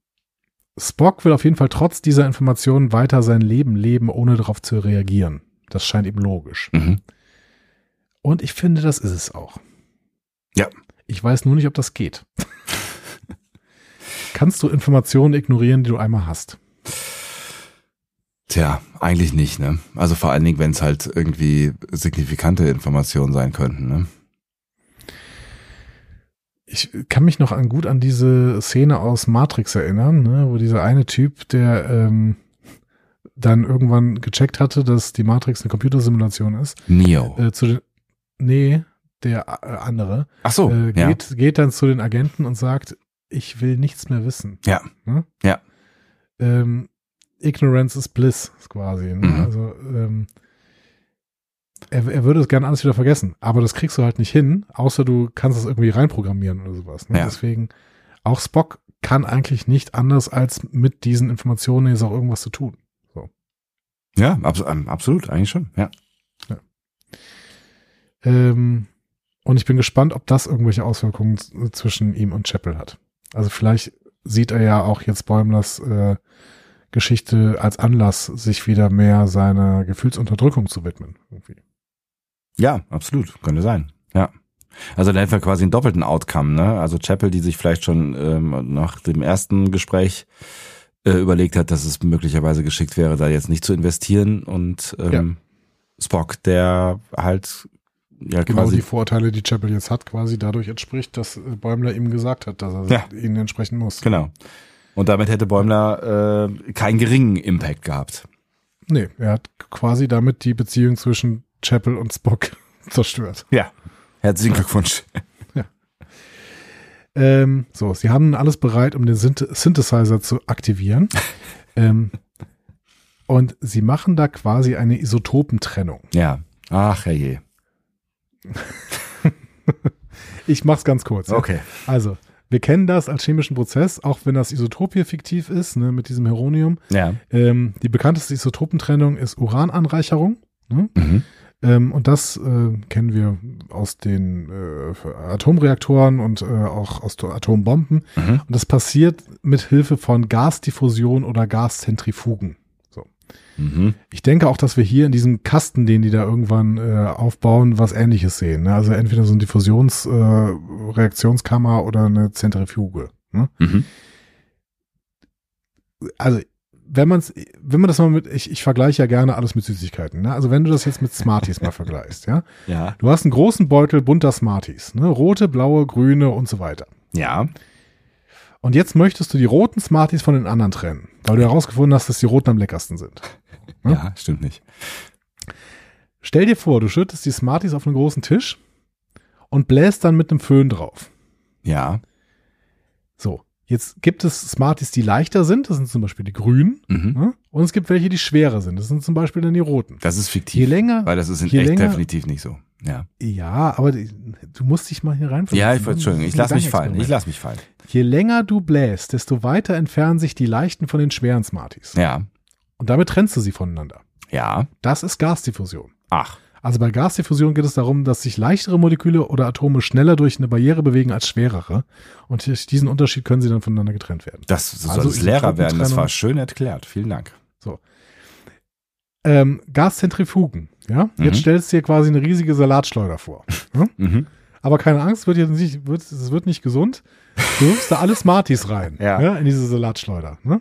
Speaker 2: Spock will auf jeden Fall trotz dieser Informationen weiter sein Leben leben, ohne darauf zu reagieren. Das scheint ihm logisch.
Speaker 1: Mhm.
Speaker 2: Und ich finde, das ist es auch.
Speaker 1: Ja.
Speaker 2: Ich weiß nur nicht, ob das geht. Kannst du Informationen ignorieren, die du einmal hast?
Speaker 1: Tja, eigentlich nicht, ne? Also vor allen Dingen, wenn es halt irgendwie signifikante Informationen sein könnten, ne?
Speaker 2: ich kann mich noch an, gut an diese Szene aus Matrix erinnern, ne, wo dieser eine Typ, der ähm, dann irgendwann gecheckt hatte, dass die Matrix eine Computersimulation ist,
Speaker 1: Neo.
Speaker 2: äh, zu den, nee, der äh, andere,
Speaker 1: Ach so,
Speaker 2: äh,
Speaker 1: ja.
Speaker 2: geht, geht dann zu den Agenten und sagt, ich will nichts mehr wissen.
Speaker 1: Ja.
Speaker 2: Ne?
Speaker 1: Ja.
Speaker 2: Ähm, Ignorance is bliss, ist quasi. Ne?
Speaker 1: Mhm.
Speaker 2: Also, ähm, er, er würde es gerne alles wieder vergessen, aber das kriegst du halt nicht hin, außer du kannst es irgendwie reinprogrammieren oder sowas. Ne?
Speaker 1: Ja.
Speaker 2: Deswegen, auch Spock kann eigentlich nicht anders, als mit diesen Informationen jetzt auch irgendwas zu tun.
Speaker 1: Ja, abs ähm, absolut, eigentlich schon, ja.
Speaker 2: Ähm, und ich bin gespannt, ob das irgendwelche Auswirkungen z- zwischen ihm und Chapel hat. Also vielleicht sieht er ja auch jetzt Bäumlers äh, Geschichte als Anlass, sich wieder mehr seiner Gefühlsunterdrückung zu widmen. Irgendwie.
Speaker 1: Ja, absolut, könnte sein. Ja. Also da hätten wir quasi einen doppelten Outcome, ne? Also Chapel, die sich vielleicht schon ähm, nach dem ersten Gespräch äh, überlegt hat, dass es möglicherweise geschickt wäre, da jetzt nicht zu investieren und ähm, Spock, der halt ja
Speaker 2: Genau
Speaker 1: quasi
Speaker 2: die Vorurteile, die Chapel jetzt hat, quasi dadurch entspricht, dass äh, Bäumler ihm gesagt hat, dass er
Speaker 1: Ja.
Speaker 2: ihnen entsprechen muss.
Speaker 1: Genau. Und damit hätte Bäumler äh, keinen geringen Impact gehabt.
Speaker 2: Nee, er hat quasi damit die Beziehung zwischen Chapel und Spock zerstört.
Speaker 1: Ja. Herzlichen Glückwunsch.
Speaker 2: Ähm, so, sie haben alles bereit, um den Synth Synthesizer zu aktivieren. ähm, und sie machen da quasi eine Isotopentrennung.
Speaker 1: Ja. Ach herrje.
Speaker 2: Ich mach's ganz kurz. ja.
Speaker 1: Okay.
Speaker 2: Also, wir kennen das als chemischen Prozess, auch wenn das Isotop hier fiktiv ist, ne, mit diesem Heronium.
Speaker 1: Ja.
Speaker 2: Ähm, die bekannteste Isotopentrennung ist Urananreicherung. Ne?
Speaker 1: Mhm.
Speaker 2: Ähm, und das äh, kennen wir aus den äh, Atomreaktoren und äh, auch aus Atombomben.
Speaker 1: Mhm.
Speaker 2: Und das passiert mit Hilfe von Gasdiffusion oder Gaszentrifugen.
Speaker 1: Mhm.
Speaker 2: Ich denke auch, dass wir hier in diesem Kasten, den die da irgendwann äh, aufbauen, was ähnliches sehen. Ne? Also entweder so eine Diffusionsreaktionskammer äh, Reaktionskammer oder eine Zentrifuge. Ne?
Speaker 1: Mhm.
Speaker 2: Also wenn man wenn man das mal mit, ich, ich vergleiche ja gerne alles mit Süßigkeiten. Ne? Also wenn du das jetzt mit Smarties mal vergleichst, ja,
Speaker 1: Ja.
Speaker 2: du hast einen großen Beutel bunter Smarties, ne? rote, blaue, grüne und so weiter.
Speaker 1: Ja.
Speaker 2: Und jetzt möchtest du die roten Smarties von den anderen trennen, weil du herausgefunden hast, dass die roten am leckersten sind.
Speaker 1: Ja, stimmt nicht.
Speaker 2: Stell dir vor, du schüttest die Smarties auf einen großen Tisch und bläst dann mit einem Föhn drauf.
Speaker 1: Ja.
Speaker 2: So, jetzt gibt es Smarties, die leichter sind, das sind zum Beispiel die grünen,
Speaker 1: Mhm.
Speaker 2: ne? und es gibt welche, die schwerer sind, das sind zum Beispiel dann die roten.
Speaker 1: Das ist
Speaker 2: Je
Speaker 1: fiktiv.
Speaker 2: länger,
Speaker 1: Weil das ist in
Speaker 2: je
Speaker 1: echt
Speaker 2: länger-
Speaker 1: definitiv nicht so. Ja.
Speaker 2: ja, aber die- du musst dich mal hier reinfassen.
Speaker 1: Ja, ich wollte, Entschuldigung, ich lasse mich fallen. Ich
Speaker 2: lasse.
Speaker 1: lasse mich fallen.
Speaker 2: Je länger du bläst, desto weiter entfernen sich die leichten von den schweren Smarties.
Speaker 1: Ja.
Speaker 2: Und damit trennst du sie voneinander.
Speaker 1: Ja.
Speaker 2: Das ist Gasdiffusion.
Speaker 1: Ach.
Speaker 2: Also bei Gasdiffusion geht es darum, dass sich leichtere Moleküle oder Atome schneller durch eine Barriere bewegen als schwerere. Und durch diesen Unterschied können sie dann voneinander getrennt werden.
Speaker 1: Das soll
Speaker 2: Also
Speaker 1: es Lehrer werden. Das
Speaker 2: Isotopentrennung-
Speaker 1: war schön erklärt. Vielen Dank.
Speaker 2: Ähm, Gaszentrifugen. Ja?
Speaker 1: Mhm.
Speaker 2: Jetzt stellst du dir quasi eine riesige Salatschleuder vor.
Speaker 1: Mhm.
Speaker 2: Aber keine Angst, wird jetzt nicht, wird, es wird nicht gesund. Du wirfst da alles Martis rein ne,
Speaker 6: Ja.
Speaker 2: in diese Salatschleuder. Ne?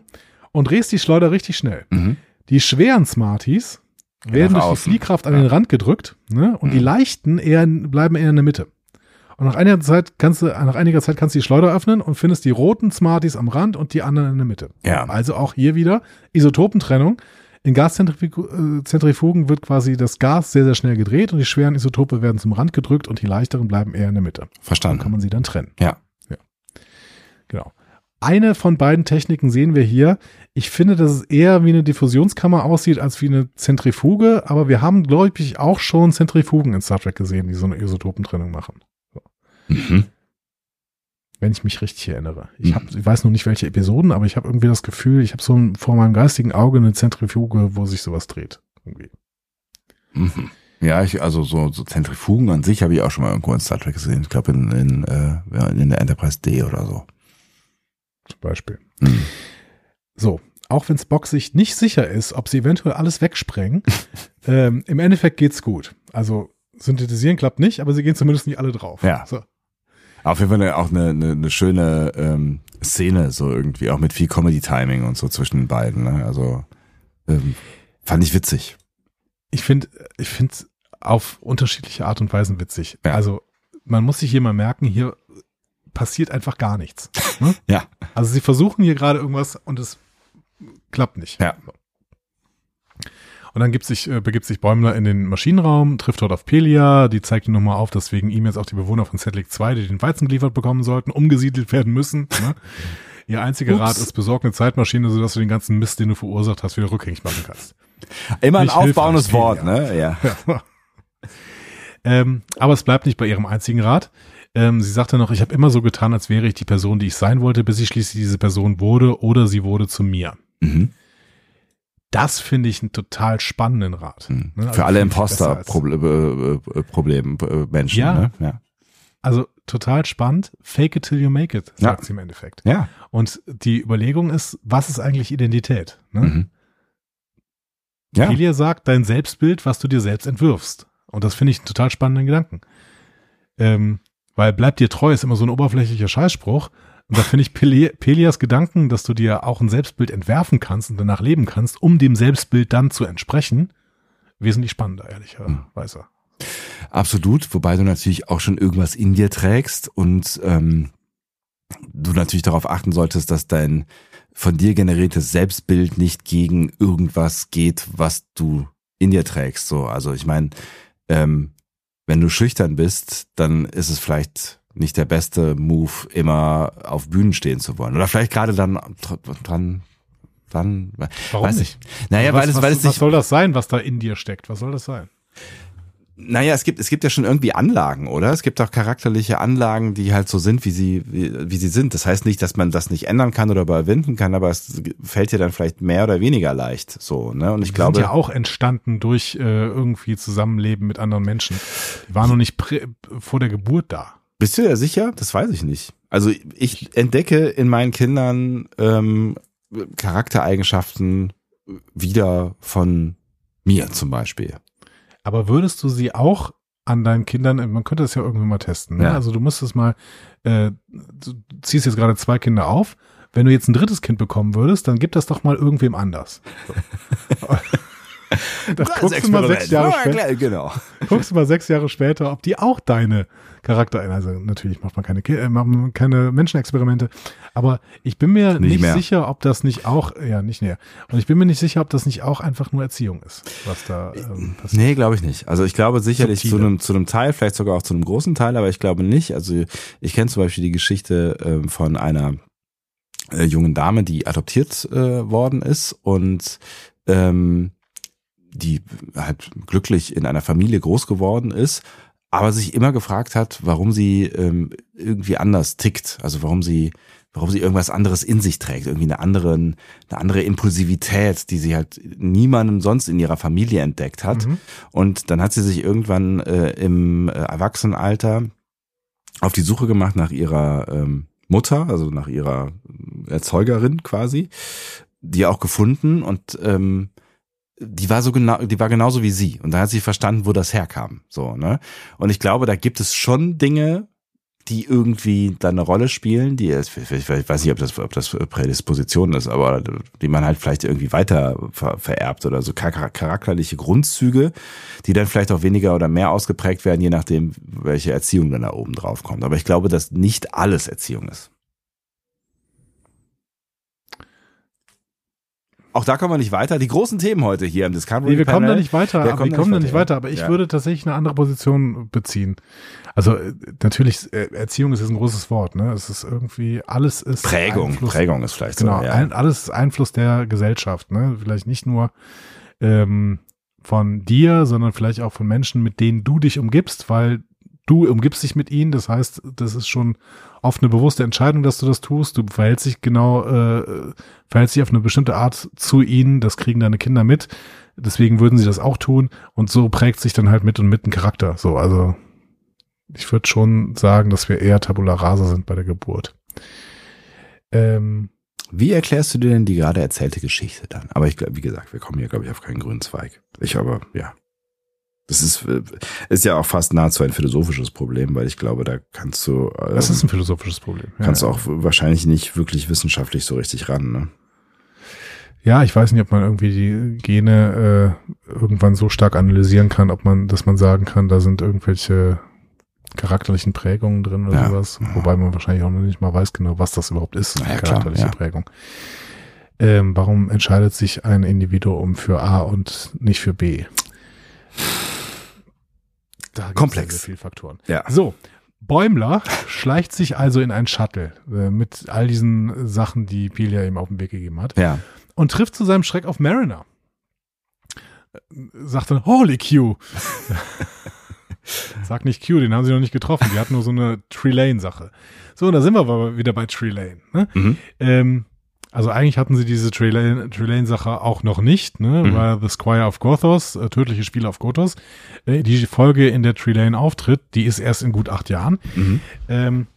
Speaker 2: Und drehst die Schleuder richtig schnell.
Speaker 1: Mhm.
Speaker 2: Die schweren Smarties
Speaker 1: nach
Speaker 2: werden durch die
Speaker 1: außen. Mhm.
Speaker 2: Fliehkraft an den Rand gedrückt ne? und die leichten eher, in- bleiben eher in der Mitte. Und nach einiger Zeit kannst du, nach einiger Zeit kannst du die Schleuder öffnen und findest die roten Smarties am Rand und die anderen in der Mitte.
Speaker 1: Ja.
Speaker 2: Also auch hier wieder Isotopentrennung. In Gaszentrifugen äh, Zentrifugen wird quasi das Gas sehr, sehr schnell gedreht und die schweren Isotope werden zum Rand gedrückt und die leichteren bleiben eher in der Mitte. Dann kann
Speaker 1: Verstanden.
Speaker 2: man sie dann trennen.
Speaker 1: Ja.
Speaker 2: ja. Genau. Eine von beiden Techniken sehen wir hier. Ich finde, dass es eher wie eine Diffusionskammer aussieht als wie eine Zentrifuge, aber wir haben, glaube ich, auch schon Zentrifugen in Star Trek gesehen, die so eine Isotopentrennung machen.
Speaker 1: Mhm.
Speaker 2: Wenn ich mich richtig erinnere. Ich,
Speaker 1: Mhm.
Speaker 2: hab, ich weiß noch nicht, welche Episoden, aber ich habe irgendwie das Gefühl, ich habe so ein, vor meinem geistigen Auge eine Zentrifuge, wo sich sowas dreht. Irgendwie.
Speaker 1: Mhm. Ja, ich, also so, so Zentrifugen an sich habe ich auch schon mal irgendwo in Star Trek gesehen. Ich glaube in, in, äh, ja, in der Enterprise D oder so.
Speaker 2: zum Beispiel.
Speaker 1: Mhm.
Speaker 2: So, auch wenn Spock sich nicht sicher ist, ob sie eventuell alles wegsprengen, ähm, im Endeffekt geht's gut. Also synthetisieren klappt nicht, aber sie gehen zumindest nicht alle drauf.
Speaker 1: Ja.
Speaker 2: So,
Speaker 1: Auf jeden Fall eine- auch eine, eine, eine schöne ähm, Szene, so irgendwie, auch mit viel Comedy-Timing und so zwischen den beiden. Ne? Also ähm, fand ich witzig.
Speaker 2: ich finde, ich finde es auf unterschiedliche Art und Weisen witzig.
Speaker 1: Ja.
Speaker 2: Also man muss sich hier mal merken, hier passiert einfach gar nichts. Ne?
Speaker 1: Ja.
Speaker 2: Also sie versuchen hier gerade irgendwas und es klappt nicht.
Speaker 1: Ja.
Speaker 2: Und dann gibt sich, äh, begibt sich Bäumler in den Maschinenraum, trifft dort auf Pelia, die zeigt ihm nochmal auf, dass wegen ihm jetzt auch die Bewohner von Setlik 2, die den Weizen geliefert bekommen sollten, umgesiedelt werden müssen. Ne? Ihr einziger
Speaker 1: Ups.
Speaker 2: Rat ist, besorg eine Zeitmaschine, sodass du den ganzen Mist, den du verursacht hast, wieder rückgängig machen kannst.
Speaker 1: Immer ein
Speaker 2: Nicht
Speaker 1: aufbauendes
Speaker 2: hilfreich,
Speaker 1: Wort,
Speaker 2: viel,
Speaker 1: ne? Ja.
Speaker 2: Ähm, aber es bleibt nicht bei ihrem einzigen Rat. Ähm, sie sagte noch, ich habe immer so getan, als wäre ich die Person, die ich sein wollte, bis ich schließlich diese Person wurde oder sie wurde zu mir.
Speaker 1: Mhm.
Speaker 2: Das finde ich einen total spannenden Rat.
Speaker 1: Mhm.
Speaker 2: Ne, also
Speaker 1: Für alle
Speaker 2: viel, viel besser als-
Speaker 1: Imposter-Probleme, äh, äh, Problem, äh, Menschen,
Speaker 2: Ja.
Speaker 1: ne? Ja.
Speaker 2: Also total spannend. Fake it till you make it,
Speaker 1: Ja.
Speaker 2: sagt sie im Endeffekt.
Speaker 1: Ja.
Speaker 2: Und die Überlegung ist, was ist eigentlich Identität? Ne?
Speaker 1: Mhm. Ja.
Speaker 2: Elia sagt, dein Selbstbild, was du dir selbst entwirfst. Und das finde ich einen total spannenden Gedanken. Ähm, weil bleib dir treu ist immer so ein oberflächlicher Scheißspruch. Und da finde ich Pele- Pelias Gedanken, dass du dir auch ein Selbstbild entwerfen kannst und danach leben kannst, um dem Selbstbild dann zu entsprechen, wesentlich spannender, ehrlicherweise.
Speaker 1: Hm. Absolut, wobei du natürlich auch schon irgendwas in dir trägst und ähm, du natürlich darauf achten solltest, dass dein von dir generiertes Selbstbild nicht gegen irgendwas geht, was du in dir trägst. So, also ich meine, ähm, wenn du schüchtern bist, dann ist es vielleicht nicht der beste Move, immer auf Bühnen stehen zu wollen. Oder vielleicht gerade dann dr- dran, dann.
Speaker 2: Warum
Speaker 1: weiß
Speaker 2: nicht? Also
Speaker 1: Ich. Naja,
Speaker 2: was,
Speaker 1: weil es,
Speaker 2: was,
Speaker 1: weil es
Speaker 2: was
Speaker 1: nicht
Speaker 2: soll das sein, was da in dir steckt? Was soll das sein?
Speaker 1: Naja, es gibt, es gibt ja schon irgendwie Anlagen, oder? Es gibt auch charakterliche Anlagen, die halt so sind, wie sie, wie, wie sie sind. Das heißt nicht, dass man das nicht ändern kann oder überwinden kann, aber es fällt dir dann vielleicht mehr oder weniger leicht, so, ne? Und ich
Speaker 2: Die
Speaker 1: glaube,
Speaker 2: sind ja auch entstanden durch äh, irgendwie Zusammenleben mit anderen Menschen. Die waren noch nicht prä- vor der Geburt da.
Speaker 1: bist du ja sicher? Das weiß ich nicht. Also ich entdecke in meinen Kindern, ähm, Charaktereigenschaften wieder von mir zum Beispiel.
Speaker 2: Aber würdest du sie auch an deinen Kindern, man könnte das ja irgendwie mal testen. Ne?
Speaker 1: Ja.
Speaker 2: Also du müsstest mal, äh, du ziehst jetzt gerade zwei Kinder auf. Wenn du jetzt ein drittes Kind bekommen würdest, dann gib das doch mal irgendwem anders. So. Das guckst du mal sechs Jahre später.
Speaker 1: Genau.
Speaker 2: Guckst du mal sechs Jahre später, ob die auch deine Charakter, also natürlich macht man keine, Ki- äh, macht man keine Menschenexperimente, aber ich bin mir
Speaker 1: Nicht
Speaker 2: nicht,
Speaker 1: mehr.
Speaker 2: sicher, ob das nicht auch, ja, nicht mehr. Und ich bin mir nicht sicher, ob das nicht auch einfach nur Erziehung ist, was da ähm, passiert.
Speaker 1: Nee, glaube ich nicht. Also ich glaube sicherlich
Speaker 2: Subtile.
Speaker 1: zu einem, zu einem Teil, vielleicht sogar auch zu einem großen Teil, aber ich glaube nicht. Also ich kenne zum Beispiel die Geschichte ähm, von einer äh, jungen Dame, die adoptiert äh, worden ist und ähm, die halt glücklich in einer Familie groß geworden ist, aber sich immer gefragt hat, warum sie ähm, irgendwie anders tickt, also warum sie, warum sie irgendwas anderes in sich trägt, irgendwie eine andere, eine andere Impulsivität, die sie halt niemandem sonst in ihrer Familie entdeckt hat.
Speaker 2: Mhm.
Speaker 1: Und dann hat sie sich irgendwann äh, im äh, Erwachsenenalter auf die Suche gemacht nach ihrer ähm, Mutter, also nach ihrer äh, Erzeugerin quasi, die auch gefunden und ähm, die war so genau, die war genauso wie sie. Und dann hat sie verstanden, wo das herkam. So, ne? Und ich glaube, da gibt es schon Dinge, die irgendwie dann eine Rolle spielen, die es- ich weiß nicht, ob das, ob das Prädisposition ist, aber die man halt vielleicht irgendwie weiter ver vererbt oder so char- charakterliche Grundzüge, die dann vielleicht auch weniger oder mehr ausgeprägt werden, je nachdem, welche Erziehung dann da oben drauf kommt. Aber ich glaube, dass nicht alles Erziehung ist. Auch da kommen wir nicht weiter. Die großen Themen heute hier im Discovery
Speaker 2: Nee, wir kommen
Speaker 1: Panel.
Speaker 2: da nicht weiter.
Speaker 1: Wir
Speaker 2: aber
Speaker 1: kommen
Speaker 2: wir
Speaker 1: da
Speaker 2: kommen da
Speaker 1: nicht
Speaker 2: nicht
Speaker 1: weiter,
Speaker 2: weiter.
Speaker 1: ja.
Speaker 2: Aber ich
Speaker 1: Ja.
Speaker 2: würde tatsächlich eine andere Position beziehen. Also äh, natürlich, äh, Erziehung ist jetzt ein großes Wort. Ne? Es ist irgendwie, alles ist
Speaker 1: Prägung.
Speaker 2: Einfluss-
Speaker 1: Prägung ist vielleicht
Speaker 2: Genau,
Speaker 1: so.
Speaker 2: ein, alles ist Einfluss der Gesellschaft. Ne? Vielleicht nicht nur ähm, von dir, sondern vielleicht auch von Menschen, mit denen du dich umgibst, weil du umgibst dich mit ihnen. Das heißt, das ist schon oft eine bewusste Entscheidung, dass du das tust. Du verhältst dich genau, äh, verhältst dich auf eine bestimmte Art zu ihnen. Das kriegen deine Kinder mit. Deswegen würden sie das auch tun. Und so prägt sich dann halt mit und mit ein Charakter. So, also ich würde schon sagen, dass wir eher Tabula Rasa sind bei der Geburt. Ähm,
Speaker 1: Wie erklärst du dir denn die gerade erzählte Geschichte dann? Aber ich glaube, wie gesagt, wir kommen hier, glaube ich, auf keinen grünen Zweig. Ich aber, ja. Das ist, äh, ist ja auch fast nahezu ein philosophisches Problem, weil ich glaube, da kannst du, ähm,
Speaker 2: Das ist ein philosophisches Problem. Ja,
Speaker 1: kannst du
Speaker 2: ja.
Speaker 1: auch wahrscheinlich nicht wirklich wissenschaftlich so richtig ran, ne?
Speaker 2: Ja, ich weiß nicht, ob man irgendwie die Gene äh, irgendwann so stark analysieren kann, ob man, dass man sagen kann, da sind irgendwelche charakterlichen Prägungen drin oder
Speaker 1: Ja.
Speaker 2: sowas. Wobei man wahrscheinlich auch noch nicht mal weiß genau, was das überhaupt ist,
Speaker 1: Na ja, klar,
Speaker 2: charakterliche
Speaker 1: ja.
Speaker 2: Prägung. Ähm, warum entscheidet sich ein Individuum für A und nicht für B? Da gibt's
Speaker 1: Komplex.
Speaker 2: sehr, sehr viele Faktoren.
Speaker 1: Ja.
Speaker 2: So, Bäumler schleicht sich also in ein Shuttle äh, mit all diesen Sachen, die Pilia ihm auf den Weg gegeben hat
Speaker 1: Ja.
Speaker 2: und trifft zu seinem Schreck auf Mariner. Äh, Sagt dann, holy Q. Sag nicht Q, den haben sie noch nicht getroffen. Die hat nur so eine Trelane-Sache. So, und da sind wir aber wieder bei Trelane. Ne?
Speaker 1: Mhm.
Speaker 2: Ähm, also eigentlich hatten sie diese Trelane- Trelane-Sache auch noch nicht, ne?
Speaker 1: Mhm.
Speaker 2: weil The Squire of Gothos, äh, tödliche Spiele auf Gothos, äh, die Folge, in der Trelane auftritt, die ist erst in gut acht Jahren.
Speaker 1: Mhm.
Speaker 2: Ähm,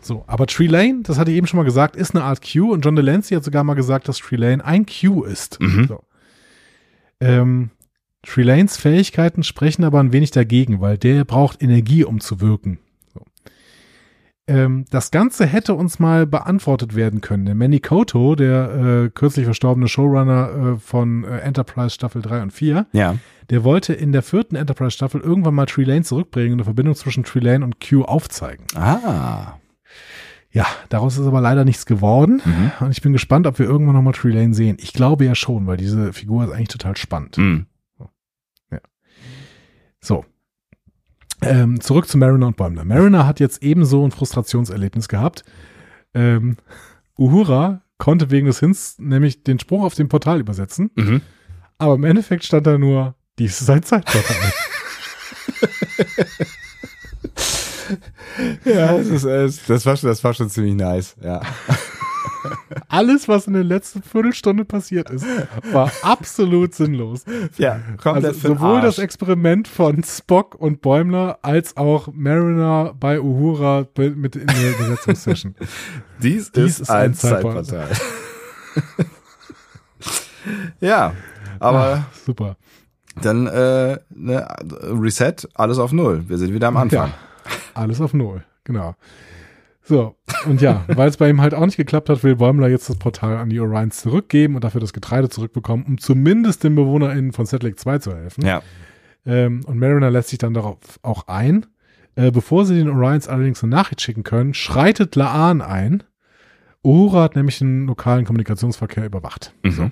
Speaker 2: so, aber Tree Lane, das hatte ich eben schon mal gesagt, ist eine Art Q und John Delancey hat sogar mal gesagt, dass Tree Lane ein Q ist.
Speaker 1: Mhm.
Speaker 2: So. Ähm, Tree Lanes Fähigkeiten sprechen aber ein wenig dagegen, weil der braucht Energie, um zu wirken. So. Ähm, das Ganze hätte uns mal beantwortet werden können. Der Manny Koto, der äh, kürzlich verstorbene Showrunner äh, von äh, Enterprise Staffel 3 und 4,
Speaker 1: Ja.
Speaker 2: der wollte in der vierten Enterprise-Staffel irgendwann mal Tree Lane zurückbringen und eine Verbindung zwischen Tree Lane und Q aufzeigen.
Speaker 1: Ah.
Speaker 2: Ja, daraus ist aber leider nichts geworden.
Speaker 1: Mhm.
Speaker 2: Und ich bin gespannt, ob wir irgendwann nochmal Tree Lane sehen. Ich glaube ja schon, weil diese Figur ist eigentlich total spannend.
Speaker 1: Mhm.
Speaker 2: So. Ähm, zurück zu Mariner und Bäumler. Mariner hat jetzt ebenso ein Frustrationserlebnis gehabt. Ähm, Uhura konnte wegen des Hints nämlich den Spruch auf dem Portal übersetzen.
Speaker 1: Mhm.
Speaker 2: Aber im Endeffekt stand da nur, dies ist ein Zeitportal.
Speaker 1: Ja, das, ist, äh, das, war schon, das war schon ziemlich nice. Ja.
Speaker 2: Alles, was in der letzten Viertelstunde passiert ist, war absolut sinnlos.
Speaker 1: Ja, komplett
Speaker 2: Also sowohl das Experiment von Spock und Bäumler als auch Mariner bei Uhura be- mit in der Besetzungssession.
Speaker 1: Dies,
Speaker 2: Dies
Speaker 1: ist,
Speaker 2: ist
Speaker 1: ein
Speaker 2: ein Zeitportal.
Speaker 1: Zeitportal. ja, aber
Speaker 2: Ach, super.
Speaker 1: dann äh, ne, Reset, alles auf Null. Wir sind wieder am Anfang.
Speaker 2: Ja, alles auf Null, genau. So, und ja, weil es bei ihm halt auch nicht geklappt hat, will Bäumler jetzt das Portal an die Orions zurückgeben und dafür das Getreide zurückbekommen, um zumindest den BewohnerInnen von Set Lake 2 zu helfen.
Speaker 1: Ja.
Speaker 2: Ähm, und Mariner lässt sich dann darauf auch ein. Äh, bevor sie den Orions allerdings eine Nachricht schicken können, schreitet Laan ein. Uhura hat nämlich den lokalen Kommunikationsverkehr überwacht.
Speaker 1: Mhm.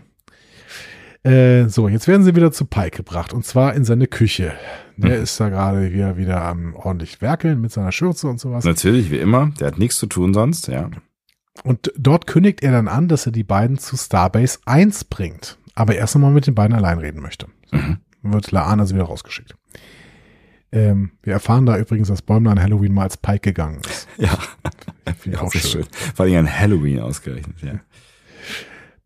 Speaker 2: Äh, so, jetzt werden sie wieder zu Pike gebracht und zwar in seine Küche. Der ist da gerade wieder, wieder am ordentlich werkeln mit seiner Schürze und sowas.
Speaker 1: Natürlich, wie immer. Der hat nichts zu tun sonst, ja.
Speaker 2: Und dort kündigt er dann an, dass er die beiden zu Starbase 1 bringt. Aber erst einmal mit den beiden allein reden möchte. Wird Laan also wieder rausgeschickt. Ähm, wir erfahren da übrigens, dass Bäumler an Halloween mal als Pike gegangen ist.
Speaker 1: Ja,
Speaker 2: Finde ich
Speaker 1: auch sehr schön. Vor allem an Halloween ausgerechnet, ja.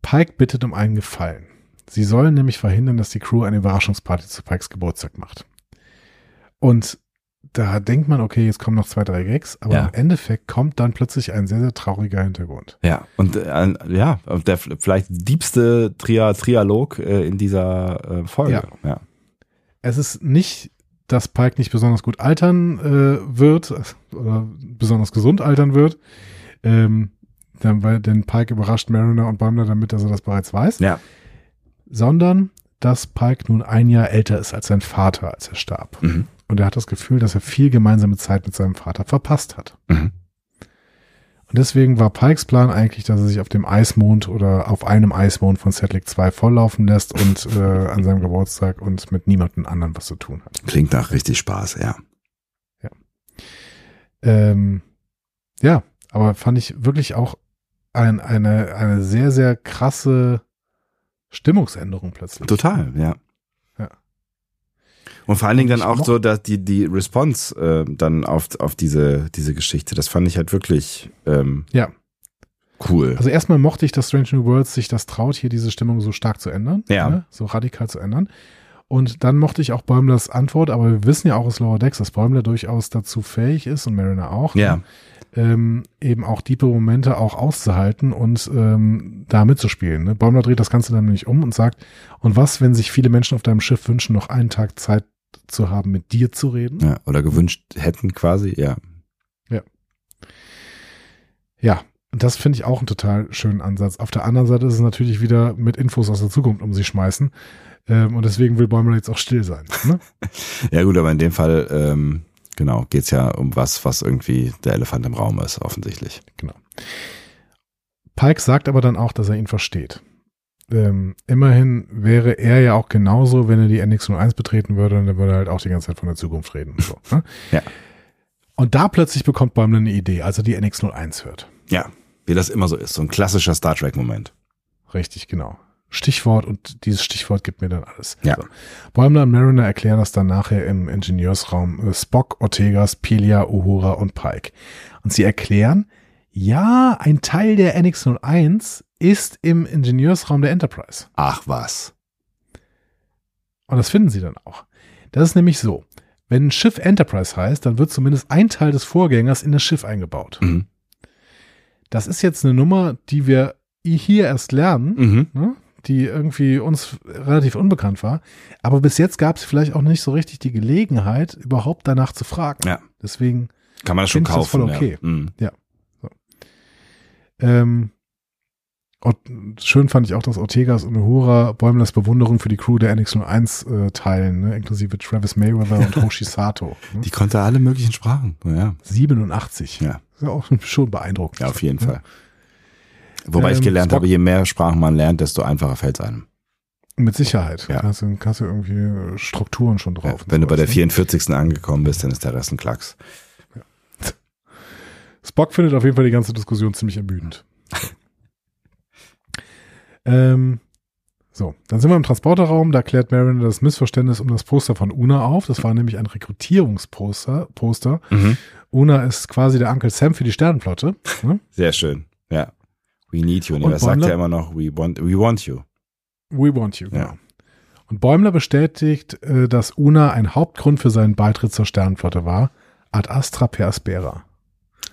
Speaker 2: Pike bittet um einen Gefallen. Sie sollen nämlich verhindern, dass die Crew eine Überraschungsparty zu Pikes Geburtstag macht. Und da denkt man, okay, jetzt kommen noch zwei, drei Gags, aber
Speaker 1: Ja.
Speaker 2: im Endeffekt kommt dann plötzlich ein sehr, sehr trauriger Hintergrund.
Speaker 1: Ja, und äh, ein- ja, der f- vielleicht diebste Tria Trialog äh, in dieser äh, Folge. Ja. ja.
Speaker 2: Es ist nicht, dass Pike nicht besonders gut altern äh, wird oder besonders gesund altern wird, ähm, denn, weil, denn Pike überrascht Mariner und Bumler damit, dass er das bereits weiß,
Speaker 1: Ja.
Speaker 2: sondern dass Pike nun ein Jahr älter ist als sein Vater, als er starb.
Speaker 1: Mhm.
Speaker 2: Und er hat das Gefühl, dass er viel gemeinsame Zeit mit seinem Vater verpasst hat.
Speaker 1: Mhm.
Speaker 2: Und deswegen war Pikes Plan eigentlich, dass er sich auf dem Eismond oder auf einem Eismond von Setlick 2 volllaufen lässt und äh, an seinem Geburtstag und mit niemandem anderen was zu tun hat.
Speaker 1: Klingt nach richtig Spaß, ja.
Speaker 2: Ähm, ja, aber fand ich wirklich auch ein, eine, eine sehr, sehr krasse Stimmungsänderung plötzlich.
Speaker 1: Total, ja.
Speaker 2: Ja.
Speaker 1: Und vor allen Dingen dann
Speaker 2: Ich
Speaker 1: auch
Speaker 2: moch-
Speaker 1: so, dass die, die Response äh, dann auf, auf diese, diese Geschichte, das fand ich halt wirklich ähm,
Speaker 2: Ja.
Speaker 1: cool.
Speaker 2: Also erstmal mochte ich, dass Strange New Worlds sich das traut, hier diese Stimmung so stark zu ändern, ne?
Speaker 1: Ja.
Speaker 2: so radikal zu ändern. Und dann mochte ich auch Bäumlers Antwort, aber wir wissen ja auch aus Lower Decks, dass Bäumler durchaus dazu fähig ist und Mariner auch,
Speaker 1: ja,
Speaker 2: ähm, eben auch diepe Momente auch auszuhalten und ähm, da mitzuspielen. Ne? Bäumler dreht das Ganze dann nämlich um und sagt, und was, wenn sich viele Menschen auf deinem Schiff wünschen, noch einen Tag Zeit zu haben, mit dir zu reden?
Speaker 1: ja, oder gewünscht hätten quasi, ja.
Speaker 2: Ja, und das finde ich auch einen total schönen Ansatz. Auf der anderen Seite ist es natürlich wieder mit Infos aus der Zukunft um sie schmeißen. Ähm, und deswegen will Bäumler jetzt auch still sein. Ne?
Speaker 1: Ja gut, aber in dem Fall, ähm, genau, geht's ja um was, was irgendwie der Elefant im Raum ist, offensichtlich.
Speaker 2: Pike sagt aber dann auch, dass er ihn versteht. Ähm, immerhin wäre er ja auch genauso, wenn er die NX01 betreten würde und dann würde er halt auch die ganze Zeit von der Zukunft reden. Und, so, ne?
Speaker 1: Ja.
Speaker 2: und da plötzlich bekommt Bäumler eine Idee, als er die NX01 hört.
Speaker 1: Ja, wie das immer so ist, so ein klassischer Star Trek-Moment.
Speaker 2: Richtig, genau. Stichwort und dieses Stichwort gibt mir dann alles.
Speaker 1: Ja.
Speaker 2: So. Bäumler und Mariner erklären das dann nachher im Ingenieursraum äh, Spock, Ortegas, Pelia, Uhura und Pike. Und sie erklären, ja, ein Teil der NX-01 ist im Ingenieursraum der Enterprise.
Speaker 1: Ach was.
Speaker 2: Und das finden sie dann auch. Das ist nämlich so. Wenn ein Schiff Enterprise heißt, dann wird zumindest ein Teil des Vorgängers in das Schiff eingebaut.
Speaker 1: Mhm.
Speaker 2: Das ist jetzt eine Nummer, die wir hier erst lernen.
Speaker 1: Mhm.
Speaker 2: ne, die irgendwie uns relativ unbekannt war. Aber bis jetzt gab es vielleicht auch nicht so richtig die Gelegenheit, überhaupt danach zu fragen.
Speaker 1: Ja.
Speaker 2: Deswegen,
Speaker 1: Kann man das schon
Speaker 2: Finde ich das
Speaker 1: kaufen.
Speaker 2: voll okay.
Speaker 1: Ja. Mhm.
Speaker 2: ähm, und schön fand ich auch, dass Ortegas und Uhura Bäumlers Bewunderung für die Crew der NX01 äh, teilen, ne? inklusive Travis Mayweather und Hoshi Sato. Ne?
Speaker 1: Die konnte alle möglichen Sprachen. Ja,
Speaker 2: 87.
Speaker 1: ja,
Speaker 2: Ist ja auch schon beeindruckend. Ne?
Speaker 1: ja auf jeden Fall. Wobei ich
Speaker 2: Ähm,
Speaker 1: gelernt
Speaker 2: Spock-
Speaker 1: habe, je mehr Sprachen man lernt, desto einfacher fällt es einem.
Speaker 2: Mit Sicherheit.
Speaker 1: Ja.
Speaker 2: Da hast du, hast du irgendwie äh, Strukturen schon
Speaker 1: Ja,
Speaker 2: drauf. und
Speaker 1: wenn du bei der
Speaker 2: sowas, ne?
Speaker 1: 44. angekommen bist, dann ist der Rest ein Klacks.
Speaker 2: Spock findet auf jeden Fall die ganze Diskussion ziemlich ermüdend. ähm, so, dann sind wir im Transporterraum. Da klärt Mariner das Missverständnis um das Poster von Una auf. Das war nämlich ein Rekrutierungsposter. Poster.
Speaker 1: Mhm.
Speaker 2: Una ist quasi der Uncle Sam für die Sternenflotte. Ne?
Speaker 1: Sehr schön. Ja. We need you. Nee,
Speaker 2: Und
Speaker 1: das sagt
Speaker 2: Bäumler?
Speaker 1: ja immer noch, we want, we want you.
Speaker 2: We want you.
Speaker 1: Ja.
Speaker 2: Genau. Und Bäumler bestätigt, äh, dass Una ein Hauptgrund für seinen Beitritt zur Sternenflotte war. Ad astra per aspera.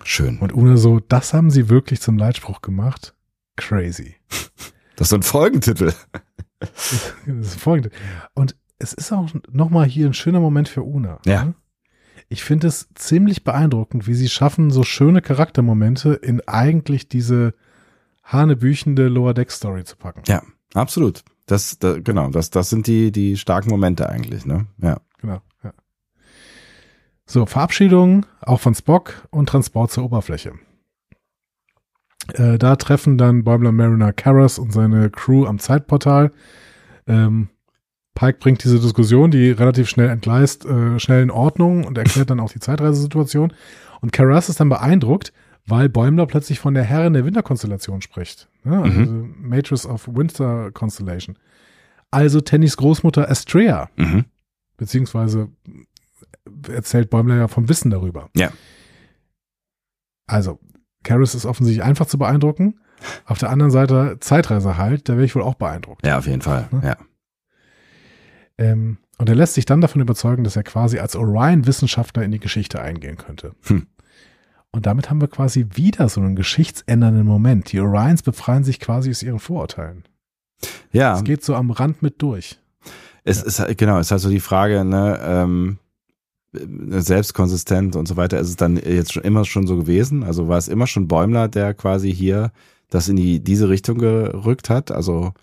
Speaker 1: Schön.
Speaker 2: Und Una so, das haben sie wirklich zum Leitspruch gemacht. Crazy.
Speaker 1: Das ist so ein Folgentitel.
Speaker 2: Das ist folgende. Und es ist auch nochmal hier ein schöner Moment für Una.
Speaker 1: Ja.
Speaker 2: Ich finde es ziemlich beeindruckend, wie sie schaffen, so schöne Charaktermomente in eigentlich diese hanebüchende Lower Deck Story zu packen.
Speaker 4: Ja, absolut. Das, da, genau, das, das sind die, die starken Momente eigentlich, ne? Ja.
Speaker 2: Genau. Ja. So, Verabschiedung, auch von Spock und Transport zur Oberfläche. Äh, da treffen dann Bäumler Mariner Karras und seine Crew am Zeitportal. Ähm, Pike bringt diese Diskussion, die relativ schnell entgleist, äh, schnell in Ordnung und erklärt dann auch die Zeitreisesituation. Und Karras ist dann beeindruckt, weil Bäumler plötzlich von der Herrin der Winterkonstellation spricht. Ne? Also Matrix of Winter Constellation. Also Tennys Großmutter Astrea.
Speaker 4: Mhm.
Speaker 2: Beziehungsweise erzählt Bäumler ja vom Wissen darüber.
Speaker 4: Ja.
Speaker 2: Also, Karis ist offensichtlich einfach zu beeindrucken. Auf der anderen Seite Zeitreise halt, da wäre ich wohl auch beeindruckt.
Speaker 4: Ja, auf jeden Fall. Ja.
Speaker 2: Ähm, und er lässt sich dann davon überzeugen, dass er quasi als Orion-Wissenschaftler in die Geschichte eingehen könnte.
Speaker 4: Hm.
Speaker 2: Und damit haben wir quasi wieder so einen geschichtsändernden Moment. Die Orions befreien sich quasi aus ihren Vorurteilen.
Speaker 4: Ja.
Speaker 2: Es geht so am Rand mit durch.
Speaker 4: Es ist halt- genau, es ist halt so die Frage, ne, ähm, äh, selbstkonsistent und so weiter, ist es dann jetzt schon immer schon so gewesen? Also war es immer schon Bäumler, der quasi hier das in die, diese Richtung gerückt hat? Also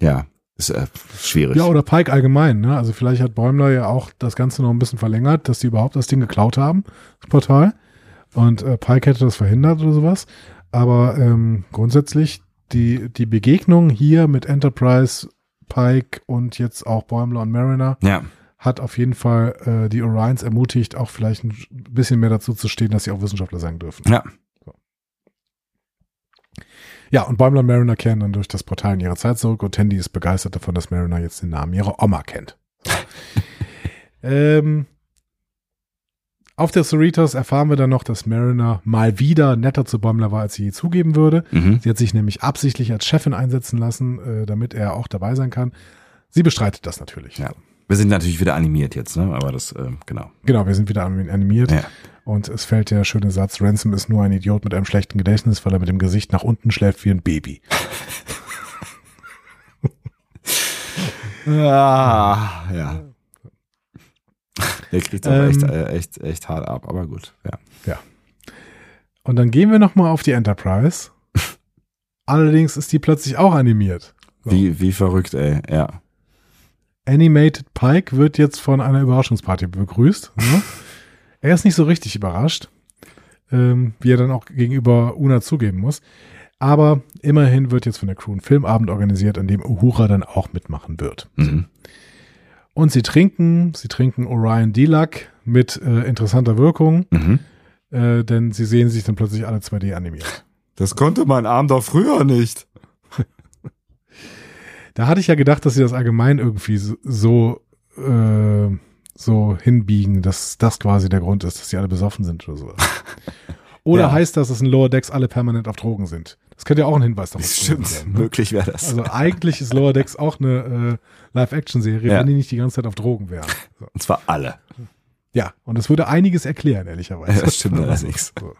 Speaker 4: ja, ist äh, schwierig.
Speaker 2: Ja, oder Pike allgemein. Ne? Also vielleicht hat Bäumler ja auch das Ganze noch ein bisschen verlängert, dass die überhaupt das Ding geklaut haben, das Portal. Und äh, Pike hätte das verhindert oder sowas. Aber ähm, grundsätzlich die, die Begegnung hier mit Enterprise, Pike und jetzt auch Bäumler und Mariner
Speaker 4: ja,
Speaker 2: hat auf jeden Fall äh, die Orions ermutigt, auch vielleicht ein bisschen mehr dazu zu stehen, dass sie auch Wissenschaftler sein dürfen.
Speaker 4: Ja.
Speaker 2: So. Ja, und Bäumler und Mariner kehren dann durch das Portal in ihre Zeit zurück und Tandy ist begeistert davon, dass Mariner jetzt den Namen ihrer Oma kennt. ähm, auf der Cerritos erfahren wir dann noch, dass Mariner mal wieder netter zu Bäumler war, als sie je zugeben würde.
Speaker 4: mhm.
Speaker 2: Sie hat sich nämlich absichtlich als Chefin einsetzen lassen, äh, damit er auch dabei sein kann. Sie bestreitet das natürlich.
Speaker 4: Ja. wir sind natürlich wieder animiert jetzt, ne? Aber das äh, genau.
Speaker 2: Genau, wir sind wieder anim- animiert
Speaker 4: Ja.
Speaker 2: und es fällt der schöne Satz, Ransom ist nur ein Idiot mit einem schlechten Gedächtnis, weil er mit dem Gesicht nach unten schläft wie ein Baby.
Speaker 4: Ah, ja. Der kriegt auch
Speaker 2: Ähm.
Speaker 4: echt, äh, echt, echt hart ab, aber gut. Ja.
Speaker 2: Und dann gehen wir nochmal auf die Enterprise. Allerdings ist die plötzlich auch animiert. So.
Speaker 4: Wie, wie verrückt, ey. Ja.
Speaker 2: Animated Pike wird jetzt von einer Überraschungsparty begrüßt. Ne? er ist nicht so richtig überrascht, ähm, wie er dann auch gegenüber Una zugeben muss. Aber immerhin wird jetzt von der Crew ein Filmabend organisiert, an dem Uhura dann auch mitmachen wird.
Speaker 4: Mhm.
Speaker 2: Und sie trinken, sie trinken Orion Deluxe mit äh, interessanter Wirkung,
Speaker 4: Mhm.
Speaker 2: äh, denn sie sehen sich dann plötzlich alle 2D animiert.
Speaker 4: Das konnte mein Arm doch früher nicht.
Speaker 2: Da hatte ich ja gedacht, dass sie das allgemein irgendwie so- so, äh, so hinbiegen, dass das quasi der Grund ist, dass sie alle besoffen sind oder sowas. Oder
Speaker 4: Ja.
Speaker 2: heißt das, dass in Lower Decks alle permanent auf Drogen sind? Das könnte ja auch ein Hinweis darauf gewesen sein. Ne?
Speaker 4: Möglich wäre das.
Speaker 2: Also eigentlich ist Lower Decks auch eine äh, Live-Action-Serie,
Speaker 4: Ja.
Speaker 2: wenn die nicht die ganze Zeit auf Drogen wären. So.
Speaker 4: Und zwar alle.
Speaker 2: Ja, und das würde einiges erklären, ehrlicherweise. Also,
Speaker 4: Ja, das stimmt allerdings.
Speaker 2: So.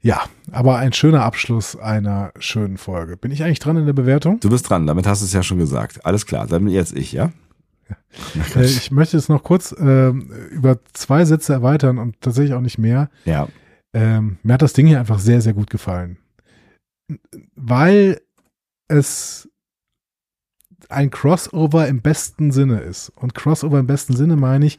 Speaker 2: Ja, aber ein schöner Abschluss einer schönen Folge. Bin ich eigentlich dran in der Bewertung?
Speaker 4: Du bist dran, damit hast du es ja schon gesagt. Alles klar, dann bin jetzt ich, ja? Ach
Speaker 2: Äh,
Speaker 4: Gott.
Speaker 2: ich möchte es noch kurz ähm, über zwei Sätze erweitern und tatsächlich auch nicht mehr.
Speaker 4: Ja,
Speaker 2: Ähm, mir hat das Ding hier einfach sehr, sehr gut gefallen. Weil es ein Crossover im besten Sinne ist. Und Crossover im besten Sinne meine ich,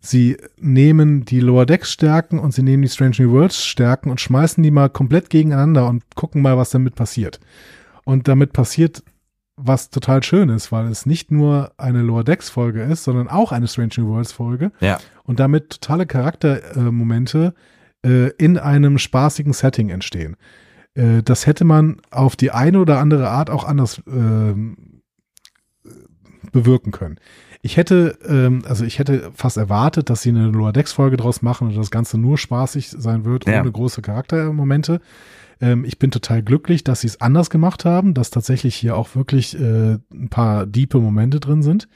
Speaker 2: sie nehmen die Lower Decks Stärken und sie nehmen die Strange New Worlds Stärken und schmeißen die mal komplett gegeneinander und gucken mal, was damit passiert. Und damit passiert was total schön ist, weil es nicht nur eine Lower Decks Folge ist, sondern auch eine Strange New Worlds Folge
Speaker 4: ja,
Speaker 2: und damit totale Charaktermomente äh, in einem spaßigen Setting entstehen. Äh, das hätte man auf die eine oder andere Art auch anders ähm, bewirken können. Ich hätte, ähm, also ich hätte fast erwartet, dass sie eine Lower Decks Folge draus machen und das Ganze nur spaßig sein wird,
Speaker 4: Ja.
Speaker 2: ohne große Charaktermomente. Ähm, ich bin total glücklich, dass sie es anders gemacht haben, dass tatsächlich hier auch wirklich äh, ein paar diepe Momente drin sind.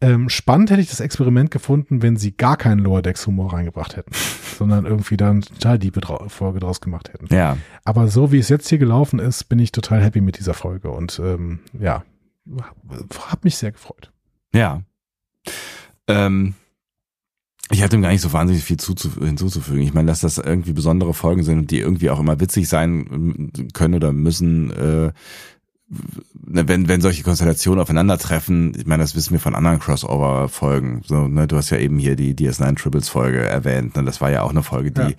Speaker 2: Ähm, spannend hätte ich das Experiment gefunden, wenn sie gar keinen Lower Decks Humor reingebracht hätten, sondern irgendwie dann total diepe Drau- Folge draus gemacht hätten.
Speaker 4: ja.
Speaker 2: Aber so wie es jetzt hier gelaufen ist, bin ich total happy mit dieser Folge und ähm, ja, hab mich sehr gefreut.
Speaker 4: Ja.
Speaker 1: Ähm, ich hatte dem gar nicht so wahnsinnig viel zuzuf- hinzuzufügen. Ich meine, dass das irgendwie besondere Folgen sind und die irgendwie auch immer witzig sein ähm, können oder müssen, äh, ne, wenn, wenn solche Konstellationen aufeinandertreffen, ich meine, das wissen wir von anderen Crossover-Folgen. So, ne, du hast ja eben hier die DS9 Tribbles-Folge erwähnt. Ne, das war ja auch eine Folge, die
Speaker 2: Ja.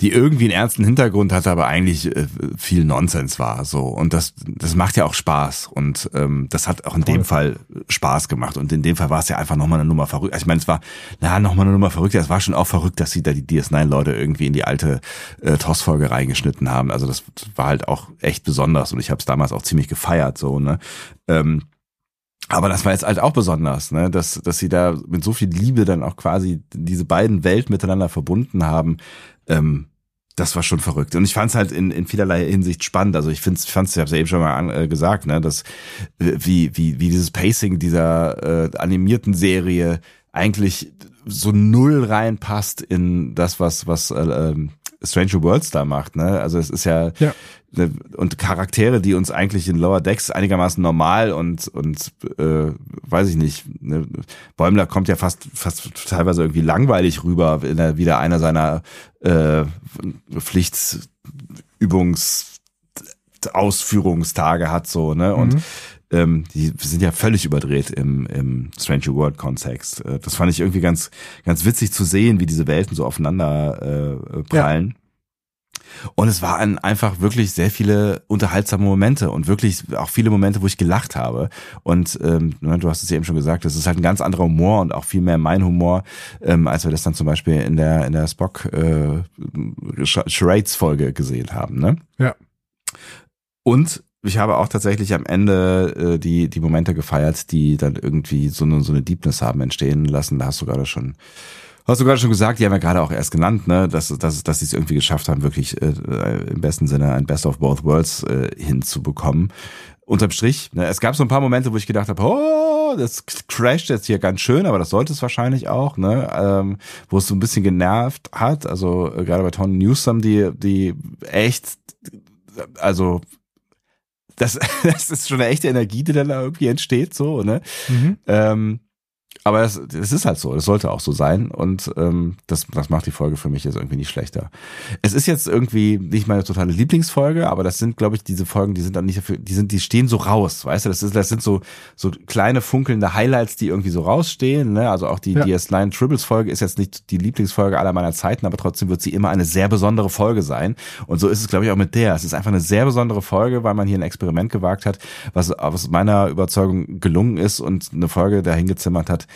Speaker 1: die irgendwie einen ernsten Hintergrund hatte, aber eigentlich äh, viel Nonsens war. So und das das macht ja auch Spaß und ähm, das hat auch in dem Fall äh, Spaß gemacht und in dem Fall war es ja einfach nochmal eine Nummer verrückt. Also ich meine, es war na nochmal eine Nummer verrückt. Es war schon auch verrückt, dass sie da die DS9-Leute irgendwie in die alte äh, TOS-Folge reingeschnitten haben. Also das war halt auch echt besonders und ich habe es damals auch ziemlich gefeiert so ne. Ähm, aber das war jetzt halt auch besonders, ne? dass, dass sie da mit so viel Liebe dann auch quasi diese beiden Welten miteinander verbunden haben. Ähm, das war schon verrückt. Und ich fand es halt in, in vielerlei Hinsicht spannend. Also ich find's, fand's, ich habe es ja eben schon mal an, äh, gesagt, ne, dass äh, wie, wie, wie dieses Pacing dieser äh, animierten Serie eigentlich so null reinpasst in das, was, was äh, ähm, Stranger Worlds da macht. Ne? Also es ist ja,
Speaker 2: Ja.
Speaker 1: ne, und Charaktere, die uns eigentlich in Lower Decks einigermaßen normal und und äh, weiß ich nicht, ne, Bäumler kommt ja fast fast teilweise irgendwie langweilig rüber, wenn er wieder einer seiner äh, Pflichtübungs Ausführungstage hat so, ne? Und ähm, die sind ja völlig überdreht im, im Stranger World Kontext. Äh, Das fand ich irgendwie ganz, ganz witzig zu sehen, wie diese Welten so aufeinander äh, prallen. Und es waren einfach wirklich sehr viele unterhaltsame Momente und wirklich auch viele Momente, wo ich gelacht habe. Und ähm, ne, du hast es ja eben schon gesagt, das ist halt ein ganz anderer Humor und auch viel mehr mein Humor, ähm, als wir das dann zum Beispiel in der in der Spock äh, Sch- Charades-Folge gesehen haben. Ne?
Speaker 2: Ja.
Speaker 1: Und ich habe auch tatsächlich am Ende äh, die, die Momente gefeiert, die dann irgendwie so eine, so eine Deepness haben entstehen lassen. Da hast du gerade schon, hast du gerade schon gesagt, die haben wir gerade auch erst genannt, ne, dass, dass, dass sie es irgendwie geschafft haben, wirklich äh, im besten Sinne ein Best of Both Worlds äh, hinzubekommen. Unterm Strich, ne, es gab so ein paar Momente, wo ich gedacht habe, oh, das crasht jetzt hier ganz schön, aber das sollte es wahrscheinlich auch, ne? Ähm, wo es so ein bisschen genervt hat. Also äh, gerade bei Tony Newsom, die, die echt, also das, das ist schon eine echte Energie, die dann da irgendwie entsteht, so, ne?
Speaker 2: Mhm.
Speaker 1: Ähm, aber das, das ist halt so, das sollte auch so sein und ähm, das, das macht die Folge für mich jetzt irgendwie nicht schlechter. Es ist jetzt irgendwie nicht meine totale Lieblingsfolge, aber das sind, glaube ich, diese Folgen, die sind dann nicht dafür, die sind, die stehen so raus, weißt du, das, ist, das sind so, so kleine funkelnde Highlights, die irgendwie so rausstehen, ne? also auch die
Speaker 2: Ja.
Speaker 1: DS9 Tribbles Folge ist jetzt nicht die Lieblingsfolge aller meiner Zeiten, aber trotzdem wird sie immer eine sehr besondere Folge sein und so ist es, glaube ich, auch mit der. Es ist einfach eine sehr besondere Folge, weil man hier ein Experiment gewagt hat, was aus meiner Überzeugung gelungen ist und eine Folge dahin gezimmert hat,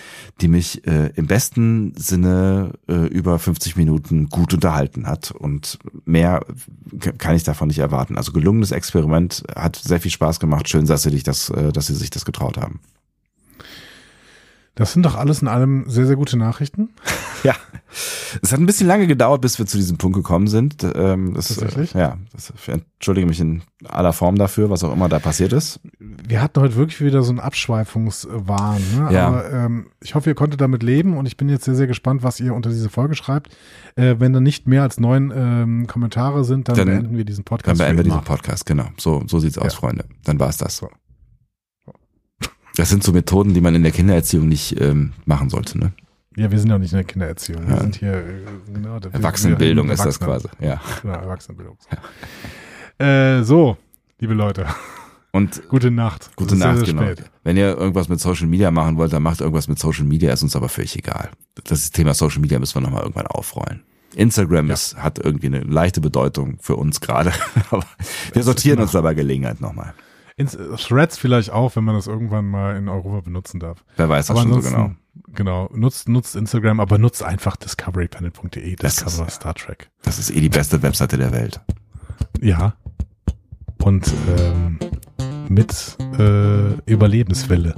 Speaker 1: die mich äh, im besten Sinne äh, über 50 Minuten gut unterhalten hat. Und mehr k- kann ich davon nicht erwarten. Also gelungenes Experiment, hat sehr viel Spaß gemacht. Schön, dass sie, dich das, äh, dass sie sich das getraut haben.
Speaker 2: Das sind doch alles in allem sehr, sehr gute Nachrichten.
Speaker 1: Ja. Es hat ein bisschen lange gedauert, bis wir zu diesem Punkt gekommen sind. Ähm, das,
Speaker 2: Tatsächlich?
Speaker 1: Äh, ja, das, ich entschuldige mich in aller Form dafür, was auch immer da passiert ist.
Speaker 2: Wir hatten heute wirklich wieder so einen Abschweifungswahn. Ne?
Speaker 1: Ja.
Speaker 2: Aber ähm, ich hoffe, ihr konntet damit leben und ich bin jetzt sehr, sehr gespannt, was ihr unter diese Folge schreibt. Äh, wenn da nicht mehr als neun ähm, Kommentare sind, dann,
Speaker 1: Dann-
Speaker 2: beenden wir diesen
Speaker 1: Dann
Speaker 2: Podcast.
Speaker 1: beenden wir
Speaker 2: für
Speaker 1: diesen
Speaker 2: immer.
Speaker 1: Podcast, genau. So, so sieht's aus,
Speaker 2: Ja.
Speaker 1: Freunde. Dann war's das. Das sind so Methoden, die man in der Kindererziehung nicht ähm, machen sollte, ne?
Speaker 2: Ja, wir sind ja nicht in der Kindererziehung. Wir
Speaker 1: Ja.
Speaker 2: sind hier äh, genau, da- wir-
Speaker 1: Erwachsenenbildung
Speaker 2: wir-
Speaker 1: ist das
Speaker 2: Erwachsenen-
Speaker 1: quasi, ja.
Speaker 2: Genau, Erwachsenenbildung. Äh, so, liebe Leute,
Speaker 1: Und
Speaker 2: gute Nacht.
Speaker 1: gute
Speaker 2: Es ist sehr,
Speaker 1: Nacht,
Speaker 2: sehr
Speaker 1: genau.
Speaker 2: spät.
Speaker 1: Wenn ihr irgendwas mit Social Media machen wollt, dann macht irgendwas mit Social Media, ist uns aber völlig egal. Das Thema Social Media müssen wir nochmal irgendwann aufrollen. Instagram
Speaker 2: Ja.
Speaker 1: ist, hat irgendwie eine leichte Bedeutung für uns gerade, aber wir sortieren uns dabei Gelegenheit nochmal.
Speaker 2: Ins, äh, Threads vielleicht auch, wenn man das irgendwann mal in Europa benutzen darf.
Speaker 1: Wer weiß das
Speaker 2: aber
Speaker 1: schon so
Speaker 2: ansonsten,
Speaker 1: genau.
Speaker 2: genau, nutzt, nutzt Instagram, aber nutzt einfach discoverypanel.de,
Speaker 1: Das
Speaker 2: Discover
Speaker 1: ist, ja.
Speaker 2: Star Trek.
Speaker 1: Das ist eh die beste Webseite der Welt.
Speaker 2: Ja. Und ähm, mit äh, Überlebenswille.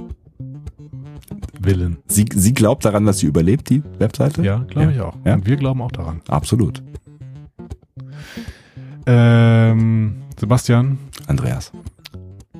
Speaker 2: Willen.
Speaker 1: Sie, sie glaubt daran, dass sie überlebt, die Webseite?
Speaker 2: Ja, glaube ich auch.
Speaker 1: Ja.
Speaker 2: Und wir glauben auch daran.
Speaker 1: Absolut.
Speaker 2: Ähm, Sebastian,
Speaker 1: Andreas.